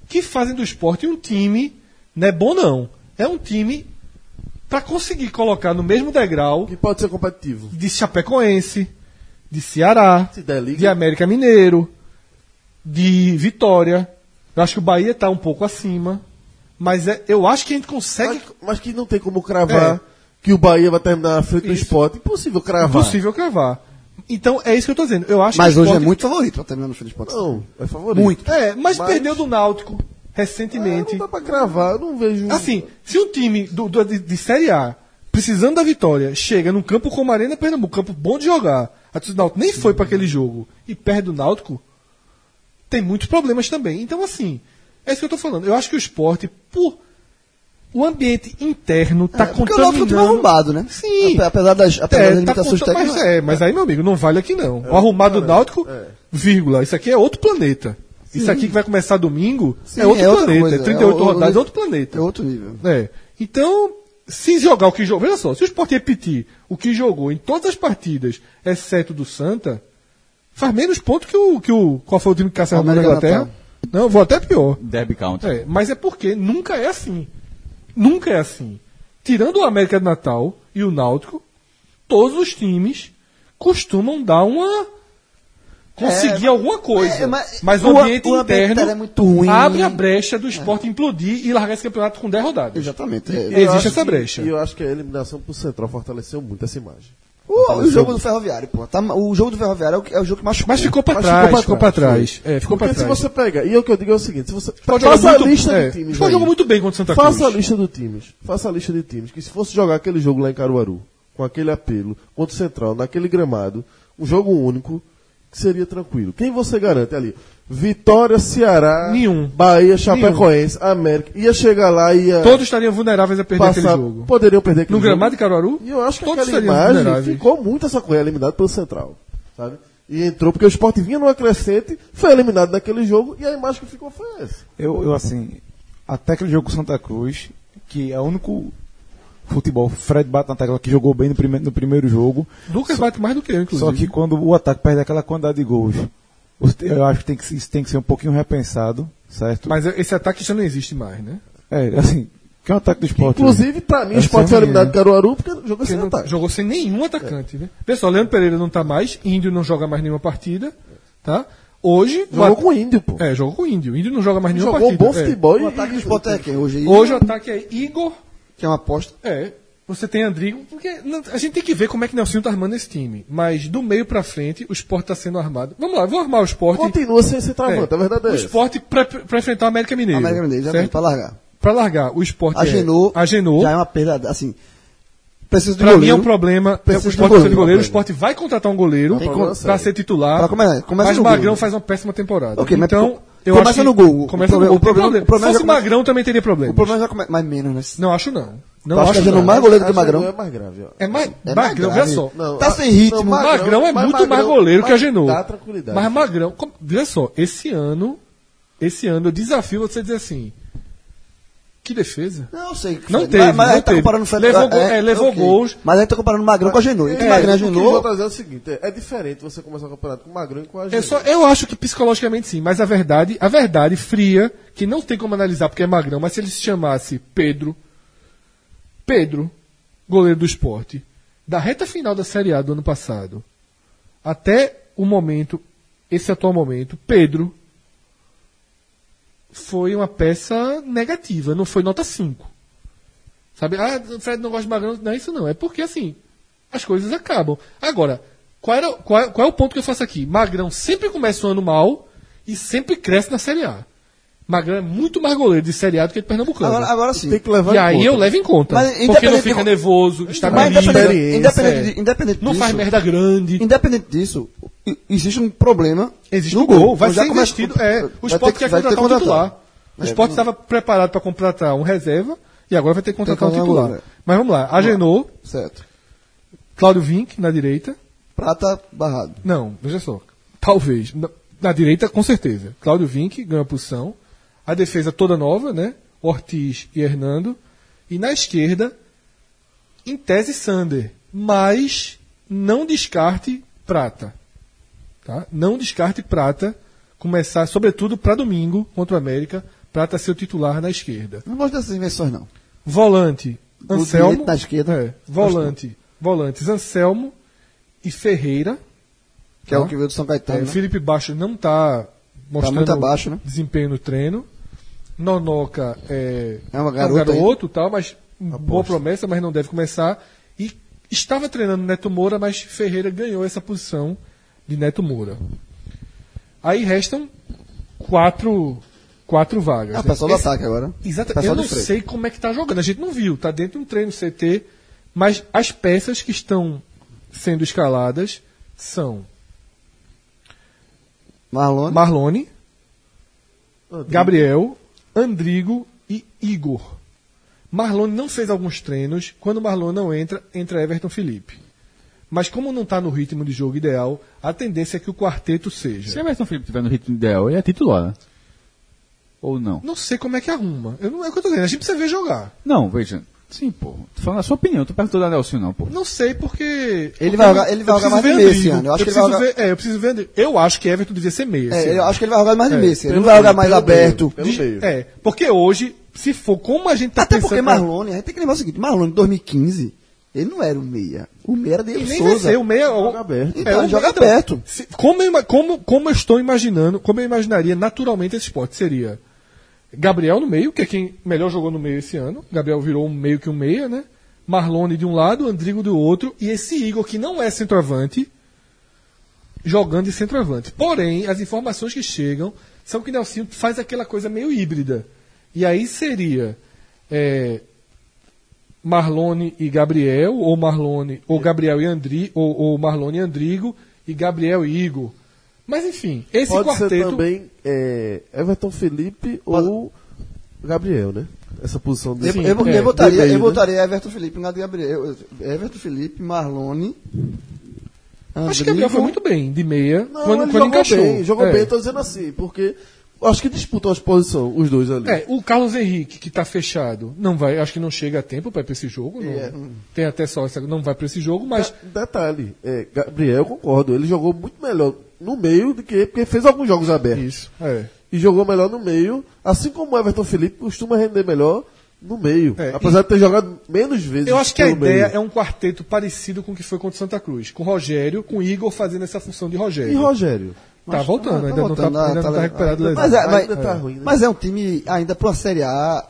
[SPEAKER 4] que fazem do esporte um time, não é bom não, é um time para conseguir colocar no mesmo degrau
[SPEAKER 3] que pode ser competitivo.
[SPEAKER 4] de Chapecoense, de Ceará,
[SPEAKER 3] Se der liga.
[SPEAKER 4] de América Mineiro, de Vitória. Eu acho que o Bahia tá um pouco acima. Mas é- eu acho que a gente consegue.
[SPEAKER 3] Mas, mas que não tem como cravar
[SPEAKER 7] É.
[SPEAKER 3] que o Bahia vai terminar na frente do esporte. Impossível cravar.
[SPEAKER 4] Impossível cravar. Então é isso que eu tô dizendo. Eu acho
[SPEAKER 7] Mas
[SPEAKER 4] que o
[SPEAKER 7] hoje é
[SPEAKER 4] Sport-
[SPEAKER 7] muito favorito pra terminar no fim de esporte.
[SPEAKER 3] Não, é favorito.
[SPEAKER 4] É, mas,
[SPEAKER 3] Mas-
[SPEAKER 4] perdeu do Náutico
[SPEAKER 3] É,
[SPEAKER 4] recentemente.
[SPEAKER 3] não dá pra cravar, eu não vejo.
[SPEAKER 4] Assim, se um time do, do- de, de Série A, precisando da vitória, chega num campo como a Arena Pernambuco, campo bom de jogar, a torcida do Náutico nem foi para aquele jogo e perde o Náutico, tem muitos problemas também. Então, assim, é isso que eu tô falando. Eu acho que o esporte, por. O ambiente interno tá
[SPEAKER 7] É, porque o Náutico é um
[SPEAKER 4] contaminando...
[SPEAKER 7] time arrombado, né?
[SPEAKER 4] Sim.
[SPEAKER 7] Ape- Apesar das, apesar
[SPEAKER 4] É,
[SPEAKER 7] das
[SPEAKER 4] tá
[SPEAKER 7] limitações
[SPEAKER 4] contando- mas,
[SPEAKER 7] técnicas.
[SPEAKER 4] é, mas aí, meu amigo, não vale aqui não.
[SPEAKER 7] É,
[SPEAKER 4] O
[SPEAKER 7] tá
[SPEAKER 4] arrumado do Náutico, vírgula, isso aqui é outro planeta. Isso aqui que vai começar domingo
[SPEAKER 7] Sim,
[SPEAKER 4] é outro
[SPEAKER 7] é outra
[SPEAKER 4] planeta.
[SPEAKER 7] coisa,
[SPEAKER 4] é 38
[SPEAKER 7] é o- o-
[SPEAKER 4] rodadas, é outro planeta.
[SPEAKER 7] É outro nível.
[SPEAKER 4] É. Então, se jogar o que jogou. Veja só, se o Sport repetir o que jogou em todas as partidas, exceto do Santa, faz menos ponto que o. Que o qual foi o time que caiu na
[SPEAKER 7] América
[SPEAKER 4] Inglaterra?
[SPEAKER 7] Natal.
[SPEAKER 4] Não, vou até pior.
[SPEAKER 6] Derby County.
[SPEAKER 4] É, mas é porque nunca é assim. Nunca é assim. Tirando o América do Natal e o Náutico, todos os times costumam dar uma. conseguir alguma coisa.
[SPEAKER 7] é,
[SPEAKER 4] mas,
[SPEAKER 7] mas
[SPEAKER 4] o,
[SPEAKER 7] o a-
[SPEAKER 4] ambiente
[SPEAKER 7] o ambiente
[SPEAKER 4] interno
[SPEAKER 7] é muito ruim. É.
[SPEAKER 4] abre a brecha do esporte implodir e largar esse campeonato com 10 rodadas.
[SPEAKER 7] Exatamente.
[SPEAKER 3] Eu
[SPEAKER 7] é.
[SPEAKER 4] existe
[SPEAKER 3] acho
[SPEAKER 4] essa
[SPEAKER 3] que-
[SPEAKER 4] brecha.
[SPEAKER 3] E eu acho que a eliminação pro Central fortaleceu muito essa imagem.
[SPEAKER 4] Tá,
[SPEAKER 7] O, o jogo do Ferroviário, pô. Tá, ma- o jogo do Ferroviário é o, que- é o jogo que machucou.
[SPEAKER 4] é Mas ficou pra
[SPEAKER 3] Mas
[SPEAKER 4] trás.
[SPEAKER 3] ficou pra
[SPEAKER 4] Ficou pra trás. É, ficou pra
[SPEAKER 3] Porque se
[SPEAKER 4] trás.
[SPEAKER 3] você pega, e é o que eu digo é o seguinte, se você
[SPEAKER 4] Pode jogar
[SPEAKER 3] faça a
[SPEAKER 4] muito-
[SPEAKER 3] lista
[SPEAKER 4] é,
[SPEAKER 3] de times,
[SPEAKER 4] Sport
[SPEAKER 3] aí.
[SPEAKER 4] jogou muito bem contra o Santa Cruz.
[SPEAKER 3] faça a lista de times, faça a lista de times que se fosse jogar aquele jogo lá em Caruaru, com aquele apelo contra o Central, naquele gramado, um jogo único, que seria tranquilo. Quem você garante ali? Vitória, Ceará,
[SPEAKER 4] Nenhum.
[SPEAKER 3] Bahia, Chapecoense, América. Ia chegar lá e ia
[SPEAKER 4] Todos estariam vulneráveis a perder aquele jogo.
[SPEAKER 3] poderiam perder aquele
[SPEAKER 4] No
[SPEAKER 3] jogo.
[SPEAKER 4] gramado de Caruaru,
[SPEAKER 3] E eu acho que
[SPEAKER 4] todos
[SPEAKER 3] aquela
[SPEAKER 4] seriam
[SPEAKER 3] imagem
[SPEAKER 4] vulneráveis.
[SPEAKER 3] ficou muito essa coisa, eliminado pelo Central, sabe? E entrou porque o Sport vinha numa crescente, foi eliminado naquele jogo e a imagem que ficou foi essa.
[SPEAKER 2] Eu, eu, assim, até aquele jogo com Santa Cruz, que é o único futebol, Fred bate na tecla que jogou bem no, prime no primeiro jogo,
[SPEAKER 4] Lucas bate mais do que eu,
[SPEAKER 2] só que
[SPEAKER 4] inclusive.
[SPEAKER 2] quando o ataque perde aquela quantidade de gols, os- eu acho que, tem que se- isso tem que ser um pouquinho repensado, certo?
[SPEAKER 4] Mas esse ataque já não existe mais, né?
[SPEAKER 2] É, assim, que é um ataque do esporte.
[SPEAKER 3] Inclusive, pra mim, o
[SPEAKER 2] Essa
[SPEAKER 3] Sport
[SPEAKER 2] é
[SPEAKER 3] foi
[SPEAKER 2] a minha.
[SPEAKER 3] eliminado de Caruaru porque jogou
[SPEAKER 4] Porque
[SPEAKER 3] sem
[SPEAKER 4] não
[SPEAKER 3] ataque.
[SPEAKER 4] jogou sem nenhum atacante,
[SPEAKER 3] É.
[SPEAKER 4] né? Pessoal, Leandro Pereira não tá mais, Índio não joga mais nenhuma partida, tá? Hoje.
[SPEAKER 3] Jogou com
[SPEAKER 4] o
[SPEAKER 3] o Índio, pô.
[SPEAKER 4] Índio. É, jogou com o Índio. O Índio não joga mais nenhuma
[SPEAKER 3] jogou
[SPEAKER 4] partida.
[SPEAKER 3] bom
[SPEAKER 4] é.
[SPEAKER 3] futebol e
[SPEAKER 7] O ataque do Sport é quem? Hoje,
[SPEAKER 4] Hoje o ataque é Igor.
[SPEAKER 7] que é uma aposta.
[SPEAKER 4] É. Você tem Andrigo, porque não- a gente tem que ver como é que Nelsinho tá armando esse time. Mas do meio pra frente, o Sport tá sendo armado. Vamos lá, eu vou armar o Sport.
[SPEAKER 3] Continua sem ser travante, a verdade é
[SPEAKER 4] O
[SPEAKER 3] essa.
[SPEAKER 4] Sport pra, pra enfrentar o América Mineiro.
[SPEAKER 7] América Mineiro, exatamente,
[SPEAKER 4] é certo?
[SPEAKER 7] pra largar.
[SPEAKER 4] Pra largar, o Sport é-
[SPEAKER 7] Agenou,
[SPEAKER 4] Agenou.
[SPEAKER 7] já é uma perda, assim. Precisa de
[SPEAKER 4] Pra mim é
[SPEAKER 7] goleiro.
[SPEAKER 4] um problema. é O
[SPEAKER 7] Precisa de
[SPEAKER 4] Sport precisa de
[SPEAKER 7] goleiro,
[SPEAKER 4] goleiro. O
[SPEAKER 7] problema.
[SPEAKER 4] Sport vai contratar um goleiro
[SPEAKER 7] Tem
[SPEAKER 4] pra
[SPEAKER 7] problema
[SPEAKER 4] pra ser titular.
[SPEAKER 7] Pra começar- começa
[SPEAKER 4] mas
[SPEAKER 7] no
[SPEAKER 4] Magrão
[SPEAKER 7] gol.
[SPEAKER 4] faz uma péssima temporada.
[SPEAKER 7] Ok, mas
[SPEAKER 4] então,
[SPEAKER 7] co-
[SPEAKER 4] eu
[SPEAKER 7] começa
[SPEAKER 4] acho que
[SPEAKER 7] no gol. O
[SPEAKER 4] Começa
[SPEAKER 7] problema-
[SPEAKER 4] no gol.
[SPEAKER 7] o problema-
[SPEAKER 4] Tem problema.
[SPEAKER 7] o problema
[SPEAKER 4] Se fosse
[SPEAKER 7] já começa-
[SPEAKER 4] Magrão também teria problema.
[SPEAKER 7] O problema já começa. Mas menos, né?
[SPEAKER 4] Não acho não. Não
[SPEAKER 7] Não, acho que
[SPEAKER 4] acho
[SPEAKER 7] agindo
[SPEAKER 4] não.
[SPEAKER 7] mais goleiro do que
[SPEAKER 3] Acho
[SPEAKER 7] Magrão.
[SPEAKER 3] é mais grave, ó.
[SPEAKER 4] É mais
[SPEAKER 7] É mais
[SPEAKER 4] Magrão,
[SPEAKER 7] grave.
[SPEAKER 4] veja só.
[SPEAKER 3] Não,
[SPEAKER 7] Tá
[SPEAKER 3] a-
[SPEAKER 7] sem ritmo.
[SPEAKER 3] não,
[SPEAKER 4] Magrão, é
[SPEAKER 3] mas
[SPEAKER 4] muito mais goleiro que
[SPEAKER 3] mas
[SPEAKER 4] Agenou.
[SPEAKER 3] Dá tranquilidade.
[SPEAKER 4] Mas Magrão, como- veja só, esse ano, esse ano eu desafio você dizer assim, que defesa?
[SPEAKER 7] Não, eu sei. que
[SPEAKER 4] Não
[SPEAKER 7] Fred-
[SPEAKER 4] teve,
[SPEAKER 7] Mas, mas
[SPEAKER 4] não
[SPEAKER 7] a gente tá
[SPEAKER 4] teve.
[SPEAKER 7] comparando o Fred.
[SPEAKER 4] Levou gol- é, levou
[SPEAKER 7] ok.
[SPEAKER 4] gols.
[SPEAKER 7] Mas a gente tá comparando o Magrão com a Genoa. Entre
[SPEAKER 3] É,
[SPEAKER 7] Magrão e
[SPEAKER 3] o que eu vou
[SPEAKER 4] tá
[SPEAKER 7] Genoa.
[SPEAKER 3] trazer é o seguinte, é, é diferente você começar o campeonato com o Magrão e com a
[SPEAKER 4] Eu,
[SPEAKER 3] Agenou.
[SPEAKER 4] É só, eu acho que psicologicamente sim, mas a verdade, a verdade fria, que não tem como analisar porque é magrão, mas se ele se chamasse Pedro, Pedro, goleiro do esporte, da reta final da Série A do ano passado, até o momento, esse atual momento, Pedro foi uma peça negativa, não foi nota 5. Sabe, ah, o Fred não gosta de magrão, não é isso não, é porque assim, as coisas acabam. Agora, qual, era, qual, é- qual é o ponto que eu faço aqui? Magrão sempre começa o ano mal e sempre cresce na Série A. Magrão é muito mais goleiro de Série A do que de Pernambucano.
[SPEAKER 7] Agora, agora sim.
[SPEAKER 3] Tem que levar
[SPEAKER 4] e
[SPEAKER 3] em
[SPEAKER 4] aí
[SPEAKER 3] conta.
[SPEAKER 4] eu levo em conta.
[SPEAKER 7] Mas
[SPEAKER 4] porque não
[SPEAKER 7] independente
[SPEAKER 4] fica
[SPEAKER 7] de-
[SPEAKER 4] nervoso,
[SPEAKER 7] Mas
[SPEAKER 4] estabiliza,
[SPEAKER 7] independente,
[SPEAKER 3] experiência.
[SPEAKER 7] independente, de-
[SPEAKER 4] é,
[SPEAKER 7] independente
[SPEAKER 4] não
[SPEAKER 7] disso,
[SPEAKER 4] faz merda grande.
[SPEAKER 7] Independente disso, i- existe um problema.
[SPEAKER 4] Existe
[SPEAKER 7] no
[SPEAKER 4] um gol, vai
[SPEAKER 7] Então
[SPEAKER 4] ser
[SPEAKER 7] já começa-
[SPEAKER 4] investido. É, o
[SPEAKER 7] vai ter
[SPEAKER 4] Sport
[SPEAKER 7] que-
[SPEAKER 4] quer
[SPEAKER 7] vai ter que
[SPEAKER 4] contratar um titular. O
[SPEAKER 7] É,
[SPEAKER 4] Sport
[SPEAKER 7] vamos-
[SPEAKER 4] estava preparado para contratar um reserva e agora vai ter que contratar um
[SPEAKER 7] contratar um
[SPEAKER 4] titular.
[SPEAKER 7] goleiro.
[SPEAKER 4] Mas vamos lá, Agenou,
[SPEAKER 7] Certo.
[SPEAKER 4] Cláudio Vinck na direita,
[SPEAKER 7] Prata barrado.
[SPEAKER 4] Não, veja só. Talvez. Na, na direita, com certeza. Cláudio Vinck ganha a posição. A defesa toda nova, né? Ortiz e Hernando. E na esquerda, em tese, Sander. Mas não descarte Prata. Tá? Não descarte Prata. Começar, sobretudo, para domingo contra o América. Prata ser o titular na esquerda.
[SPEAKER 7] Não gosto dessas invenções, não.
[SPEAKER 4] Volante,
[SPEAKER 7] Do
[SPEAKER 4] Anselmo.
[SPEAKER 7] direito na esquerda.
[SPEAKER 4] É, volante, volantes, Anselmo e Ferreira.
[SPEAKER 7] Que é
[SPEAKER 4] Tá.
[SPEAKER 7] o que veio do São
[SPEAKER 4] É,
[SPEAKER 7] Caetano.
[SPEAKER 4] o
[SPEAKER 7] né? Tá
[SPEAKER 4] Felipe Baixo não está mostrando
[SPEAKER 7] muito abaixo, né?
[SPEAKER 4] desempenho no treino. Nonoca é,
[SPEAKER 7] É uma
[SPEAKER 4] um
[SPEAKER 7] garota
[SPEAKER 4] garoto e tal, mas boa promessa, mas não deve começar. E estava treinando Neto Moura, mas Ferreira ganhou essa posição de Neto Moura. Aí restam quatro, quatro vagas.
[SPEAKER 7] Ah,
[SPEAKER 4] né?
[SPEAKER 7] pessoal do
[SPEAKER 4] Esse-
[SPEAKER 7] ataque agora.
[SPEAKER 4] Exato.
[SPEAKER 7] Pessoal
[SPEAKER 4] Eu não
[SPEAKER 7] de frente.
[SPEAKER 4] sei como é que tá jogando. A gente não viu. Tá dentro de um treino CT, mas as peças que estão sendo escaladas são
[SPEAKER 7] Marlon.
[SPEAKER 4] Marlone, Gabriel, Andrigo e Igor. Marlone não fez alguns treinos. Quando Marlon não entra, entra Everton Felipe. Mas como não está no ritmo de jogo ideal, a tendência é que o quarteto
[SPEAKER 6] Se
[SPEAKER 4] seja.
[SPEAKER 7] é
[SPEAKER 6] o Everton Felipe tiver no ritmo ideal, ele é titular, né? Ou não?
[SPEAKER 4] Não sei como é que arruma. Eu não é o que eu tô dizendo. A gente precisa ver jogar.
[SPEAKER 6] Não, veja. Sim, pô. Tô falando a sua opinião, tu perguntou da Nelson, não, pô.
[SPEAKER 4] Não sei porque. eu
[SPEAKER 7] Ele vai
[SPEAKER 4] preciso-
[SPEAKER 7] jogar- ele vai
[SPEAKER 4] eu
[SPEAKER 7] jogar
[SPEAKER 4] preciso
[SPEAKER 7] mais de
[SPEAKER 4] ver
[SPEAKER 7] meia
[SPEAKER 4] Andrigo.
[SPEAKER 7] esse ano. Eu acho
[SPEAKER 4] Eu
[SPEAKER 7] que ele vai
[SPEAKER 4] preciso ver. É, eu preciso ver. Andrigo. Eu acho que Everton devia ser meia. esse
[SPEAKER 7] É, eu
[SPEAKER 4] ano.
[SPEAKER 7] acho que ele vai jogar mais de
[SPEAKER 4] É,
[SPEAKER 7] Messi. Ele não
[SPEAKER 4] pelo
[SPEAKER 7] vai jogar
[SPEAKER 4] meio,
[SPEAKER 7] mais
[SPEAKER 4] pelo
[SPEAKER 7] aberto.
[SPEAKER 3] Pelo meio.
[SPEAKER 4] É, porque hoje, se for como a gente tá
[SPEAKER 7] Até
[SPEAKER 4] pensando.
[SPEAKER 7] porque Marlon, a gente tem que lembrar o seguinte: Marlon, em 2015, ele não era o meia. O meia era
[SPEAKER 4] Ele
[SPEAKER 7] dele
[SPEAKER 4] nem vai
[SPEAKER 7] Souza.
[SPEAKER 4] ser o meia. o-
[SPEAKER 3] Joga aberto.
[SPEAKER 4] É,
[SPEAKER 7] Então,
[SPEAKER 4] o
[SPEAKER 7] ele joga
[SPEAKER 4] meia, então.
[SPEAKER 7] aberto.
[SPEAKER 4] Se- como, eu, ima- como, como eu estou imaginando, como eu imaginaria naturalmente esse esporte, seria Gabriel no meio, que é quem melhor jogou no meio esse ano. Gabriel virou um meio que um meia, né? Marlone de um lado, Andrigo do outro, e esse Igor, que não é centroavante, jogando de centroavante. Porém, as informações que chegam são que Nelsinho faz aquela coisa meio híbrida. E aí seria é, Marlone e Gabriel, ou Marlone, ou Gabriel e Andri, ou, ou Marlone e Andrigo, e Gabriel e Igor. Mas enfim, esse
[SPEAKER 3] Pode ser
[SPEAKER 4] quarteto.
[SPEAKER 3] também é, Everton Felipe ou Gabriel, né? Essa posição
[SPEAKER 7] Eu,
[SPEAKER 3] dele.
[SPEAKER 7] eu,
[SPEAKER 4] é,
[SPEAKER 7] eu votaria,
[SPEAKER 3] meio,
[SPEAKER 7] eu
[SPEAKER 3] né?
[SPEAKER 7] votaria Everton Felipe no lugar de Gabriel. Eu- Everton Felipe, Marlone.
[SPEAKER 4] Acho que é Gabriel foi muito bem, de meia,
[SPEAKER 3] Não,
[SPEAKER 4] quando,
[SPEAKER 3] ele
[SPEAKER 4] quando
[SPEAKER 3] jogou
[SPEAKER 4] encaixou.
[SPEAKER 3] bem, jogou
[SPEAKER 4] É.
[SPEAKER 3] bem, tô dizendo assim, porque acho que disputam as posições, os dois ali.
[SPEAKER 4] É, o Carlos Henrique, que tá fechado, não vai, acho que não chega a tempo para ir pra esse jogo. Não,
[SPEAKER 3] É. Tá.
[SPEAKER 4] Tem até só essa, não vai pra esse jogo, mas.
[SPEAKER 3] Da- Detalhe, é, Gabriel, eu concordo, ele jogou muito melhor no meio do que porque fez alguns jogos abertos.
[SPEAKER 4] Isso, é.
[SPEAKER 3] E jogou melhor no meio, assim como o Everton Felipe costuma render melhor no meio.
[SPEAKER 4] É,
[SPEAKER 3] apesar de ter jogado menos vezes.
[SPEAKER 4] Eu acho que a
[SPEAKER 3] pelo
[SPEAKER 4] ideia
[SPEAKER 3] meio.
[SPEAKER 4] é um quarteto parecido com o que foi contra o Santa Cruz, com Rogério, com Igor fazendo essa função de Rogério.
[SPEAKER 3] E Rogério?
[SPEAKER 4] Tá voltando, ainda não
[SPEAKER 7] voltando,
[SPEAKER 4] tá,
[SPEAKER 7] ah,
[SPEAKER 4] ainda
[SPEAKER 7] tá
[SPEAKER 4] não tá
[SPEAKER 7] le-
[SPEAKER 4] recuperado
[SPEAKER 7] ainda-
[SPEAKER 4] da
[SPEAKER 7] mas, é,
[SPEAKER 4] lesão.
[SPEAKER 7] mas,
[SPEAKER 3] Ainda tá ruim, né?
[SPEAKER 7] mas é um time ainda para uma Série A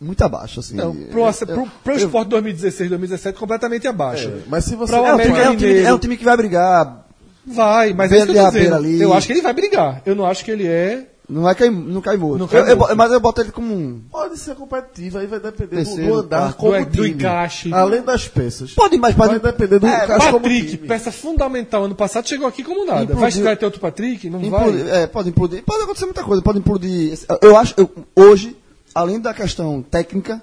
[SPEAKER 7] muito abaixo, assim.
[SPEAKER 4] Não,
[SPEAKER 7] Eu-
[SPEAKER 4] pro, ace-
[SPEAKER 7] eu-
[SPEAKER 4] pro, pro
[SPEAKER 7] eu-
[SPEAKER 4] Sport 2016, 2017, completamente abaixo.
[SPEAKER 3] É, mas se você.
[SPEAKER 4] Pra
[SPEAKER 7] é, um time, é, um time,
[SPEAKER 4] Mineiro.
[SPEAKER 7] é um time que vai brigar.
[SPEAKER 4] Vai, mas é
[SPEAKER 7] Vendo
[SPEAKER 4] isso que eu tô
[SPEAKER 7] a beira
[SPEAKER 4] dizendo.
[SPEAKER 7] ali.
[SPEAKER 4] Eu acho que ele vai brigar. Eu não acho que ele é.
[SPEAKER 7] Não, vai cair, não cai morto.
[SPEAKER 4] Não cai
[SPEAKER 7] Eu- eu
[SPEAKER 4] morto.
[SPEAKER 7] bo- mas eu boto ele como um.
[SPEAKER 3] Pode ser competitivo, aí vai depender do- do,
[SPEAKER 7] Terceiro,
[SPEAKER 3] andar
[SPEAKER 7] quarto,
[SPEAKER 3] como
[SPEAKER 4] do- do
[SPEAKER 3] time.
[SPEAKER 4] encaixe.
[SPEAKER 3] Além das peças.
[SPEAKER 7] Pode ir mais
[SPEAKER 3] Vai
[SPEAKER 7] para
[SPEAKER 3] depender do
[SPEAKER 7] É,
[SPEAKER 3] encaixe como
[SPEAKER 4] Patrick,
[SPEAKER 3] time.
[SPEAKER 4] peça fundamental ano passado, chegou aqui como nada. Vai
[SPEAKER 7] Implodiu.
[SPEAKER 4] estrear até outro Patrick? Não
[SPEAKER 7] Implodir,
[SPEAKER 4] vai?
[SPEAKER 7] é, pode implodir. Pode acontecer muita coisa. Pode implodir. Eu acho, eu- hoje, além da questão técnica,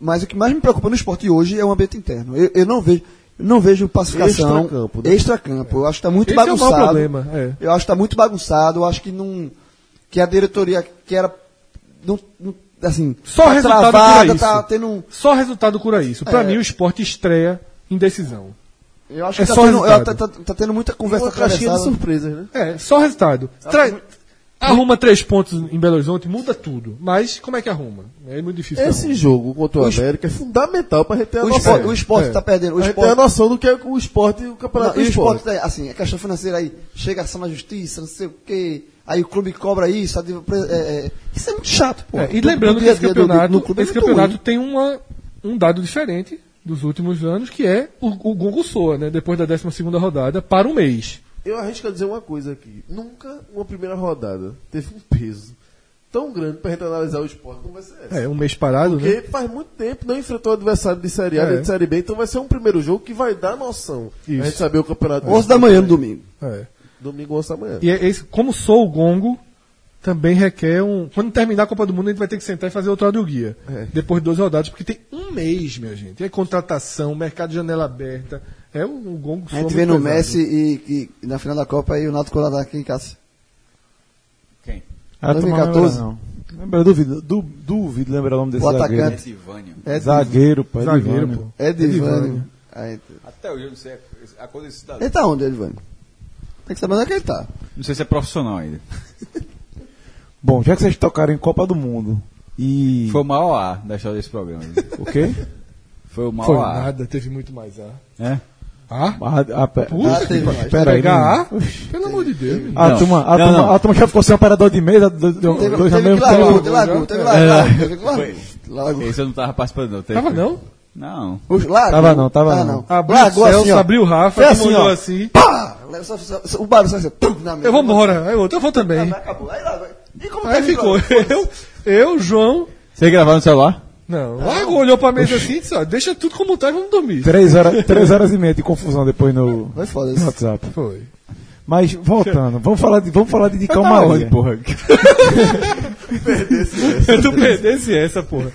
[SPEAKER 7] mas o que mais me preocupa no esporte hoje é o ambiente interno. Eu, eu não vejo, eu não vejo pacificação
[SPEAKER 3] Extracampo, né?
[SPEAKER 7] extracampo. Eu acho que está muito
[SPEAKER 4] Esse é o
[SPEAKER 7] bagunçado.
[SPEAKER 4] maior problema, é.
[SPEAKER 7] Eu acho que está muito bagunçado. Eu acho que não, que a diretoria que era, não, não- assim,
[SPEAKER 4] Só
[SPEAKER 7] tá
[SPEAKER 4] resultado
[SPEAKER 7] travada,
[SPEAKER 4] cura
[SPEAKER 7] tá
[SPEAKER 4] isso.
[SPEAKER 7] tendo um,
[SPEAKER 4] Só resultado cura isso. Pra
[SPEAKER 7] É.
[SPEAKER 4] mim, o esporte estreia em decisão.
[SPEAKER 7] eu acho
[SPEAKER 4] É
[SPEAKER 7] que tá
[SPEAKER 4] só
[SPEAKER 7] tendo,
[SPEAKER 4] resultado.
[SPEAKER 7] tá, tá- tá tendo muita conversa
[SPEAKER 3] Uma caixinha de
[SPEAKER 7] atravessada.
[SPEAKER 3] surpresas, né?
[SPEAKER 4] É, só resultado. Tra- Arruma três pontos em Belo Horizonte, muda tudo. Mas como é que arruma? É muito difícil.
[SPEAKER 3] Esse jogo contra o
[SPEAKER 7] O es-
[SPEAKER 3] América é fundamental para reter a
[SPEAKER 7] O
[SPEAKER 3] noção.
[SPEAKER 7] esporte, o esporte
[SPEAKER 4] É.
[SPEAKER 7] tá perdendo. O
[SPEAKER 3] a gente
[SPEAKER 7] esporte
[SPEAKER 3] tem a noção do que é o esporte e o campeonato
[SPEAKER 7] Não,
[SPEAKER 3] do
[SPEAKER 7] e o
[SPEAKER 3] esporte.
[SPEAKER 7] esporte, tá, assim, a questão financeira aí, chega ação na justiça, não sei o quê, aí o clube cobra isso, a, div- pre- é, é, isso é muito chato, pô.
[SPEAKER 4] É, e
[SPEAKER 7] Do-
[SPEAKER 4] lembrando
[SPEAKER 7] do
[SPEAKER 4] que
[SPEAKER 7] dia a
[SPEAKER 4] esse
[SPEAKER 7] dia do-
[SPEAKER 4] campeonato,
[SPEAKER 7] do- no clube é
[SPEAKER 4] esse
[SPEAKER 7] muito ruim.
[SPEAKER 4] campeonato tem uma, um dado diferente dos últimos anos, que é o, o Gongo Soa, né? Depois da 12 segunda rodada, para um mês.
[SPEAKER 3] Eu arrisco a dizer uma coisa aqui. Nunca uma primeira rodada teve um peso tão grande pra gente analisar o esporte como vai ser essa.
[SPEAKER 4] É, um mês parado, né?
[SPEAKER 3] Porque faz muito tempo não enfrentou um adversário de Série A
[SPEAKER 4] É.
[SPEAKER 3] nem de Série B, então vai ser um primeiro jogo que vai dar noção.
[SPEAKER 4] Isso.
[SPEAKER 3] A gente saber o campeonato.
[SPEAKER 7] 11 da manhã no domingo.
[SPEAKER 4] É.
[SPEAKER 3] Domingo 11 da manhã.
[SPEAKER 4] E é esse, como sou o Gongo, também requer um. Quando terminar a Copa do Mundo, a gente vai ter que sentar e fazer outro áudio guia.
[SPEAKER 3] É.
[SPEAKER 4] Depois de 12 rodadas, porque tem um mês, minha gente. É contratação, mercado de janela aberta. É o, o Gongo Soa
[SPEAKER 7] A gente
[SPEAKER 4] muito
[SPEAKER 7] vê no
[SPEAKER 4] pesado.
[SPEAKER 7] Messi e, e na final da Copa aí o Nato Coladar aqui em casa.
[SPEAKER 6] Quem?
[SPEAKER 2] Ah, tu não
[SPEAKER 7] 2014.
[SPEAKER 2] lembra, não. Lembra, eu duvido, du, duvido lembrar o nome desse
[SPEAKER 7] O
[SPEAKER 2] zagueiro.
[SPEAKER 7] atacante.
[SPEAKER 6] Ivânio.
[SPEAKER 7] É
[SPEAKER 2] Zagueiro, pô.
[SPEAKER 4] Zagueiro,
[SPEAKER 2] Edivânio.
[SPEAKER 4] pô.
[SPEAKER 7] É
[SPEAKER 4] Edivânio.
[SPEAKER 7] Divânio. Aí-
[SPEAKER 6] Até hoje eu não sei a coisa desse cidadão.
[SPEAKER 7] Ele tá onde, Edivânio? Tem que saber onde é que ele tá.
[SPEAKER 6] Não sei se é profissional ainda.
[SPEAKER 2] Bom, já que vocês tocaram em Copa do Mundo e.
[SPEAKER 6] Foi o maior A da história desse programa.
[SPEAKER 2] O quê?
[SPEAKER 7] É,
[SPEAKER 6] Foi o maior
[SPEAKER 4] Foi
[SPEAKER 6] A.
[SPEAKER 4] nada, teve muito mais ar.
[SPEAKER 6] É?
[SPEAKER 4] Ah?
[SPEAKER 2] A, a, pe-
[SPEAKER 7] Ah, teve mais.
[SPEAKER 2] pera aí.
[SPEAKER 4] Pegar
[SPEAKER 2] menino.
[SPEAKER 4] A? Pelo amor de Deus. menino.
[SPEAKER 2] A
[SPEAKER 6] Não.
[SPEAKER 2] turma, a,
[SPEAKER 6] Não,
[SPEAKER 2] turma,
[SPEAKER 6] não.
[SPEAKER 2] a turma já ficou sem operador de mesa do, do,
[SPEAKER 7] Teve,
[SPEAKER 2] dois ao
[SPEAKER 7] teve
[SPEAKER 2] mesmo
[SPEAKER 7] que largou,
[SPEAKER 2] tempo.
[SPEAKER 7] teve que largou, teve que largar, teve que largar. Largou.
[SPEAKER 6] Esse eu não tava participando, não. Teve-
[SPEAKER 4] Tava não?
[SPEAKER 6] Não.
[SPEAKER 7] Oxe, largou.
[SPEAKER 2] Tava não, tava
[SPEAKER 7] Ah,
[SPEAKER 2] não.
[SPEAKER 4] Abriu
[SPEAKER 7] largou
[SPEAKER 4] o Celso,
[SPEAKER 7] assim, ó.
[SPEAKER 4] abriu o Rafa,
[SPEAKER 7] Foi
[SPEAKER 4] que
[SPEAKER 7] assim,
[SPEAKER 4] mandou
[SPEAKER 7] ó.
[SPEAKER 4] assim.
[SPEAKER 7] Pá! Só- só- só- O barulho só assim, pum, na mesa.
[SPEAKER 4] Eu vou embora. Aí o outro, eu vou
[SPEAKER 7] Ah,
[SPEAKER 4] também.
[SPEAKER 7] mas Acabou. Aí lá vai. E como
[SPEAKER 4] Aí ficou eu, eu, João.
[SPEAKER 6] Você gravava no celular?
[SPEAKER 4] Não, largou, olhou pra mesa assim e disse, ó, deixa tudo como tá e vamos dormir.
[SPEAKER 2] Três horas, três horas e meia de confusão depois no,
[SPEAKER 7] Vai foda
[SPEAKER 2] no
[SPEAKER 7] isso.
[SPEAKER 2] WhatsApp.
[SPEAKER 4] Foi.
[SPEAKER 2] Mas voltando, vamos falar de, vamos falar de, de calmaria.
[SPEAKER 6] porra.
[SPEAKER 4] Eu tu perdesse essa, porra.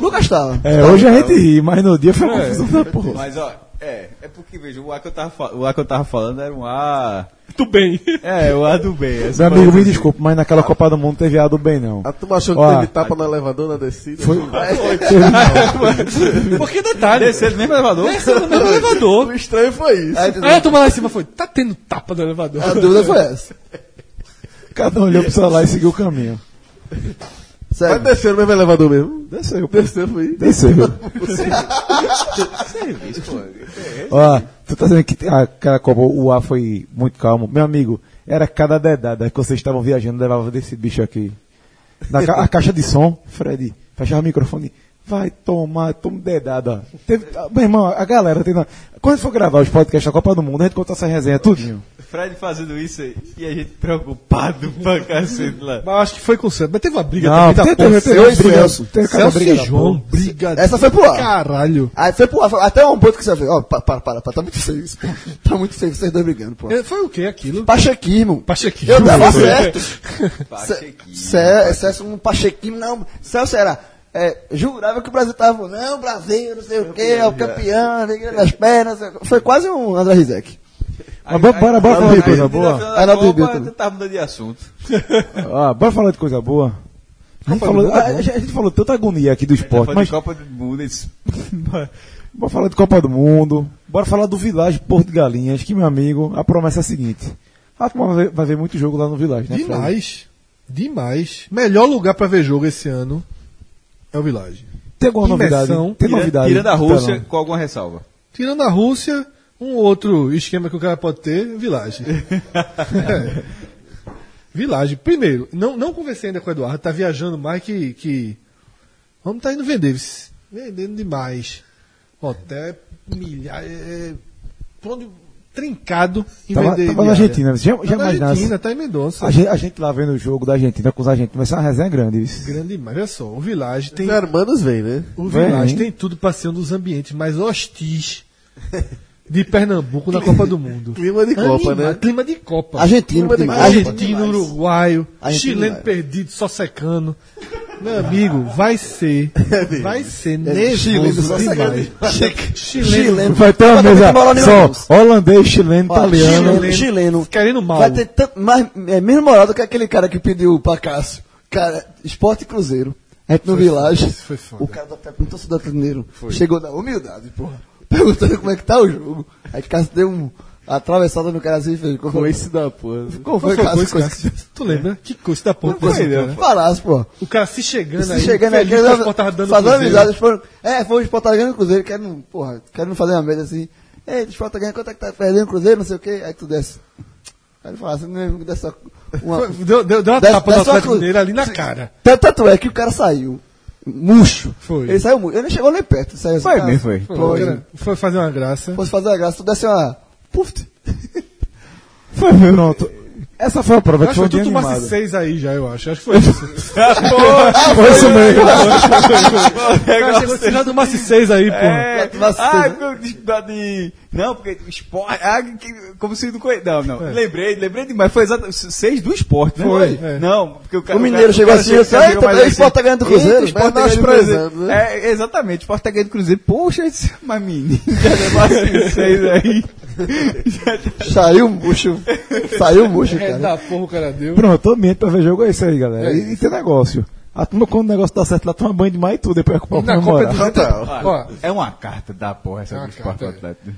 [SPEAKER 7] Não gastava.
[SPEAKER 2] É, hoje a gente ri, mas no dia foi uma
[SPEAKER 4] É.
[SPEAKER 2] confusão da porra.
[SPEAKER 6] Mas, ó, é, é porque, veja, o ar que eu tava, fa- o ar que eu tava falando era um ar...
[SPEAKER 4] Tu bem.
[SPEAKER 6] É, o ar do bem. essa
[SPEAKER 2] Meu amigo,
[SPEAKER 6] coisa.
[SPEAKER 2] me desculpe, mas naquela Copa do Mundo teve a do bem, não.
[SPEAKER 3] A turma achou
[SPEAKER 2] Ó,
[SPEAKER 3] que teve tapa no elevador na descida.
[SPEAKER 2] Foi,
[SPEAKER 3] É,
[SPEAKER 4] Porque detalhe.
[SPEAKER 6] Descer do mesmo elevador.
[SPEAKER 2] né?
[SPEAKER 4] Desceu no mesmo elevador.
[SPEAKER 3] O estranho foi isso.
[SPEAKER 7] Aí,
[SPEAKER 4] Aí a turma lá em cima foi, tá tendo tapa do elevador.
[SPEAKER 7] a dúvida foi essa.
[SPEAKER 2] cada um olhou pro celular e seguiu o caminho.
[SPEAKER 3] Mas
[SPEAKER 7] Sério.
[SPEAKER 3] desceram no mesmo é elevador mesmo.
[SPEAKER 2] Desceu,
[SPEAKER 3] Desceram foi.
[SPEAKER 2] desceu.
[SPEAKER 6] Isso, pô.
[SPEAKER 2] Ó, tu tá dizendo que a- aquela Copa, o ar foi muito calmo. Meu amigo, era cada dedada que vocês estavam viajando, levava desse bicho aqui. Na ca- a caixa de som, Fred, fechava o microfone. Vai tomar, toma dedada. Teve, ah, meu irmão, a galera tem. na- Quando for gravar os podcasts da Copa do Mundo, a gente conta essa resenha tudinho.
[SPEAKER 6] Fred fazendo isso aí, e a gente preocupado pra cacete lá.
[SPEAKER 4] Mas acho que foi com o Santos. Mas teve uma briga
[SPEAKER 2] Não,
[SPEAKER 4] também da
[SPEAKER 2] teve- teve-
[SPEAKER 4] porra.
[SPEAKER 2] teve
[SPEAKER 4] Celso,
[SPEAKER 2] briga-
[SPEAKER 4] Celso,
[SPEAKER 2] teve cada
[SPEAKER 4] Celso
[SPEAKER 2] briga
[SPEAKER 4] e
[SPEAKER 2] da
[SPEAKER 4] João. Briga.
[SPEAKER 7] Essa foi pro ar.
[SPEAKER 4] Caralho.
[SPEAKER 7] Aí foi pro ar. foi- Até um ponto que você fez. Ó, pa- para, para, para. Tá muito feio isso, pô. Tá muito feio vocês dois brigando, pô.
[SPEAKER 4] É, Foi o que aquilo?
[SPEAKER 7] Pachequismo.
[SPEAKER 4] Pachequismo.
[SPEAKER 7] Eu tava
[SPEAKER 4] Foi.
[SPEAKER 7] certo.
[SPEAKER 6] Pachequinho.
[SPEAKER 7] Celso, um pachequinho, não. Celso era. É, jurava que o Brasil tava. Não, Brasil, não sei o quê, é o campeão, negra nas pernas. não sei o quê. Foi quase um André Rizek.
[SPEAKER 2] Mas bora, bora, bora falar de coisa boa.
[SPEAKER 7] Aí na
[SPEAKER 6] Ana
[SPEAKER 7] Bíblia
[SPEAKER 6] Copa,
[SPEAKER 7] também.
[SPEAKER 6] tava mudando de assunto.
[SPEAKER 2] Ah, bora falar de coisa boa. A gente, falou, a, a gente falou tanta agonia aqui do
[SPEAKER 6] Já
[SPEAKER 2] esporte,
[SPEAKER 6] foi de
[SPEAKER 2] mas
[SPEAKER 6] Copa do Mundo, eles...
[SPEAKER 2] bora falar de Copa do Mundo, bora falar do Village Porto de Galinhas, que meu amigo, a promessa é a seguinte. A turma vai ver, vai ver muito jogo lá no Village, né? Fred?
[SPEAKER 4] Demais. Demais. Melhor lugar pra ver jogo esse ano é o Village.
[SPEAKER 2] Tem alguma novidade?
[SPEAKER 4] Imersão,
[SPEAKER 2] Tem
[SPEAKER 6] Tira-
[SPEAKER 2] novidade.
[SPEAKER 6] Tirando a Rússia,
[SPEAKER 2] Então,
[SPEAKER 6] com alguma ressalva.
[SPEAKER 4] Tirando a Rússia, um outro esquema que o cara pode ter, Village. é. Village. Primeiro, não, não conversei ainda com o Eduardo, tá viajando mais que. que... Vamos tá indo vender, vice. vendendo demais. Hotel, milhares. É, por onde- trincado em
[SPEAKER 2] Tava,
[SPEAKER 4] vender.
[SPEAKER 2] tava na
[SPEAKER 4] diária.
[SPEAKER 2] Argentina, né? já,
[SPEAKER 4] Tá
[SPEAKER 2] já
[SPEAKER 4] na
[SPEAKER 2] imaginasse.
[SPEAKER 4] Argentina, tá em Mendonça.
[SPEAKER 2] A gente, a gente lá vendo o jogo da Argentina com os argentinos, vai ser uma resenha grande. isso.
[SPEAKER 4] Grande demais. Olha só, o Village tem.
[SPEAKER 3] Os hermanos vêm, né?
[SPEAKER 4] O
[SPEAKER 2] Vem,
[SPEAKER 4] Village
[SPEAKER 2] hein?
[SPEAKER 4] tem tudo para ser um dos ambientes mais hostis de Pernambuco na Copa do Mundo.
[SPEAKER 3] Clima de
[SPEAKER 4] Anima-
[SPEAKER 3] Copa, né?
[SPEAKER 4] Clima de Copa.
[SPEAKER 7] Argentino,
[SPEAKER 4] Clima de
[SPEAKER 7] demais.
[SPEAKER 4] Copa. Argentino, uruguaio,
[SPEAKER 7] Argentino,
[SPEAKER 4] chileno
[SPEAKER 7] demais.
[SPEAKER 4] perdido, só secando. Meu amigo, vai ser. Vai ser
[SPEAKER 7] chileno
[SPEAKER 4] nervoso
[SPEAKER 7] só
[SPEAKER 4] demais. Chileno.
[SPEAKER 7] Chileno.
[SPEAKER 2] Vai ter uma
[SPEAKER 7] Não vai ter
[SPEAKER 2] mesa
[SPEAKER 7] bola nenhuma,
[SPEAKER 2] só holandês, chileno,
[SPEAKER 7] Ó,
[SPEAKER 2] italiano.
[SPEAKER 7] Chileno. Chileno.
[SPEAKER 4] Querendo Tá mal.
[SPEAKER 7] Vai ter tanto, mais, é, menos moral do que aquele cara que pediu pra Cássio. Cara, esporte e cruzeiro. A gente no Village.
[SPEAKER 4] foi foda.
[SPEAKER 7] O cara do Atlético, um torcedor atletinero, chegou na humildade, porra. Perguntando como é que tá o jogo. Aí Cássio deu um atravessada no cara assim e fez. Qual
[SPEAKER 3] Com
[SPEAKER 7] foi,
[SPEAKER 3] esse da porra.
[SPEAKER 7] qual
[SPEAKER 4] Qual
[SPEAKER 7] foi,
[SPEAKER 4] foi o
[SPEAKER 7] Cássio?
[SPEAKER 4] coisa, cara? Tu lembra? Que coisa da porra. que foi,
[SPEAKER 7] né?
[SPEAKER 4] né? cara?
[SPEAKER 7] Parasse, porra.
[SPEAKER 4] O cara se chegando aí.
[SPEAKER 7] Se chegando aqui,
[SPEAKER 4] feliz que o Sport tava dando
[SPEAKER 7] fazendo
[SPEAKER 4] cruzeiro.
[SPEAKER 7] amizade, eles foram. É, foi o Sport tava ganhando o Cruzeiro, querendo, porra, querendo fazer uma mesa assim. Ei, o Sport tá ganhando, quanto é que tá perdendo o Cruzeiro, não sei o quê. Aí tu desce. Aí ele fala assim, não lembro dessa. Uma...
[SPEAKER 4] Deu, deu, deu uma
[SPEAKER 7] Desce-
[SPEAKER 4] tapa no
[SPEAKER 7] desce uma
[SPEAKER 4] Atlético
[SPEAKER 7] cruz.
[SPEAKER 4] Mineiro ali na cara.
[SPEAKER 7] Tanto, tanto é que o cara saiu. Murcho.
[SPEAKER 4] Foi.
[SPEAKER 7] Ele saiu murcho. Ele não chegou nem perto. Ele saiu assim,
[SPEAKER 6] Foi
[SPEAKER 7] cara,
[SPEAKER 6] mesmo, foi.
[SPEAKER 7] Foi.
[SPEAKER 4] Pô, cara, Foi fazer uma graça.
[SPEAKER 7] Fosse fazer a graça, tu desse uma. Puf!
[SPEAKER 2] Foi, pronto. Essa foi a prova, que
[SPEAKER 4] Acho
[SPEAKER 2] foi um
[SPEAKER 4] que
[SPEAKER 2] dia
[SPEAKER 4] tu tomasse
[SPEAKER 2] animado.
[SPEAKER 4] seis aí já, eu acho. Acho que foi isso.
[SPEAKER 2] Foi isso mesmo.
[SPEAKER 4] Cara, chegou, você já tomasse seis aí, porra.
[SPEAKER 6] É,
[SPEAKER 7] Nossa,
[SPEAKER 6] ah,
[SPEAKER 7] seja.
[SPEAKER 6] porque eu- da de, não, porque o esporte, ah, que- como se não conhe... Não,
[SPEAKER 7] É.
[SPEAKER 6] não, lembrei, lembrei demais, foi exatamente seis do esporte, né?
[SPEAKER 4] Foi, é.
[SPEAKER 6] Não, porque o cara...
[SPEAKER 7] O mineiro chegou assim,
[SPEAKER 6] chega-
[SPEAKER 7] assim,
[SPEAKER 6] chega
[SPEAKER 7] "Eita,
[SPEAKER 6] mais
[SPEAKER 7] o Sport tá ganhando do
[SPEAKER 6] "Eita,
[SPEAKER 7] Cruzeiro",
[SPEAKER 6] o Sport
[SPEAKER 7] mas
[SPEAKER 6] tá ganhando do
[SPEAKER 7] menosprezando,
[SPEAKER 6] Cruzeiro. É, exatamente, o Sport tá ganhando do Cruzeiro, poxa, esse- mas menino, já levasse seis aí.
[SPEAKER 7] Saiu murcho. Saiu murcho,
[SPEAKER 4] É
[SPEAKER 7] cara.
[SPEAKER 4] da porra o cara deu.
[SPEAKER 2] Pronto, ambiente pra ver jogo é isso aí, galera. E, e tem negócio. A turma, quando o negócio dá certo lá, toma banho demais e tudo, depois é culpa
[SPEAKER 4] Na Copa é
[SPEAKER 2] comemorar.
[SPEAKER 4] 200. Ó,
[SPEAKER 6] É uma carta da porra essa
[SPEAKER 4] É uma
[SPEAKER 6] do Sport
[SPEAKER 4] carta, é.
[SPEAKER 6] Atlético.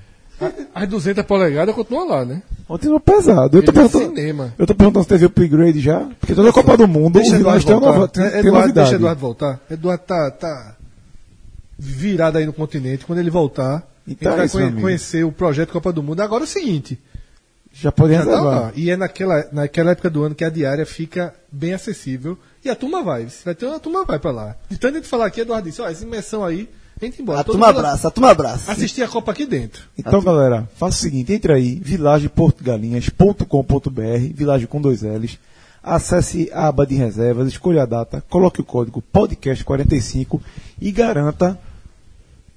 [SPEAKER 4] as 200 polegadas continuam lá, né?
[SPEAKER 2] Ontem foi pesado. Eu tô,
[SPEAKER 4] Ele é
[SPEAKER 2] perguntando,
[SPEAKER 4] cinema.
[SPEAKER 2] eu tô perguntando se teve upgrade já, porque toda a Copa do Mundo
[SPEAKER 4] Deixa
[SPEAKER 2] o Village
[SPEAKER 4] Eduardo
[SPEAKER 2] tem, uma
[SPEAKER 4] voltar.
[SPEAKER 2] nova, tem,
[SPEAKER 4] É,
[SPEAKER 2] tem
[SPEAKER 4] Eduardo,
[SPEAKER 2] novidade.
[SPEAKER 4] deixa Eduardo voltar. Eduardo tá, tá virado aí no continente. Quando ele voltar,
[SPEAKER 2] Então
[SPEAKER 4] ele vai
[SPEAKER 2] é isso,
[SPEAKER 4] conhe-
[SPEAKER 2] meu amigo.
[SPEAKER 4] conhecer o projeto Copa do Mundo. Agora é o seguinte,
[SPEAKER 2] Já pode
[SPEAKER 4] já tá
[SPEAKER 2] reservar.
[SPEAKER 4] lá. E é naquela, naquela época do ano que a diária fica bem acessível. E a turma vai. Se vai ter uma turma vai pra lá. De tanto a gente falar aqui, Eduardo disse, ó, essa imersão aí, a gente embora.
[SPEAKER 7] A
[SPEAKER 4] Todo
[SPEAKER 7] turma
[SPEAKER 4] mundo Assim,
[SPEAKER 7] abraça, a turma abraça.
[SPEAKER 4] Assistir a Copa aqui dentro.
[SPEAKER 2] Então, galera, faça o seguinte: entre aí, vilageportugalinhas.com.br, vilagem com dois L's, acesse a aba de reservas, escolha a data, coloque o código podcast45 e garanta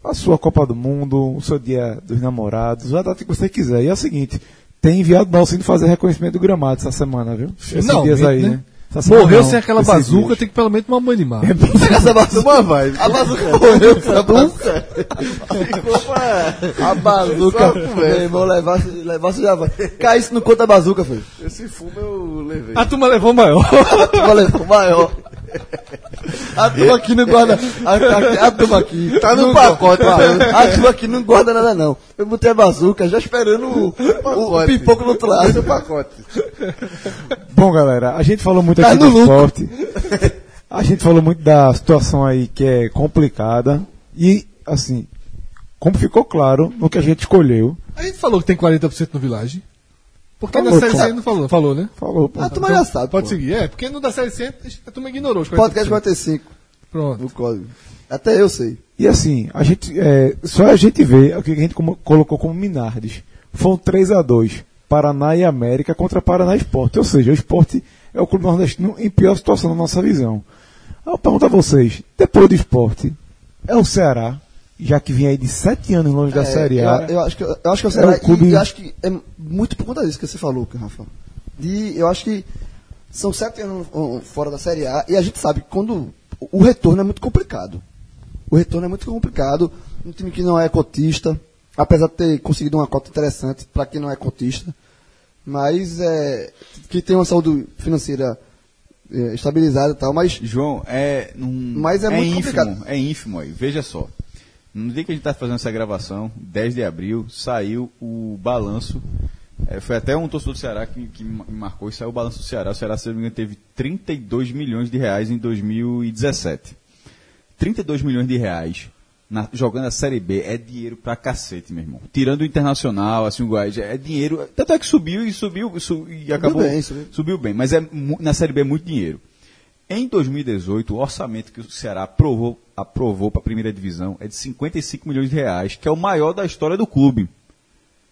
[SPEAKER 2] a sua Copa do Mundo, o seu dia dos namorados, a data que você quiser. E é o seguinte: tem enviado nosso indo fazer reconhecimento do gramado essa semana, viu? Esses
[SPEAKER 4] Finalmente,
[SPEAKER 2] dias aí,
[SPEAKER 4] né?
[SPEAKER 2] né? Essa semana
[SPEAKER 4] Morreu
[SPEAKER 2] não,
[SPEAKER 4] sem aquela
[SPEAKER 2] esses
[SPEAKER 4] bazuca,
[SPEAKER 2] dias.
[SPEAKER 4] tem que pelo menos tomar banho de mar.
[SPEAKER 7] Pega essa bazuca. vai. A bazuca morreu pra bazuca. A bazuca. Meu irmão, levasse, levasse já vai. Caísse no conto da bazuca, filho.
[SPEAKER 3] Esse fumo eu levei.
[SPEAKER 4] A turma levou maior.
[SPEAKER 7] A turma levou maior. A turma aqui
[SPEAKER 4] né,
[SPEAKER 7] não guarda. A, a, a turma aqui.
[SPEAKER 3] Tá no
[SPEAKER 7] não
[SPEAKER 3] pacote,
[SPEAKER 7] guarda- A turma aqui não guarda nada, não. Eu botei a bazuca já esperando o, o, o
[SPEAKER 3] Pacote.
[SPEAKER 7] pipoco do outro
[SPEAKER 3] Esse é o
[SPEAKER 7] lado.
[SPEAKER 3] pacote.
[SPEAKER 2] Bom, galera, a gente falou muito
[SPEAKER 7] Tá
[SPEAKER 2] aqui
[SPEAKER 7] no
[SPEAKER 2] do
[SPEAKER 7] lucro.
[SPEAKER 2] esporte. A gente falou muito da situação aí que é complicada. E, assim, como ficou claro no que a gente escolheu,
[SPEAKER 4] A gente falou que tem 40% no Village. Porque
[SPEAKER 2] Falou,
[SPEAKER 4] na série C
[SPEAKER 2] cara.
[SPEAKER 4] não falou, falou, né?
[SPEAKER 2] falou, pô.
[SPEAKER 7] A turma Ah, já sabe.
[SPEAKER 4] Pode
[SPEAKER 7] pô.
[SPEAKER 4] seguir. É, porque no da série C a turma ignorou os 40%.
[SPEAKER 7] Podcast 45
[SPEAKER 4] Pronto.
[SPEAKER 7] no código. Até eu sei.
[SPEAKER 2] E assim, a gente, é, só a gente vê o que a gente como- colocou como Minardes. Foi um 3x2, Paraná e América contra Paraná Esporte. Ou seja, o esporte é o clube nordestino em pior situação na nossa visão. Aí Eu pergunto a vocês, depois do esporte, é o Ceará, já que vinha aí de 7 anos longe da
[SPEAKER 7] É,
[SPEAKER 2] Série A.
[SPEAKER 7] Eu, eu acho que eu acho que eu,
[SPEAKER 2] É o clube-
[SPEAKER 7] eu acho que é muito por conta disso que você falou, que, Rafa. E eu acho que são sete anos ó, fora da Série A e a gente sabe que quando o retorno é muito complicado. O retorno é muito complicado. Um time que não é cotista, apesar de ter conseguido uma cota interessante para quem não é cotista, mas é, que tem uma saúde financeira é, estabilizada e tal, mas
[SPEAKER 6] João, é. num-
[SPEAKER 7] Mas é muito
[SPEAKER 6] ínfimo,
[SPEAKER 7] complicado.
[SPEAKER 6] É ínfimo aí. Veja só. No dia que a gente está fazendo essa gravação, 10 de abril, saiu o balanço. É, foi até um torcedor do Ceará que, que me marcou e saiu o balanço do Ceará. O Ceará, se eu não me engano, teve 32 milhões de reais em 2017. 32 milhões de reais na- jogando a Série B é dinheiro pra cacete, meu irmão. Tirando o Internacional, assim, o Goiás, é dinheiro. Tanto é que subiu e subiu, su- e acabou.
[SPEAKER 7] bem, subiu.
[SPEAKER 6] Subiu bem, mas é, mu- na Série B é muito dinheiro. Em 2018, o orçamento que o Ceará aprovou para a primeira divisão é de 55 milhões de reais, que é o maior da história do clube.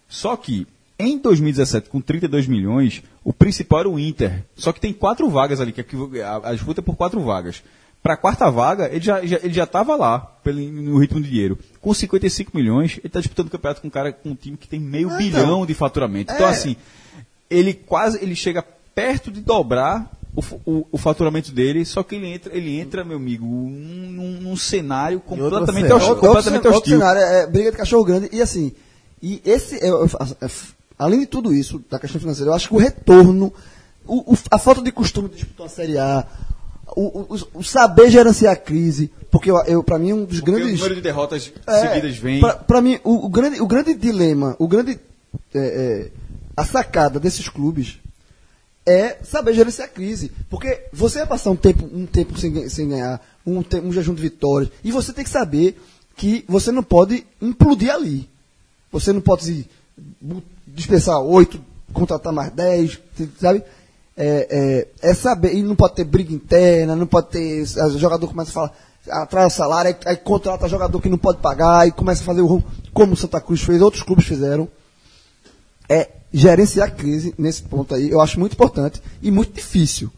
[SPEAKER 6] Só que, em 2017, com 32 milhões, o principal era o Inter. Só que tem quatro vagas ali, que aqui- a, a disputa é por quatro vagas. Para a quarta vaga, ele já estava ele já tava lá, pelo, no ritmo de dinheiro. Com 55 milhões, ele está disputando o campeonato com um, cara, com um time que tem meio bilhão de faturamento. Então, assim, ele quase ele chega perto de dobrar o, fa- o- o faturamento dele, só que ele entra, ele entra meu amigo, num, num- num cenário completamente,
[SPEAKER 3] cena.
[SPEAKER 6] hostil, É
[SPEAKER 7] outro- outro
[SPEAKER 6] completamente
[SPEAKER 7] cen- outro
[SPEAKER 6] hostil.
[SPEAKER 7] cenário, é briga de cachorro grande. E assim, e esse, é- é- é- além de tudo isso, da questão financeira, eu acho que o retorno, o- o- a falta de costume de disputar a Série A, o, o- o- o saber gerenciar a crise, porque eu, eu, pra mim um dos
[SPEAKER 6] Porque o
[SPEAKER 7] grandes...
[SPEAKER 6] número de derrotas
[SPEAKER 7] É,
[SPEAKER 6] seguidas vem.
[SPEAKER 7] Pra, pra mim, o, o grande, o grande dilema, o grande, é, é, a sacada desses clubes é saber gerenciar a crise. Porque você vai passar um tempo, um tempo sem, gan- sem ganhar, um, te- um jejum de vitórias, e você tem que saber que você não pode implodir ali. Você não pode se bu- dispensar oito, contratar mais dez, sabe? É, é, é saber, e não pode ter briga interna, não pode ter. ah, O jogador começa a falar, atrai o salário, aí, aí contrata jogador que não pode pagar, e começa a fazer o rumo, como o Santa Cruz fez, outros clubes fizeram. É gerenciar a crise nesse ponto aí, eu acho muito importante e muito difícil.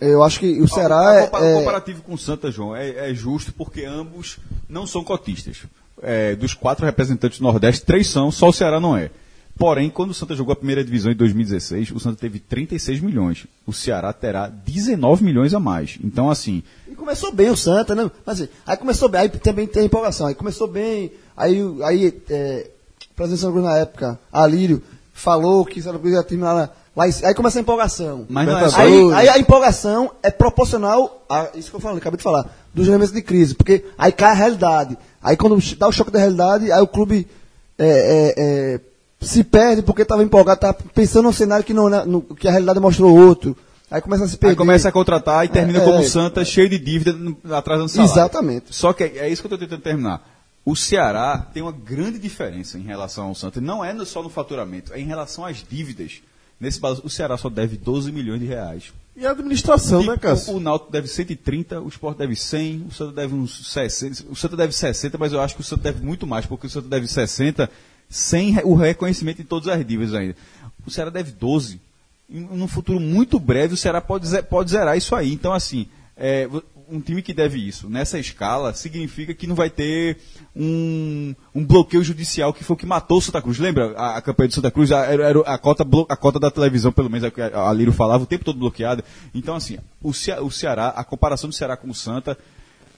[SPEAKER 7] Eu acho que o Ceará
[SPEAKER 6] O
[SPEAKER 7] é.
[SPEAKER 6] compa- O
[SPEAKER 7] é
[SPEAKER 6] comparativo com o Santa, João, é, é justo porque ambos não são cotistas. É, dos quatro representantes do Nordeste, três são, só o Ceará não é. Porém, quando o Santa jogou a primeira divisão em 2016, o Santa teve 36 milhões. O Ceará terá 19 milhões a mais. Então, assim,
[SPEAKER 7] E começou bem o Santa, né? Mas, assim, aí começou bem, aí também tem empolgação, aí começou bem, aí, o- aí é, o presidente do Santa Cruz na época, Alírio, falou que o Santa Cruz ia terminar lá, lá em cima, aí começa a empolgação.
[SPEAKER 6] Mas não é só
[SPEAKER 7] aí,
[SPEAKER 6] isso.
[SPEAKER 7] aí a empolgação é proporcional a isso que eu falei, acabei de falar, dos elementos de crise, porque aí cai a realidade. Aí quando dá o choque da realidade, aí o clube é, é, é, se perde porque estava empolgado, estava pensando num cenário que, não, era- no, que a realidade mostrou outro. Aí começa a se perder.
[SPEAKER 6] aí começa a contratar e termina
[SPEAKER 7] É,
[SPEAKER 6] como
[SPEAKER 7] é.
[SPEAKER 6] o Santa, cheio de dívida, no- atrasando salário.
[SPEAKER 7] Exatamente.
[SPEAKER 6] Só que é é isso que eu estou tentando terminar. o Ceará tem uma grande diferença em relação ao Santa. Não é no- só no faturamento, é em relação às dívidas. Nesse balanço, o Ceará só deve 12 milhões de reais.
[SPEAKER 3] E a administração, né,
[SPEAKER 6] Tipo,
[SPEAKER 3] Cássio?
[SPEAKER 6] O Náutico deve 130, o Sport deve 100, o Santa deve uns 60. O Santa deve 60, mas eu acho que o Santa deve muito mais, porque o Santa deve 60 sem re- o reconhecimento de todas as dívidas ainda. O Ceará deve 12. Em- Num futuro muito breve, o Ceará pode, ze- pode zerar isso aí. Então, assim, é, vo- um time que deve isso nessa escala significa que não vai ter um, um bloqueio judicial que foi o que matou o Santa Cruz. Lembra a, a campanha do Santa Cruz? A, era, era a, cota, blo- a cota da televisão, pelo menos, a, que a Liro falava, o tempo todo bloqueada. Então, assim, o, Ce- o Ceará, a comparação do Ceará com o Santa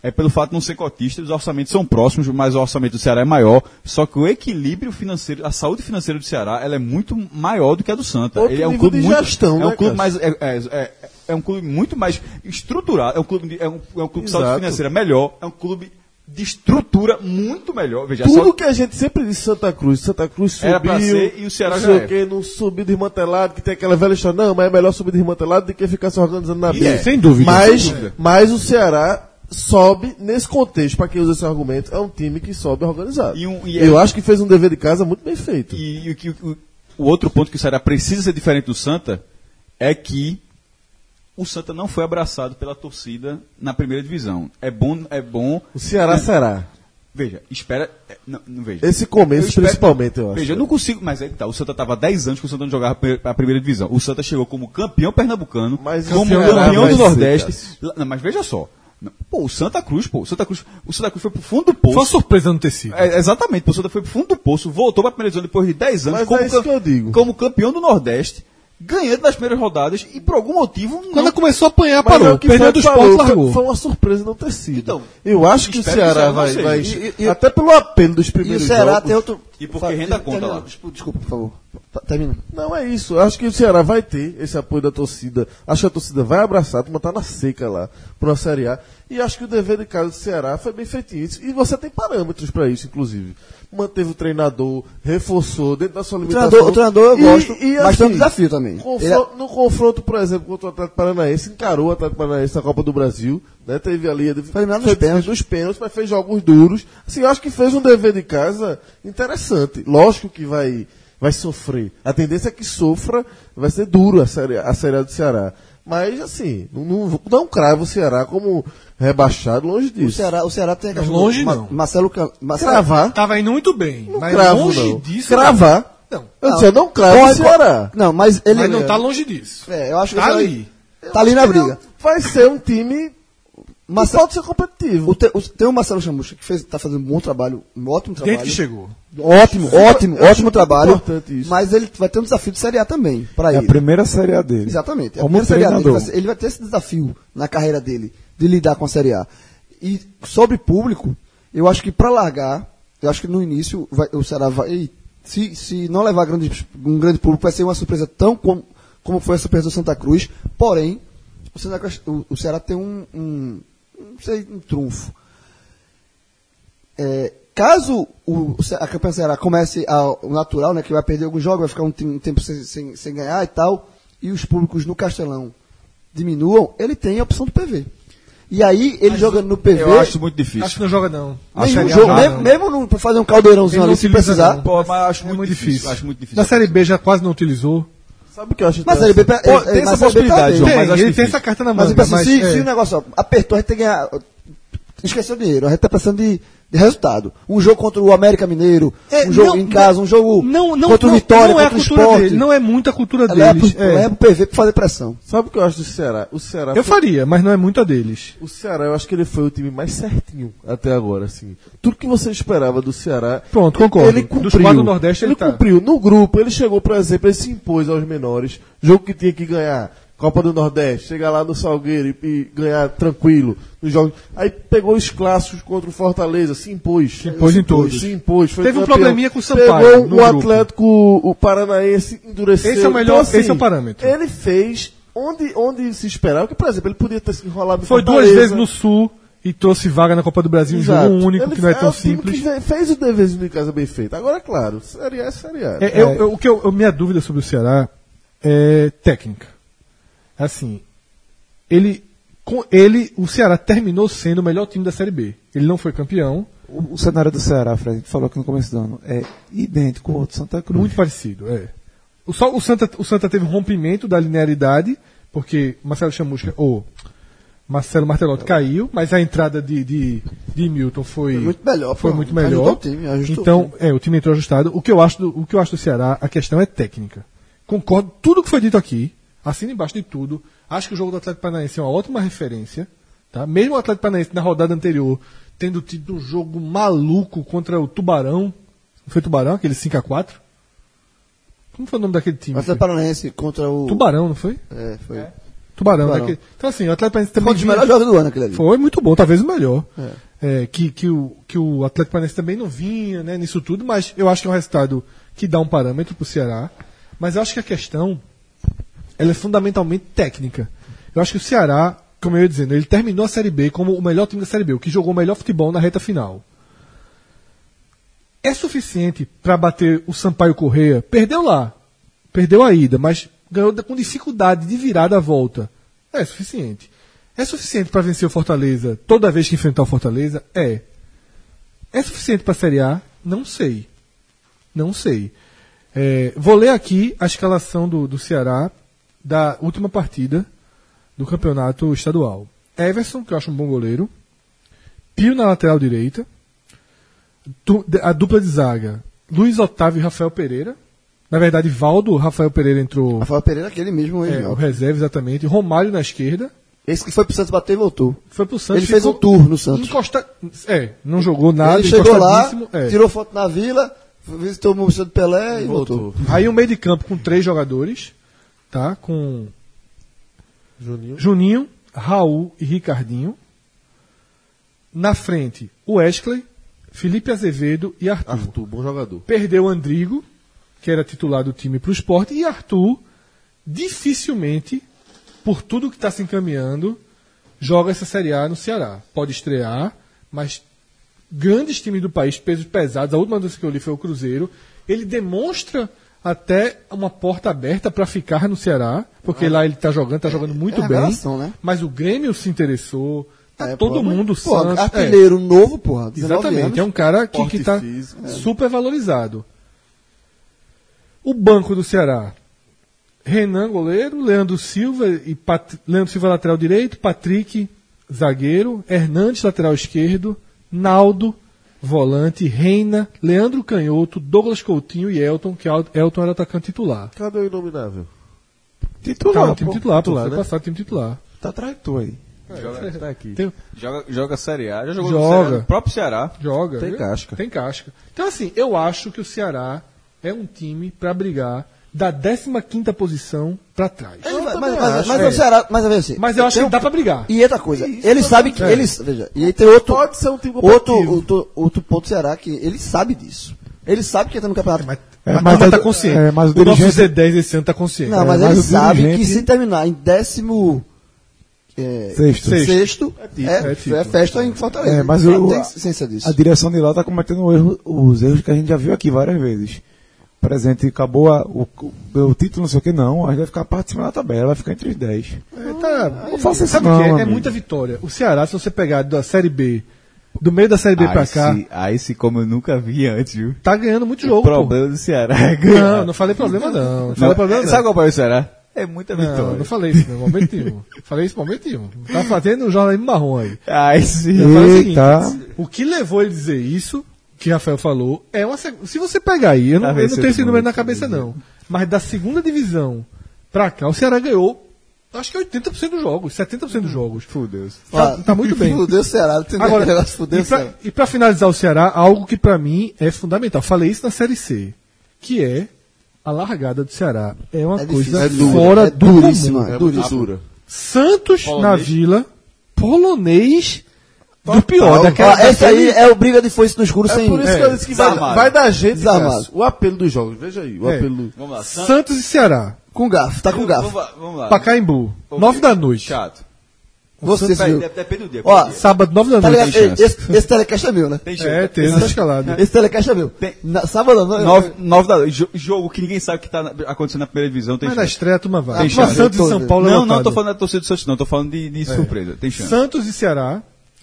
[SPEAKER 6] é pelo fato de não ser cotista, os orçamentos são próximos, mas o orçamento do Ceará é maior. Só que o equilíbrio financeiro, a saúde financeira do Ceará, ela é muito maior do que a do Santa.
[SPEAKER 3] Outro
[SPEAKER 6] Ele é um
[SPEAKER 3] nível
[SPEAKER 6] clube
[SPEAKER 3] de
[SPEAKER 6] muito,
[SPEAKER 3] gestão,
[SPEAKER 6] é um
[SPEAKER 3] né, Cássio?
[SPEAKER 6] clube mais é, é, é- é um clube muito mais estruturado, é um clube de, é um, é um clube de saúde
[SPEAKER 3] Exato.
[SPEAKER 6] financeira melhor, é um clube de estrutura muito melhor. Veja,
[SPEAKER 3] Tudo
[SPEAKER 6] É só
[SPEAKER 3] que a gente sempre disse Santa Cruz, Santa Cruz subiu.
[SPEAKER 6] Era pra ser e o Ceará
[SPEAKER 3] não
[SPEAKER 6] já
[SPEAKER 3] sei
[SPEAKER 6] é.
[SPEAKER 3] o quê, não subiu desmantelado, que tem aquela velha história, não, mas é melhor subir desmantelado do que ficar se organizando na B.
[SPEAKER 6] é, sem
[SPEAKER 3] dúvida. Mas,
[SPEAKER 6] sem dúvida.
[SPEAKER 3] mas o Ceará sobe nesse contexto, pra quem usa esse argumento, é um time que sobe organizado.
[SPEAKER 6] E um- e
[SPEAKER 3] Eu
[SPEAKER 6] é-
[SPEAKER 3] acho que fez um dever de casa muito bem feito.
[SPEAKER 6] E, e o que o, o outro ponto que o Ceará precisa ser diferente do Santa é que o Santa não foi abraçado pela torcida na primeira divisão. É bom, é bom.
[SPEAKER 3] O Ceará
[SPEAKER 6] É.
[SPEAKER 3] será.
[SPEAKER 6] Veja, espera. é, Não, não veja.
[SPEAKER 3] Esse começo,
[SPEAKER 6] Eu espero-
[SPEAKER 3] principalmente, eu acho.
[SPEAKER 6] Veja, eu não consigo. Mas é que tá. O Santa estava 10 anos que o Santa não jogava pri- a primeira divisão. O Santa chegou como campeão pernambucano,
[SPEAKER 3] Mas
[SPEAKER 6] como
[SPEAKER 4] é
[SPEAKER 3] o Ceará
[SPEAKER 6] campeão
[SPEAKER 3] vai
[SPEAKER 6] do
[SPEAKER 3] ser,
[SPEAKER 6] Nordeste.
[SPEAKER 3] Cássio.
[SPEAKER 6] Lá- não, mas veja só. Não, Pô, o Santa Cruz, pô. O Santa Cruz, o Santa Cruz foi pro fundo do poço.
[SPEAKER 4] Só surpresa no tecido.
[SPEAKER 6] É, exatamente, o Santa foi pro fundo do poço, voltou pra primeira divisão depois de 10 anos
[SPEAKER 3] Mas é isso que eu digo.
[SPEAKER 6] como campeão do Nordeste, ganhando nas primeiras rodadas e por algum motivo não
[SPEAKER 4] Quando é começou a apanhar,
[SPEAKER 3] Mas
[SPEAKER 4] parou.
[SPEAKER 3] é o que
[SPEAKER 4] Perdeu
[SPEAKER 3] Fred
[SPEAKER 4] do
[SPEAKER 3] falou,
[SPEAKER 4] esporte,
[SPEAKER 3] foi-
[SPEAKER 4] largou.
[SPEAKER 3] Foi uma surpresa não ter sido.
[SPEAKER 6] Então,
[SPEAKER 3] eu acho que o
[SPEAKER 6] espero que o
[SPEAKER 3] Ceará
[SPEAKER 6] Ceará
[SPEAKER 3] vai.
[SPEAKER 6] não
[SPEAKER 3] vai
[SPEAKER 6] seja.
[SPEAKER 7] E- e-
[SPEAKER 3] até pelo apelo dos
[SPEAKER 7] E o
[SPEAKER 3] primeiros
[SPEAKER 7] Ceará
[SPEAKER 3] jogos.
[SPEAKER 7] tem outro.
[SPEAKER 6] E porque
[SPEAKER 7] Fa-
[SPEAKER 6] renda conta
[SPEAKER 7] termina,
[SPEAKER 6] lá.
[SPEAKER 7] desculpa- Desculpa, por favor. Fa- Termina.
[SPEAKER 3] Não é isso. Eu acho que o Ceará vai ter esse apoio da torcida. Acho que a torcida vai abraçar, a turma tá na seca lá pra uma Série A. E acho que o dever de casa do Ceará foi bem feitinho. E você tem parâmetros pra isso, inclusive. Manteve o treinador, reforçou dentro da sua limitação.
[SPEAKER 7] treinador- o treinador eu gosto, mas tem um desafio também.
[SPEAKER 3] confro-
[SPEAKER 7] Ele- é-
[SPEAKER 3] No confronto, por exemplo, contra o Atlético Paranaense, encarou o Atlético Paranaense na Copa do Brasil, né? Teve ali... Foi
[SPEAKER 7] eliminado nos pênaltis.
[SPEAKER 3] dos pênaltis, mas fez jogos duros. Assim, eu acho que fez um dever de casa interessante. Lógico que vai, vai sofrer. A tendência é que sofra, vai ser duro a série, a série A do Ceará. Mas, assim, não, não, não cravo o Ceará como rebaixado, longe
[SPEAKER 7] O
[SPEAKER 3] disso.
[SPEAKER 7] Ceará, o Ceará tem a questão
[SPEAKER 4] Longe
[SPEAKER 7] do Ma-
[SPEAKER 4] não.
[SPEAKER 7] Marcelo Can... Marcelo
[SPEAKER 3] Cravar,
[SPEAKER 4] Tava indo muito bem.
[SPEAKER 3] não
[SPEAKER 4] mas
[SPEAKER 3] cravo,
[SPEAKER 4] longe
[SPEAKER 3] não.
[SPEAKER 4] disso.
[SPEAKER 3] Cravar,
[SPEAKER 4] Não.
[SPEAKER 3] eu disse, eu não cravo o
[SPEAKER 7] Pode-
[SPEAKER 3] Ceará.
[SPEAKER 7] Não, mas ele
[SPEAKER 4] Mas não tá longe disso.
[SPEAKER 7] É, eu acho que
[SPEAKER 4] Tá
[SPEAKER 7] o Ceará-
[SPEAKER 4] ali.
[SPEAKER 7] Tá ali na briga.
[SPEAKER 3] é Vai ser um time
[SPEAKER 7] Mas
[SPEAKER 3] que pode ser competitivo.
[SPEAKER 7] O te- o- tem o Marcelo Chamusca que fez, tá fazendo um bom trabalho, um ótimo trabalho.
[SPEAKER 4] Desde que chegou.
[SPEAKER 7] Ótimo,
[SPEAKER 3] Eu
[SPEAKER 7] ótimo,
[SPEAKER 3] acho
[SPEAKER 7] ótimo
[SPEAKER 3] muito
[SPEAKER 7] trabalho.
[SPEAKER 3] importante isso.
[SPEAKER 7] Mas ele vai ter um desafio de Série A também, pra
[SPEAKER 2] É a
[SPEAKER 7] ele.
[SPEAKER 2] primeira Série A dele.
[SPEAKER 7] Exatamente. É a
[SPEAKER 2] Como
[SPEAKER 7] primeira Série A dele.
[SPEAKER 2] treinador.
[SPEAKER 7] Ele vai- Ele vai ter esse desafio na carreira dele, de lidar com a Série A. E sobre público, eu acho que para largar, eu acho que no início vai- o Ceará vai. e se, se não levar grandes- um grande público, vai ser uma surpresa tão com- como foi a surpresa do Santa Cruz. Porém, o, Santa Cruz- o- o Ceará tem um, um- não sei, um trunfo. É, caso o, a campanha do Ceará comece ao ao natural, né, que vai perder alguns jogos, vai ficar um, tem- um tempo sem, sem- sem ganhar e tal, e os públicos no Castelão diminuam, ele tem a opção do PV. E aí, ele jogando no PV,
[SPEAKER 6] Eu acho muito difícil.
[SPEAKER 4] Acho que não joga, não.
[SPEAKER 7] mesmo,
[SPEAKER 4] Acho que
[SPEAKER 7] jogo,
[SPEAKER 4] não.
[SPEAKER 7] mesmo, mesmo não- pra fazer um caldeirãozinho
[SPEAKER 4] Ele não
[SPEAKER 7] ali, se
[SPEAKER 4] utiliza,
[SPEAKER 7] precisar,
[SPEAKER 4] não.
[SPEAKER 6] Pô, mas acho
[SPEAKER 4] É muito difícil.
[SPEAKER 6] Acho muito difícil.
[SPEAKER 4] Na Série B já quase não utilizou.
[SPEAKER 3] Sabe o que eu acho
[SPEAKER 7] Mas a Série B
[SPEAKER 3] interessante?
[SPEAKER 7] pe-
[SPEAKER 6] Pô, tem
[SPEAKER 7] mas
[SPEAKER 6] essa
[SPEAKER 7] a Série B tá
[SPEAKER 6] possibilidade,
[SPEAKER 7] bem.
[SPEAKER 6] João, mas
[SPEAKER 4] ele
[SPEAKER 6] acho
[SPEAKER 4] tem
[SPEAKER 6] difícil.
[SPEAKER 4] essa carta na mão.
[SPEAKER 7] Mas eu penso, se,
[SPEAKER 4] assim, é,
[SPEAKER 7] se o negócio ó, apertou, a gente tem que ganhar. Esqueceu dinheiro, a gente tá pensando de, de resultado. Um jogo contra o América Mineiro,
[SPEAKER 4] É,
[SPEAKER 7] um jogo
[SPEAKER 4] não-
[SPEAKER 7] em casa, um jogo
[SPEAKER 4] não, não,
[SPEAKER 7] contra o
[SPEAKER 4] não,
[SPEAKER 7] Vitória,
[SPEAKER 4] não é a
[SPEAKER 7] contra o
[SPEAKER 4] cultura
[SPEAKER 7] Sport.
[SPEAKER 4] dele. Não é muito a cultura
[SPEAKER 7] Ela leva,
[SPEAKER 4] deles.
[SPEAKER 7] pro,
[SPEAKER 4] é.
[SPEAKER 7] leva pro PV pra fazer pressão.
[SPEAKER 3] Sabe o que eu acho do Ceará? O Ceará
[SPEAKER 4] Eu
[SPEAKER 3] foi-
[SPEAKER 4] faria, mas não é muito a deles.
[SPEAKER 3] O Ceará, eu acho que ele foi o time mais certinho até agora, assim. Tudo que você esperava do Ceará.
[SPEAKER 4] Pronto, concordo.
[SPEAKER 3] Ele
[SPEAKER 4] Dos
[SPEAKER 3] cumpriu.
[SPEAKER 4] quatro do Nordeste, ele tá.
[SPEAKER 3] cumpriu. No grupo, ele chegou, por exemplo, ele se impôs aos menores. Jogo que tinha que ganhar. Copa do Nordeste, chegar lá no Salgueiro e, e ganhar tranquilo nos jogos. Aí pegou os clássicos contra o Fortaleza, se impôs. Se
[SPEAKER 4] impôs em todos.
[SPEAKER 3] Se impôs. foi
[SPEAKER 4] Teve um
[SPEAKER 3] campeão.
[SPEAKER 4] probleminha com o Sampaio,
[SPEAKER 3] Pegou
[SPEAKER 4] no
[SPEAKER 3] o
[SPEAKER 4] grupo.
[SPEAKER 3] Atlético, o Paranaense, endureceu. Então, assim,
[SPEAKER 4] Esse é o melhor- esse é o parâmetro.
[SPEAKER 3] Ele fez onde, onde se esperava. Porque, por exemplo, ele podia ter se enrolado no
[SPEAKER 4] Foi duas
[SPEAKER 3] Fortaleza.
[SPEAKER 4] vezes no Sul e trouxe vaga na Copa do Brasil, um
[SPEAKER 3] Exato.
[SPEAKER 4] jogo único
[SPEAKER 3] Ele
[SPEAKER 4] que não é
[SPEAKER 3] fe-
[SPEAKER 4] tão
[SPEAKER 3] o time
[SPEAKER 4] simples.
[SPEAKER 3] que ve- fez o deverzinho de casa bem feito. Agora, claro, Série A é Série A.
[SPEAKER 4] É, eu- eu- o que eu, eu- minha dúvida sobre o Ceará é técnica. Assim, ele, com ele, o Ceará terminou sendo o melhor time da Série B. Ele não foi campeão,
[SPEAKER 2] O, o cenário do Ceará, Fred, que falou aqui no começo do ano, é idêntico ao outro Santa Cruz.
[SPEAKER 4] Muito parecido, é. O, só, o, Santa, o Santa teve um rompimento da linearidade, porque Marcelo Chamusca, ou Marcelo Martelotti caiu, mas a entrada de, de, de Milton foi,
[SPEAKER 7] Foi muito melhor,
[SPEAKER 4] Foi
[SPEAKER 7] pô.
[SPEAKER 4] muito
[SPEAKER 7] Ajudou
[SPEAKER 4] melhor.
[SPEAKER 7] o time, ajustou
[SPEAKER 4] então,
[SPEAKER 7] o time.
[SPEAKER 4] é, o time entrou ajustado. O que, eu acho do, o que eu acho do Ceará, a questão é técnica. Concordo com tudo que foi dito aqui, assino embaixo de tudo. Acho que o jogo do Atlético Paranaense é uma ótima referência. Tá? Mesmo o Atlético Paranaense na rodada anterior, tendo tido um jogo maluco contra o Tubarão. Não foi Tubarão, aquele 5x4? Como foi o nome daquele time?
[SPEAKER 7] O Atlético Paranaense contra o.
[SPEAKER 4] Tubarão, não foi?
[SPEAKER 7] É, foi.
[SPEAKER 4] Tubarão,
[SPEAKER 7] Tubarão.
[SPEAKER 4] né? Que- Então, assim, o Atlético Paranaense
[SPEAKER 7] Foi
[SPEAKER 4] também.
[SPEAKER 7] um dos
[SPEAKER 4] vinha-
[SPEAKER 7] melhores jogos do ano aquele ali.
[SPEAKER 4] Foi muito bom, talvez o melhor. É, que, que, o, que o Atlético Paranaense também não vinha né, nisso tudo, mas eu acho que é um resultado que dá um parâmetro pro Ceará. Mas eu acho que a questão ela é fundamentalmente técnica. Eu acho que o Ceará, como eu ia dizendo, ele terminou a Série B como o melhor time da Série B, o que jogou o melhor futebol na reta final. É suficiente para bater o Sampaio Correia? Perdeu lá. Perdeu a ida, mas ganhou da- com dificuldade de virar da volta. É suficiente. É suficiente para vencer o Fortaleza toda vez que enfrentar o Fortaleza? É. É suficiente para a Série A? Não sei. Não sei. É, vou ler aqui a escalação do, do Ceará da última partida do campeonato estadual. Everson, que eu acho um bom goleiro. Pio na lateral direita. Du- a dupla de zaga. Luiz Otávio e Rafael Pereira. Na verdade, Valdo, Rafael Pereira entrou.
[SPEAKER 7] Rafael Pereira, aquele mesmo, ele,
[SPEAKER 4] É, o reserva, exatamente. Romário na esquerda.
[SPEAKER 7] Esse que foi pro Santos bater e voltou.
[SPEAKER 4] Foi pro Santos.
[SPEAKER 7] Ele fez
[SPEAKER 4] ficou
[SPEAKER 7] um tour no Santos.
[SPEAKER 4] Encosta... É, não jogou nada,
[SPEAKER 7] ele chegou lá,
[SPEAKER 4] encostadíssimo, é.
[SPEAKER 7] tirou foto na vila, visitou o Museu do Pelé e voltou.
[SPEAKER 4] Aí o meio de campo com três jogadores, tá? Com
[SPEAKER 3] Juninho.
[SPEAKER 4] Juninho, Raul e Ricardinho. Na frente, o Wesley, Felipe Azevedo e Arthur.
[SPEAKER 3] Arthur, bom jogador.
[SPEAKER 4] Perdeu o Andrigo, que era titular do time pro esporte, e Arthur, dificilmente, por tudo que está se encaminhando, joga essa Série A no Ceará. Pode estrear, mas grandes times do país, pesos pesados, a última notícia que eu li foi o Cruzeiro, ele demonstra até uma porta aberta para ficar no Ceará, porque lá ele tá jogando, tá jogando muito
[SPEAKER 7] Ah, é a
[SPEAKER 4] bem.
[SPEAKER 7] relação, né?
[SPEAKER 4] Mas o Grêmio se interessou, tá
[SPEAKER 7] É,
[SPEAKER 4] todo
[SPEAKER 7] pô,
[SPEAKER 4] mundo
[SPEAKER 7] mas, pô,
[SPEAKER 4] Santos, é.
[SPEAKER 7] Artilheiro novo, porra. 19
[SPEAKER 4] Exatamente,
[SPEAKER 7] anos.
[SPEAKER 4] é um cara que,
[SPEAKER 3] Porte
[SPEAKER 4] que tá
[SPEAKER 3] físico.
[SPEAKER 4] super valorizado. O banco do Ceará. Renan, goleiro, Leandro Silva e Pat- Leandro Silva lateral direito, Patrick, zagueiro, Hernandes, lateral esquerdo, Naldo, volante, Reina, Leandro Canhoto, Douglas Coutinho e Elton, que Al- Elton era atacante titular.
[SPEAKER 3] Cadê o inominável?
[SPEAKER 4] Tá
[SPEAKER 2] Titular,
[SPEAKER 4] no time
[SPEAKER 2] pô.
[SPEAKER 4] titular, pô, ano
[SPEAKER 3] né?
[SPEAKER 4] passado time titular.
[SPEAKER 2] Tá atrás de tu aí.
[SPEAKER 3] Joga, tá aqui.
[SPEAKER 4] Tem-
[SPEAKER 6] Joga, joga Série A. Já jogou
[SPEAKER 4] Joga.
[SPEAKER 6] no Ceará, no próprio Ceará.
[SPEAKER 4] Joga.
[SPEAKER 6] Tem casca.
[SPEAKER 4] Tem casca. Então, assim, eu acho que o Ceará é um time pra brigar da 15 posição pra trás.
[SPEAKER 7] Ele vai-
[SPEAKER 3] Eu
[SPEAKER 7] mas,
[SPEAKER 3] também
[SPEAKER 7] mas-
[SPEAKER 3] acho,
[SPEAKER 7] mas
[SPEAKER 4] é.
[SPEAKER 7] o Ceará, mas veja assim,
[SPEAKER 4] Mas é eu acho
[SPEAKER 7] tem
[SPEAKER 4] que
[SPEAKER 2] um
[SPEAKER 4] dá pra brigar.
[SPEAKER 7] E outra coisa,
[SPEAKER 3] Isso,
[SPEAKER 7] ele
[SPEAKER 3] eu
[SPEAKER 7] sabe que
[SPEAKER 4] também.
[SPEAKER 7] ele, veja, e aí tem outro
[SPEAKER 3] Pode ser um time
[SPEAKER 7] outro,
[SPEAKER 3] competitivo.
[SPEAKER 7] outro outro ponto do Ceará que ele sabe disso. Ele sabe que entra no campeonato.
[SPEAKER 2] É,
[SPEAKER 4] a
[SPEAKER 2] mas
[SPEAKER 4] turma
[SPEAKER 2] a-
[SPEAKER 4] tá consciente.
[SPEAKER 2] é, mas o
[SPEAKER 4] o nosso
[SPEAKER 2] dirigente-
[SPEAKER 4] Z10 esse ano tá consciente.
[SPEAKER 7] Não,
[SPEAKER 2] É,
[SPEAKER 7] mas,
[SPEAKER 2] mas
[SPEAKER 7] ele
[SPEAKER 2] o
[SPEAKER 7] sabe que
[SPEAKER 2] dirigente-
[SPEAKER 7] se terminar em décimo é,
[SPEAKER 2] Sexto.
[SPEAKER 7] sexto,
[SPEAKER 3] título,
[SPEAKER 7] é,
[SPEAKER 4] é título.
[SPEAKER 7] é festa em Fortaleza.
[SPEAKER 2] É, mas
[SPEAKER 7] Ele
[SPEAKER 2] o-
[SPEAKER 7] tem ciência disso.
[SPEAKER 2] A direção de lá está cometendo um erro- os erros que a gente já viu aqui várias vezes. Por exemplo, acabou a- o, o- o título, não sei o que, não. A gente vai ficar participando da tabela, vai ficar entre os 10.
[SPEAKER 4] É, tá-
[SPEAKER 2] Não faça isso
[SPEAKER 4] sabe
[SPEAKER 2] não,
[SPEAKER 4] o que é? É
[SPEAKER 2] amigo.
[SPEAKER 4] muita vitória. O Ceará, se você pegar da Série B, do meio da Série B pra
[SPEAKER 6] Aí
[SPEAKER 4] cá,
[SPEAKER 6] se- Aí se como eu nunca vi antes, viu?
[SPEAKER 4] tá ganhando muito
[SPEAKER 6] O
[SPEAKER 4] jogo. pô.
[SPEAKER 6] problema do Ceará é ganhar.
[SPEAKER 4] Não, não falei problema não. Não
[SPEAKER 6] Não,
[SPEAKER 4] falei problema não.
[SPEAKER 6] Sabe qual é o problema do Ceará? É muita
[SPEAKER 4] Não,
[SPEAKER 6] vitória.
[SPEAKER 4] não falei isso, não. Momento nenhum. Falei isso, momento nenhum. Tá fazendo um jornalismo marrom aí.
[SPEAKER 6] Aí sim.
[SPEAKER 4] Eu falo o seguinte,
[SPEAKER 2] Eita.
[SPEAKER 4] o que levou ele a dizer isso, que Rafael falou, é uma. seg- Se você pegar aí, eu não,
[SPEAKER 6] Tá
[SPEAKER 4] eu não
[SPEAKER 6] vencendo
[SPEAKER 4] tenho esse número
[SPEAKER 6] muito,
[SPEAKER 4] na cabeça, não. Mas da segunda divisão pra cá, o Ceará ganhou acho que é 80% dos jogos, 70% dos jogos.
[SPEAKER 6] Fudeu.
[SPEAKER 4] Tá, tá muito bem.
[SPEAKER 7] Fudeu o Ceará, não tem
[SPEAKER 4] Agora,
[SPEAKER 7] negócio fudeu
[SPEAKER 4] e
[SPEAKER 7] o Ceará.
[SPEAKER 4] pra, e pra finalizar o Ceará, algo que pra mim é fundamental. Falei isso na Série C, que é a largada do Ceará. É uma
[SPEAKER 7] É difícil,
[SPEAKER 4] coisa
[SPEAKER 7] é dura,
[SPEAKER 4] fora
[SPEAKER 7] é
[SPEAKER 4] do comum.
[SPEAKER 7] duríssima.
[SPEAKER 3] É muito
[SPEAKER 7] duríssimo.
[SPEAKER 3] dura.
[SPEAKER 4] Santos na
[SPEAKER 6] Polonês.
[SPEAKER 4] Vila, polonês do pior.
[SPEAKER 7] Ó,
[SPEAKER 4] Daquela,
[SPEAKER 7] esse aí é o briga de foice no escuro sem.
[SPEAKER 3] É por isso
[SPEAKER 7] É.
[SPEAKER 3] que eu disse que vai,
[SPEAKER 6] Desarmado.
[SPEAKER 3] vai da gente,
[SPEAKER 7] Desarmado.
[SPEAKER 3] Cássio. O apelo dos jogos, veja aí. O
[SPEAKER 4] É.
[SPEAKER 3] apelo.
[SPEAKER 6] Vamos lá. San-
[SPEAKER 4] Santos e Ceará.
[SPEAKER 7] Com gafo, tá com
[SPEAKER 6] Vamos
[SPEAKER 7] gafo.
[SPEAKER 6] lá. Vamos lá.
[SPEAKER 4] Pacaembu,
[SPEAKER 6] Ok.
[SPEAKER 4] 9 da noite.
[SPEAKER 6] Chato.
[SPEAKER 7] Você
[SPEAKER 6] Vai,
[SPEAKER 7] viu.
[SPEAKER 6] dep- Depende do dia.
[SPEAKER 7] Ó,
[SPEAKER 6] qual dia.
[SPEAKER 4] Sábado, 9 da
[SPEAKER 7] Tá
[SPEAKER 4] noite.
[SPEAKER 7] ligado?
[SPEAKER 6] tem chance.
[SPEAKER 7] Esse, esse telecast é meu, né?
[SPEAKER 6] Tem
[SPEAKER 4] É,
[SPEAKER 6] jogo.
[SPEAKER 4] terça tá escalado.
[SPEAKER 7] Esse telecast é meu.
[SPEAKER 6] Tem-
[SPEAKER 7] Na, sábado não. eu-
[SPEAKER 6] Nove, nove da jo- jogo que ninguém sabe que tá na- acontecendo na primeira divisão tem
[SPEAKER 4] Mas na
[SPEAKER 6] chance.
[SPEAKER 4] estreia a turma vai.
[SPEAKER 6] Tem
[SPEAKER 4] A turma
[SPEAKER 6] chance.
[SPEAKER 4] Santos e São Paulo é
[SPEAKER 6] Não, não
[SPEAKER 4] lotado.
[SPEAKER 6] tô falando da torcida do Santos, não. Tô falando de, de surpresa. Tem chance.
[SPEAKER 4] Santos e Ceará,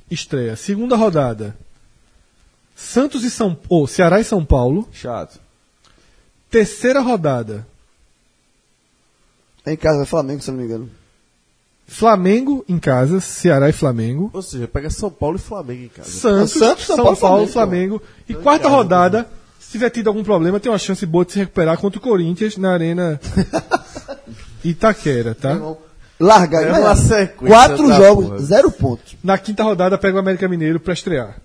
[SPEAKER 4] estreia. Segunda rodada. Santos e São ou Ceará e São Paulo.
[SPEAKER 6] Chato.
[SPEAKER 4] Terceira rodada.
[SPEAKER 7] É em casa, é Flamengo, se eu não me engano.
[SPEAKER 4] Flamengo em casa, Ceará e Flamengo.
[SPEAKER 3] Ou seja, pega São Paulo e Flamengo em casa.
[SPEAKER 4] Santos,
[SPEAKER 7] Santos,
[SPEAKER 4] São,
[SPEAKER 7] São
[SPEAKER 4] Paulo,
[SPEAKER 7] Paulo,
[SPEAKER 4] Flamengo. né? E quarta rodada, se tiver tido algum problema, tem uma chance boa de se recuperar contra o Corinthians na Arena Itaquera, tá?
[SPEAKER 7] Largar.
[SPEAKER 3] É
[SPEAKER 7] vai
[SPEAKER 3] uma
[SPEAKER 7] lá.
[SPEAKER 3] sequência
[SPEAKER 7] Quatro
[SPEAKER 3] da
[SPEAKER 7] jogos,
[SPEAKER 3] porra.
[SPEAKER 7] zero pontos.
[SPEAKER 4] Na quinta rodada pega o América Mineiro pra estrear.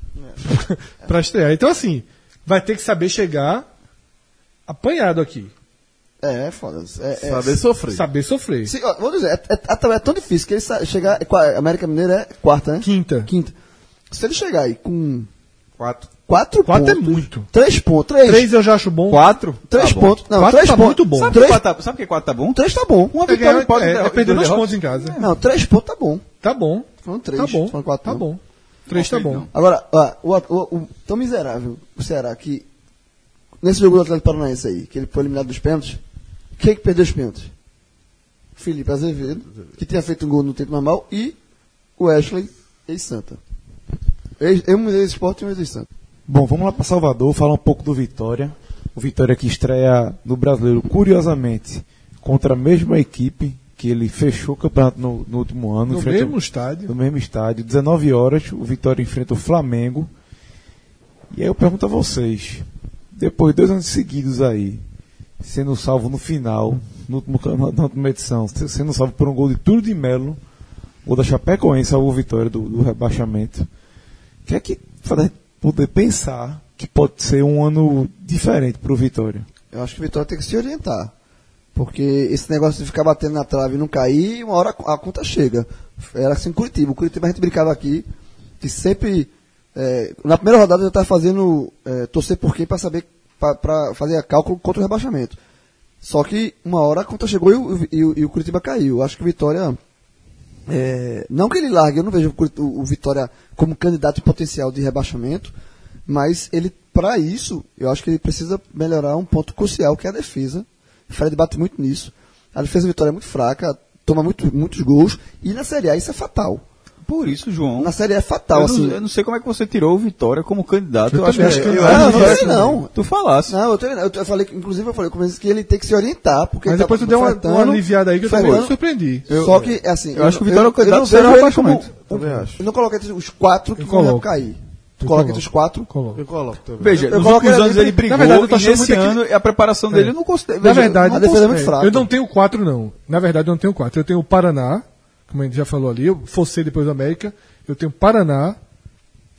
[SPEAKER 4] pra estrear. Então assim, vai ter que saber chegar apanhado aqui,
[SPEAKER 7] É, é foda. É, é,
[SPEAKER 3] Saber sofrer.
[SPEAKER 4] saber sofrer.
[SPEAKER 7] se- ó, vou dizer, é, é- é- é tão difícil que ele sa- chegar. é qua- América Mineira é quarta, né?
[SPEAKER 4] Quinta.
[SPEAKER 7] Quinta. Se ele chegar aí com
[SPEAKER 6] Quatro.
[SPEAKER 7] quatro,
[SPEAKER 4] Quatro é
[SPEAKER 7] pontos.
[SPEAKER 4] muito.
[SPEAKER 7] Três pontos. Três,
[SPEAKER 4] Três eu já acho bom.
[SPEAKER 6] Quatro?
[SPEAKER 7] três
[SPEAKER 6] Tá bom.
[SPEAKER 7] pontos. Não,
[SPEAKER 4] Quatro
[SPEAKER 7] três
[SPEAKER 4] tá
[SPEAKER 7] pontos.
[SPEAKER 4] muito bom.
[SPEAKER 6] Sabe,
[SPEAKER 7] Três,
[SPEAKER 6] que quatro tá, sabe que quatro tá bom?
[SPEAKER 7] três tá bom.
[SPEAKER 6] Uma
[SPEAKER 4] É ganhar-
[SPEAKER 6] vitória pode
[SPEAKER 4] é,
[SPEAKER 6] dar-
[SPEAKER 4] é perder
[SPEAKER 6] duas
[SPEAKER 4] dois
[SPEAKER 6] derrotas.
[SPEAKER 4] pontos em casa.
[SPEAKER 7] Não, três pontos tá bom.
[SPEAKER 4] Tá bom.
[SPEAKER 7] Foram três.
[SPEAKER 4] Tá bom.
[SPEAKER 7] Foram quatro,
[SPEAKER 4] tá
[SPEAKER 7] não.
[SPEAKER 4] bom. Três tá bom.
[SPEAKER 7] Agora, ó, o, at- o- o- tão miserável o Ceará que nesse jogo do Atlético Paranaense aí, que ele foi eliminado dos pênaltis, quem é que perdeu os pênaltis? Felipe Azevedo, que tinha feito um gol no tempo normal, e o Ashley, ex-Santa. Ex- Um ex-esporte e um ex-Santa.
[SPEAKER 2] Bom, vamos lá para Salvador falar um pouco do Vitória. O Vitória que estreia no Brasileiro, curiosamente, contra a mesma equipe que ele fechou o campeonato no, no último ano.
[SPEAKER 4] No
[SPEAKER 2] enfrenta-
[SPEAKER 4] mesmo estádio.
[SPEAKER 2] no mesmo estádio, 19 horas, o Vitória enfrenta o Flamengo. E aí eu pergunto a vocês, depois de dois anos seguidos aí, sendo salvo no final, no último, cam- na última edição, se- sendo salvo por um gol de Túlio de Melo, ou da Chapecoense, salvou o Vitória do, do rebaixamento. O que é que faz a gente poder pensar que pode ser um ano diferente para o Vitória?
[SPEAKER 7] Eu acho que o Vitória tem que se orientar. Porque esse negócio de ficar batendo na trave e não cair, uma hora a conta chega. Era assim em Curitiba. O Curitiba a gente brincava aqui, que sempre. eh, na primeira rodada eu estava fazendo eh, torcer por quem para saber, para fazer cálculo contra o rebaixamento. Só que uma hora a conta chegou e o, e o- e o Curitiba caiu. Eu Acho que o Vitória. eh, não que ele largue, eu não vejo o Curit- o, o Vitória como candidato potencial de rebaixamento, mas ele, para isso, eu acho que ele precisa melhorar um ponto crucial, que é a defesa. Fred bate muito nisso. A defesa do Vitória é muito fraca, toma muito- muitos gols, e na Série A isso é fatal.
[SPEAKER 6] Por isso, João.
[SPEAKER 7] Na Série A é fatal,
[SPEAKER 6] eu,
[SPEAKER 7] assim.
[SPEAKER 6] não, eu não sei como é que você tirou o Vitória como candidato. Eu,
[SPEAKER 4] Eu
[SPEAKER 6] acho que, é
[SPEAKER 4] também acho que
[SPEAKER 6] eu
[SPEAKER 4] não.
[SPEAKER 6] acho
[SPEAKER 7] Ah,
[SPEAKER 6] que
[SPEAKER 7] não,
[SPEAKER 6] era-
[SPEAKER 7] não.
[SPEAKER 6] Tu falasse.
[SPEAKER 7] Não, eu, tô- eu, tô- eu falei, que- inclusive eu falei com eles que ele tem que se orientar, porque
[SPEAKER 4] Mas
[SPEAKER 7] ele
[SPEAKER 4] depois
[SPEAKER 7] tá
[SPEAKER 4] tu deu uma,
[SPEAKER 7] flertando,
[SPEAKER 4] uma aliviada aí que eu também
[SPEAKER 7] flertando.
[SPEAKER 4] me surpreendi.
[SPEAKER 7] Só que, assim,
[SPEAKER 6] eu acho que o Vitória é o
[SPEAKER 7] eu, eu
[SPEAKER 6] candidato
[SPEAKER 7] não
[SPEAKER 6] sério ao
[SPEAKER 7] vejo ele como-
[SPEAKER 6] rebaixamento.
[SPEAKER 3] Também acho.
[SPEAKER 7] Eu não coloquei entre os quatro que
[SPEAKER 4] Eu
[SPEAKER 7] vão
[SPEAKER 4] coloco.
[SPEAKER 7] cair. Tu
[SPEAKER 4] Eu
[SPEAKER 7] coloca
[SPEAKER 4] coloco.
[SPEAKER 7] entre os quatro.
[SPEAKER 4] Coloca.
[SPEAKER 3] Eu coloco também.
[SPEAKER 6] Veja,
[SPEAKER 7] Eu
[SPEAKER 6] nos
[SPEAKER 7] coloco
[SPEAKER 6] últimos
[SPEAKER 7] ele
[SPEAKER 6] anos
[SPEAKER 7] ali-
[SPEAKER 6] ele brigou,
[SPEAKER 4] Na verdade, eu tô
[SPEAKER 6] e
[SPEAKER 4] achando
[SPEAKER 6] nesse
[SPEAKER 4] muito
[SPEAKER 6] ano a preparação
[SPEAKER 3] É.
[SPEAKER 6] dele eu É, não considero.
[SPEAKER 4] Na verdade,
[SPEAKER 7] a defesa é muito
[SPEAKER 4] é,
[SPEAKER 7] fraca.
[SPEAKER 4] eu não tenho quatro, não. Na verdade, eu não tenho quatro. Eu tenho o Paraná, como a gente já falou ali, eu forcei depois do América. Eu tenho o Paraná,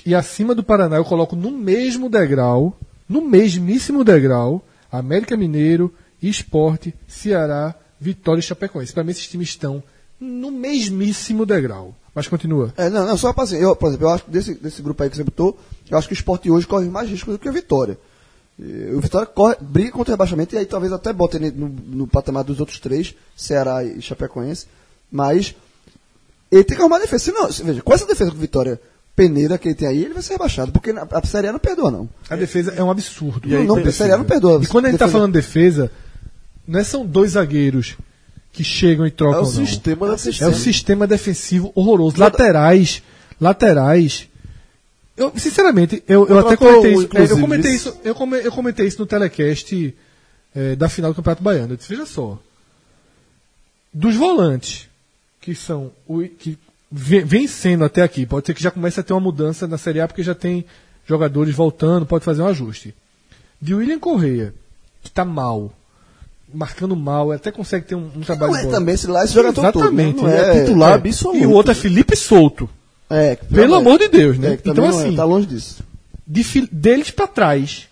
[SPEAKER 4] e acima do Paraná eu coloco no mesmo degrau, no mesmíssimo degrau, América Mineiro, Esporte, Ceará, Vitória e Chapecoense. Pra mim, esses times estão no mesmíssimo degrau. Mas continua.
[SPEAKER 7] É, não, não, só pra assim, eu, por exemplo, eu acho que desse, desse grupo aí que você botou, eu acho que o esporte hoje corre mais risco do que a vitória. Eh, O Vitória corre, briga contra o rebaixamento e aí talvez até bote ele no, no patamar dos outros três, Ceará e Chapecoense, mas ele tem que arrumar a defesa. Se não, se- veja, com essa defesa do Vitória peneira que ele tem aí, ele vai ser rebaixado, porque na- a Série A não perdoa, não.
[SPEAKER 4] A defesa é um absurdo.
[SPEAKER 7] não, não, a Série A não perdoa.
[SPEAKER 4] E quando a gente tá
[SPEAKER 7] Defesa-
[SPEAKER 4] falando defesa, não é são dois zagueiros que chegam e
[SPEAKER 3] É
[SPEAKER 4] trocam,
[SPEAKER 3] o
[SPEAKER 4] não.
[SPEAKER 3] sistema da
[SPEAKER 4] É o
[SPEAKER 3] sistema.
[SPEAKER 4] sistema defensivo horroroso. Laterais. Laterais. Eu, sinceramente, eu, eu até
[SPEAKER 3] Contratou
[SPEAKER 4] comentei
[SPEAKER 3] um,
[SPEAKER 4] isso. é, Eu
[SPEAKER 3] inclusive,
[SPEAKER 4] comentei
[SPEAKER 3] isso.
[SPEAKER 4] isso, eu, come- eu comentei isso no telecast é, da final do Campeonato Baiano. Eu disse, veja só. Dos volantes, que são o, que ve- vem sendo até aqui, pode ser que já comece a ter uma mudança na Série A, porque já tem jogadores voltando, pode fazer um ajuste. De William Correia, que tá mal, marcando mal, até consegue ter um, um trabalho
[SPEAKER 7] Não é
[SPEAKER 4] bom.
[SPEAKER 7] também esse lá, esse jogador
[SPEAKER 4] Exatamente,
[SPEAKER 7] todo. né?
[SPEAKER 4] ele
[SPEAKER 7] Não
[SPEAKER 4] é
[SPEAKER 3] titular
[SPEAKER 7] é.
[SPEAKER 3] absoluto.
[SPEAKER 4] E o outro é Felipe Souto.
[SPEAKER 7] É,
[SPEAKER 4] Pelo amor de Deus, né?
[SPEAKER 7] É, que
[SPEAKER 4] então,
[SPEAKER 7] também não é,
[SPEAKER 4] assim,
[SPEAKER 7] tá longe disso.
[SPEAKER 4] de fi- deles pra trás,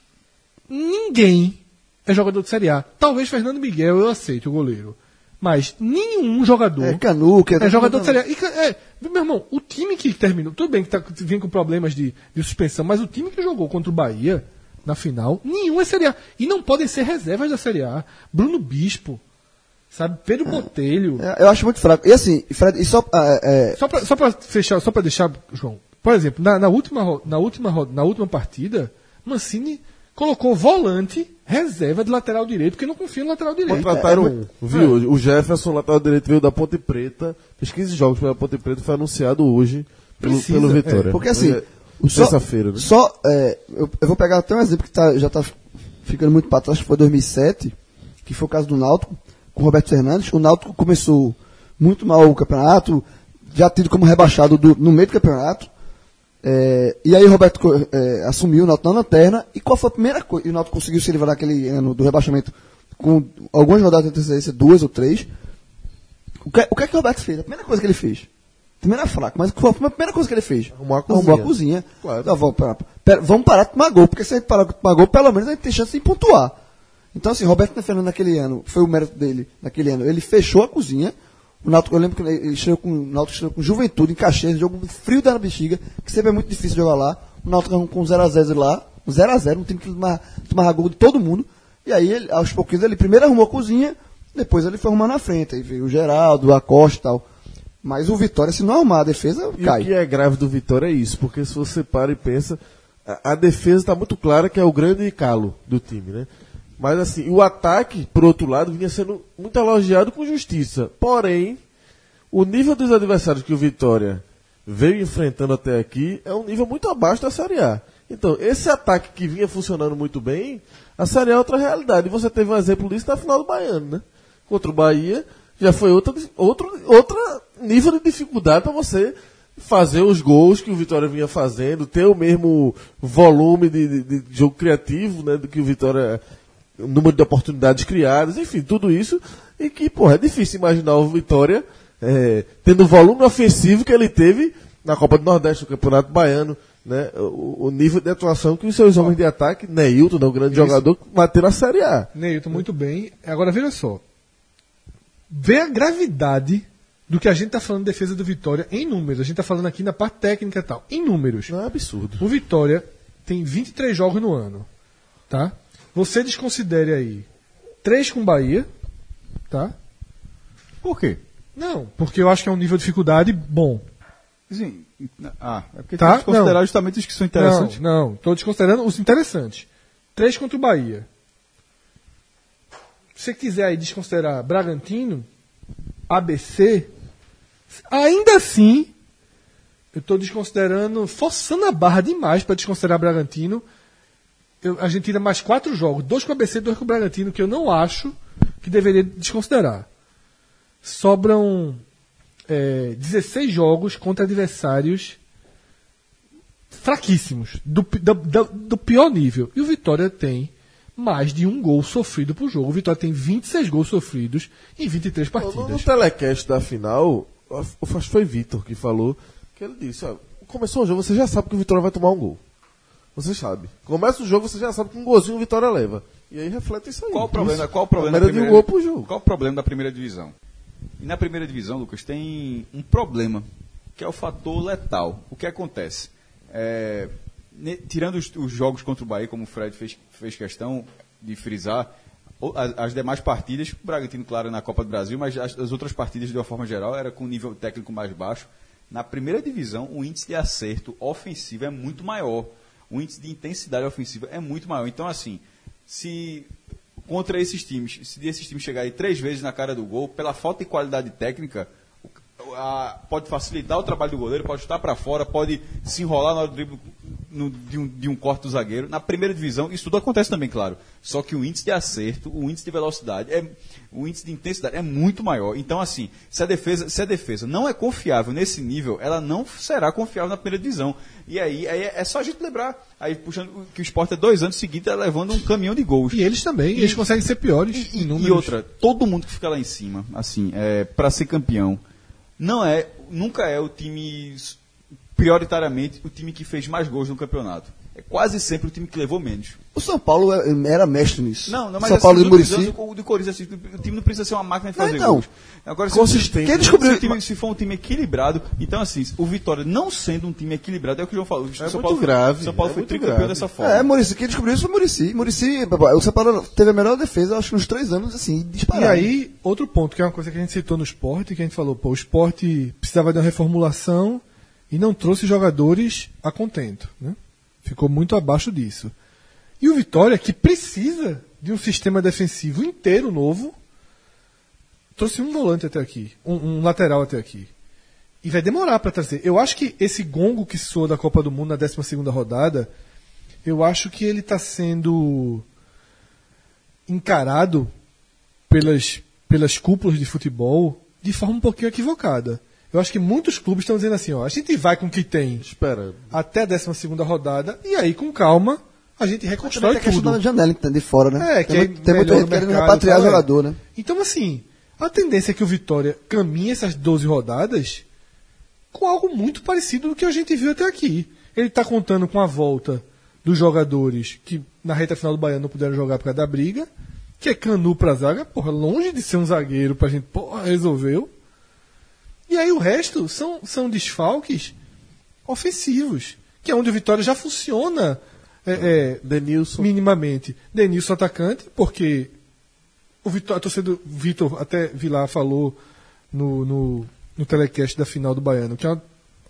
[SPEAKER 4] ninguém é jogador de Série A. Talvez Fernando Miguel eu aceite o goleiro. Mas nenhum jogador
[SPEAKER 7] É Canuca.
[SPEAKER 4] é jogador de Série A. E, ca- é, meu irmão, o time que terminou, tudo bem que tá, que vem com problemas de, de suspensão, mas o time que jogou contra o Bahia na final, nenhum é Série A. E não podem ser reservas da Série A. Bruno Bispo, sabe? Pedro Botelho.
[SPEAKER 7] É, Eu acho muito fraco. E assim, Fred, e só. ah, é,
[SPEAKER 4] Só pra, só pra fechar, só pra deixar, João. Por exemplo, na, na última, ro- na, última, ro- na última partida, Mancini colocou volante reserva de lateral direito, porque não confia no lateral direito.
[SPEAKER 3] Contrataram
[SPEAKER 7] É,
[SPEAKER 3] um, viu? O Jefferson, lateral direito, veio da Ponte Preta. Fez 15 jogos pela Ponte Preta e foi anunciado hoje pelo,
[SPEAKER 4] Precisa,
[SPEAKER 3] pelo
[SPEAKER 4] é.
[SPEAKER 3] Vitória.
[SPEAKER 7] Porque assim,
[SPEAKER 3] Hoje é-
[SPEAKER 7] Só-
[SPEAKER 3] Terça-feira, né?
[SPEAKER 7] Só, é, eu, eu vou pegar até um exemplo que tá- já está ficando muito para trás, que foi 2007, que foi o caso do Náutico, com o Roberto Fernandes. O Náutico começou muito mal o campeonato, já tido como rebaixado do- no meio do campeonato. É, e aí o Roberto co- é, assumiu o Náutico na lanterna. E qual foi a primeira coisa? E o Náutico conseguiu se livrar daquele ano do rebaixamento com algumas rodadas de antecedência, duas ou três. O que, o que é que o Roberto fez? A primeira coisa que ele fez. Primeira fraca, mas qual foi a primeira coisa que ele fez?
[SPEAKER 3] Arrumou a
[SPEAKER 7] Arrumou
[SPEAKER 3] cozinha.
[SPEAKER 7] a cozinha.
[SPEAKER 3] Claro.
[SPEAKER 7] Não, vamos, parar, pera- vamos parar de tomar gol, porque se a gente parar de tomar gol, pelo menos a gente tem chance de pontuar. Então, assim, Roberto Fernandes naquele ano, foi o mérito dele naquele ano, ele fechou a cozinha. O Náutico, eu lembro que ele chegou com, o Náutico chegou com juventude em Caxias, jogo frio da bexiga, que sempre é muito difícil jogar lá. O Náutico ganhou com 0x0 lá, 0x0, um time que tomava, tomava gol de todo mundo. E aí, ele, aos pouquinhos, ele primeiro arrumou a cozinha, depois ele foi arrumando na frente. Aí veio o Geraldo, a Costa e tal. Mas o Vitória, se não arrumar a defesa,
[SPEAKER 3] E
[SPEAKER 7] cai.
[SPEAKER 3] o que é grave do Vitória é isso, porque se você para e pensa, a, a defesa está muito clara que é o grande calo do time, né? Mas assim, o ataque, por outro lado, vinha sendo muito elogiado com justiça. Porém, o nível dos adversários que o Vitória veio enfrentando até aqui é um nível muito abaixo da Série A. Então, esse ataque que vinha funcionando muito bem, a Série A é outra realidade. E você teve um exemplo disso na final do Baiano, né? Contra o Bahia, já foi outra, outro, outro nível de dificuldade para você fazer os gols que o Vitória vinha fazendo, ter o mesmo volume de, de- de jogo criativo, né, do que o Vitória o número de oportunidades criadas, enfim, tudo isso. E que, porra, é difícil imaginar o Vitória eh, tendo o volume ofensivo que ele teve na Copa do Nordeste, no Campeonato Baiano, né? O, o nível de atuação que os seus homens de ataque, Neilton, né, o grande jogador, bateram a Série A.
[SPEAKER 4] Neilton, muito bem. Agora veja só. Vê a gravidade do que a gente está falando de defesa do Vitória em números. A gente está falando aqui na parte técnica e tal. Em números.
[SPEAKER 3] Não é um absurdo.
[SPEAKER 4] O Vitória tem 23 jogos no ano, tá? Você desconsidere aí três com Bahia, tá?
[SPEAKER 6] Por quê?
[SPEAKER 4] Não, porque eu acho que é um nível de dificuldade bom.
[SPEAKER 6] Sim. Ah, é porque
[SPEAKER 4] Tá?
[SPEAKER 6] tem que considerar
[SPEAKER 4] Não.
[SPEAKER 6] justamente os que são interessantes.
[SPEAKER 4] Não, não, tô desconsiderando os interessantes. Três contra o Bahia. Se você quiser aí desconsiderar Bragantino, ABC, ainda assim, eu tô desconsiderando, forçando a barra demais para desconsiderar Bragantino. Eu- a gente tira mais quatro jogos, dois com ABC, dois com Bragantino, que eu não acho que deveria desconsiderar. Sobram é, 16 jogos contra adversários fraquíssimos, do, pi- da- da- do pior nível. E o Vitória tem mais de um gol sofrido por jogo. O Vitória tem 26 gols sofridos em 23
[SPEAKER 3] No, no
[SPEAKER 4] partidas.
[SPEAKER 6] tá-
[SPEAKER 3] telecast da final, acho que foi Vitor que falou, que ele disse, ó, começou o jogo, você já sabe que o Vitória vai tomar um gol. Você sabe. Começa o jogo, você já sabe que um golzinho o Vitória leva. E aí reflete isso aí.
[SPEAKER 6] Qual o problema,
[SPEAKER 3] Isso.
[SPEAKER 6] qual o problema
[SPEAKER 3] Média de um gol pro jogo.
[SPEAKER 6] Qual o problema da primeira divisão? E na primeira divisão, Lucas, tem um problema, que é o fator letal. O que acontece? É, ne- tirando os, os jogos contra o Bahia, como o Fred fez, fez questão de frisar, o- as, as demais partidas, o Bragantino, claro, na Copa do Brasil, mas as, as outras partidas, de uma forma geral, era com um nível técnico mais baixo. Na primeira divisão, o índice de acerto ofensivo é muito maior. O índice de intensidade ofensiva é muito maior. Então, assim, se contra esses times, se esses times chegarem três vezes na cara do gol, pela falta de qualidade técnica, o- a- pode facilitar o trabalho do goleiro, pode chutar para fora, pode se enrolar na hora do drible no- de, um, de um corte do zagueiro. Na primeira divisão, isso tudo acontece também, claro. Só que o índice de acerto, o índice de velocidade, é, o índice de intensidade é muito maior. Então, assim, se a, defesa, se a defesa não é confiável nesse nível, ela não será confiável na primeira divisão. E aí, aí é, é só a gente lembrar, aí puxando que o esporte é dois anos seguintes é levando um caminhão de gols.
[SPEAKER 4] E eles também, eles conseguem ser piores
[SPEAKER 6] E,
[SPEAKER 4] em
[SPEAKER 6] e
[SPEAKER 4] números.
[SPEAKER 6] outra, todo mundo que fica lá em cima, assim, é, para ser campeão, não é, nunca é o time s- prioritariamente o time que fez mais gols no campeonato. É quase sempre o time que levou menos.
[SPEAKER 7] O São Paulo é- era mestre nisso.
[SPEAKER 6] Não, não mas
[SPEAKER 7] São Paulo
[SPEAKER 6] assim,
[SPEAKER 7] e
[SPEAKER 6] nos últimos
[SPEAKER 7] Murici.
[SPEAKER 6] anos, o, do Corinthians, assim, o time não precisa ser uma máquina de
[SPEAKER 7] Não,
[SPEAKER 6] fazer
[SPEAKER 7] então.
[SPEAKER 6] gols. Agora, se-
[SPEAKER 7] Consistente. Quem
[SPEAKER 6] Se,
[SPEAKER 7] descobriu-
[SPEAKER 6] se, o time- se for um time equilibrado, então assim, o Vitória não sendo um time equilibrado, é o que o João falou. O São
[SPEAKER 3] muito
[SPEAKER 6] Paulo,
[SPEAKER 3] grave,
[SPEAKER 6] São Paulo
[SPEAKER 3] é
[SPEAKER 6] foi
[SPEAKER 3] muito
[SPEAKER 6] tricampeão
[SPEAKER 3] grave.
[SPEAKER 6] dessa forma.
[SPEAKER 7] É, Murici, quem descobriu isso foi Murici. Murici, o São Paulo teve a melhor defesa, acho que nos três anos, assim, disparado.
[SPEAKER 4] E aí, outro ponto, que é uma coisa que a gente citou no esporte, que a gente falou, pô, o esporte precisava de uma reformulação e não trouxe jogadores a contento. Né? Ficou muito abaixo disso. E o Vitória, que precisa de um sistema defensivo inteiro novo, trouxe um volante até aqui, um, um lateral até aqui. E vai demorar pra trazer. Eu acho que esse gongo que soa da Copa do Mundo na 12 rodada, eu acho que ele tá sendo encarado pelas, pelas cúpulas de futebol de forma um pouquinho equivocada. Eu acho que muitos clubes estão dizendo assim: ó, a gente vai com o que tem
[SPEAKER 3] Esperando.
[SPEAKER 4] até a 12 rodada, e aí com calma a gente
[SPEAKER 7] Também
[SPEAKER 4] reconstrói
[SPEAKER 7] tem a questão
[SPEAKER 4] tudo.
[SPEAKER 7] da janela que tá de fora, né?
[SPEAKER 4] É, que
[SPEAKER 7] tem,
[SPEAKER 4] aí
[SPEAKER 7] muito- tem muita
[SPEAKER 4] melhora
[SPEAKER 7] gente
[SPEAKER 4] o
[SPEAKER 7] querendo
[SPEAKER 4] mercado,
[SPEAKER 7] repatriar
[SPEAKER 4] tá, é.
[SPEAKER 7] jogador, né?
[SPEAKER 4] Então, assim, a tendência é que o Vitória caminhe essas 12 rodadas com algo muito parecido do que a gente viu até aqui. Ele está contando com a volta dos jogadores que na reta final do Baiano não puderam jogar por causa da briga, que é Canu pra zaga, porra, longe de ser um zagueiro pra gente, porra, resolveu. E aí o resto são, são desfalques ofensivos, que é onde o Vitória já funciona é, é,
[SPEAKER 3] Denilson.
[SPEAKER 4] minimamente. Denilson atacante, porque o Vitor, a torcida do Vitor, até Vilar falou no, no, no telecast da final do Baiano, que é uma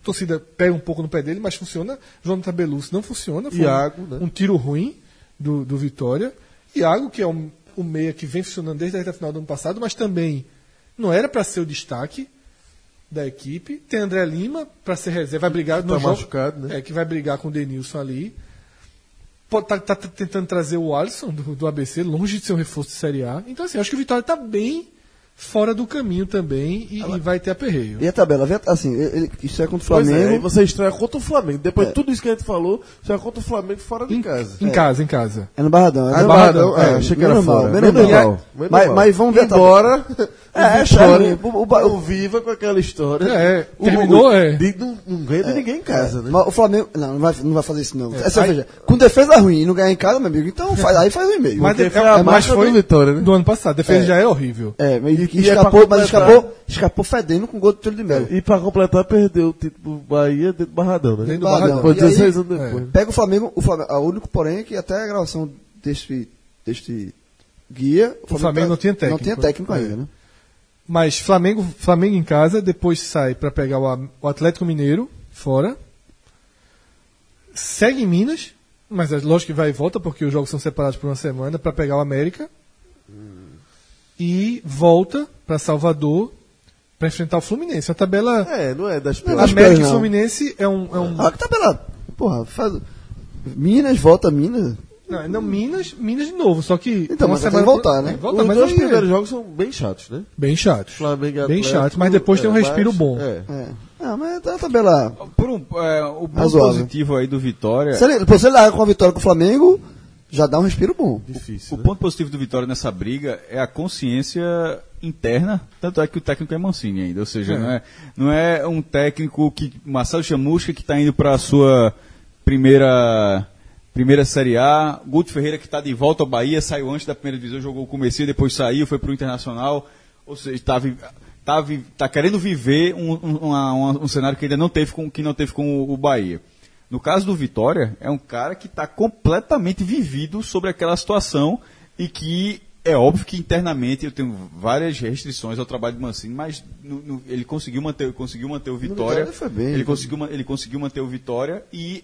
[SPEAKER 4] torcida pega um pouco no pé dele, mas funciona. João Tabelucci não funciona. Foi
[SPEAKER 3] Iago,
[SPEAKER 4] um,
[SPEAKER 3] né?
[SPEAKER 4] um tiro ruim do, do Vitória. Iago, que é um- o meia que vem funcionando desde a reta final do ano passado, mas também não era para ser o destaque da equipe. Tem André Lima para ser reserva, vai brigar no
[SPEAKER 3] Tá
[SPEAKER 4] jogo-
[SPEAKER 3] machucado, né?
[SPEAKER 4] É, que vai brigar com o Denilson ali. Pô, tá, tá t- tentando trazer o Alisson do, do ABC, longe de ser um reforço de Série A. Então, assim, acho que o Vitória tá bem fora do caminho também e, e vai ter aperreio.
[SPEAKER 7] E a tabela? Vê a- Assim, ele- isso é contra o
[SPEAKER 3] Pois é, aí
[SPEAKER 7] Flamengo.
[SPEAKER 3] você estreia contra o Flamengo. Depois
[SPEAKER 7] É.
[SPEAKER 3] de tudo isso que a gente falou, você vai contra o Flamengo fora de casa.
[SPEAKER 4] Em casa, em casa.
[SPEAKER 7] É no Barradão. É
[SPEAKER 3] Ah,
[SPEAKER 7] no
[SPEAKER 3] Barradão,
[SPEAKER 7] Barradão,
[SPEAKER 3] é, achei que era
[SPEAKER 7] menos mal,
[SPEAKER 3] fora.
[SPEAKER 7] menos
[SPEAKER 3] Menos
[SPEAKER 7] mal.
[SPEAKER 3] mal, menos
[SPEAKER 7] Mas,
[SPEAKER 3] mal.
[SPEAKER 7] mas vamos ver a tabela.
[SPEAKER 3] Embora o
[SPEAKER 7] É, é
[SPEAKER 3] Vitória
[SPEAKER 7] chato. O, o, ba-
[SPEAKER 3] não viva com aquela história.
[SPEAKER 4] É,
[SPEAKER 3] O-
[SPEAKER 4] terminou,
[SPEAKER 3] o-
[SPEAKER 4] é.
[SPEAKER 3] de- não, não ganha de ninguém em casa, né?
[SPEAKER 7] Mas o Flamengo. Não, não vai, não vai fazer isso, não. É, só veja, com defesa ruim e não ganhar em casa, meu amigo, então faz, aí faz um e-mail.
[SPEAKER 4] Mas,
[SPEAKER 3] Porque
[SPEAKER 4] é-
[SPEAKER 3] foi a
[SPEAKER 4] mas
[SPEAKER 3] marca
[SPEAKER 4] foi
[SPEAKER 3] do Vitória, né?
[SPEAKER 4] Do ano passado. A defesa
[SPEAKER 7] É.
[SPEAKER 4] já é horrível.
[SPEAKER 7] É,
[SPEAKER 3] E-
[SPEAKER 7] e,
[SPEAKER 3] e é
[SPEAKER 7] escapou,
[SPEAKER 3] pra
[SPEAKER 7] mas
[SPEAKER 3] completar.
[SPEAKER 7] escapou, escapou fedendo com gol do Túlio de Melo.
[SPEAKER 2] É.
[SPEAKER 3] E pra completar, perdeu o título do Bahia dentro do Barradão, né?
[SPEAKER 4] Dentro do
[SPEAKER 7] Barradão.
[SPEAKER 3] Foi
[SPEAKER 7] E
[SPEAKER 3] 16
[SPEAKER 7] aí- é.
[SPEAKER 3] anos depois. né?
[SPEAKER 7] Pega o Flamengo, o Flamengo, o único porém é que até a gravação deste, deste guia, tá-
[SPEAKER 4] O Flamengo não tinha técnico.
[SPEAKER 7] Não tinha técnico ainda, né?
[SPEAKER 4] Mas Flamengo, Flamengo em casa, depois sai para pegar o, A- o Atlético Mineiro fora. Segue em Minas, mas é lógico que vai e volta porque os jogos são separados por uma semana para pegar o América. E volta para Salvador para enfrentar o Fluminense. A tabela
[SPEAKER 3] É, não é das
[SPEAKER 7] Não,
[SPEAKER 3] piores.
[SPEAKER 7] acho que
[SPEAKER 4] América e
[SPEAKER 7] não.
[SPEAKER 4] Fluminense é um, é um
[SPEAKER 7] Ah, que tabela. Porra, faz. Minas, volta a Minas.
[SPEAKER 4] não, é não, Minas, Minas de novo, só que
[SPEAKER 7] Então,
[SPEAKER 4] uma
[SPEAKER 7] mas vai
[SPEAKER 4] semana
[SPEAKER 7] voltar, né?
[SPEAKER 4] É,
[SPEAKER 3] Os
[SPEAKER 4] volta, mas
[SPEAKER 3] dois
[SPEAKER 4] acho que é
[SPEAKER 3] primeiros jogos são bem chatos, né?
[SPEAKER 4] bem chato.
[SPEAKER 3] Flamengo e
[SPEAKER 4] Bem
[SPEAKER 3] Atlético,
[SPEAKER 4] chato, mas depois tem um
[SPEAKER 3] é,
[SPEAKER 4] respiro
[SPEAKER 3] mas-
[SPEAKER 4] bom.
[SPEAKER 3] É.
[SPEAKER 7] É. Ah, mas é uma tabela.
[SPEAKER 6] Por um, é, o ponto
[SPEAKER 7] Razoável.
[SPEAKER 6] positivo aí do Vitória.
[SPEAKER 7] Se ele, se ele larga com a vitória com o Flamengo, já dá um respiro bom.
[SPEAKER 3] Difícil.
[SPEAKER 6] O
[SPEAKER 3] né?
[SPEAKER 6] ponto positivo do Vitória nessa briga é a consciência interna, tanto é que o técnico é Mancini ainda, ou seja, Não, é, não é um técnico que Marcelo Chamusca que está indo para a sua primeira primeira Série A, Guto Ferreira que está de volta ao Bahia, saiu antes da primeira divisão, jogou o comecinho, depois saiu, foi para o Internacional, ou seja, está tá, vi- tá querendo viver um, um- uma- uma- um cenário que ainda não teve com que não teve com o- o Bahia. No caso do Vitória, é um cara que está completamente vivido sobre aquela situação e que é óbvio que internamente eu tenho várias restrições ao trabalho de Mancini, mas no- no- ele conseguiu manter, conseguiu manter o Vitória.
[SPEAKER 7] Vitória foi bem,
[SPEAKER 6] ele
[SPEAKER 7] né?
[SPEAKER 6] conseguiu, ma- ele conseguiu manter o Vitória e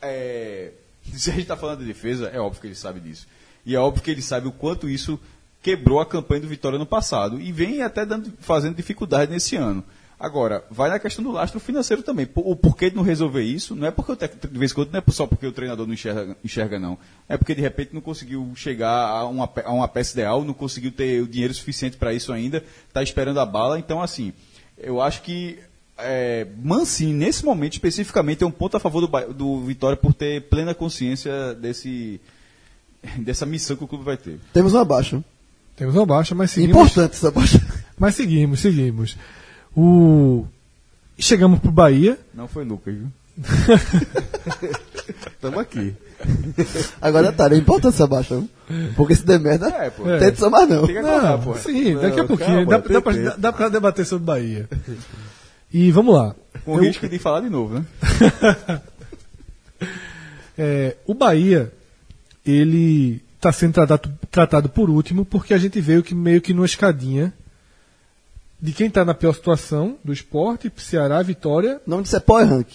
[SPEAKER 6] é, se a gente está falando de defesa, é óbvio que ele sabe disso. E é óbvio que ele sabe o quanto isso quebrou a campanha do Vitória no passado e vem até dando- fazendo dificuldade nesse ano. Agora, vai na questão do lastro financeiro também. Por- O porquê de não resolver isso, não é porque o técnico, de vez em quando, não é só porque o treinador não enxerga, enxerga, não. É porque, de repente, não conseguiu chegar a uma, pe- a uma peça ideal, não conseguiu ter o dinheiro suficiente para isso ainda, está esperando a bala. Então, assim, eu acho que é, Mancini, nesse momento especificamente, é um ponto a favor do, Ba- do Vitória por ter plena consciência desse, dessa missão que o clube vai ter.
[SPEAKER 7] Temos uma baixa.
[SPEAKER 4] Temos uma baixa, mas seguimos.
[SPEAKER 7] Importante essa baixa.
[SPEAKER 4] Mas seguimos, seguimos. O... Chegamos pro Bahia.
[SPEAKER 6] Não foi Lucas, viu?
[SPEAKER 3] Estamos aqui.
[SPEAKER 7] Agora tá, é importante essa baixa. viu? Porque se der merda,
[SPEAKER 6] É, pô.
[SPEAKER 7] tenta somar não.
[SPEAKER 6] Tem que acordar, pô.
[SPEAKER 4] Sim, daqui a
[SPEAKER 3] Não,
[SPEAKER 4] pouquinho.
[SPEAKER 3] calma,
[SPEAKER 4] dá, dá, pra,
[SPEAKER 3] tem
[SPEAKER 4] dá- dá pra debater sobre Bahia. E vamos lá.
[SPEAKER 6] Com o risco de falar de novo, né?
[SPEAKER 4] É, o Bahia, ele está sendo tratado, tratado por último porque a gente veio que meio que numa escadinha de quem está na pior situação do esporte, Ceará, Vitória,
[SPEAKER 7] O nome disso é Power Rank.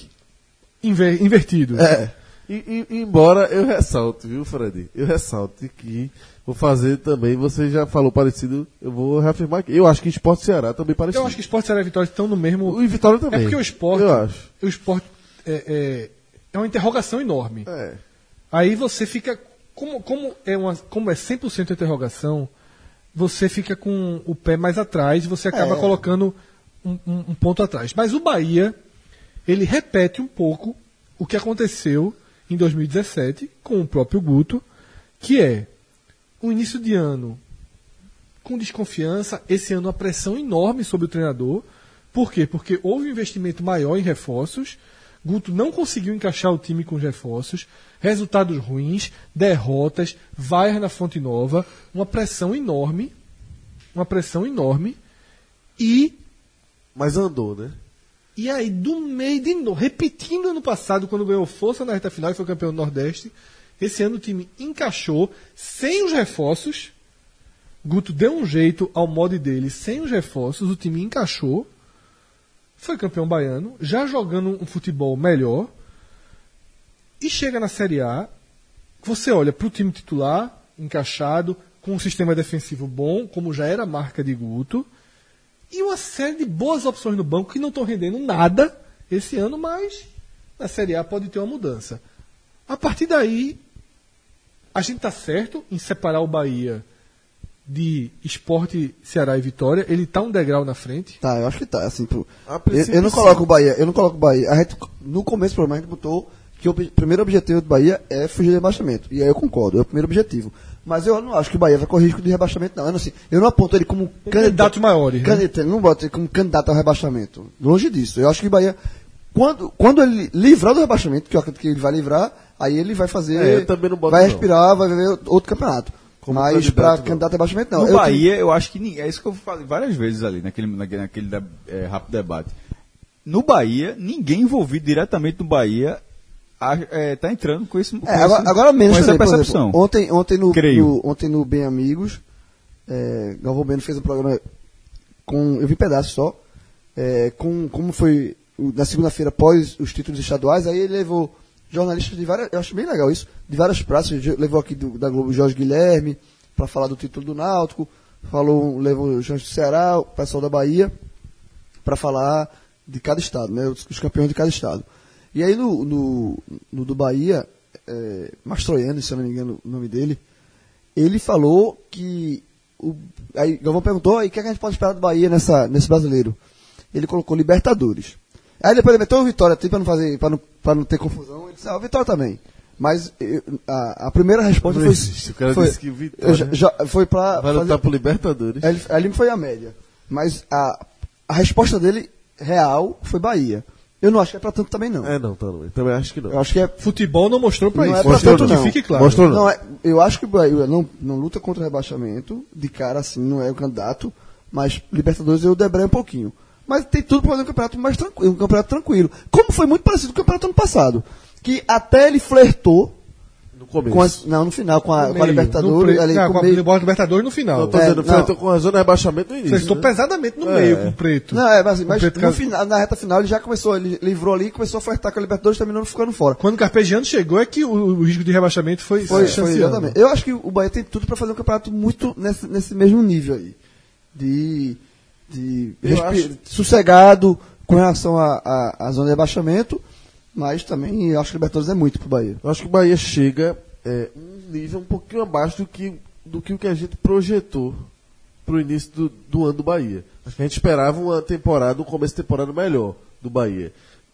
[SPEAKER 4] inver- invertido.
[SPEAKER 7] É.
[SPEAKER 3] E, e- embora eu ressalto, viu, Fred? Eu ressalto que vou fazer também, você já falou parecido, eu vou reafirmar aqui. Eu acho que Esporte Ceará também parecido.
[SPEAKER 4] Eu acho que Esporte Ceará e Vitória estão no mesmo.
[SPEAKER 3] O e Vitória também.
[SPEAKER 4] É porque o Esporte.
[SPEAKER 3] Eu acho.
[SPEAKER 4] O Esporte é, é, é uma interrogação enorme.
[SPEAKER 3] É.
[SPEAKER 4] Aí você fica. Como, como, é uma, como é 100% interrogação, você fica com o pé mais atrás e você acaba
[SPEAKER 3] É.
[SPEAKER 4] colocando um, um- um ponto atrás. Mas o Bahia, ele repete um pouco o que aconteceu em 2017 com o próprio Guto, que é o início de ano com desconfiança, esse ano a pressão enorme sobre o treinador. Por quê? Porque houve um investimento maior em reforços. Guto não conseguiu encaixar o time com os reforços, resultados ruins, derrotas, vaias na Fonte Nova, uma pressão enorme, uma pressão enorme. E
[SPEAKER 3] Mas andou, né?
[SPEAKER 4] e aí, do meio de novo, repetindo ano passado, quando ganhou força na reta final e foi campeão do Nordeste, esse ano o time encaixou, sem os reforços. Guto deu um jeito ao mod dele, sem os reforços, o time encaixou. Foi campeão baiano, já jogando um futebol melhor. E chega na Série A, você olha para o time titular, encaixado, com um sistema defensivo bom, como já era a marca de Guto e uma série de boas opções no banco que não estão rendendo nada esse ano, mas na Série A pode ter uma mudança. A partir daí, a gente está certo em separar o Bahia de esporte, Ceará e Vitória. Ele está um degrau na frente.
[SPEAKER 7] Tá, eu acho que tá, assim, pro...
[SPEAKER 3] A
[SPEAKER 7] eu,
[SPEAKER 3] princípio,
[SPEAKER 7] eu não
[SPEAKER 3] sim.
[SPEAKER 7] coloco o Bahia, eu não coloco o Bahia. A gente, no começo, pelo menos, a gente botou que o ob- primeiro objetivo do Bahia é fugir do rebaixamento. E aí eu concordo, é o primeiro objetivo. Mas eu não acho que o Bahia vai correr risco de rebaixamento, não. Eu não, assim, eu não aponto ele como
[SPEAKER 4] candidato maiores, né?
[SPEAKER 7] Candidato, Não boto ele como candidato ao rebaixamento. Longe disso. Eu acho que o Bahia, quando, quando ele livrar do rebaixamento, que eu acredito que ele vai livrar, aí ele vai fazer.
[SPEAKER 3] É, eu também não boto,
[SPEAKER 7] vai
[SPEAKER 3] não.
[SPEAKER 7] respirar, vai viver outro campeonato.
[SPEAKER 3] Como
[SPEAKER 7] Mas
[SPEAKER 3] candidato,
[SPEAKER 7] para
[SPEAKER 3] não.
[SPEAKER 7] candidato a rebaixamento, não.
[SPEAKER 6] No
[SPEAKER 7] Eu tenho-
[SPEAKER 6] Bahia, eu acho que ninguém. É isso que eu falei várias vezes ali, naquele, naquele, naquele de- eh, rápido debate. No Bahia, ninguém envolvido diretamente no Bahia está entrando com esse. com
[SPEAKER 7] É, agora,
[SPEAKER 6] esse-
[SPEAKER 7] agora menos
[SPEAKER 6] com essa
[SPEAKER 7] também, por
[SPEAKER 6] percepção.
[SPEAKER 7] exemplo, ontem, ontem, no,
[SPEAKER 6] Creio.
[SPEAKER 7] no- ontem no Bem Amigos, é, Galvão Bueno fez um programa com. Eu vi pedaço só. é, com como foi o- na segunda-feira após os títulos estaduais, aí ele levou jornalistas de várias. Eu acho bem legal isso, de várias praças. jo- Levou aqui do- da Globo Jorge Guilherme para falar do título do Náutico, falou, levou o Jorge do Ceará, o pessoal da Bahia para falar de cada estado, né? Os, os campeões de cada estado. E aí no, no, no do Bahia, é, Mastroianni, se eu não me engano o nome dele, ele falou que. O, aí Galvão perguntou, e o que, é que a gente pode esperar do Bahia nessa, nesse brasileiro? Ele colocou Libertadores. Aí depois ele meteu o Vitória para não fazer, para não, pra não ter confusão, ele disse, ah, o Vitória também. Mas eu- a, a primeira resposta
[SPEAKER 3] Não
[SPEAKER 7] foi.
[SPEAKER 3] existe, o cara
[SPEAKER 7] foi,
[SPEAKER 3] disse que o Vitória
[SPEAKER 7] eu já- já- foi pra.
[SPEAKER 3] Vai
[SPEAKER 7] fazer-
[SPEAKER 3] lutar pro Libertadores.
[SPEAKER 7] ele, ali foi a média. Mas a, a resposta dele, real, foi Bahia. Eu não acho que é pra tanto também, não.
[SPEAKER 3] É, não, tá não. Também acho que não.
[SPEAKER 7] Eu acho que é.
[SPEAKER 4] Futebol não mostrou para
[SPEAKER 7] Não
[SPEAKER 4] isso.
[SPEAKER 7] é pra
[SPEAKER 4] Mostrou
[SPEAKER 7] tanto,
[SPEAKER 4] que
[SPEAKER 7] não.
[SPEAKER 4] fique claro.
[SPEAKER 3] Mostrou não.
[SPEAKER 7] Não, é- eu acho que o Bahia não, não luta contra o rebaixamento, de cara assim, não é o candidato, mas Libertadores eu debrei um pouquinho. Mas tem tudo para fazer um campeonato mais tranquilo, um campeonato tranquilo. Como foi muito parecido com o campeonato ano passado. Que até ele flertou
[SPEAKER 3] No começo.
[SPEAKER 7] com as- não, no final, com a, com a
[SPEAKER 4] Meio, no
[SPEAKER 7] Libertadores.
[SPEAKER 4] pre-
[SPEAKER 7] ali,
[SPEAKER 4] não,
[SPEAKER 7] com
[SPEAKER 4] com a
[SPEAKER 7] meio-
[SPEAKER 4] Libertadores no final.
[SPEAKER 3] Eu tô
[SPEAKER 7] É,
[SPEAKER 3] dizendo,
[SPEAKER 7] não.
[SPEAKER 3] enfrentou com a zona de rebaixamento no início.
[SPEAKER 4] Vocês estão
[SPEAKER 3] né?
[SPEAKER 4] pesadamente no
[SPEAKER 3] É.
[SPEAKER 4] meio com o preto.
[SPEAKER 7] Não, é, mas,
[SPEAKER 4] Com o
[SPEAKER 7] mas
[SPEAKER 4] preto
[SPEAKER 7] no
[SPEAKER 4] Cas-
[SPEAKER 7] final, na reta final ele já começou, ele livrou ali e começou a ofertar com a Libertadores, terminou ficando fora.
[SPEAKER 4] Quando o Carpegiani chegou é que o, o risco de rebaixamento foi,
[SPEAKER 7] Foi,
[SPEAKER 4] se
[SPEAKER 7] foi,
[SPEAKER 4] chanceando.
[SPEAKER 7] exatamente. Eu acho que o Bahia tem tudo pra fazer um campeonato muito nesse, nesse mesmo nível aí. De. de
[SPEAKER 3] Eu
[SPEAKER 7] respi-
[SPEAKER 3] acho-
[SPEAKER 7] sossegado com relação à- à à zona de rebaixamento, mas também eu acho que o Libertadores é muito pro Bahia.
[SPEAKER 3] Eu acho que o Bahia chega é, um nível um pouquinho abaixo do que, do que o que a gente projetou para o início do, do ano do Bahia. Acho que a gente esperava uma temporada, um começo de temporada melhor do Bahia.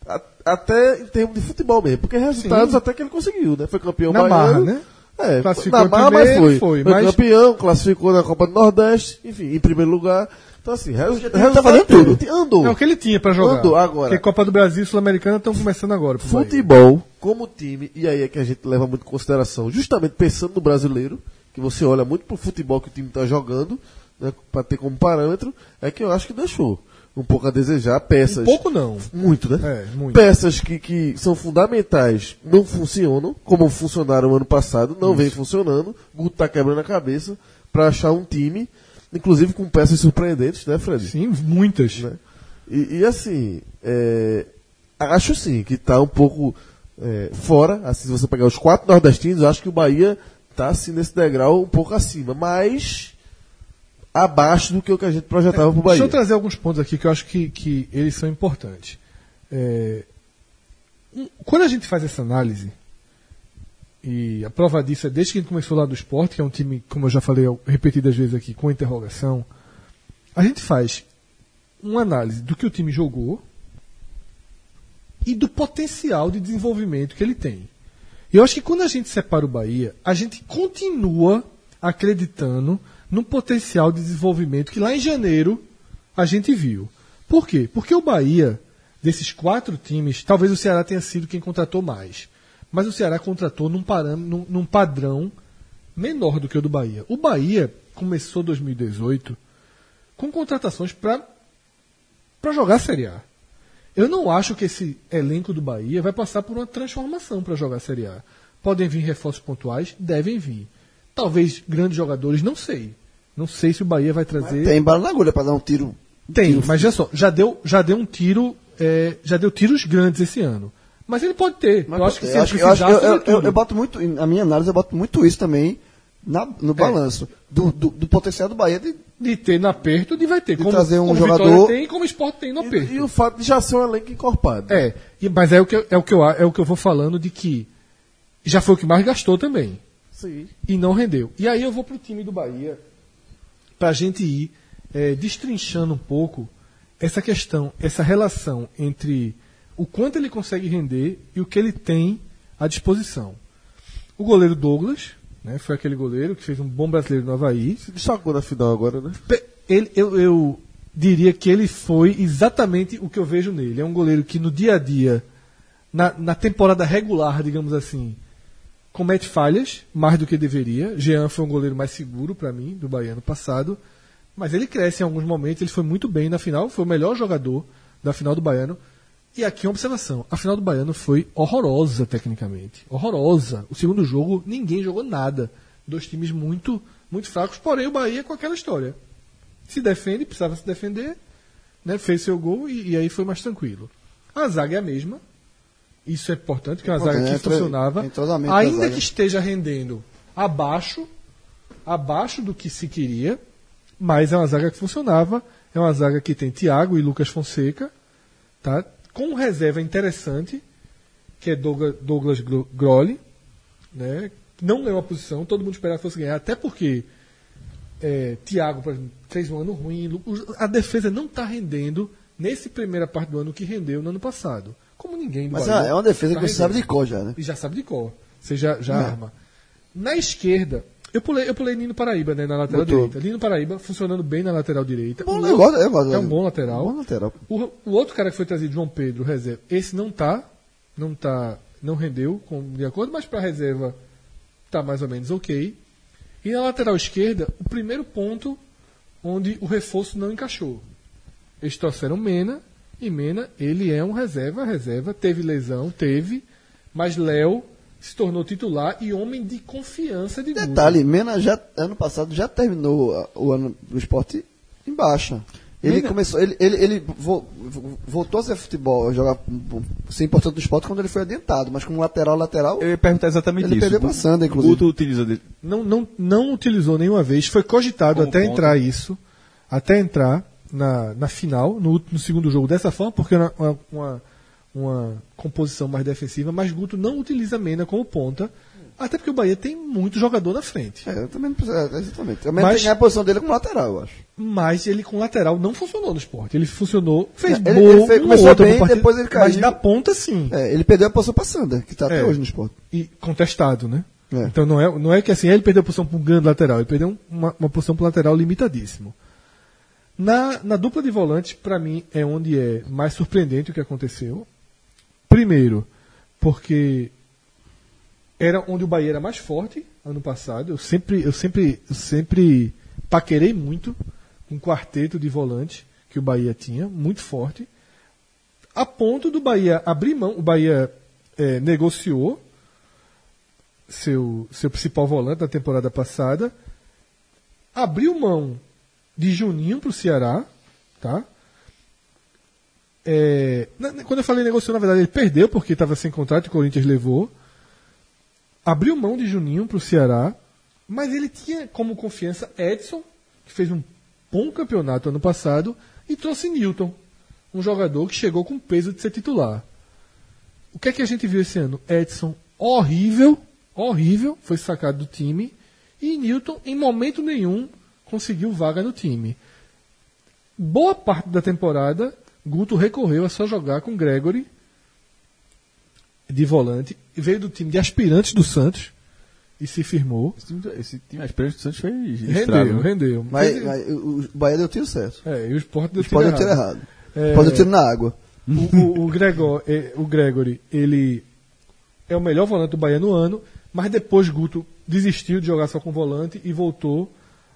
[SPEAKER 3] A- até em termos de futebol mesmo, porque resultados até que ele conseguiu, né? Foi campeão
[SPEAKER 4] Na
[SPEAKER 3] baiano.
[SPEAKER 4] marra, né?
[SPEAKER 3] É,
[SPEAKER 4] Classificou
[SPEAKER 3] na
[SPEAKER 4] em
[SPEAKER 3] marra, mas
[SPEAKER 4] primeiro,
[SPEAKER 3] foi.
[SPEAKER 4] foi,
[SPEAKER 3] Foi,
[SPEAKER 4] mas-
[SPEAKER 3] campeão, classificou na Copa do Nordeste, enfim, em primeiro lugar. Então assim, resu- resultado
[SPEAKER 7] tá fazendo tudo.
[SPEAKER 3] teve, Andou.
[SPEAKER 4] É o que ele tinha pra jogar.
[SPEAKER 3] Andou agora.
[SPEAKER 4] Porque Copa do Brasil e Sul-Americana estão começando agora. pro Bahia.
[SPEAKER 3] futebol como time, e aí é que a gente leva muito em consideração, justamente pensando no brasileiro, que você olha muito pro futebol que o time está jogando, né, para ter como parâmetro, é que eu acho que deixou um pouco a desejar peças.
[SPEAKER 4] Um pouco não.
[SPEAKER 3] Muito, né?
[SPEAKER 4] É, muito.
[SPEAKER 3] Peças que, que são fundamentais não funcionam, como funcionaram ano passado, não vem funcionando. Guto tá quebrando a cabeça para achar um time, inclusive com peças surpreendentes, né, Fred?
[SPEAKER 4] Sim, muitas.
[SPEAKER 3] né? E, e, assim, é, acho sim que está assim um pouco é, fora, assim, se você pegar os quatro nordestinos, eu acho que o Bahia tá assim nesse degrau um pouco acima, mas abaixo do que o que a gente projetava pro Bahia.
[SPEAKER 4] Deixa eu trazer alguns pontos aqui que eu acho que, que eles são importantes. É, um, quando a gente faz essa análise, e a prova disso é desde que a gente começou lá do esporte, que é um time, como eu já falei eu- repetidas vezes aqui, com interrogação, a gente faz uma análise do que o time jogou e do potencial de desenvolvimento que ele tem. E eu acho que quando a gente separa o Bahia, a gente continua acreditando no potencial de desenvolvimento que lá em janeiro a gente viu. Por quê? Porque o Bahia, desses quatro times, talvez o Ceará tenha sido quem contratou mais. Mas o Ceará contratou num, param, num, num padrão menor do que o do Bahia. O Bahia começou 2018 com contratações para jogar a Série A. Eu não acho que esse elenco do Bahia vai passar por uma transformação para jogar a Série A. Podem vir reforços pontuais? Devem vir. Talvez grandes jogadores, não sei. Não sei se o Bahia vai trazer.
[SPEAKER 7] Tem bala na agulha pra dar um tiro.
[SPEAKER 4] Tem, mas já só, já deu, já deu um tiro, é, já deu tiros grandes esse ano. Mas ele pode ter.
[SPEAKER 7] Mas
[SPEAKER 4] eu acho que se ele
[SPEAKER 7] eu, acho, eu, acho,
[SPEAKER 4] precisar,
[SPEAKER 7] eu, eu, eu,
[SPEAKER 4] sobretudo.
[SPEAKER 7] eu boto muito, na minha análise, eu boto muito isso também na- no balanço do, do, do potencial do Bahia de
[SPEAKER 4] de ter no aperto, de vai ter.
[SPEAKER 7] De trazer um
[SPEAKER 4] como Vitória
[SPEAKER 7] jogador-
[SPEAKER 4] tem, como esporte tem no aperto.
[SPEAKER 3] E, e o fato de já ser um elenco encorpado.
[SPEAKER 4] É, e- mas é o, que, eu- é, o que eu, a- é o que eu vou falando de que já foi o que mais gastou também.
[SPEAKER 3] Sim.
[SPEAKER 4] e não rendeu. E aí eu vou pro time do Bahia pra gente ir eh, destrinchando um pouco essa questão, essa relação entre o quanto ele consegue render e o que ele tem à disposição. O goleiro Douglas, né, foi aquele goleiro que fez um bom brasileiro no Havaí.
[SPEAKER 3] Se destacou na final agora, né?
[SPEAKER 4] Pe- ele- eu, eu diria que ele foi exatamente o que eu vejo nele. É um goleiro que no dia a dia, na, na temporada regular, digamos assim, comete falhas mais do que deveria. Jean foi um goleiro mais seguro para mim do Bahia no passado, mas ele cresce em alguns momentos. Ele foi muito bem na final, foi o melhor jogador da final do Baiano. E aqui uma observação: a final do Baiano foi horrorosa tecnicamente, horrorosa. O segundo jogo ninguém jogou nada, dois times muito muito fracos. Porém o Bahia com aquela história, se defende, precisava se defender, né? fez seu gol e, e aí foi mais tranquilo. A zaga é a mesma. Isso é importante, que é uma zaga que
[SPEAKER 7] Importante, né? entra-
[SPEAKER 4] funcionava.
[SPEAKER 7] entrosamento da
[SPEAKER 4] Ainda
[SPEAKER 7] zaga.
[SPEAKER 4] que esteja rendendo abaixo, abaixo do que se queria, mas é uma zaga que funcionava. É uma zaga que tem Thiago e Lucas Fonseca, tá? com reserva interessante, que é Douglas, Douglas Gro- Groli, né? não ganhou a posição, todo mundo esperava que fosse ganhar, até porque é, Thiago por exemplo, fez um ano ruim, Lu- os- a defesa não está rendendo nesse primeira parte do ano que rendeu no ano passado. Como ninguém do
[SPEAKER 7] Mas
[SPEAKER 4] Bahia
[SPEAKER 7] é uma defesa
[SPEAKER 4] tá
[SPEAKER 7] que você sabe
[SPEAKER 4] rendendo
[SPEAKER 7] de cor já, né? É.
[SPEAKER 4] e já sabe de cor. Você já, já arma. Na esquerda, eu pulei, eu pulei Nino Paraíba, né, na lateral
[SPEAKER 7] Botou.
[SPEAKER 4] direita. Nino Paraíba funcionando bem na lateral direita.
[SPEAKER 7] Bom,
[SPEAKER 4] O
[SPEAKER 7] eu gosto- eu gosto
[SPEAKER 4] é um
[SPEAKER 7] dele.
[SPEAKER 4] bom lateral.
[SPEAKER 7] Bom lateral.
[SPEAKER 4] O, o outro cara que foi trazido, João Pedro, reserva. Esse não tá, não tá, não rendeu com- de acordo, mas para reserva tá mais ou menos ok. E na lateral esquerda, o primeiro ponto onde o reforço não encaixou. Eles trouxeram Mena, e Mena, ele é um reserva, reserva, teve lesão, teve, mas Léo se tornou titular e homem de confiança de Guga.
[SPEAKER 7] Detalhe, Mena já, ano passado já terminou a- o ano do esporte em baixa. Ele
[SPEAKER 4] Mena-
[SPEAKER 7] começou, ele, ele, ele vo- vo- voltou a ser futebol, a jogar, um, ser importante do esporte quando ele foi adiantado, mas como lateral, lateral,
[SPEAKER 6] Eu ia perguntar exatamente
[SPEAKER 7] Ele
[SPEAKER 6] isso.
[SPEAKER 7] perdeu pra Sandra, inclusive.
[SPEAKER 6] Guto utiliza de-
[SPEAKER 4] não, não, não utilizou nenhuma vez. Foi cogitado
[SPEAKER 6] Como
[SPEAKER 4] até
[SPEAKER 6] ponta.
[SPEAKER 4] entrar isso, até entrar na, na final, no, ult- no segundo jogo dessa forma, porque era uma, uma, uma composição mais defensiva, mas Guto não utiliza Mena como ponta, até porque o Bahia tem muito jogador na frente.
[SPEAKER 7] é, eu também não preciso, é, exatamente. Eu menos
[SPEAKER 4] Mas-
[SPEAKER 7] tem a posição dele como lateral, eu acho.
[SPEAKER 4] Mas ele com lateral não funcionou no esporte. Ele funcionou, fez
[SPEAKER 7] Ele-
[SPEAKER 4] boa,
[SPEAKER 7] ele
[SPEAKER 4] gol,
[SPEAKER 7] fez-
[SPEAKER 4] um
[SPEAKER 7] começou
[SPEAKER 4] outro
[SPEAKER 7] bem,
[SPEAKER 4] por partida,
[SPEAKER 7] depois ele
[SPEAKER 4] mas
[SPEAKER 7] caiu.
[SPEAKER 4] na ponta sim.
[SPEAKER 7] É, ele perdeu a posição pra Sandra, que tá
[SPEAKER 4] É.
[SPEAKER 7] até hoje no esporte.
[SPEAKER 4] e contestado, né?
[SPEAKER 7] É.
[SPEAKER 4] Então não é, não é que assim, ele perdeu a posição para um grande lateral, ele perdeu uma, uma posição para lateral limitadíssimo. Na, na dupla de volantes, para mim, é onde é mais surpreendente o que aconteceu. Primeiro, porque era onde o Bahia era mais forte ano passado. Eu sempre, eu sempre, eu sempre paquerei muito um quarteto de volante que o Bahia tinha, muito forte a ponto do Bahia abrir mão. O Bahia eh, negociou seu, seu principal volante na temporada passada, abriu mão de Juninho para o Ceará, tá? é, na- na- quando eu falei negociou, na verdade, ele perdeu porque estava sem contrato e o Corinthians levou. Abriu mão de Juninho para o Ceará, mas ele tinha como confiança Edson, que fez um bom campeonato ano passado, e trouxe Newton, um jogador que chegou com peso de ser titular. O que é que a gente viu esse ano? Edson horrível, horrível, foi sacado do time, e Newton, em momento nenhum, conseguiu vaga no time boa parte da temporada, Guto recorreu a só jogar com Gregory de volante. E Veio do time de aspirantes do Santos e se firmou.
[SPEAKER 6] Esse time, esse time a esperança do Santos foi
[SPEAKER 4] Rendeu,
[SPEAKER 6] registrado. né?
[SPEAKER 4] rendeu.
[SPEAKER 7] Mas,
[SPEAKER 4] Ele-
[SPEAKER 7] mas o o Bahia deu tiro certo.
[SPEAKER 4] é, e o Sport deu
[SPEAKER 7] Eles podem
[SPEAKER 4] tiro
[SPEAKER 7] ter
[SPEAKER 4] errado.
[SPEAKER 7] errado.
[SPEAKER 4] É.
[SPEAKER 7] Pode ter tiro na água.
[SPEAKER 4] O, o- o Gregor- eh, o Gregory, ele é o melhor volante do Bahia no ano, mas depois Guto desistiu de jogar só com volante e voltou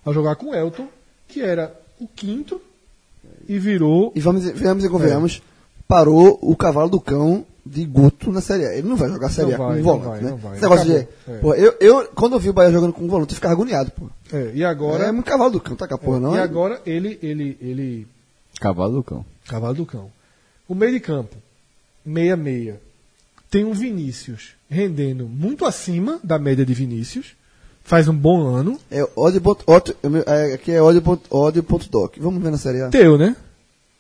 [SPEAKER 4] a jogar com Elton, que era o quinto, e virou
[SPEAKER 7] E vamos, venhamos e convenhamos,
[SPEAKER 4] É.
[SPEAKER 7] parou o cavalo do cão de Guto na Série A. Ele não vai jogar a Série
[SPEAKER 4] Não
[SPEAKER 7] A com
[SPEAKER 4] vai, não
[SPEAKER 7] um volante,
[SPEAKER 4] vai,
[SPEAKER 7] né?
[SPEAKER 4] não vai.
[SPEAKER 7] Esse negócio de...
[SPEAKER 4] Acabou. É.
[SPEAKER 7] Pô, eu, eu, quando eu vi o Bahia jogando com um volante, eu ficava agoniado, pô.
[SPEAKER 4] é, e agora
[SPEAKER 7] é muito cavalo do cão, tá com a porra, não.
[SPEAKER 4] e
[SPEAKER 7] é?
[SPEAKER 4] agora ele ele ele
[SPEAKER 6] Cavalo do cão.
[SPEAKER 4] Cavalo do Cão. O meio de campo, meia-meia, tem um Vinícius rendendo muito acima da média de Vinícius, faz um bom ano.
[SPEAKER 7] É ódio. bot- ódio- é meu- é, Aqui é ódio bot- ódio.doc. Vamos ver na Série A.
[SPEAKER 4] Teu, né?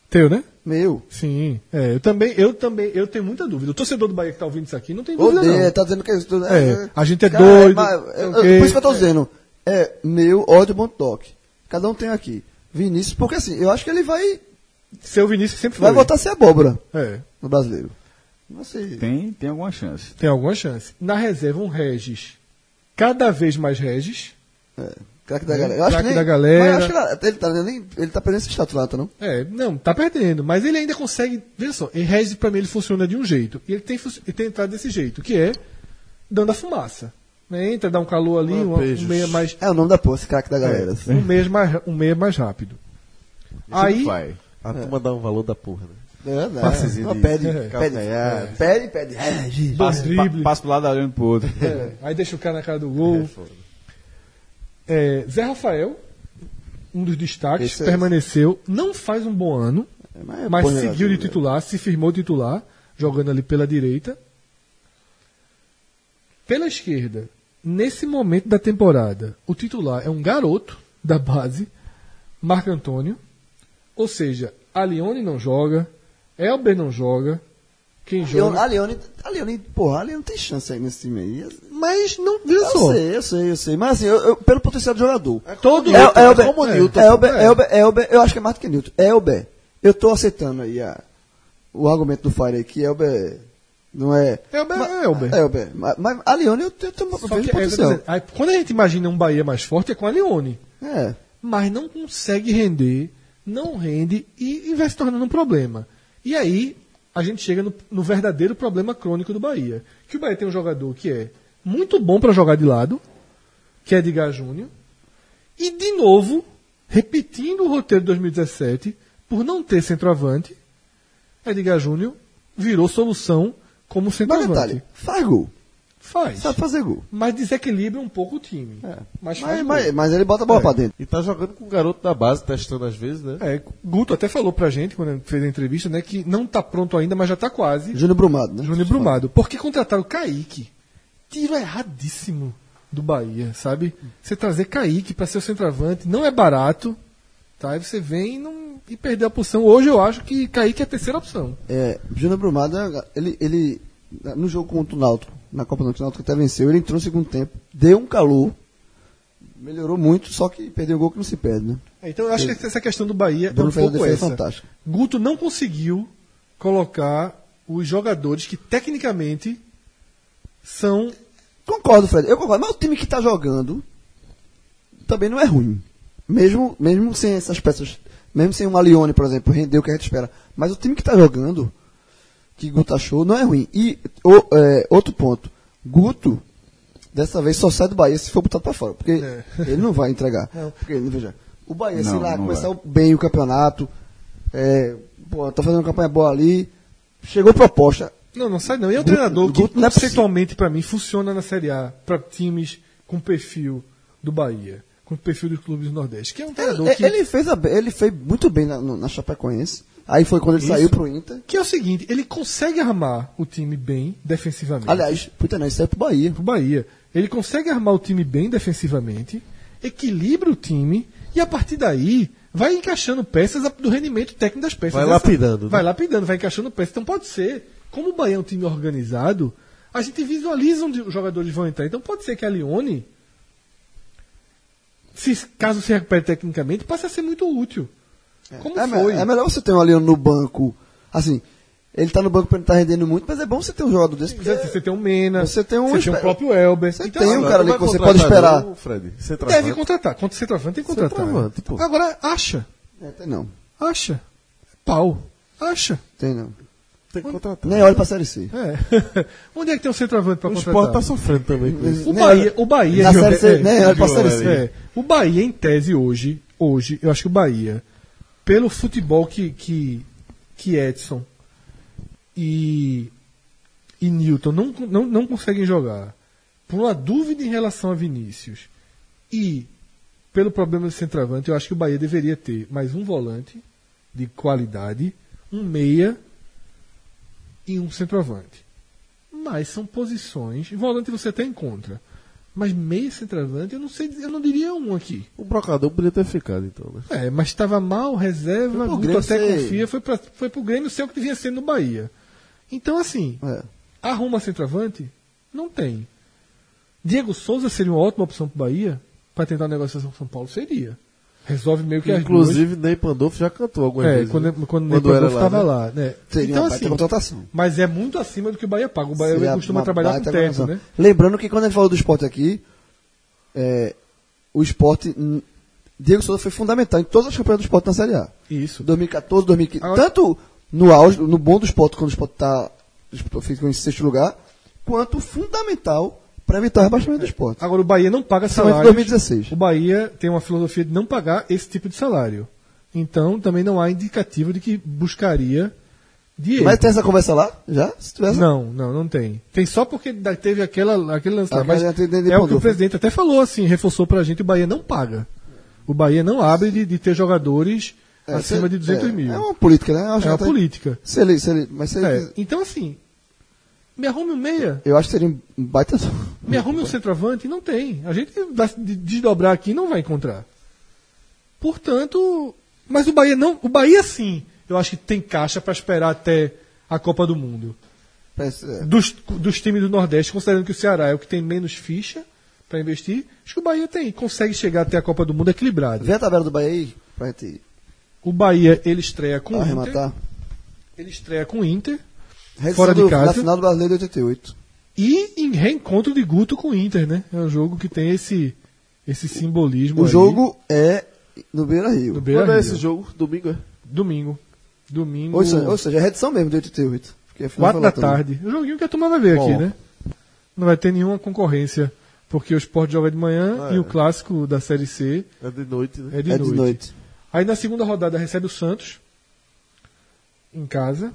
[SPEAKER 4] Teu, né?
[SPEAKER 7] Meu.
[SPEAKER 4] Sim. É, eu também, eu também, eu tenho muita dúvida. O torcedor do Bahia que tá ouvindo isso aqui não tem dúvida
[SPEAKER 7] Odeia,
[SPEAKER 4] não.
[SPEAKER 7] tá dizendo que é isso tudo.
[SPEAKER 4] É, a gente é doido,
[SPEAKER 7] mas-
[SPEAKER 4] é
[SPEAKER 7] eu-
[SPEAKER 4] o quê?
[SPEAKER 7] Por isso que eu tô dizendo. É meu ódio.doc. Cada um tem aqui. Vinícius, porque assim, eu acho que ele vai,
[SPEAKER 4] Seu Vinícius sempre foi.
[SPEAKER 7] vai voltar a ser abóbora
[SPEAKER 4] É,
[SPEAKER 7] no brasileiro. Não sei.
[SPEAKER 6] Tem, tem alguma chance.
[SPEAKER 4] tem alguma chance. Na reserva um Regis. Cada vez mais Regis.
[SPEAKER 7] É, craque da galera. Eu acho
[SPEAKER 4] Craque
[SPEAKER 7] que nem-
[SPEAKER 4] da galera.
[SPEAKER 7] Mas eu acho que ela- ele tá, nem, ele tá perdendo esse status lá, tá não?
[SPEAKER 4] É, não, tá perdendo, mas ele ainda consegue. Veja só, em Regis pra mim ele funciona de um jeito. E ele tem, fu- ele tem entrado desse jeito, que é dando a fumaça. Né? Entra, dá um calor ali, uma- um,
[SPEAKER 3] Lampejos.
[SPEAKER 4] meia mais.
[SPEAKER 7] É o nome da porra, esse craque da galera. Ah, assim.
[SPEAKER 4] Um mês mais, um meia mais rápido.
[SPEAKER 6] Isso
[SPEAKER 4] Aí-
[SPEAKER 6] não vai.
[SPEAKER 3] A turma dá um valor da porra, né?
[SPEAKER 7] É, né?
[SPEAKER 3] Passezinho
[SPEAKER 7] Não,
[SPEAKER 3] de-
[SPEAKER 7] pede,
[SPEAKER 4] É.
[SPEAKER 7] pede,
[SPEAKER 3] Calcanhar.
[SPEAKER 7] é. pede, pede. É, gente.
[SPEAKER 6] Passa,
[SPEAKER 4] Dois dribles.
[SPEAKER 6] pa, passa pro lado olhando pro outro.
[SPEAKER 4] É, aí deixa o cara na cara do gol. É, Zé Rafael, um dos destaques,
[SPEAKER 7] Esse é
[SPEAKER 4] permaneceu. Não faz um bom ano.
[SPEAKER 7] É, mas é
[SPEAKER 4] mas
[SPEAKER 7] bom
[SPEAKER 4] seguiu
[SPEAKER 7] jogador,
[SPEAKER 4] de
[SPEAKER 7] né?
[SPEAKER 4] titular, se firmou titular, jogando ali pela direita. Pela esquerda, nesse momento da temporada, o titular é um garoto da base, Marco Antônio. Ou seja, a Leone não joga, Elber não joga, quem
[SPEAKER 7] Leon-
[SPEAKER 4] joga.
[SPEAKER 7] A Leone, a Leone, porra, a Leone tem chance aí nesse time aí.
[SPEAKER 4] Mas não viu
[SPEAKER 7] Eu sei, eu sei, eu sei. Mas assim, eu- eu- pelo potencial do jogador.
[SPEAKER 4] Todo
[SPEAKER 7] El- Elber,
[SPEAKER 4] como
[SPEAKER 7] é.
[SPEAKER 4] É Newton.
[SPEAKER 7] Elber,
[SPEAKER 4] É.
[SPEAKER 7] Elber, Elber, eu acho que é mais do que Newton. Elber, eu tô aceitando aí a- o argumento do Fire aí, que Elber não é.
[SPEAKER 4] Elber
[SPEAKER 7] Ma-
[SPEAKER 4] é Elber.
[SPEAKER 7] Elber. Mas, mas a Leone eu, eu, eu, eu
[SPEAKER 4] Só
[SPEAKER 7] vejo
[SPEAKER 4] que, é, eu tô
[SPEAKER 7] potencial.
[SPEAKER 4] dizendo, aí, quando a gente imagina um Bahia mais forte é com a Leone.
[SPEAKER 7] É.
[SPEAKER 4] mas não consegue render, não rende e, e vai se tornando um problema. E aí a gente chega no, no verdadeiro problema crônico do Bahia. Que o Bahia tem um jogador que é muito bom para jogar de lado, que é Edgar Júnior, e de novo, repetindo o roteiro de 2017, por não ter centroavante, Edgar Júnior virou solução como
[SPEAKER 7] Mas
[SPEAKER 4] centroavante.
[SPEAKER 7] detalhe, faz gol.
[SPEAKER 4] Faz.
[SPEAKER 7] Sabe fazer gol.
[SPEAKER 4] Mas desequilibra um pouco o time. Mas,
[SPEAKER 7] Mas,
[SPEAKER 4] faz
[SPEAKER 7] mas,
[SPEAKER 4] gol.
[SPEAKER 7] mas ele bota a bola pra dentro.
[SPEAKER 3] E tá jogando com o garoto da base, testando às vezes, né?
[SPEAKER 4] É, Guto até falou pra gente, quando fez a entrevista, né, que não tá pronto ainda, mas já tá quase.
[SPEAKER 7] Júnior Brumado, né?
[SPEAKER 4] Júnior Brumado. Porque contrataram Kaique. Tiro erradíssimo do Bahia, sabe? Você trazer Kaique pra ser o centroavante não é barato, tá? Aí você vem e, não- e perdeu a opção. Hoje eu acho que Kaique é a terceira opção.
[SPEAKER 7] É, Júnior Brumado, ele, ele, no jogo contra o Náutico, na Copa do Náutico, o Náutico até venceu, ele entrou no segundo tempo, deu um calor, melhorou muito, só que perdeu o gol que não se perde, né?
[SPEAKER 4] Então eu acho que essa questão do Bahia é
[SPEAKER 7] Bruno
[SPEAKER 4] um
[SPEAKER 7] fez uma
[SPEAKER 4] pouco
[SPEAKER 7] defesa
[SPEAKER 4] essa.
[SPEAKER 7] fantástica.
[SPEAKER 4] Guto não conseguiu colocar os jogadores que tecnicamente são
[SPEAKER 7] Concordo, Fred, eu concordo, mas o time que tá jogando também não é ruim. Mesmo, mesmo sem essas peças, mesmo sem um Alione, por exemplo, rendeu o que a gente espera. Mas o time que tá jogando, que Guto achou, não é ruim. E o- é, outro ponto, Guto, dessa vez só sai do Bahia se for botado pra fora, porque
[SPEAKER 4] É.
[SPEAKER 7] ele não vai entregar. Porque, veja, o Bahia, sei
[SPEAKER 6] Não,
[SPEAKER 7] lá,
[SPEAKER 6] não
[SPEAKER 7] começar bem o campeonato, é, pô, tá fazendo uma campanha boa ali, chegou proposta.
[SPEAKER 4] Não, não sai não. E é um
[SPEAKER 7] Guto-
[SPEAKER 4] treinador que
[SPEAKER 7] Guto não é possível.
[SPEAKER 4] conceitualmente pra mim funciona na Série A pra times com perfil do Bahia, com perfil dos clubes do Nordeste, que é um treinador
[SPEAKER 7] Ele,
[SPEAKER 4] que
[SPEAKER 7] ele fez a be- ele fez muito bem na, no- na Chapecoense. Aí foi quando ele saiu pro Inter.
[SPEAKER 4] Que é o seguinte, ele consegue armar o time bem defensivamente.
[SPEAKER 7] Aliás, pro Inter não, ele saiu pro Bahia.
[SPEAKER 4] pro Bahia. Ele consegue armar o time bem defensivamente, equilibra o time e a partir daí vai encaixando peças a- do rendimento técnico das peças.
[SPEAKER 3] Vai
[SPEAKER 4] Essa-
[SPEAKER 3] lapidando, né?
[SPEAKER 4] Vai lapidando, vai encaixando peças. Então pode ser, como o Bahia é um time organizado, a gente visualiza onde os jogadores vão entrar. Então pode ser que a Lione, se, caso se recupere tecnicamente, passe a ser muito útil. Como
[SPEAKER 7] é, me-
[SPEAKER 4] foi?
[SPEAKER 7] é melhor você ter um Aliano no banco. Assim, ele tá no banco porque ele não tá rendendo muito, mas é bom você ter um jogador desse. Porque
[SPEAKER 4] Você você tem um Mena,
[SPEAKER 7] Você tem um
[SPEAKER 4] você tem
[SPEAKER 7] espe-
[SPEAKER 4] o próprio Elber. Então, Você
[SPEAKER 7] tem um cara ali
[SPEAKER 3] Vai
[SPEAKER 7] que você
[SPEAKER 3] contratar
[SPEAKER 4] né?
[SPEAKER 7] pode esperar.
[SPEAKER 3] não, Fred,
[SPEAKER 4] Deve
[SPEAKER 3] centroavante.
[SPEAKER 4] contratar. Contra o centroavante tem que contratar. né?
[SPEAKER 3] Centroavante, pô.
[SPEAKER 4] Agora, acha.
[SPEAKER 7] É, tem não,
[SPEAKER 4] Acha. Pau. Acha.
[SPEAKER 7] tem não.
[SPEAKER 3] Tem que contratar.
[SPEAKER 7] Nem olha pra Série C.
[SPEAKER 4] É. Onde é que tem um centroavante pra
[SPEAKER 3] O
[SPEAKER 4] contratar?
[SPEAKER 3] Sport tá sofrendo também com isso.
[SPEAKER 4] O
[SPEAKER 7] Nem
[SPEAKER 4] Bahia,
[SPEAKER 7] olha-
[SPEAKER 4] o Bahia,
[SPEAKER 7] Na
[SPEAKER 4] Gil-
[SPEAKER 7] Série C,
[SPEAKER 4] é,
[SPEAKER 7] né? Olha pra
[SPEAKER 4] Gil-
[SPEAKER 7] Série C.
[SPEAKER 4] é. O Bahia, em tese, hoje, hoje, eu acho que o Bahia, pelo futebol que, que, que Edson e, e Newton não, não, não conseguem jogar, por uma dúvida em relação a Vinícius e pelo problema do centroavante, eu acho que o Bahia deveria ter mais um volante de qualidade, um meia e um centroavante. Mas são posições. Volante você até encontra. Mas meia centroavante, eu não sei, dizer- eu não diria um aqui.
[SPEAKER 3] O é brocador poderia ter ficado, então, né?
[SPEAKER 4] É, mas estava mal, reserva,
[SPEAKER 7] pro
[SPEAKER 4] Guto
[SPEAKER 7] Grêmio
[SPEAKER 4] até
[SPEAKER 7] ser-
[SPEAKER 4] confia, foi, pra, foi pro Grêmio ser o que vinha sendo no Bahia. Então, assim,
[SPEAKER 7] É.
[SPEAKER 4] arruma centroavante? Não tem. Diego Souza seria uma ótima opção pro Bahia? Pra tentar negociação com São Paulo? Seria. Resolve meio que as duas.
[SPEAKER 3] Inclusive, Ney Pandolfo já cantou algumas
[SPEAKER 4] É,
[SPEAKER 3] vezes.
[SPEAKER 4] quando,
[SPEAKER 3] né?
[SPEAKER 4] quando, quando
[SPEAKER 3] era
[SPEAKER 4] o estava lá, né?
[SPEAKER 7] Seria
[SPEAKER 4] Então,
[SPEAKER 7] uma baita
[SPEAKER 4] assim,
[SPEAKER 7] contratação.
[SPEAKER 4] mas é muito acima do que o Bahia paga. O Bahia
[SPEAKER 7] Seria
[SPEAKER 4] costuma
[SPEAKER 7] uma
[SPEAKER 4] trabalhar com
[SPEAKER 7] baita
[SPEAKER 4] teto,
[SPEAKER 7] contratação.
[SPEAKER 4] né?
[SPEAKER 7] Lembrando que quando ele falou do esporte aqui, é, o esporte. hum, Diego Souza foi fundamental em todas as campanhas do esporte na Série A.
[SPEAKER 4] Isso.
[SPEAKER 7] 2014, 2015.
[SPEAKER 4] Agora-
[SPEAKER 7] Tanto no auge, no bom do esporte, quando o esporte tá, fica em sexto lugar, quanto fundamental para evitar o rebaixamento do esporte.
[SPEAKER 4] Agora, o Bahia não paga
[SPEAKER 7] Principalmente
[SPEAKER 4] salário.
[SPEAKER 7] 2016.
[SPEAKER 4] O Bahia tem uma filosofia de não pagar esse tipo de salário. Então, também não há indicativo de que buscaria dinheiro.
[SPEAKER 7] Mas tem essa conversa lá? Já? Se tiver essa-
[SPEAKER 4] Não, não, não tem. Tem só porque da- teve aquela, aquele lance lá.
[SPEAKER 7] Aquela
[SPEAKER 4] Mas
[SPEAKER 7] Ah, já tem- tem- tem
[SPEAKER 4] é o que o
[SPEAKER 7] Pandolfo.
[SPEAKER 4] presidente até falou, assim, reforçou pra gente, o Bahia não paga. O Bahia não abre de, de ter jogadores
[SPEAKER 7] É,
[SPEAKER 4] acima
[SPEAKER 7] se-
[SPEAKER 4] de 200
[SPEAKER 7] é,
[SPEAKER 4] mil.
[SPEAKER 7] É uma política, né? Eu acho
[SPEAKER 4] É
[SPEAKER 7] que
[SPEAKER 4] uma
[SPEAKER 7] tá-
[SPEAKER 4] política.
[SPEAKER 7] Se ele, se ele, mas se ele,
[SPEAKER 4] É, Então, assim, me arrume um meia,
[SPEAKER 7] Eu acho que seria um baita.
[SPEAKER 4] me arrume um centroavante, não tem. A gente vai se de- desdobrar aqui e não vai encontrar. Portanto, mas o Bahia não, o Bahia sim, eu acho que tem caixa pra esperar até a Copa do Mundo.
[SPEAKER 7] É.
[SPEAKER 4] Dos, dos times do Nordeste, considerando que o Ceará é o que tem menos ficha pra investir, acho que o Bahia tem, consegue chegar até a Copa do Mundo equilibrado.
[SPEAKER 7] Vê a tabela do Bahia aí, pra gente
[SPEAKER 4] O Bahia ele estreia com o Inter,
[SPEAKER 7] arrematar.
[SPEAKER 4] ele estreia com o Inter
[SPEAKER 7] Reedição
[SPEAKER 4] Fora de
[SPEAKER 7] do-
[SPEAKER 4] casa.
[SPEAKER 7] Na final do Brasileiro de 88.
[SPEAKER 4] E em reencontro de Guto com o Inter, né? É um jogo que tem esse, esse simbolismo.
[SPEAKER 7] O
[SPEAKER 4] aí
[SPEAKER 7] jogo é no Beira Rio.
[SPEAKER 4] do
[SPEAKER 3] Quando
[SPEAKER 4] Beira
[SPEAKER 3] é
[SPEAKER 4] Rio.
[SPEAKER 3] esse jogo? Domingo, é?
[SPEAKER 4] Domingo. Domingo.
[SPEAKER 7] Ou seja, ou seja, é reedição mesmo de 88. Porque a
[SPEAKER 4] 4
[SPEAKER 7] final foi
[SPEAKER 4] da
[SPEAKER 7] lá também.
[SPEAKER 4] tarde. O joguinho que a turma vai ver
[SPEAKER 3] Bom.
[SPEAKER 4] aqui, né? Não vai ter nenhuma concorrência. Porque o Sport joga de manhã
[SPEAKER 3] Ah,
[SPEAKER 4] e
[SPEAKER 3] é.
[SPEAKER 4] o clássico da Série C
[SPEAKER 3] É de noite, né?
[SPEAKER 4] é de,
[SPEAKER 7] é
[SPEAKER 4] noite.
[SPEAKER 7] de noite.
[SPEAKER 4] Aí na segunda rodada recebe o Santos. Em casa.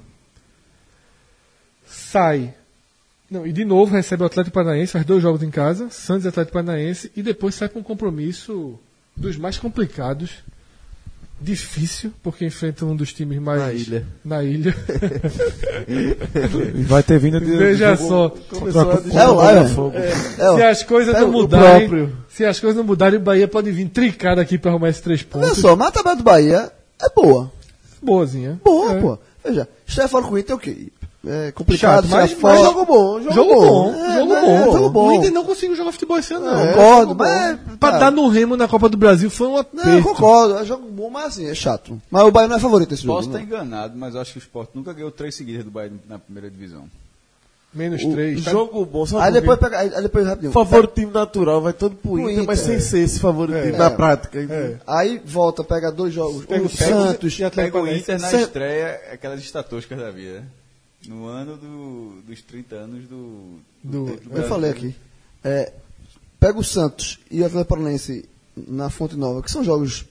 [SPEAKER 4] Sai. Não, e de novo recebe o Atlético Paranaense, faz dois jogos em casa, Santos e Atlético Paranaense, e depois sai para um compromisso dos mais complicados. Difícil, porque enfrenta um dos times mais.
[SPEAKER 3] Na ilha.
[SPEAKER 4] Na ilha.
[SPEAKER 2] E vai ter vindo de.
[SPEAKER 4] Veja
[SPEAKER 2] de-
[SPEAKER 4] só.
[SPEAKER 7] É, o Lion.
[SPEAKER 2] Botafogo.
[SPEAKER 7] É, ó.
[SPEAKER 4] Se as coisas
[SPEAKER 7] É
[SPEAKER 4] não
[SPEAKER 7] o
[SPEAKER 4] mudarem.
[SPEAKER 7] próprio.
[SPEAKER 4] Se as coisas não mudarem, o Bahia pode vir trincado aqui para arrumar esses três
[SPEAKER 7] Olha
[SPEAKER 4] pontos.
[SPEAKER 7] só, mas a tabela do Bahia é boa.
[SPEAKER 4] Boazinha.
[SPEAKER 7] Boa,
[SPEAKER 4] É.
[SPEAKER 7] pô. Veja, chefe fora com o Inter é o quê? É complicado,
[SPEAKER 4] Chato, mas-
[SPEAKER 7] chefe
[SPEAKER 4] mas
[SPEAKER 7] fora.
[SPEAKER 4] jogo
[SPEAKER 7] bom, É, né?
[SPEAKER 4] Jogo bom, É, né, jogo, bom.
[SPEAKER 7] jogo bom.
[SPEAKER 4] O Inter não conseguiu jogar futebol esse ano, não.
[SPEAKER 7] É,
[SPEAKER 4] Jogo
[SPEAKER 7] concordo,
[SPEAKER 4] bom.
[SPEAKER 7] mas-
[SPEAKER 4] Pra
[SPEAKER 7] tá.
[SPEAKER 4] dar no Remo na Copa do Brasil foi um uma.
[SPEAKER 7] Não, eu concordo, é jogo bom, mas assim, é chato. Mas o Bahia não é favorito esse jogo.
[SPEAKER 6] Posso estar
[SPEAKER 7] né?
[SPEAKER 6] enganado, mas eu acho que o Sport nunca ganhou três seguidas do Bahia na primeira divisão.
[SPEAKER 4] Menos
[SPEAKER 3] O-
[SPEAKER 4] três. tá?
[SPEAKER 3] Jogo bom, sabe?
[SPEAKER 7] Aí
[SPEAKER 3] por quê?
[SPEAKER 7] depois pega, aí, aí depois rapidinho.
[SPEAKER 3] O favoritismo natural vai todo pro Inter,
[SPEAKER 7] Inter,
[SPEAKER 3] mas sem
[SPEAKER 7] é.
[SPEAKER 3] ser esse favoritismo na
[SPEAKER 7] É.
[SPEAKER 3] prática.
[SPEAKER 7] Aí volta, pega dois jogos.
[SPEAKER 4] Pega
[SPEAKER 7] o
[SPEAKER 4] o Santos
[SPEAKER 7] Santos.
[SPEAKER 4] e
[SPEAKER 6] Pega
[SPEAKER 4] Atlético
[SPEAKER 6] o
[SPEAKER 4] Paranaense.
[SPEAKER 6] Inter na
[SPEAKER 7] Cê-
[SPEAKER 6] estreia, aquelas estatísticas da vida. né? No ano do- dos 30 anos do.
[SPEAKER 4] Do-
[SPEAKER 7] Eu falei aqui. É, pega o Santos e o Atlético Paranaense na Fonte Nova, que são jogos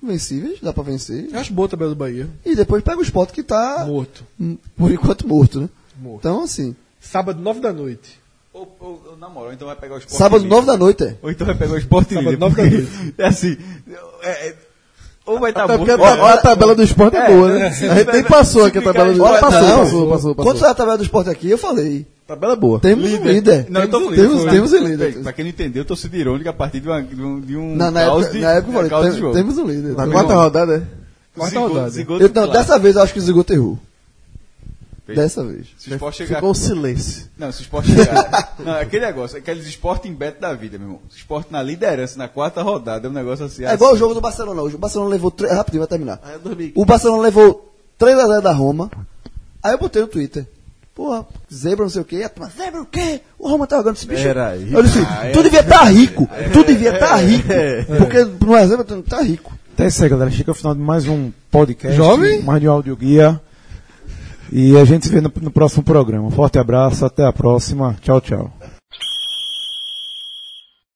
[SPEAKER 7] vencíveis, dá pra vencer.
[SPEAKER 4] Eu acho boa a tabela do Bahia.
[SPEAKER 7] E depois pega o Sport que tá,
[SPEAKER 4] Morto.
[SPEAKER 7] hum, por enquanto, morto, né?
[SPEAKER 4] Morto.
[SPEAKER 7] Então, assim,
[SPEAKER 4] Sábado, nove da noite.
[SPEAKER 6] Ou, ou- ou, na moral, então vai pegar o Sport.
[SPEAKER 7] sábado, nove da noite, é.
[SPEAKER 6] Ou então vai pegar o Sport
[SPEAKER 4] Sábado,
[SPEAKER 6] Livre.
[SPEAKER 4] nove da
[SPEAKER 6] porque- É assim. é- é- ou vai estar
[SPEAKER 3] Até
[SPEAKER 6] bom.
[SPEAKER 3] porque a,
[SPEAKER 7] tá-
[SPEAKER 3] a- a tabela do esporte é, boa, né?
[SPEAKER 6] se
[SPEAKER 3] A gente nem
[SPEAKER 6] tiver-
[SPEAKER 3] passou
[SPEAKER 6] se
[SPEAKER 3] aqui a
[SPEAKER 6] ficar
[SPEAKER 3] tabela do esporte.
[SPEAKER 6] aí, vai
[SPEAKER 3] Passou,
[SPEAKER 6] dar,
[SPEAKER 3] passou, passou, passou.
[SPEAKER 7] Quando saiu a tabela do esporte aqui, eu falei.
[SPEAKER 3] Tabela é boa.
[SPEAKER 7] Temos um líder.
[SPEAKER 6] Não, então,
[SPEAKER 7] temos, temos um líder.
[SPEAKER 6] Pra quem não entendeu, torcida irônica a partir de, uma, de um, de um
[SPEAKER 7] Na, na
[SPEAKER 6] caos
[SPEAKER 7] época,
[SPEAKER 6] de,
[SPEAKER 7] na época eu
[SPEAKER 6] de um
[SPEAKER 7] falei,
[SPEAKER 6] caos de
[SPEAKER 7] tem-
[SPEAKER 6] jogo.
[SPEAKER 7] temos um líder.
[SPEAKER 3] Na
[SPEAKER 7] Temos
[SPEAKER 3] quarta
[SPEAKER 7] um líder.
[SPEAKER 3] rodada, né?
[SPEAKER 6] Quarta rodada.
[SPEAKER 7] Eu- não, dessa vez eu acho que o Zigoto errou.
[SPEAKER 6] Fez.
[SPEAKER 7] Dessa vez.
[SPEAKER 6] Se o esporte chegar.
[SPEAKER 3] Ficou um silêncio.
[SPEAKER 6] Não, se o esporte chegar. não, é aquele negócio, aqueles esporte em beta da vida, meu irmão. Se o esporte na liderança, na quarta rodada, é um negócio assim.
[SPEAKER 7] É igual o jogo do Barcelona hoje. O Barcelona levou. Tre... é Rapidinho, vai terminar.
[SPEAKER 3] Aí eu dormi.
[SPEAKER 7] O Barcelona levou 3x0 da Roma. Aí eu botei no Twitter. Porra, zebra não sei o quê. A turma, zebra o quê? O Roma tá jogando esse bicho.
[SPEAKER 3] Pera aí.
[SPEAKER 7] Eu disse, tu devia estar rico. Tu devia estar rico. Porque não é zebra, tu tá rico.
[SPEAKER 2] Até isso aí, galera. Chega ao final de mais um podcast.
[SPEAKER 4] Jovem?
[SPEAKER 2] Mais de um audioguia. E a gente se vê no, no próximo programa. Forte abraço, até a próxima. Tchau, tchau.